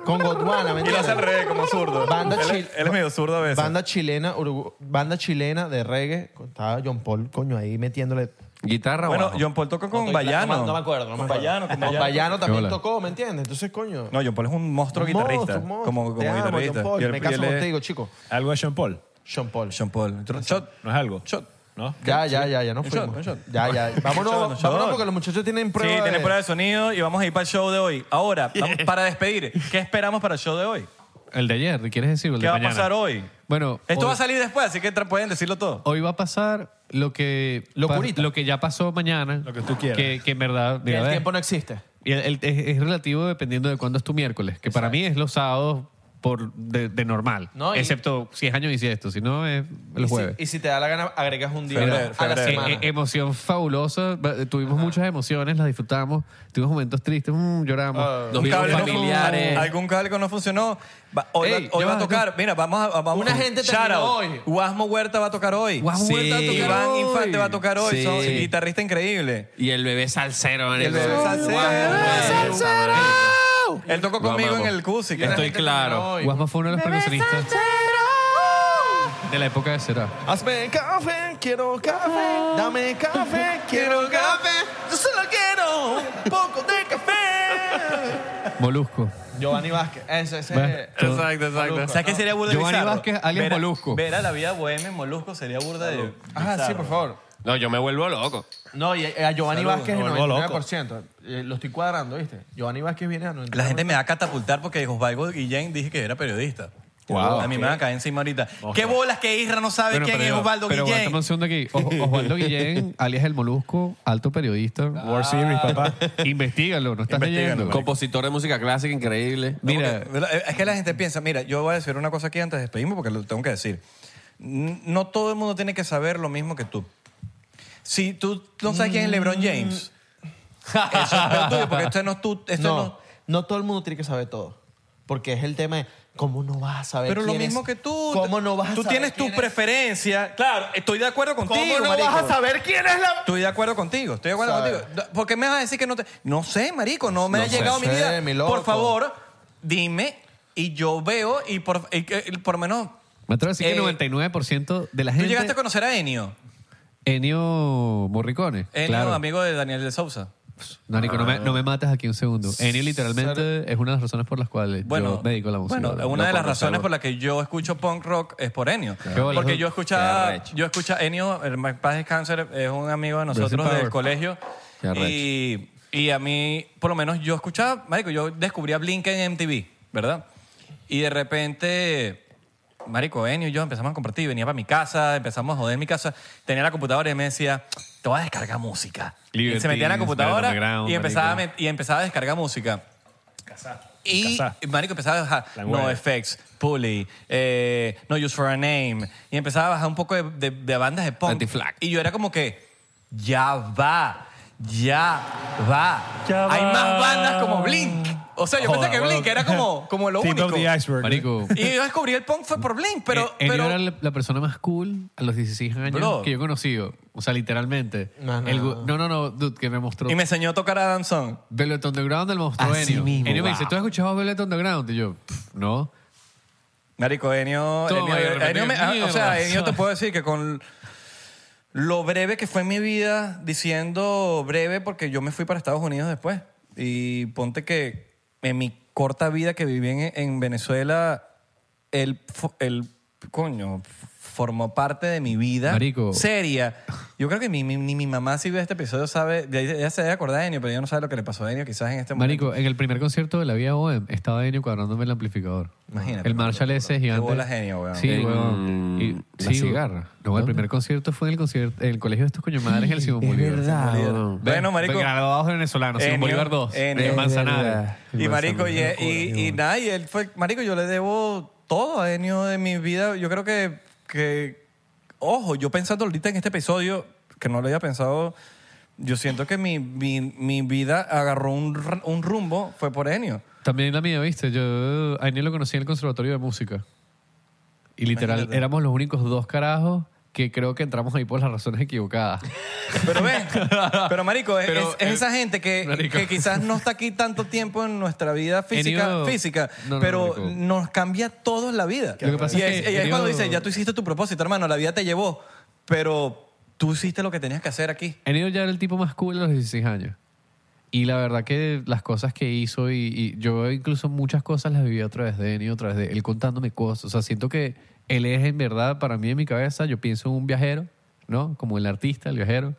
[SPEAKER 5] Con Godwana, ¿me
[SPEAKER 4] Y lo hace
[SPEAKER 5] entiendes?
[SPEAKER 4] al revés, como zurdo.
[SPEAKER 5] Banda
[SPEAKER 4] él,
[SPEAKER 5] chil-
[SPEAKER 4] él es medio zurdo a veces.
[SPEAKER 5] Banda chilena, Urugu- banda chilena de reggae. Estaba John Paul, coño, ahí metiéndole.
[SPEAKER 3] Guitarra
[SPEAKER 4] bueno,
[SPEAKER 3] bajo.
[SPEAKER 4] John Paul tocó
[SPEAKER 5] No
[SPEAKER 4] con
[SPEAKER 5] estoy-
[SPEAKER 4] Bayano.
[SPEAKER 5] No, me- no me acuerdo. No me
[SPEAKER 4] Con
[SPEAKER 5] acuerdo.
[SPEAKER 4] Bayano, con
[SPEAKER 5] Con
[SPEAKER 4] Bayano.
[SPEAKER 5] Bayano también
[SPEAKER 2] Hola.
[SPEAKER 5] tocó, ¿me entiendes? Entonces, coño.
[SPEAKER 4] No, John Paul es un monstruo
[SPEAKER 5] Un monstruo,
[SPEAKER 4] guitarrista.
[SPEAKER 5] un monstruo.
[SPEAKER 4] Como, como
[SPEAKER 5] Te amo, John
[SPEAKER 4] guitarrista.
[SPEAKER 5] Paul.
[SPEAKER 4] Y él-
[SPEAKER 5] Me
[SPEAKER 4] y
[SPEAKER 5] caso
[SPEAKER 4] él es-
[SPEAKER 5] contigo, chico.
[SPEAKER 10] Algo de Sean Paul.
[SPEAKER 5] Sean Paul.
[SPEAKER 4] Sean Paul. Shot.
[SPEAKER 10] No es algo.
[SPEAKER 4] Shot.
[SPEAKER 10] ¿No?
[SPEAKER 5] Ya, ya, ya, ya no
[SPEAKER 4] Un shot,
[SPEAKER 5] fuimos.
[SPEAKER 4] un shot.
[SPEAKER 5] Ya, ya. Vámonos,
[SPEAKER 4] Un shot, un shot.
[SPEAKER 5] vámonos porque los muchachos tienen
[SPEAKER 4] Sí,
[SPEAKER 5] pruebas.
[SPEAKER 4] tiene prueba de sonido y vamos a ir para el show de hoy. Ahora, vamos- para despedir, ¿qué esperamos para el show de hoy?
[SPEAKER 2] El de ayer, ¿quieres decir? o El
[SPEAKER 4] ¿Qué
[SPEAKER 2] de
[SPEAKER 4] va a
[SPEAKER 2] mañana?
[SPEAKER 4] pasar hoy?
[SPEAKER 2] Bueno,
[SPEAKER 4] Esto
[SPEAKER 2] hoy-
[SPEAKER 4] va a salir después, así que tra- pueden decirlo todo.
[SPEAKER 2] Hoy va a pasar lo que,
[SPEAKER 5] Locurita.
[SPEAKER 2] lo que ya pasó mañana. Lo
[SPEAKER 10] que tú quieras.
[SPEAKER 2] Que, que en verdad.
[SPEAKER 5] Que
[SPEAKER 2] mira,
[SPEAKER 5] el
[SPEAKER 2] ve.
[SPEAKER 5] tiempo no existe.
[SPEAKER 2] Y el- el- es, es relativo dependiendo de cuándo es tu miércoles, que para mí es los sábados por de, de normal,
[SPEAKER 5] No, y-
[SPEAKER 2] excepto si es año bisiesto, si no es
[SPEAKER 5] Y si-
[SPEAKER 2] el jueves.
[SPEAKER 5] Y si, te da la gana, agregas un día
[SPEAKER 4] Febrero,
[SPEAKER 5] a la
[SPEAKER 4] febrero.
[SPEAKER 5] semana.
[SPEAKER 2] Eh, eh, emoción fabulosa, ba- tuvimos muchas emociones, las disfrutamos, tuvimos momentos tristes, mm, lloramos,
[SPEAKER 5] Ah.
[SPEAKER 2] nos
[SPEAKER 4] Un
[SPEAKER 2] vimos
[SPEAKER 4] cable no fun-
[SPEAKER 2] familiares.
[SPEAKER 4] algún cable que no funcionó. Va- hoy
[SPEAKER 2] Ey,
[SPEAKER 4] va, hoy
[SPEAKER 2] ya
[SPEAKER 4] va a
[SPEAKER 2] va,
[SPEAKER 4] tocar. Mira, vamos a. Vamos
[SPEAKER 5] Una gente
[SPEAKER 4] shout
[SPEAKER 5] terminó
[SPEAKER 4] out.
[SPEAKER 5] hoy.
[SPEAKER 4] Guasmo Huerta va a tocar hoy.
[SPEAKER 2] Guasmo Huerta va a tocar
[SPEAKER 4] Iván
[SPEAKER 2] hoy.
[SPEAKER 4] Infante va a tocar hoy.
[SPEAKER 3] Sí.
[SPEAKER 4] Son guitarrista increíble.
[SPEAKER 3] Y el bebé salsero.
[SPEAKER 4] Y el
[SPEAKER 3] marico.
[SPEAKER 4] bebé salsero. Él tocó
[SPEAKER 3] Lo
[SPEAKER 4] conmigo en
[SPEAKER 3] amamos.
[SPEAKER 4] el Cusic.
[SPEAKER 3] Estoy claro.
[SPEAKER 5] hoy.
[SPEAKER 2] Guasma fue uno de los percusionistas de la época de Será.
[SPEAKER 5] Hazme café, quiero café. Dame café, quiero café. Yo solo quiero un poco de café.
[SPEAKER 2] Molusco.
[SPEAKER 5] Giovanni Vázquez. Eso, ese.
[SPEAKER 2] Bueno, todo-
[SPEAKER 3] Exacto, exacto.
[SPEAKER 4] eh, ¿Sabes qué sería burda de
[SPEAKER 2] Giovanni
[SPEAKER 4] bizarro?
[SPEAKER 2] Vázquez, alias
[SPEAKER 4] Ver a-
[SPEAKER 2] Molusco.
[SPEAKER 4] Ver a la vida bohemia en Molusco sería burda de
[SPEAKER 5] Ah, sí, por favor.
[SPEAKER 3] No, yo me vuelvo loco.
[SPEAKER 5] No, y a Giovanni Vázquez el
[SPEAKER 10] me vuelvo
[SPEAKER 5] 99%. Eh, Lo estoy cuadrando, ¿viste? Giovanni Vázquez viene a 99%.
[SPEAKER 4] La gente me va a catapultar porque Osvaldo Guillén dije que era periodista.
[SPEAKER 2] Wow.
[SPEAKER 4] a mí me
[SPEAKER 2] Ok.
[SPEAKER 4] van a caer encima ahorita. ¿Qué bolas que Isra no sabe
[SPEAKER 2] Bueno,
[SPEAKER 4] quién
[SPEAKER 2] pero-
[SPEAKER 4] es Osvaldo
[SPEAKER 2] pero
[SPEAKER 4] Guillén?
[SPEAKER 2] aguantame un segundo aquí. Os- Osvaldo Guillén, alias El Molusco, alto periodista. World Ah. Series, papá. Investígalo, no estás leyendo.
[SPEAKER 3] Compositor de música clásica increíble.
[SPEAKER 2] Mira,
[SPEAKER 4] ¿Verdad? Es que la gente piensa, mira, yo voy a decir una cosa aquí antes de despedirme porque lo tengo que decir. N- No todo el mundo tiene que saber lo mismo que tú. Si tú no sabes quién es LeBron James, eso es peor tuyo porque esto no es tú. Esto
[SPEAKER 5] no,
[SPEAKER 4] no-
[SPEAKER 5] no, todo el mundo tiene que saber todo. Porque es el tema de cómo no vas a saber
[SPEAKER 4] Pero lo
[SPEAKER 5] quién es-
[SPEAKER 4] mismo que tú.
[SPEAKER 5] ¿Cómo no vas a
[SPEAKER 4] Tú
[SPEAKER 5] saber
[SPEAKER 4] tienes tus
[SPEAKER 5] quién es-
[SPEAKER 4] preferencias. Claro, estoy de acuerdo contigo.
[SPEAKER 5] no vas
[SPEAKER 4] marico.
[SPEAKER 5] a saber quién es la-
[SPEAKER 4] Estoy de acuerdo contigo, estoy de acuerdo
[SPEAKER 5] ¿Sabe?
[SPEAKER 4] contigo. ¿Por qué me vas a decir que no te.? No sé, marico, no me
[SPEAKER 5] No
[SPEAKER 4] ha
[SPEAKER 5] sé,
[SPEAKER 4] llegado mi
[SPEAKER 5] sé,
[SPEAKER 4] vida.
[SPEAKER 5] mi loco.
[SPEAKER 4] por favor, dime y yo veo y por, y que- y por lo menos.
[SPEAKER 2] me atrevo a decir
[SPEAKER 4] Eh,
[SPEAKER 2] que 99% de la
[SPEAKER 4] ¿Tú
[SPEAKER 2] gente...
[SPEAKER 4] llegaste a conocer a Enio?
[SPEAKER 2] Ennio Morricone.
[SPEAKER 4] Enio,
[SPEAKER 2] claro.
[SPEAKER 4] amigo de Daniel de Sousa.
[SPEAKER 2] Marico, no, me, no me mates aquí un segundo. Ennio literalmente
[SPEAKER 4] Ser-
[SPEAKER 2] es una de las razones por las cuales
[SPEAKER 4] Bueno,
[SPEAKER 2] yo me dedico a la música.
[SPEAKER 4] Bueno,
[SPEAKER 2] Lo-
[SPEAKER 4] una de
[SPEAKER 2] lo
[SPEAKER 4] las
[SPEAKER 2] conozco.
[SPEAKER 4] razones por las que yo escucho punk rock es por Enio.
[SPEAKER 2] Claro.
[SPEAKER 4] Porque yo
[SPEAKER 3] Qué
[SPEAKER 4] escuchaba,
[SPEAKER 3] arrecho.
[SPEAKER 4] yo escucha Enio, el Mike Paz Cáncer es un amigo de
[SPEAKER 3] Brasil
[SPEAKER 4] nosotros del
[SPEAKER 3] Power.
[SPEAKER 4] colegio.
[SPEAKER 3] Qué arrecho.
[SPEAKER 4] Y, y a mí, por lo menos yo escuchaba, marico, yo descubrí a Blink en MTV, ¿verdad? Y de repente, marico, Enio y yo empezamos a compartir, venía para mi casa, empezamos a joder en mi casa, tenía la computadora y me decía, te voy a descargar música. y
[SPEAKER 2] Libertines,
[SPEAKER 4] se metía en la
[SPEAKER 2] Velvet
[SPEAKER 4] computadora
[SPEAKER 2] Underground,
[SPEAKER 4] y empezaba, a
[SPEAKER 2] marico.
[SPEAKER 4] met- y empezaba a descargar música. Y Marico empezaba a bajar
[SPEAKER 5] La
[SPEAKER 4] No
[SPEAKER 5] hueva.
[SPEAKER 4] Effects, Pulley, eh, No Use for a Name. Y empezaba a bajar un poco de, de- de bandas de punk. Y yo era como que, ya va, ya va.
[SPEAKER 15] Ya
[SPEAKER 4] Hay
[SPEAKER 15] va.
[SPEAKER 4] más bandas como Blink. O sea, yo
[SPEAKER 2] Joda,
[SPEAKER 4] pensé que
[SPEAKER 2] huevo.
[SPEAKER 4] Blink era como, como lo
[SPEAKER 2] Tip of
[SPEAKER 4] único.
[SPEAKER 2] the iceberg. ¿eh? Marico.
[SPEAKER 4] Y yo descubrí el punk fue por Blink, pero...
[SPEAKER 2] Ennio
[SPEAKER 4] pero
[SPEAKER 2] Eh, era la, la persona más cool a los 16 años
[SPEAKER 4] Bro.
[SPEAKER 2] que yo he conocido. O sea, literalmente.
[SPEAKER 4] No, no,
[SPEAKER 2] El gu-
[SPEAKER 4] no.
[SPEAKER 2] no, no, no, dude, que me mostró.
[SPEAKER 4] y me enseñó a tocar Adam Song.
[SPEAKER 2] Velvet Underground del monstruo
[SPEAKER 4] Así
[SPEAKER 2] Ennio.
[SPEAKER 4] mismo,
[SPEAKER 2] Ennio me dice,
[SPEAKER 4] wow.
[SPEAKER 2] ¿tú has escuchado Velvet Underground? Y yo, "Pff, no.
[SPEAKER 4] Marico, Enio...
[SPEAKER 2] Toma,
[SPEAKER 4] Enio-
[SPEAKER 2] y de repente,
[SPEAKER 4] Enio me- ah, o sea,
[SPEAKER 2] mierda.
[SPEAKER 4] Enio te puedo decir que con lo breve que fue mi vida, diciendo breve porque yo me fui para Estados Unidos después. Y ponte que en mi corta vida que viví en, en Venezuela, él, fo- él, coño, formó parte de mi vida
[SPEAKER 2] Marico.
[SPEAKER 4] seria. Yo creo que mi- mi- ni mi mamá si ve este episodio sabe, ya, ya se debe acordar de Enio, pero ella no sabe lo que le pasó a Enio quizás en este momento.
[SPEAKER 2] Marico, en el primer concierto de la Vía OEM estaba Ennio cuadrándome el amplificador.
[SPEAKER 4] Imagínate,
[SPEAKER 2] El Marshall ese gigante.
[SPEAKER 4] bola genio, weón.
[SPEAKER 2] Sí,
[SPEAKER 4] En
[SPEAKER 2] weón. Y,
[SPEAKER 3] La Cigarra.
[SPEAKER 2] No, el primer concierto fue en el, concierto, en el colegio de estos coño madres en el Simón
[SPEAKER 3] es
[SPEAKER 2] Bolívar.
[SPEAKER 3] verdad,
[SPEAKER 2] Simón
[SPEAKER 3] weón.
[SPEAKER 2] Bolívar. Ve-
[SPEAKER 4] Bueno, marico.
[SPEAKER 2] ve- Graduados venezolanos, Simón
[SPEAKER 4] Enio,
[SPEAKER 2] Bolívar 2.
[SPEAKER 4] Enio.
[SPEAKER 2] En Manzanares.
[SPEAKER 4] Y marico, y,
[SPEAKER 2] Manzanares.
[SPEAKER 4] y- y nada, y él fue, marico, yo le debo todo a Enio de mi vida. Yo creo que, que, ojo, yo pensando ahorita en este episodio, que no lo había pensado, yo siento que mi, mi, mi vida agarró un, r- un rumbo, fue por Enio.
[SPEAKER 2] También la mía, ¿viste? Yo a Enio lo conocí en el Conservatorio de Música. Y literal,
[SPEAKER 4] Imagínate.
[SPEAKER 2] éramos los únicos dos carajos que creo que entramos ahí por las razones equivocadas.
[SPEAKER 4] Pero ven, pero marico, es,
[SPEAKER 2] Pero
[SPEAKER 4] es- es
[SPEAKER 2] el-
[SPEAKER 4] esa gente que,
[SPEAKER 2] Marico.
[SPEAKER 4] que quizás no está aquí tanto tiempo en nuestra vida física,
[SPEAKER 2] Enio-
[SPEAKER 4] física
[SPEAKER 2] No, no,
[SPEAKER 4] pero
[SPEAKER 2] marico.
[SPEAKER 4] nos cambia todos la vida.
[SPEAKER 2] Lo que pasa
[SPEAKER 4] y
[SPEAKER 2] es
[SPEAKER 4] es,
[SPEAKER 2] que
[SPEAKER 4] y es
[SPEAKER 2] Enio-
[SPEAKER 4] cuando dice, ya tú hiciste tu propósito, hermano, la vida te llevó, pero tú hiciste lo que tenías que hacer aquí.
[SPEAKER 2] Enio ya era el tipo más cool a los 16 años. Y la verdad que las cosas que hizo y, y yo incluso muchas cosas las viví a través de Enio, a través de él contándome cosas. O sea, siento que él es en verdad, para mí en mi cabeza, yo pienso en un viajero, ¿no? Como el artista, el viajero.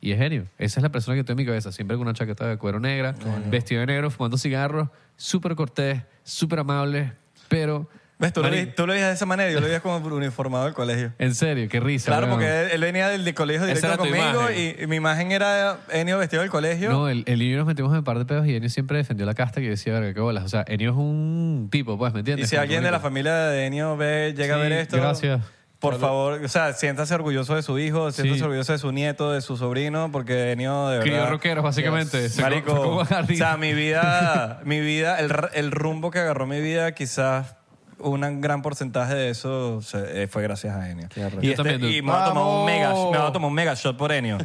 [SPEAKER 2] Y es genio. Esa es la persona que tengo en mi cabeza. Siempre con una chaqueta de cuero negra, vestido de negro, fumando cigarros, súper cortés, súper amable, pero...
[SPEAKER 4] ¿Ves? Tú, lo,
[SPEAKER 2] Marico,
[SPEAKER 4] vi- tú lo veías de esa manera, yo lo veía como uniformado del colegio.
[SPEAKER 2] En serio, qué risa.
[SPEAKER 4] Claro,
[SPEAKER 2] weón.
[SPEAKER 4] porque él, él venía del, del colegio
[SPEAKER 2] Esa
[SPEAKER 4] directo
[SPEAKER 2] era tu
[SPEAKER 4] conmigo
[SPEAKER 2] imagen.
[SPEAKER 4] y, y mi imagen era Enio vestido del colegio.
[SPEAKER 2] No, el, el Enio nos metimos en un par de pedos y Enio siempre defendió la casta que yo decía, verga, qué bolas. O sea, Enio es un tipo, pues, ¿me entiendes?
[SPEAKER 4] y si
[SPEAKER 2] Como
[SPEAKER 4] alguien
[SPEAKER 2] que-
[SPEAKER 4] de la familia de Enio ve, llega a
[SPEAKER 2] Sí,
[SPEAKER 4] ver esto,
[SPEAKER 2] Gracias.
[SPEAKER 4] por favor, o sea, siéntase orgulloso de su hijo, siéntase
[SPEAKER 2] Sí.
[SPEAKER 4] orgulloso de su nieto, de su sobrino, porque Enio de verdad...
[SPEAKER 2] Crió rockeros, básicamente.
[SPEAKER 4] Yes.
[SPEAKER 2] Se
[SPEAKER 4] Marico,
[SPEAKER 2] co- como
[SPEAKER 4] o
[SPEAKER 2] jardín.
[SPEAKER 4] sea, mi vida, mi vida el, r- el rumbo que agarró mi vida, quizás un gran porcentaje de eso se- eh, fue gracias a Enio. Y,
[SPEAKER 2] Yo
[SPEAKER 4] este-
[SPEAKER 2] también, dude.
[SPEAKER 4] y me voy a tomar un mega,
[SPEAKER 2] ¡Vamos!
[SPEAKER 4] me voy a tomar un mega shot por Enio.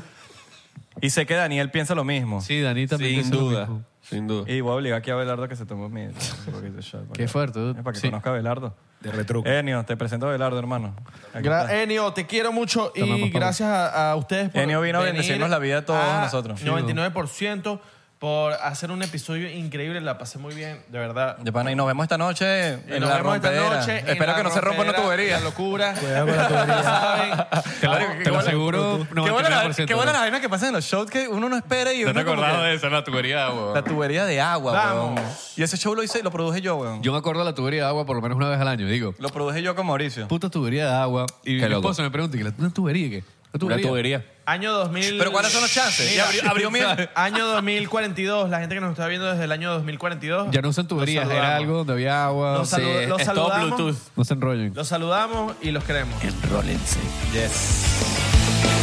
[SPEAKER 4] Y sé que Daniel piensa lo mismo.
[SPEAKER 2] Sí, Dani también.
[SPEAKER 4] Sin
[SPEAKER 2] piensa lo
[SPEAKER 4] duda.
[SPEAKER 2] mismo.
[SPEAKER 3] Sin duda.
[SPEAKER 4] Y voy a obligar aquí a Belardo que se tome mi un poquito de shot.
[SPEAKER 2] Qué fuerte, dude.
[SPEAKER 4] Para que
[SPEAKER 2] Sí.
[SPEAKER 4] conozca a Belardo.
[SPEAKER 5] De retruco.
[SPEAKER 4] Enio, te presento a Belardo, hermano. Aquí
[SPEAKER 5] Gra-
[SPEAKER 4] está.
[SPEAKER 5] Enio, te quiero mucho y
[SPEAKER 4] Tomamos, Pablo.
[SPEAKER 5] gracias a, a ustedes por
[SPEAKER 4] Enio vino a
[SPEAKER 5] venir
[SPEAKER 4] bendecirnos la vida a todos
[SPEAKER 5] a
[SPEAKER 4] nosotros.
[SPEAKER 5] 99% por hacer un episodio increíble. La pasé muy bien, de verdad.
[SPEAKER 4] De pana, y nos vemos esta noche
[SPEAKER 5] Y
[SPEAKER 4] en
[SPEAKER 5] nos
[SPEAKER 4] la
[SPEAKER 5] vemos esta
[SPEAKER 4] rompedera.
[SPEAKER 5] noche en
[SPEAKER 4] Espero
[SPEAKER 5] la
[SPEAKER 4] que no se rompa una
[SPEAKER 5] rompedera,
[SPEAKER 4] tubería.
[SPEAKER 5] La locura.
[SPEAKER 4] Cuidado con la tubería.
[SPEAKER 5] ¿Saben?
[SPEAKER 4] Te lo-
[SPEAKER 5] Ahora,
[SPEAKER 4] te
[SPEAKER 5] qué
[SPEAKER 4] lo
[SPEAKER 5] bueno-
[SPEAKER 4] aseguro,
[SPEAKER 5] Qué bueno la-
[SPEAKER 4] 99%.
[SPEAKER 5] qué bueno la vaina
[SPEAKER 4] que pasa en los shows que uno no espera y
[SPEAKER 2] ¿No te
[SPEAKER 4] uno como
[SPEAKER 2] acordabas
[SPEAKER 4] que-
[SPEAKER 2] de esa, la tubería de agua?
[SPEAKER 4] La tubería de agua,
[SPEAKER 2] Vamos.
[SPEAKER 4] weón. Y ese show lo hice, lo produje yo, weón.
[SPEAKER 2] Yo me acuerdo de la tubería de agua por lo menos una vez al año, digo.
[SPEAKER 4] Lo produje yo con Mauricio.
[SPEAKER 2] Puta tubería de agua. Y
[SPEAKER 4] Qué
[SPEAKER 2] mi
[SPEAKER 4] loco.
[SPEAKER 2] esposa me pregunta, ¿y la- ¿una tubería qué? ¿Una
[SPEAKER 4] Una tubería.
[SPEAKER 5] Año 2000.
[SPEAKER 4] Pero ¿cuáles son los chances?
[SPEAKER 5] Mira,
[SPEAKER 4] Ya abrió- abrió mi-
[SPEAKER 5] Año 2042. La gente que nos está viendo desde el año 2042.
[SPEAKER 2] Ya no usan tuberías,
[SPEAKER 5] Los
[SPEAKER 2] era
[SPEAKER 5] saludamos.
[SPEAKER 2] algo donde había agua.
[SPEAKER 5] Los salu- los
[SPEAKER 2] es todo
[SPEAKER 5] saludamos.
[SPEAKER 2] No se enrollen.
[SPEAKER 5] Los saludamos y los queremos.
[SPEAKER 4] Enrólense. Yes.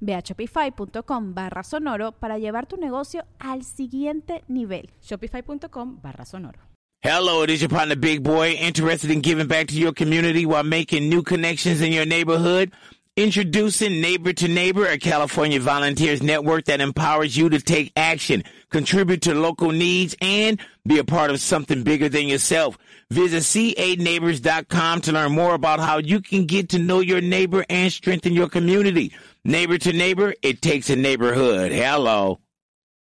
[SPEAKER 11] Ve a shopify.com barra sonoro para llevar tu negocio al siguiente nivel.
[SPEAKER 16] Shopify.com barra sonoro.
[SPEAKER 17] Hello, it is your partner, Big Boy, interested in giving back to your community while making new connections in your neighborhood. Introducing Neighbor to Neighbor, a California volunteers network that empowers you to take action, contribute to local needs, and be a part of something bigger than yourself. Visit ca-neighbors.com to learn more about how you can get to know your neighbor and strengthen your community. Neighbor to neighbor, it takes a neighborhood. Hello.